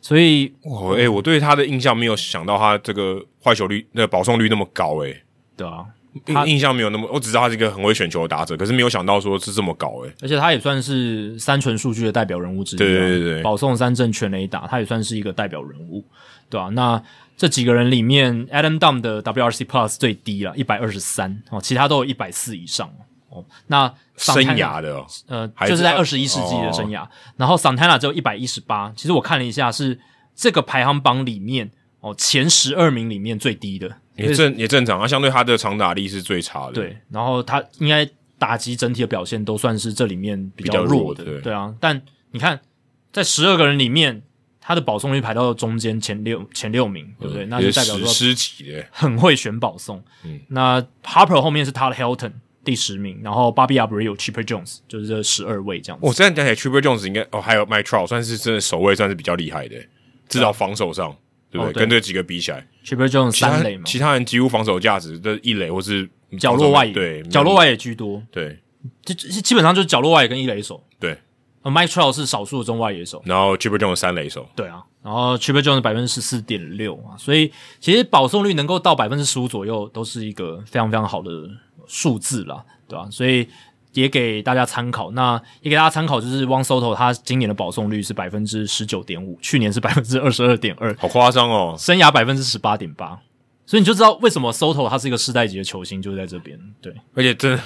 Speaker 1: 所以
Speaker 2: 哇，哎、我对他的印象没有想到他这个坏球率、那个保送率那么高、诶
Speaker 1: 对啊，他
Speaker 2: 哎，印印象没有那么，我只知道他是一个很会选球的打者，可是没有想到说是这么高、诶哎，
Speaker 1: 而且他也算是三纯数据的代表人物之一、啊，
Speaker 2: 对对对对
Speaker 1: 保送三振全垒打，他也算是一个代表人物，对啊，那这几个人里面，Adam Dum 的 WRC Plus 最低了，一百二十三哦，其他都有一百四以上哦。那
Speaker 2: 生
Speaker 1: Santana-
Speaker 2: 涯哦的哦、
Speaker 1: 呃，
Speaker 2: 还是
Speaker 1: 就是在
Speaker 2: 二
Speaker 1: 二十一世纪的生涯。然后 Santana 只有一百一十八，其实我看了一下，是这个排行榜里面哦前十二名里面最低的。
Speaker 2: 也正也正常，他相对他的长打力是最差的，，
Speaker 1: 对，然后他应该打击整体的表现都算是这里面比较
Speaker 2: 比较弱
Speaker 1: 弱的，
Speaker 2: 的对
Speaker 1: 对啊。但你看，在十二个人里面，他的保送率排到中间前六前六名，对不对？那就
Speaker 2: 嗯也
Speaker 1: 代表
Speaker 2: 史
Speaker 1: 说
Speaker 2: 诗级的，
Speaker 1: 很会选保送。那 Harper 后面是他的 Helton 第十名，然后 Bobby Abreu、Chipper Jones 就是这十二位这样子。
Speaker 2: 我这样讲起来 t r i p l e Jones 应该哦，还有 m y t r o u 算是真的守卫算是比较厉害的，至少防守上，对不
Speaker 1: 啊
Speaker 2: 对？
Speaker 1: 哦对
Speaker 2: 跟这几个比起来，
Speaker 1: Chipper Jones
Speaker 2: 其他
Speaker 1: 三垒嘛，
Speaker 2: 其他人几乎防守价值的一垒或是
Speaker 1: 角落外野，
Speaker 2: 对
Speaker 1: 角落外野居多，
Speaker 2: 对
Speaker 1: 就就基本上就是角落外野跟一垒手。
Speaker 2: 对，
Speaker 1: 呃 Mike Trout 是少数的中外野手，
Speaker 2: 然后 t r i p l e Jones 三垒手，
Speaker 1: 对啊，然后 Triple Jones 百分之十四点六啊，所以其实保送率能够到百分之十五左右，都是一个非常非常好的数字啦，对吧、所以也给大家参考，那也给大家参考，就是 One Soto 他今年的保送率是百分之十九点五，去年是 [LAUGHS] 百分之二十二点二，
Speaker 2: 好夸张哦，
Speaker 1: 生涯百分之十八点八，所以你就知道为什么 Soto 他是一个世代级的球星，就在这边，对，
Speaker 2: 而且真的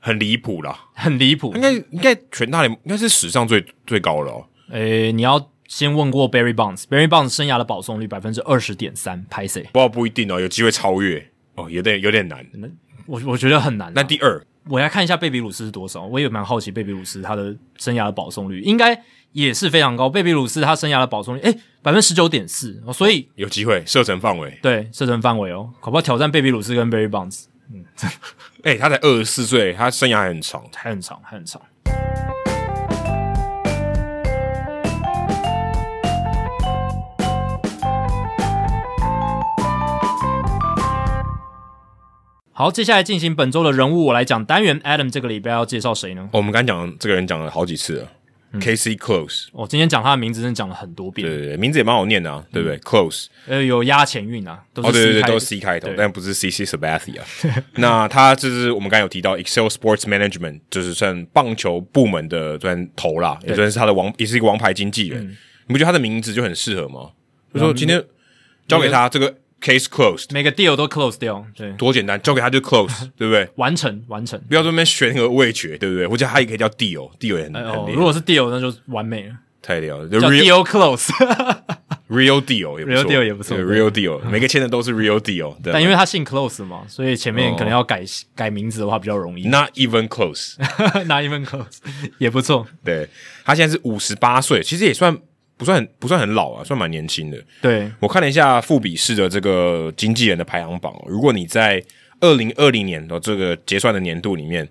Speaker 2: 很离谱啦，
Speaker 1: 很离谱
Speaker 2: 应。该应该全大联盟应该是史上最最高了、哦，
Speaker 1: 诶，你要先问过 Barry Bonds，Barry Bonds 生涯的保送率百分之二十点三，拍谁？
Speaker 2: 不知道不一定哦，有机会超越哦，有点有点难。
Speaker 1: 我我觉得很难啊、
Speaker 2: 那第二
Speaker 1: 我来看一下贝比鲁斯是多少，我也蛮好奇贝比鲁斯他的生涯的保送率，应该也是非常高。贝比鲁斯他生涯的保送率，诶，百分之十九点四，哦所以
Speaker 2: 有机会射程范围，
Speaker 1: 对射程范围哦，搞不好挑战贝比鲁斯跟 Barry Bonds
Speaker 2: 哎、他才二十四岁，他生涯还很长，
Speaker 1: 还很长，还很长。好，接下来进行本周的人物我来讲单元。Adam 这个礼拜要介绍谁呢？
Speaker 2: 我们刚讲这个人讲了好几次了、k
Speaker 1: 嗯
Speaker 2: c Close，
Speaker 1: 我、哦今天讲他的名字真的讲了很多遍
Speaker 2: 对，对对，名字也蛮好念的、啊，对不对？Close，
Speaker 1: 呃，有压前运啊，都
Speaker 2: 哦，
Speaker 1: 是 C
Speaker 2: 对对对，
Speaker 1: 开
Speaker 2: 都
Speaker 1: 的
Speaker 2: 是 C 开头
Speaker 1: 对，
Speaker 2: 但不是 C
Speaker 1: [LAUGHS]
Speaker 2: C Sabathia。那他就是我们刚刚有提到 Excel Sports Management，就是算棒球部门的算头啦，也算是他的王，也是一个王牌经纪人。
Speaker 1: 嗯
Speaker 2: 你不觉得他的名字就很适合吗？就说今天交给他这个 case closed，
Speaker 1: 每个 deal 都 close 掉，对，
Speaker 2: 多简单，交给他就
Speaker 1: [LAUGHS]
Speaker 2: close，对不对？
Speaker 1: 完成完成。
Speaker 2: 不要这边悬而未决，对不对？或者他也可以叫 deal，deal 也很
Speaker 1: 哎
Speaker 2: 很
Speaker 1: 哦，
Speaker 2: 厉
Speaker 1: 如
Speaker 2: 害，
Speaker 1: 果是 deal 那就完美
Speaker 2: [LAUGHS]
Speaker 1: 了，
Speaker 2: 太厉害了。The
Speaker 1: 叫
Speaker 2: real-
Speaker 1: deal
Speaker 2: [LAUGHS]
Speaker 1: close，
Speaker 2: Real Deal 也不错
Speaker 1: Real Deal 也不错
Speaker 2: 对
Speaker 1: 对
Speaker 2: Real Deal 每个签的都是 Real Deal，对
Speaker 1: 但因为他姓 close 嘛，所以前面
Speaker 2: 哦
Speaker 1: 可能要改改名字的话比较 [LAUGHS] 容易。
Speaker 2: Not
Speaker 1: [LAUGHS]
Speaker 2: even close 。
Speaker 1: 拿一份 close 也不错，
Speaker 2: 对他现在是五十八岁，其实也算不算很不算很老啊，算蛮年轻的。
Speaker 1: 对，
Speaker 2: 我看了一下富比士的这个经纪人的排行榜哦，如果你在二零二零年的这个结算的年度里面，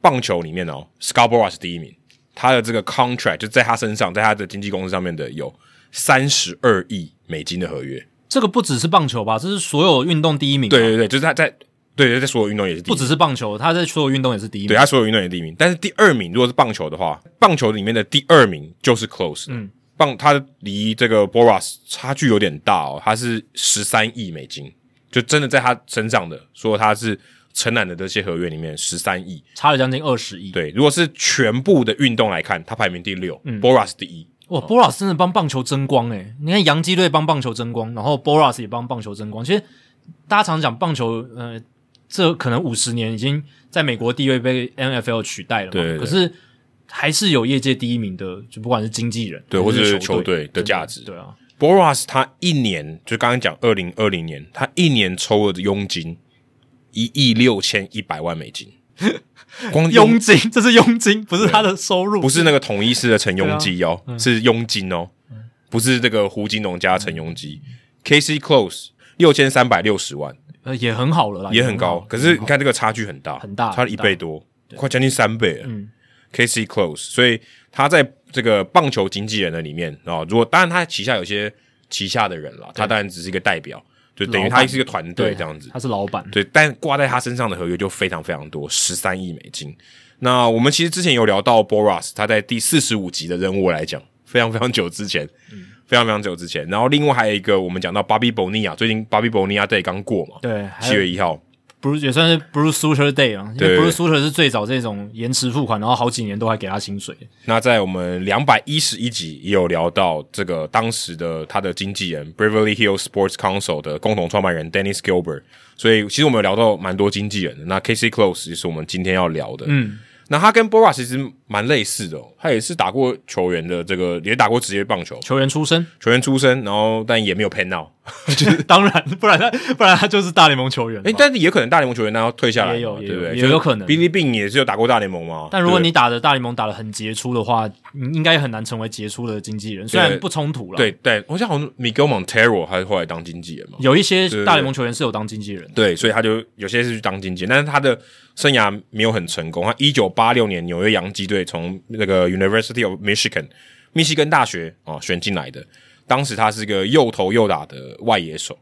Speaker 2: 棒球里面哦，Scarborough 是第一名，他的这个 contract 就在他身上，在他的经纪公司上面的有三十二亿美金的合约。
Speaker 1: 这个不只是棒球吧，这是所有运动第一名、啊
Speaker 2: 对，对对，就是他在对对，在所有运动也是第一
Speaker 1: 不
Speaker 2: 名
Speaker 1: 只是棒球，他在所有运动也是第一
Speaker 2: 对啊
Speaker 1: 名。
Speaker 2: 他所有运动员第一名，但是第二名如果是棒球的话，棒球里面的第二名就是 Close，嗯，棒他离这个 Boras 差距有点大哦，他是十三亿美金，就真的在他身上的，说他是承揽的这些合约里面十三亿，
Speaker 1: 差了将近二十亿。
Speaker 2: 对，如果是全部的运动来看，他排名第六、b o r a s 第一，
Speaker 1: 哇，Boras 真的帮棒球争光诶、欸你看洋基队帮棒球争光，然后 Boras 也帮棒球争光。其实大家常讲棒球，呃，这可能五十年已经在美国地位被 NFL 取代了嘛，
Speaker 2: 对对对
Speaker 1: 可是还是有业界第一名的，就不管是经纪人
Speaker 2: 对
Speaker 1: 还
Speaker 2: 或者
Speaker 1: 是
Speaker 2: 是
Speaker 1: 球
Speaker 2: 球队的
Speaker 1: 真
Speaker 2: 价值
Speaker 1: 对啊，
Speaker 2: Boras 他一年就刚刚讲二零二零年，他一年抽的佣金一亿六千一百万美 [LAUGHS] 金，光佣
Speaker 1: 佣金 [LAUGHS] 这是佣金，不是他的收入，
Speaker 2: 嗯不是那个统一式的陈
Speaker 1: 啊
Speaker 2: 庸基哦，
Speaker 1: 嗯
Speaker 2: 是佣金哦，不是这个胡金龙加陈庸基。K C Close 六千三百六十万，
Speaker 1: 呃，也很好了啦，
Speaker 2: 也很
Speaker 1: 好
Speaker 2: 高，可是你看这个差距很大，
Speaker 1: 很大
Speaker 2: 差了一倍多，快将近三倍了。
Speaker 1: 嗯
Speaker 2: KC Close，所以他在这个棒球经纪人的里面啊、如果当然他旗下有些旗下的人啦，他当然只是一个代表，就等于
Speaker 1: 老
Speaker 2: 他
Speaker 1: 板
Speaker 2: 是一个团队这样子。
Speaker 1: 哦他是老板，
Speaker 2: 对，但挂在他身上的合约就非常非常多，十三亿美金。那我们其实之前有聊到 Boras，他在第四十五集的任务来讲，非常非常久之前，
Speaker 1: 嗯
Speaker 2: 非常非常久之前。然后另外还有一个，我们讲到 Bobby Bonilla，最近 Bobby Bonilla Day 刚过嘛，
Speaker 1: 对，还
Speaker 2: 七
Speaker 1: 有
Speaker 2: 月一号，
Speaker 1: Bruce 也算是 Bruce Sutter Day 啊，因
Speaker 2: 对
Speaker 1: 为 Bruce Sutter 是最早这种延迟付款，然后好几年都还给他薪水，
Speaker 2: 那在我们两百一十一集也有聊到这个当时的他的经纪人 Beverly Hills Sports Council 的共同创办人 Dennis Gilbert，所以其实我们有聊到蛮多经纪人的。那 Casey Close 也是我们今天要聊的。嗯，那他跟 Boras 其实蛮类似的、哦，他也是打过球员的这个，也打过职业棒球，
Speaker 1: 球员出身，
Speaker 2: 球员出身，然后但也没有 pan out。
Speaker 1: [LAUGHS] 当然，不然他不然他就是大联盟球员了嘛。
Speaker 2: 哎、但是也可能大联盟球员然后退下来嘛，
Speaker 1: 哦也有也
Speaker 2: 对不
Speaker 1: 有
Speaker 2: 对？
Speaker 1: 也
Speaker 2: 就是
Speaker 1: 有可能
Speaker 2: Billy Bean 也是有打过大联盟嘛。
Speaker 1: 但如果
Speaker 2: 对
Speaker 1: 你打的大联盟打得很杰出的话，你应该很难成为杰出的经纪人，虽然不冲突了。，
Speaker 2: 对对，我想好像 Miguel Montero 还是后来当经纪人嘛。
Speaker 1: 有一些
Speaker 2: 对对
Speaker 1: 大联盟球员是有当经纪人的，
Speaker 2: 对，所以他就有些是去当经纪人，但是他的生涯没有很成功。他一九八六年纽约洋基队从那个 University of Michigan 密西根大学啊、哦选进来的，当时他是个又投又打的外野手。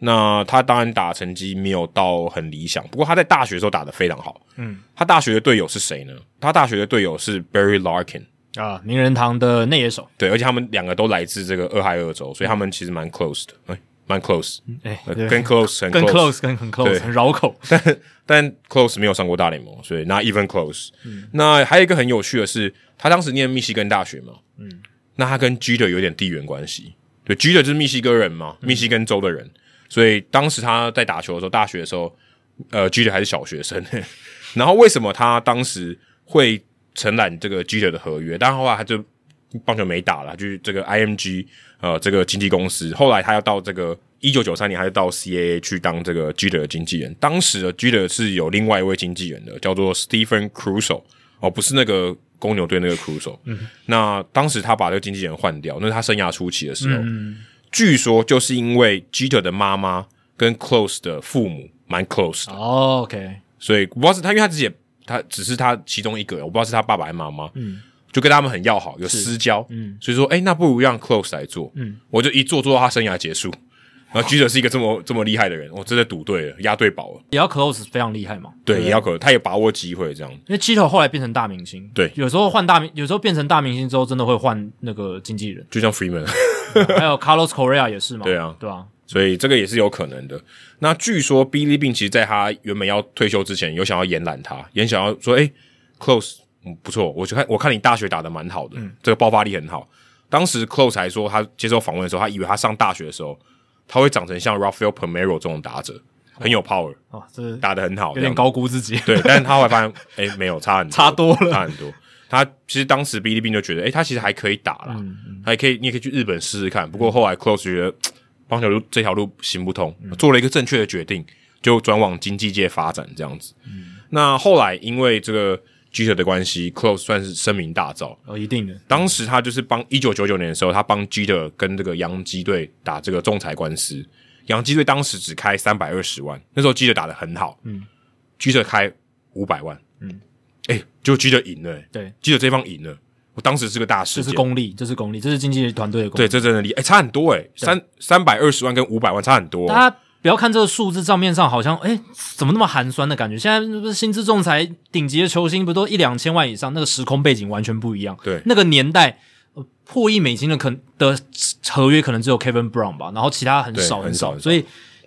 Speaker 2: 那他当然打成绩没有到很理想，不过他在大学的时候打得非常好。嗯，他大学的队友是谁呢？他大学的队友是 Barry Larkin。
Speaker 1: 啊，名人堂的内野手，
Speaker 2: 对，而且他们两个都来自这个俄亥俄州，所以他们其实蛮 close 的，哎，蛮 close，、
Speaker 1: 哎，
Speaker 2: 呃
Speaker 1: 对
Speaker 2: 跟 close 很
Speaker 1: 跟 close 跟很
Speaker 2: 对
Speaker 1: close 很绕口，
Speaker 2: 但 [LAUGHS] Close 没有上过大联盟，所以 not even close。那还有一个很有趣的是，他当时念密西根大学嘛，嗯，那他跟 Jeter 有点地缘关系，对，Jeter 就是密西哥人嘛，密西根州的人，所以当时他在打球的时候，大学的时候，呃，Jeter 还是小学生。然后为什么他当时会承揽这个 Jeter 的合约？但后来他就棒球没打了，他去这个 IMG 呃这个经纪公司。后来他要到这个一九九三年，他就到 CAA 去当这个 Jeter 的经纪人。当时的 Jeter 是有另外一位经纪人的，叫做 Stephen Crusoe 哦，不是那个公牛队那个 Crusoe。嗯，那当时他把这个经纪人换掉，那是他生涯初期的时候。据说就是因为 Jeter 的妈妈跟 Close 的父母蛮 close 的，
Speaker 1: 哦 OK，
Speaker 2: 所以我不知道是他，因为他自己也他只是他其中一个，我不知道是他爸爸还是妈妈，嗯，就跟他们很要好，有私交，嗯，所以说，哎、那不如让 Close 来做，嗯，我就一做做到他生涯结束。然后 Jeter 是一个这么这么厉害的人，我真的赌对了，押对宝了，
Speaker 1: 也要 close 非常厉害嘛。
Speaker 2: 对，也要可，他也把握机会这样。
Speaker 1: 因为七头后来变成大明星，
Speaker 2: 对，
Speaker 1: 有时候换大明，有时候变成大明星之后，真的会换那个经 [LAUGHS] 纪人
Speaker 2: 就像 Freeman，
Speaker 1: 还有 Carlos Correa 也是嘛，
Speaker 2: 对啊
Speaker 1: 对啊，
Speaker 2: 所以这个也是有可能的。那据说 Billy Bean 其实在他原本要退休之前，有想要延揽他，也想要说，哎、c l o s e 嗯，不错，我就看我看你大学打的蛮好的，
Speaker 1: 嗯
Speaker 2: 这个爆发力很好。当时 Close 还说，他接受访问的时候，他以为他上大学的时候，他会长成像 Rafael Palmeiro 这种打者，很有 power，、
Speaker 1: 啊，这
Speaker 2: 打的很好，
Speaker 1: 有点
Speaker 2: 这样
Speaker 1: 高估自己，
Speaker 2: 对，但是他后来发现，哎、没有差很多
Speaker 1: 差多了
Speaker 2: 差很多。他其实当时 Billy Bean 就觉得，哎、他其实还可以打啦，
Speaker 1: 嗯
Speaker 2: 还可以，你也可以去日本试试看。不过后来 Close 觉得嘖棒球路这条路行不通，
Speaker 1: 嗯
Speaker 2: 做了一个正确的决定，就转往经济界发展这样子。
Speaker 1: 嗯
Speaker 2: 那后来因为这个 g t 的关系，Close 算是声名大噪。
Speaker 1: 哦，一定的，
Speaker 2: 当时他就是帮一九九九年的时候，他帮 g t 跟这个洋基队打这个仲裁官司。洋基队当时只开三百二十万，那时候 g t 打的很好，嗯 g t 开五百万，嗯，哎、就 g t 赢了、欸，
Speaker 1: 对，
Speaker 2: g t 这方赢了。我当时是个大事
Speaker 1: 这是
Speaker 2: 件，
Speaker 1: 功力，这是功力，这是经纪团队的功力。
Speaker 2: 对，这真的厉害，哎、差很多哎、三三百二十万跟五百万差很多、
Speaker 1: 大家不要看这个数字账面上好像，哎、怎么那么寒酸的感觉？现在不是薪资仲裁顶级的球星，不都一两千万以上？那个时空背景完全不一样。
Speaker 2: 对
Speaker 1: 那个年代，呃破亿美金的可的合约可能只有 Kevin Brown 吧，然后其他很
Speaker 2: 对
Speaker 1: 少
Speaker 2: 很少
Speaker 1: 少。
Speaker 2: 很少
Speaker 1: 所以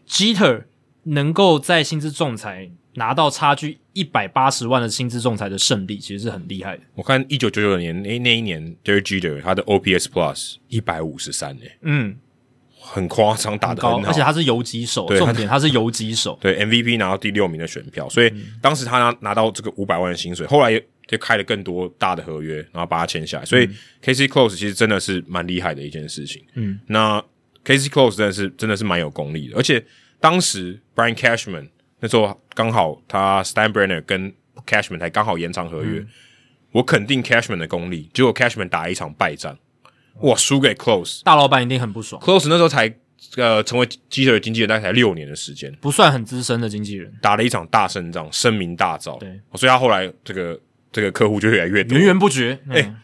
Speaker 1: Jeter 能够在薪资仲裁拿到差距一百八十万的薪资仲裁的胜利，其实是很厉害的。
Speaker 2: 我看一九九九年那那一年 d e r r Jeter 他的 OPS Plus 一百五十三哎，
Speaker 1: 嗯，
Speaker 2: 很夸张，打的
Speaker 1: 高，
Speaker 2: 很好，
Speaker 1: 而且他是游击手，
Speaker 2: 对
Speaker 1: 重点他是游击手。
Speaker 2: 对 MVP 拿到第六名的选票，所以当时他拿拿到这个五百万的薪水，后来就开了更多大的合约，然后把他签下来。所以 KC Close 其实真的是蛮厉害的一件事情。嗯，那 KC Close 真的是真的是蛮有功力的，而且当时 Brian Cashman 那时候刚好他 Steinbrenner 跟 Cashman 才刚好延长合约，我肯定 Cashman 的功力，结果 Cashman 打一场败战，哇，输给 Close。
Speaker 1: 大老板一定很不爽。
Speaker 2: Close 那时候才呃成为鸡腿经纪人大概才六年的时间，
Speaker 1: 不算很资深的经纪人，
Speaker 2: 打了一场大胜仗，声名大噪。
Speaker 1: 对
Speaker 2: 哦，所以他后来这个这个客户就越来越多。
Speaker 1: 源源不绝。嗯
Speaker 2: 哎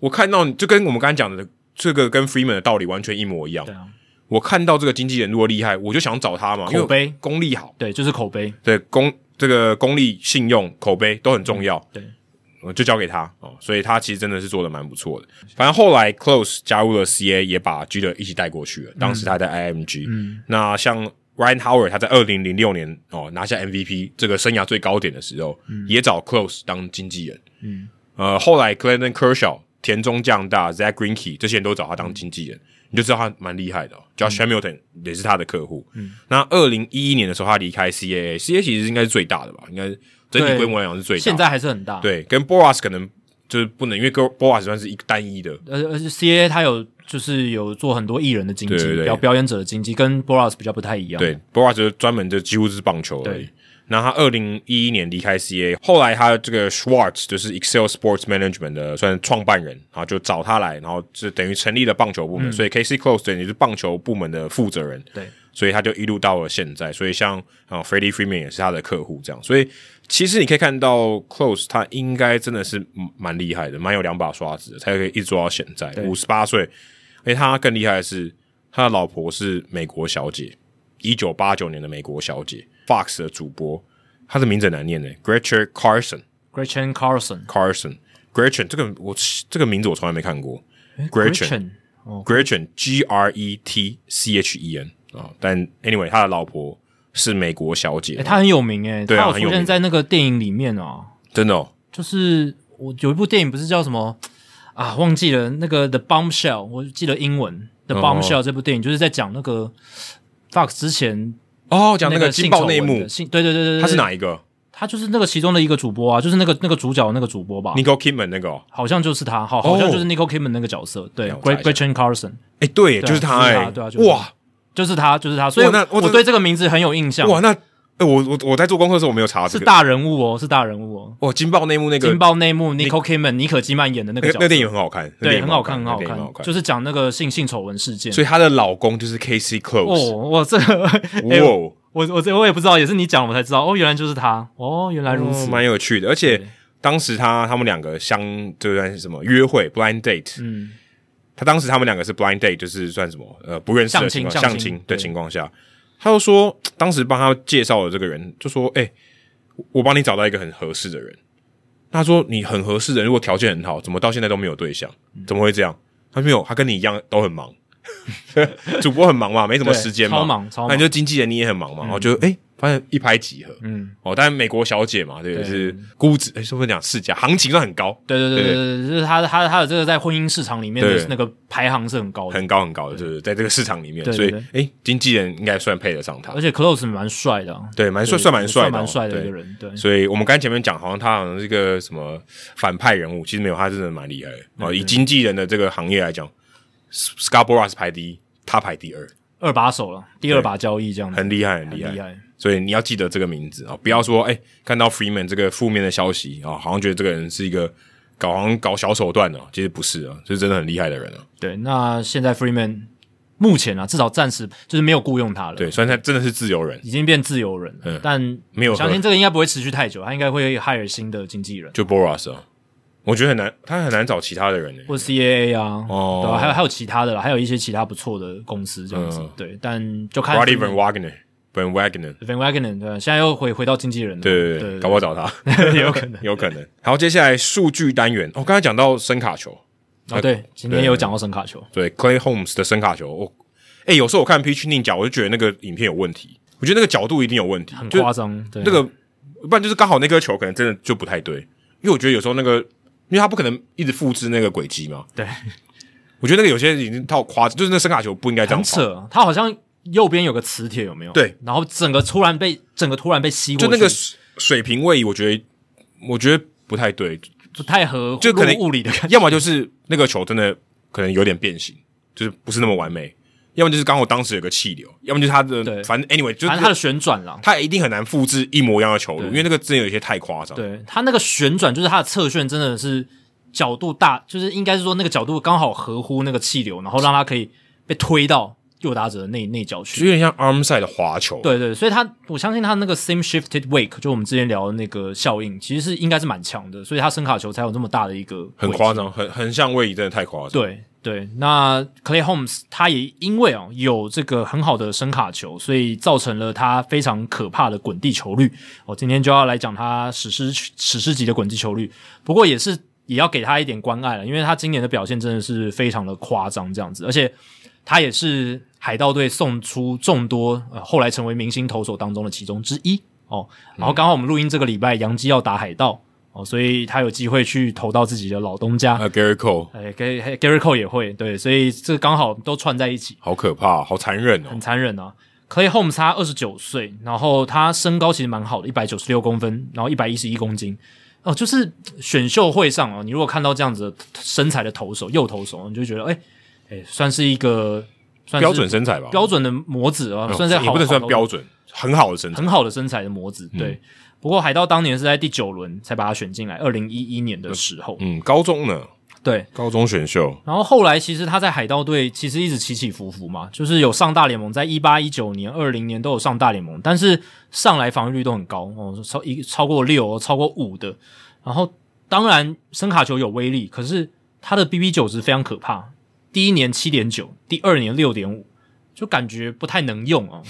Speaker 2: 我看到你就跟我们刚才讲的这个跟 Freeman 的道理完全一模一样
Speaker 1: 对。啊，
Speaker 2: 我看到这个经纪人如果厉害，我就想找他嘛，
Speaker 1: 口碑
Speaker 2: 因为功力好，
Speaker 1: 对，就是口碑。
Speaker 2: 对功这个功力、信用、口碑都很重要。
Speaker 1: 对，
Speaker 2: 呃就交给他哦，所以他其实真的是做的蛮不错的。反正后来 Close 加入了 CA，也把 G 的一起带过去了。当时他在 IMG，、
Speaker 1: 嗯
Speaker 2: 那像 Ryan Howard 他在二零零六年哦拿下 MVP 这个生涯最高点的时候，也找 Close 当经纪人。
Speaker 1: 嗯，
Speaker 2: 呃，后来 Clinton Kershaw、田中将大、Zach Greinke 这些人都找他当经纪人，你就知道他蛮厉害的、哦。Josh
Speaker 1: 嗯
Speaker 2: Hamilton 也是他的客户。嗯，那二零一一年的时候，他离开 CAA，CA 其实应该是最大的吧，应该整体
Speaker 1: 对
Speaker 2: 规模来讲是最大的。
Speaker 1: 现在还是很大。，
Speaker 2: 对，跟 Boras 可能就是不能，因为跟 Boras 算是一个单一的，
Speaker 1: 而而且 CA 他有就是有做很多艺人的经
Speaker 2: 对对
Speaker 1: 济，
Speaker 2: 对
Speaker 1: 表表演者的经济，跟 Boras 比较不太一样。
Speaker 2: 对，Boras 就是专门就几乎是棒球而已
Speaker 1: 对。
Speaker 2: 那他二零一一年离开 CA，后来他这个 Schwartz 就是 Excel Sports Management 的算是创办人，然后就找他来，然后就等于成立了棒球部门，所以 KC Close 等于是棒球部门的负责人。
Speaker 1: 对，
Speaker 2: 所以他就一路到了现在。所以像啊、呃、，Freddie Freeman 也是他的客户，这样。所以其实你可以看到，Close 他应该真的是嗯蛮厉害的，蛮有两把刷子的，才可以一直做到现在五十八岁。而且他更厉害的是，他的老婆是美国小姐，一九八九年的美国小姐，Fox 的主播，她的名字很难念的，Gretchen Carson
Speaker 1: ，Gretchen Carlson。
Speaker 2: Carson Gretchen 这个我这个名字我从来没看过，Gretchen。Gretchen
Speaker 1: 哎
Speaker 2: G R E T C H E N 啊、但 anyway，他的老婆是美国小姐，
Speaker 1: 哎，他很有名哎，
Speaker 2: 对啊
Speaker 1: 他有
Speaker 2: 很有
Speaker 1: 出现
Speaker 2: 名
Speaker 1: 在那个电影里面哦。
Speaker 2: 真的、哦，
Speaker 1: 就是我有一部电影不是叫什么啊，忘记了那个 The Bombshell，我记得英文 The
Speaker 2: 哦
Speaker 1: Bombshell 这部电影就是在讲那个 Fox 之前
Speaker 2: 哦，讲那
Speaker 1: 那
Speaker 2: 个劲
Speaker 1: 性
Speaker 2: 爆
Speaker 1: 丑
Speaker 2: 内
Speaker 1: 闻
Speaker 2: 幕
Speaker 1: 的，啊性对对对对，对
Speaker 2: 他是？哪一个
Speaker 1: 他就是那个其中的一个主播啊，就是那个那个主角的那个主播吧。
Speaker 2: ？Nicole Kidman 那个、哦，
Speaker 1: 好像就是他，好，好像就是 Nicole Kidman 那个角色，对
Speaker 2: 我查一下
Speaker 1: ，Gretchen Carlson，
Speaker 2: 哎、
Speaker 1: 对
Speaker 2: 对，
Speaker 1: 啊
Speaker 2: 就是他、
Speaker 1: 就是
Speaker 2: 哎、
Speaker 1: 他对啊就是他
Speaker 2: 哇
Speaker 1: 就是他，就是他，所以
Speaker 2: 哇那我
Speaker 1: 我对这个名字很有印象，
Speaker 2: 哇，那、哎我我我在做功课的时候我没有查这
Speaker 1: 是
Speaker 2: 个，
Speaker 1: 大人物哦，是大人物哦，
Speaker 2: 哇，劲爆内幕那
Speaker 1: 《
Speaker 2: 个
Speaker 1: 金爆内幕》Nicole Kidman 妮可基曼演的那个
Speaker 2: 那个
Speaker 1: 角
Speaker 2: 那
Speaker 1: 色，
Speaker 2: 电影很好看，那
Speaker 1: 对，
Speaker 2: 电影
Speaker 1: 很
Speaker 2: 很好
Speaker 1: 看，很
Speaker 2: 好
Speaker 1: 好
Speaker 2: 那电影很好
Speaker 1: 就是讲那个性性丑闻事件，
Speaker 2: 所以她的老公就是 K C
Speaker 1: 哦，
Speaker 2: Close，
Speaker 1: 我这个，
Speaker 2: 哇、
Speaker 1: [LAUGHS] 哎
Speaker 2: 哦
Speaker 1: 我我我这我也不知道，也是你讲我才知道，哦，原来就是他，哦，原来如
Speaker 2: 哦
Speaker 1: 此，
Speaker 2: 蛮、有趣的，而且
Speaker 1: 对。
Speaker 2: 当时他他们两个相这段是什么约会 blind date，
Speaker 1: 嗯，
Speaker 2: 他当时他们两个是 blind date，就是算什么呃不认识
Speaker 1: 相
Speaker 2: 的情
Speaker 1: 亲
Speaker 2: 况
Speaker 1: 相
Speaker 2: 相
Speaker 1: 亲
Speaker 2: 亲的
Speaker 1: 对
Speaker 2: 情况下，他就说当时帮他介绍的这个人就说：“哎、我我帮你找到一个很合适的人。”他说：“你很合适的人，如果条件很好，怎么到现在都没有对象？
Speaker 1: 嗯
Speaker 2: 怎么会这样？”他说没有，他跟你一样都很忙， [LAUGHS] 主播很
Speaker 1: [LAUGHS]
Speaker 2: 忙嘛，没什么
Speaker 1: 对
Speaker 2: 时间嘛，
Speaker 1: 超忙超
Speaker 2: 那
Speaker 1: 忙
Speaker 2: 你就经纪人你也很忙嘛，然后就哎、发现一拍即合，
Speaker 1: 嗯，
Speaker 2: 哦，但美国小姐嘛，对，
Speaker 1: 对
Speaker 2: 是估值，哎、是不是讲市价行情算很高，
Speaker 1: 对对对对
Speaker 2: 对
Speaker 1: 对，对就是他的他的他的这个在婚姻市场里面
Speaker 2: 对
Speaker 1: 的那个排行是很高的，
Speaker 2: 很高很高的，就是在这个市场里面，
Speaker 1: 对
Speaker 2: 所以
Speaker 1: 对
Speaker 2: 哎、诶经纪人应该算配得上他
Speaker 1: 而，且 Close 蛮帅的啊，
Speaker 2: 对，蛮帅，
Speaker 1: 对
Speaker 2: 算蛮帅的哦，
Speaker 1: 算蛮帅的一
Speaker 2: 对
Speaker 1: 个。人，对，
Speaker 2: 所以我们刚才前面讲，好像他好像是一个什么反派人物，其实没有，他真的蛮厉害的。哦，以经纪人的这个行业来讲 s c a r b o r o u g h 排第一，他排第二，
Speaker 1: 二把手了，第二把交易这样子，
Speaker 2: 很厉害，很
Speaker 1: 嗯很
Speaker 2: 厉害。
Speaker 1: 厉害，
Speaker 2: 所以你要记得这个名字啊、哦不要说哎、看到 Freeman 这个负面的消息啊、哦好像觉得这个人是一个搞好像搞小手段的、哦，其实不是啊，是真的很厉害的人啊。
Speaker 1: 对，那现在 Freeman 目前啊，至少暂时就是没有雇佣他了，
Speaker 2: 对，，虽然他真的是自由人，
Speaker 1: 已经变自由人了，
Speaker 2: 嗯
Speaker 1: 但
Speaker 2: 没有
Speaker 1: 我相信这个应该不会持续太久，他应该会 hire 新的经纪人。
Speaker 2: 就 Boras 啊，我觉得很难，他很难找其他的人呢、欸
Speaker 1: 或 CAA 啊，
Speaker 2: 哦
Speaker 1: 对吧、还有还有其他的啦，还有一些其他不错的公司这样子，
Speaker 2: 嗯
Speaker 1: 对。但就看
Speaker 2: Roddy Van Wagner。Van Wagner，
Speaker 1: Van Wagenen 对吧，现在又回回到经纪人了，
Speaker 2: 对对
Speaker 1: 对
Speaker 2: 对，搞不好找他，
Speaker 1: [LAUGHS]
Speaker 2: 有可能， [LAUGHS] 有可能。好，接下来数据单元，哦，刚才讲到声卡球，
Speaker 1: 哦对，今天有讲到声卡球，
Speaker 2: 呃对 Clay Holmes 的声卡球，哦，哎，有时候我看 p i t c h i n 讲，我就觉得那个影片有问题，我觉得那个角度一定有问题，
Speaker 1: 很
Speaker 2: 就
Speaker 1: 夸张，对
Speaker 2: 那个，不然就是刚好那颗球可能真的就不太对，因为我觉得有时候那个，因为他不可能一直复制那个轨迹嘛，
Speaker 1: 对，
Speaker 2: 我觉得那个有些已经套夸张，就是那声卡球不应该这样
Speaker 1: 很
Speaker 2: 跑，
Speaker 1: 扯，啊他好像右边有个磁铁有没有？
Speaker 2: 对，
Speaker 1: 然后整个突然被整个突然被吸过
Speaker 2: 就
Speaker 1: 去，
Speaker 2: 那个水水平位移，我觉得我觉得不太对，
Speaker 1: 不太合
Speaker 2: 就可能
Speaker 1: 物理的感觉，
Speaker 2: 要么就是那个球真的可能有点变形，就是不是那么完美；要么就是刚好当时有个气流，要么就是他的，
Speaker 1: 对
Speaker 2: 反正 anyway 就是
Speaker 1: 反正他的旋转啦。
Speaker 2: 他一定很难复制一模一样的球路，
Speaker 1: 对
Speaker 2: 因为那个真的有一些太夸张。
Speaker 1: 对他那个旋转，就是他的侧旋真的是角度大，就是应该是说那个角度刚好合乎那个气流，然后让他可以被推到右打者的内内角
Speaker 2: 就
Speaker 1: 去。
Speaker 2: 有点像 arm side 的滑球。，
Speaker 1: 对对，所以他我相信他那个 same shifted wake，就我们之前聊的那个效应，其实是应该是蛮强的，所以他声卡球才有这么大的一个
Speaker 2: 很
Speaker 1: 轨迹
Speaker 2: 夸张，很很像位移，真的太夸张。
Speaker 1: 对对，那 Clay Holmes 他也因为哦有这个很好的声卡球，所以造成了他非常可怕的滚地球率。我、今天就要来讲他史诗史诗级的滚地球率，不过也是也要给他一点关爱了，因为他今年的表现真的是非常的夸张这样子，而且他也是海盗队送出众多、呃、后来成为明星投手当中的其中之一哦。然后刚好我们录音这个礼拜，杨基要打海盗。哦，所以他有机会去投到自己的老东家，
Speaker 2: 啊，Gary Cole
Speaker 1: 哎，Gary Gary Cole 也会对，所以这刚好都串在一起，
Speaker 2: 好可怕哦，好残忍哦
Speaker 1: 很。残忍啊。Clay Holmes 他二十九岁，然后他身高其实蛮好的，一百九十六公分，然后一百一十一公斤。哦，就是选秀会上哦，你如果看到这样子的身材的投手，右投手，你就觉得哎哎，算是一个算是
Speaker 2: 标准身材吧，
Speaker 1: 标准的模子啊，
Speaker 2: 嗯
Speaker 1: 算是
Speaker 2: 也
Speaker 1: 好
Speaker 2: 不能算标
Speaker 1: 准。
Speaker 2: 嗯准，很好的身材
Speaker 1: 很，好的身材的模子。对，不过海盗当年是在第九轮才把他选进来，二零一一年的时候。
Speaker 2: 嗯，高中呢，
Speaker 1: 对，
Speaker 2: 高中选秀，
Speaker 1: 然后后来其实他在海盗队其实一直起起伏伏嘛，就是有上大联盟，在一八一九年、二零年都有上大联盟，但是上来防御率都很高哦，超一超过六、哦超过五的。然后当然声卡球有威力，可是他的 BB 九值非常可怕，第一年七点九，第二年六点五，就感觉不太能用哦。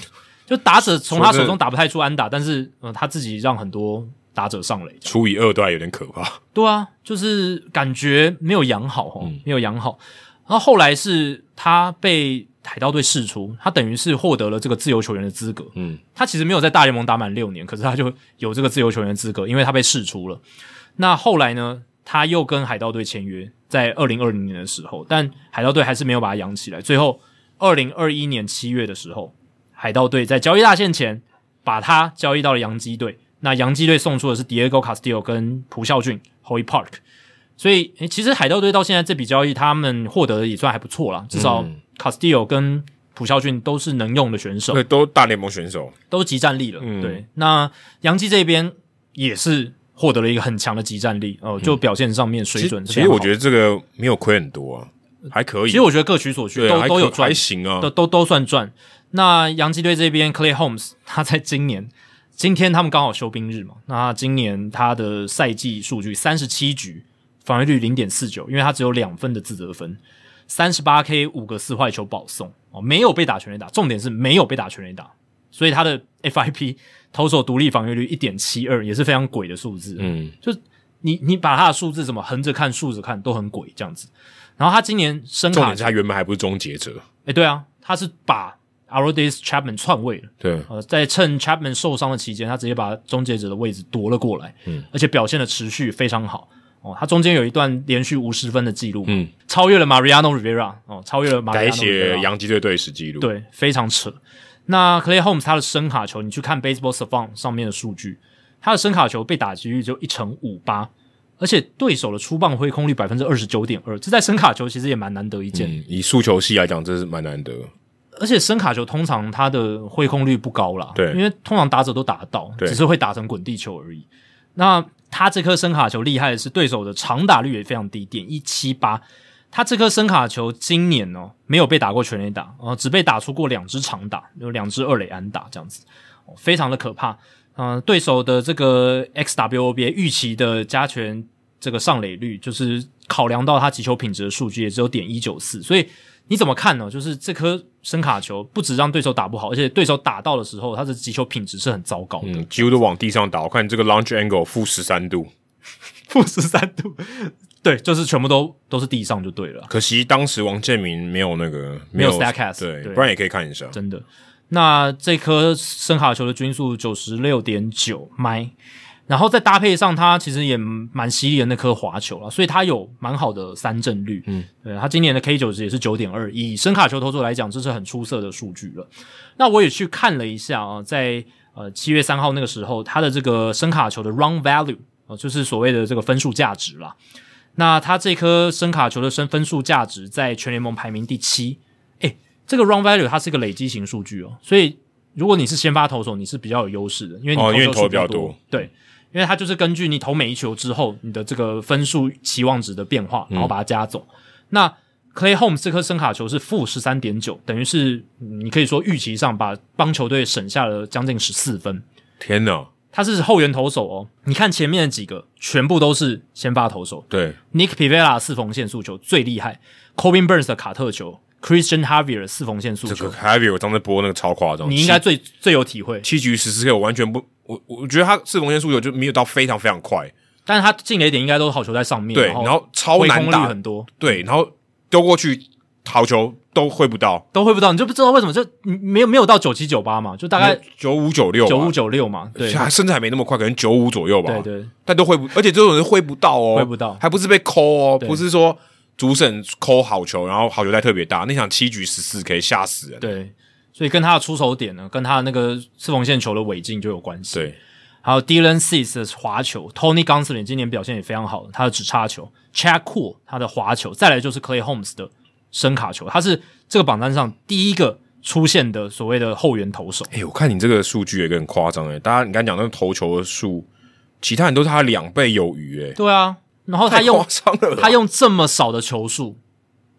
Speaker 1: 就打者从他手中打不太出安打，但是呃他自己让很多打者上垒，
Speaker 2: 除以二都还有点可怕。
Speaker 1: 对啊，就是感觉没有养好哦，没有养好。然后后来是他被海盗队释出，他等于是获得了这个自由球员的资格。
Speaker 2: 嗯，
Speaker 1: 他其实没有在大联盟打满六年，可是他就有这个自由球员的资格，因为他被释出了。那后来呢，他又跟海盗队签约，在二零二零年的时候，但海盗队还是没有把他养起来。最后，二零二一年七月的时候，海盗队在交易大限前把他交易到了洋基队。那洋基队送出的是 Diego Castillo 跟朴孝俊 Hoy Park，所以、诶其实海盗队到现在这笔交易，他们获得的也算还不错啦，至少 Castillo 跟朴孝俊都是能用的选手。
Speaker 2: 对，都大联盟选手，
Speaker 1: 都集战力了。
Speaker 2: 嗯
Speaker 1: 对，那杨基这边也是获得了一个很强的集战力哦、就表现上面水
Speaker 2: 其
Speaker 1: 准
Speaker 2: 嗯实其实我觉
Speaker 1: 得，
Speaker 2: 得这个没有亏很多啊，还可以。
Speaker 1: 其实我觉得各取所需，
Speaker 2: 对
Speaker 1: 都
Speaker 2: 还
Speaker 1: 都
Speaker 2: 可
Speaker 1: 有赚
Speaker 2: 还，行啊
Speaker 1: 都，都都算赚。那洋基队这边 Clay Holmes [LAUGHS] 他在今年。今天他们刚好休兵日嘛，那今年他的赛季数据三十七局，防御率零点四九，因为他只有两分的自责分，三十八 K 五个四坏球保送哦，没有被打全垒打，重点是没有被打全垒打，所以他的 FIP 投手独立防御率一点七二也是非常鬼的数字。
Speaker 2: 嗯，
Speaker 1: 就你你把他的数字怎么横着看、竖着看都很鬼这样子。然后他今年声
Speaker 2: 重
Speaker 1: 卡
Speaker 2: 点是，他原本还不是终结者，
Speaker 1: 哎，对啊，他是把 a r o d i s Chapman 篡位了。
Speaker 2: 对，
Speaker 1: 呃，在趁 Chapman 受伤的期间，他直接把终结者的位置夺了过来，嗯，而且表现的持续非常好哦。他中间有一段连续无失分的记录，
Speaker 2: 嗯，
Speaker 1: 超越了 Mariano Rivera 哦，超越了 Mariano
Speaker 2: 改写
Speaker 1: Rivera
Speaker 2: 洋基队队史记录，，
Speaker 1: 啊
Speaker 2: 嗯
Speaker 1: 对，非常扯。那 Clay Holmes 他的声卡球，你去看 Baseball Savant 上面的数据，他的声卡球被打击率就一成五八，而且对手的出棒挥空率百分之二十九点二，这在声卡球其实也蛮难得一见。
Speaker 2: 嗯，以速球系来讲，这是蛮难得，
Speaker 1: 而且声卡球通常它的挥空率不高啦，
Speaker 2: 对
Speaker 1: 因为通常打者都打得到，
Speaker 2: 对
Speaker 1: 只是会打成滚地球而已。那他这颗声卡球厉害的是，对手的长打率也非常低，点一七八。他这颗声卡球今年哦没有被打过全垒打，哦、只被打出过两支长打，有两支二垒安打这样子，哦、非常的可怕。嗯、对手的这个 XWOB 预期的加权这个上垒率，就是考量到他击球品质的数据也只有点一九四，所以你怎么看呢？就是这颗声卡球不止让对手打不好，而且对手打到的时候，他的击球品质是很糟糕的。
Speaker 2: 嗯，几乎都往地上打。我看这个 launch angle 负十三度，
Speaker 1: 负十三度，对，就是全部都都是地上就对了，
Speaker 2: 可惜当时王建民没有那个
Speaker 1: 没有 Statcast，
Speaker 2: 对，
Speaker 1: 对
Speaker 2: 不然也可以看一下。
Speaker 1: 真的。那这颗声卡球的均速九十六点九迈，然后再搭配上它其实也蛮犀利的那颗滑球了，所以它有蛮好的三振率。嗯，对，它今年的 K 九值也是九点二，以声卡球投手来讲，这是很出色的数据了。那我也去看了一下啊，在呃七月三号那个时候，它的这个声卡球的 run value 啊、呃就是所谓的这个分数价值啦。那它这颗声卡球的分分数价值在全联盟排名第七。诶，这个 run value 它是一个累积型数据哦，所以如果你是先发投手，你是比较有优势的，因为你
Speaker 2: 哦因为
Speaker 1: 手
Speaker 2: 你投得比较
Speaker 1: 数
Speaker 2: 多，
Speaker 1: 对。因为它就是根据你
Speaker 2: 嗯
Speaker 1: 投每一球之后，你的这个分数期望值的变化，然后把它加总。那 Clay Holmes 这颗声卡球是负十三点九，等于是嗯你可以说预期上把帮球队省下了将近十四分。
Speaker 2: 天哪，
Speaker 1: 他是后援投手哦，你看前面的几个全部都是先发投手
Speaker 2: 对，
Speaker 1: ，Nick Pivella 四缝线速球最厉害，Cobin Burns 的卡特球，Christian Javier 的四缝线速
Speaker 2: 这个
Speaker 1: 球，
Speaker 2: Heavy 我上次播那个超夸张，
Speaker 1: 你应该最最有体会。
Speaker 2: 七七局十四 K，我完全不，我我觉得他四缝线速球就没有到非常非常快，
Speaker 1: 但是他进雷点应该都是好球在上面，
Speaker 2: 对，
Speaker 1: 然
Speaker 2: 然后超
Speaker 1: 挥
Speaker 2: 难
Speaker 1: 空率
Speaker 2: 打
Speaker 1: 很，多，
Speaker 2: 对，然后丢过去好球都挥不到，
Speaker 1: 都挥不到，你就不知道为什么就你没有没有到九七九八嘛，就大概
Speaker 2: 九五九六，
Speaker 1: 九五九六嘛，对
Speaker 2: 还甚至还没那么快，可能九五左右吧。
Speaker 1: 对对，
Speaker 2: 但都挥不，而且这种人挥不到哦，
Speaker 1: 挥不到
Speaker 2: 还不是被抠哦，
Speaker 1: 对
Speaker 2: 不是说主审抠好球，然后好球带特别大，那场七局十四 K 吓死人。
Speaker 1: 对，所以跟他的出手点呢，跟他的那个四缝线球的尾劲就有关系。
Speaker 2: 对，
Speaker 1: 还有 Dylan Cease 的滑球，Tony Gonsolin 今年表现也非常好，他的直插球，Chad Cool 他的滑球，再来就是 Clay Holmes 的声卡球，他是这个榜单上第一个出现的所谓的后援投手。
Speaker 2: 哎、我看你这个数据有一个很夸张哎，大家你刚才讲那个投球的数，其他人都是他两倍有余哎，
Speaker 1: 对啊，然后他
Speaker 2: 太
Speaker 1: 用
Speaker 2: 夸张了吧，
Speaker 1: 他用这么少的球数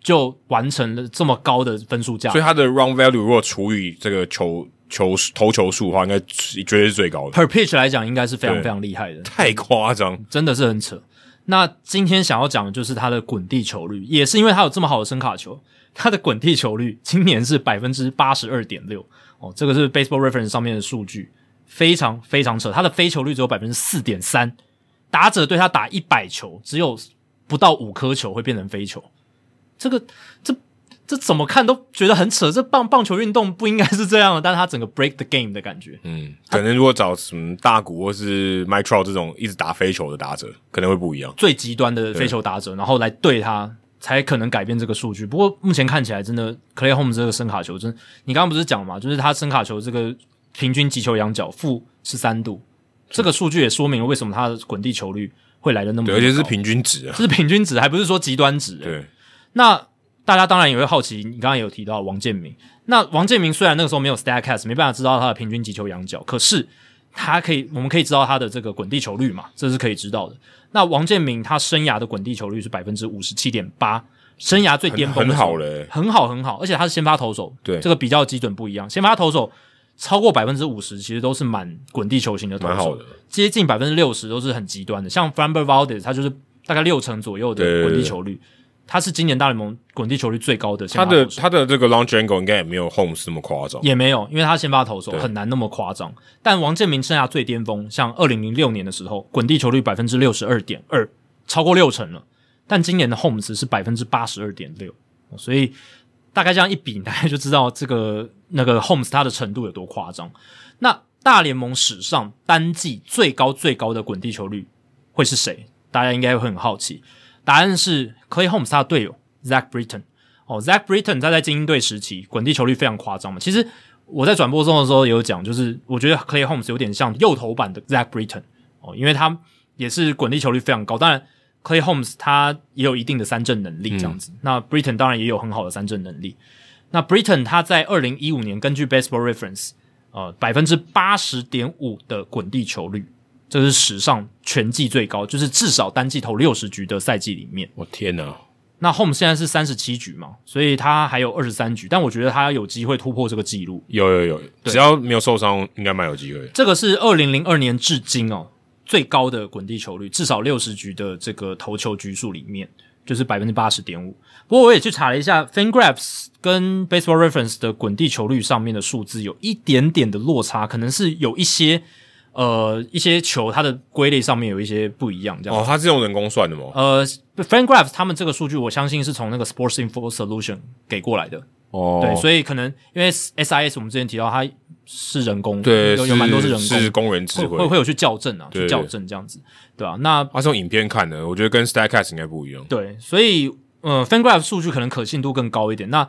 Speaker 1: 就完成了这么高的分数价
Speaker 2: 所以他的 run value 如果除以这个球球投球数的话，应该绝对是最高的，
Speaker 1: ，per pitch 来讲应该是非常
Speaker 2: 对
Speaker 1: 非常厉害的。
Speaker 2: 太夸张，
Speaker 1: 真的是很扯。那今天想要讲的就是他的滚地球率，也是因为他有这么好的声卡球，他的滚地球率今年是百分之八十二点六哦，这个是 Baseball Reference 上面的数据，非常非常扯。他的飞球率只有百分之四点三，打者对他打一百球，只有不到五颗球会变成飞球，这个这这怎么看都觉得很扯。这棒棒球运动不应该是这样的，但是他整个 break the game 的感觉，
Speaker 2: 嗯，可能如果找什么大谷或是 m i t r o 这种一直打飞球的打者，可能会不一样。
Speaker 1: 最极端的飞球打者，然后来对他，才可能改变这个数据。不过目前看起来，真的 Clay Holmes 这个声卡球，真你刚刚不是讲嘛，就是他声卡球这个平均击球仰角负十三度，这个数据也说明了为什么他的滚地球率会来的那么
Speaker 2: 对，
Speaker 1: 高，
Speaker 2: 而且是平均值啊。
Speaker 1: 这是平均值，还不是说极端值、欸
Speaker 2: 对，
Speaker 1: 那大家当然也会好奇，你刚刚有提到王建民。那王建民虽然那个时候没有 Statcast，没办法知道他的平均击球仰角，可是他可以，我们可以知道他的这个滚地球率嘛，这是可以知道的。那王建民他生涯的滚地球率是百分之五十七点八，生涯最巅峰
Speaker 2: 很
Speaker 1: 的
Speaker 2: 很
Speaker 1: 时候
Speaker 2: 好了欸
Speaker 1: 很好很好，而且他是先发投手，
Speaker 2: 对
Speaker 1: 这个比较基准不一样。先发投手超过百分之五十，其实都是满滚地球型的投
Speaker 2: 蛮好
Speaker 1: 手
Speaker 2: 的，
Speaker 1: 接近百分之六十都是很极端的。像 Framber Valdez，他就是大概六成左右
Speaker 2: 对对
Speaker 1: 的
Speaker 2: 对
Speaker 1: 滚地球率，他是今年大联盟滚地球率最高的先
Speaker 2: 他
Speaker 1: 发投手。
Speaker 2: 的他的这个 long angle 应该也没有 Homes 那么夸张。
Speaker 1: 也没有，因为他先发投手
Speaker 2: 对
Speaker 1: 很难那么夸张。但王建民生涯最巅峰，像二零零六年的时候，滚地球率百分之六十二点二，超过六成了。但今年的 Homes 是百分之八十二点六，所以大概这样一比，大家就知道这个那个 Homes 他的程度有多夸张。那大联盟史上单季最高最高的滚地球率会是谁？大家应该会很好奇。答案是 Clay Holmes 他的队友 Zach Britton。哦，Zach Britton 他在精英队时期滚地球率非常夸张嘛。其实我在转播中的时候也有讲，就是我觉得 Clay Holmes 有点像右投版的 Zach Britton 哦，因为他也是滚地球率非常高。当然，Clay Holmes 他也有一定的三振能力这样子，那 Britton 当然也有很好的三振能力。那 Britton 他在二零一五年根据 Baseball Reference，呃，百分之八十点五的滚地球率，这是史上全季最高，就是至少单季投六十局的赛季里面。
Speaker 2: 我天哪！
Speaker 1: 那 Home 现在是三十七局嘛，所以他还有二十三局，但我觉得他有机会突破这个记录。
Speaker 2: 有有有，只要没有受伤，应该蛮有机会的。
Speaker 1: 这个是二零零二年至今哦最高的滚地球率，至少六十局的这个投球局数里面，就是百分之八十点五。不过我也去查了一下，FanGraphs 跟 Baseball Reference 的滚地球率上面的数字有一点点的落差，可能是有一些呃一些球它的归类上面有一些不一样，这样。
Speaker 2: 哦，他是用人工算的吗？
Speaker 1: 呃，FanGraphs 他们这个数据，我相信是从那个 Sports Info Solution 给过来的。
Speaker 2: 哦，
Speaker 1: 对，所以可能因为 SIS 我们之前提到它是人工，
Speaker 2: 对
Speaker 1: 有有蛮多是人工，
Speaker 2: 是工人智
Speaker 1: 会会
Speaker 2: 慧。
Speaker 1: 会有去校正啊，
Speaker 2: 对
Speaker 1: 去校正这样子，对啊，那
Speaker 2: 他是用影片看的，我觉得跟 Stacks 应该不一样。
Speaker 1: 对，所以呃，FanGraph 数据可能可信度更高一点。那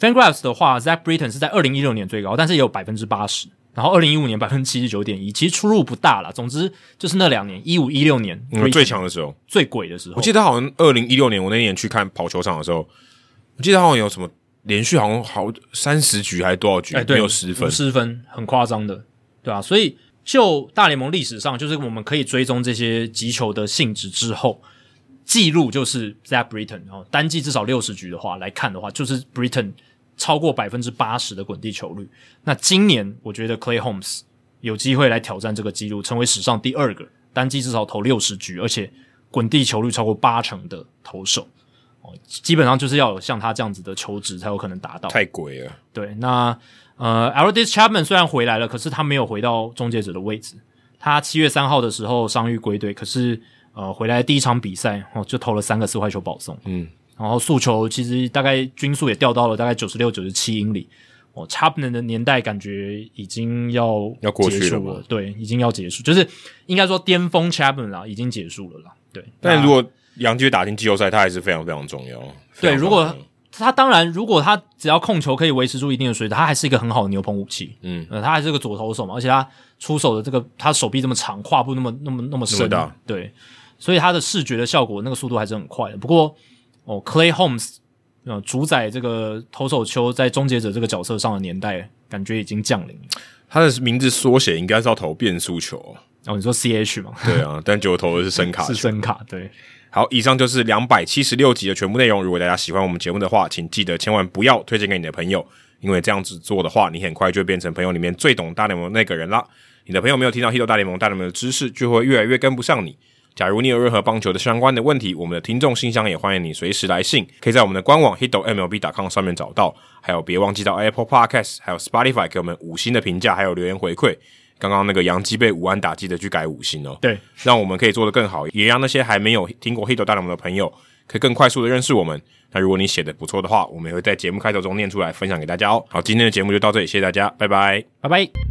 Speaker 1: FanGraphs 的话，Zach Britton 是在二零一六年最高，但是也有百分之八十，然后二零一五年百分之七十九点一，其实出入不大啦。总之就是那两年，一五一六年、
Speaker 2: 嗯，最强的时候，
Speaker 1: 最鬼的时候
Speaker 2: 我，记得好像二零一六年我那年去看跑球场的时候，我记得好像有什么连续好像好三十局还是多少局
Speaker 1: 哎，对，
Speaker 2: 没有失分，
Speaker 1: 失分很夸张的，对啊，所以就大联盟历史上，就是我们可以追踪这些击球的性质之后，记录就是 Zach Britton，然后单季至少六十局的话来看的话，就是 Britton 超过百分之八十的滚地球率。那今年我觉得 Clay Holmes 有机会来挑战这个纪录，成为史上第二个单季至少投六十局，而且滚地球率超过八成的投手。哦，基本上就是要有像他这样子的求职才有可能达到。
Speaker 2: 太鬼了。
Speaker 1: 对，那呃 a l d i s Chapman 虽然回来了，可是他没有回到终结者的位置。他七月三号的时候伤愈归队，可是呃回来第一场比赛哦就投了三个四坏球保送，
Speaker 2: 嗯，
Speaker 1: 然后速球其实大概均速也掉到了大概九十六、九十七英里。哦，Chapman 的年代感觉已经要
Speaker 2: 要过去了
Speaker 1: 结束
Speaker 2: 吗
Speaker 1: 了，对，已经要结束，就是应该说巅峰 Chapman 啦，已经结束了啦。对，
Speaker 2: 但
Speaker 1: 那
Speaker 2: 如果杨基队打进季后赛，他还是非常非常重要。非
Speaker 1: 对，
Speaker 2: 常
Speaker 1: 如果
Speaker 2: 重要
Speaker 1: 他当然，如果他只要控球可以维持住一定的水准，他还是一个很好的牛棚武器。
Speaker 2: 嗯，
Speaker 1: 呃，他还是个左投手嘛，而且他出手的这个他手臂这么长，胯部那么那么那么
Speaker 2: 那
Speaker 1: 深，
Speaker 2: 么大
Speaker 1: 对，所以他的视觉的效果那个速度还是很快的。不过哦，Clay Holmes 呃主宰这个投手球在终结者这个角色上的年代，感觉已经降临了。
Speaker 2: 他的名字缩写应该是要投变速球，
Speaker 1: 哦，你说 CH 嘛，[LAUGHS]
Speaker 2: 对啊，但结果投的是声卡
Speaker 1: 是
Speaker 2: 球。
Speaker 1: 声卡对。
Speaker 2: 好，以上就是两百七十六集的全部内容。如果大家喜欢我们节目的话，请记得千万不要推荐给你的朋友，因为这样子做的话，你很快就会变成朋友里面最懂大联盟的那个人啦。你的朋友没有听到《h i t 大联盟》大联盟的知识，就会越来越跟不上你。假如你有任何棒球的相关的问题，我们的听众信箱也欢迎你随时来信，可以在我们的官网 hitomlb.com 上面找到。还有，别忘记到 Apple Podcast 还有 Spotify 给我们五星的评价，还有留言回馈。刚刚那个杨基被五安打，记得去改五星哦。
Speaker 1: 对，
Speaker 2: 让我们可以做得更好，也让那些还没有听过《h i t 大联盟》的朋友可以更快速的认识我们。那如果你写的不错的话，我们也会在节目开头中念出来，分享给大家哦。好，今天的节目就到这里，谢谢大家，拜拜。
Speaker 1: 拜拜。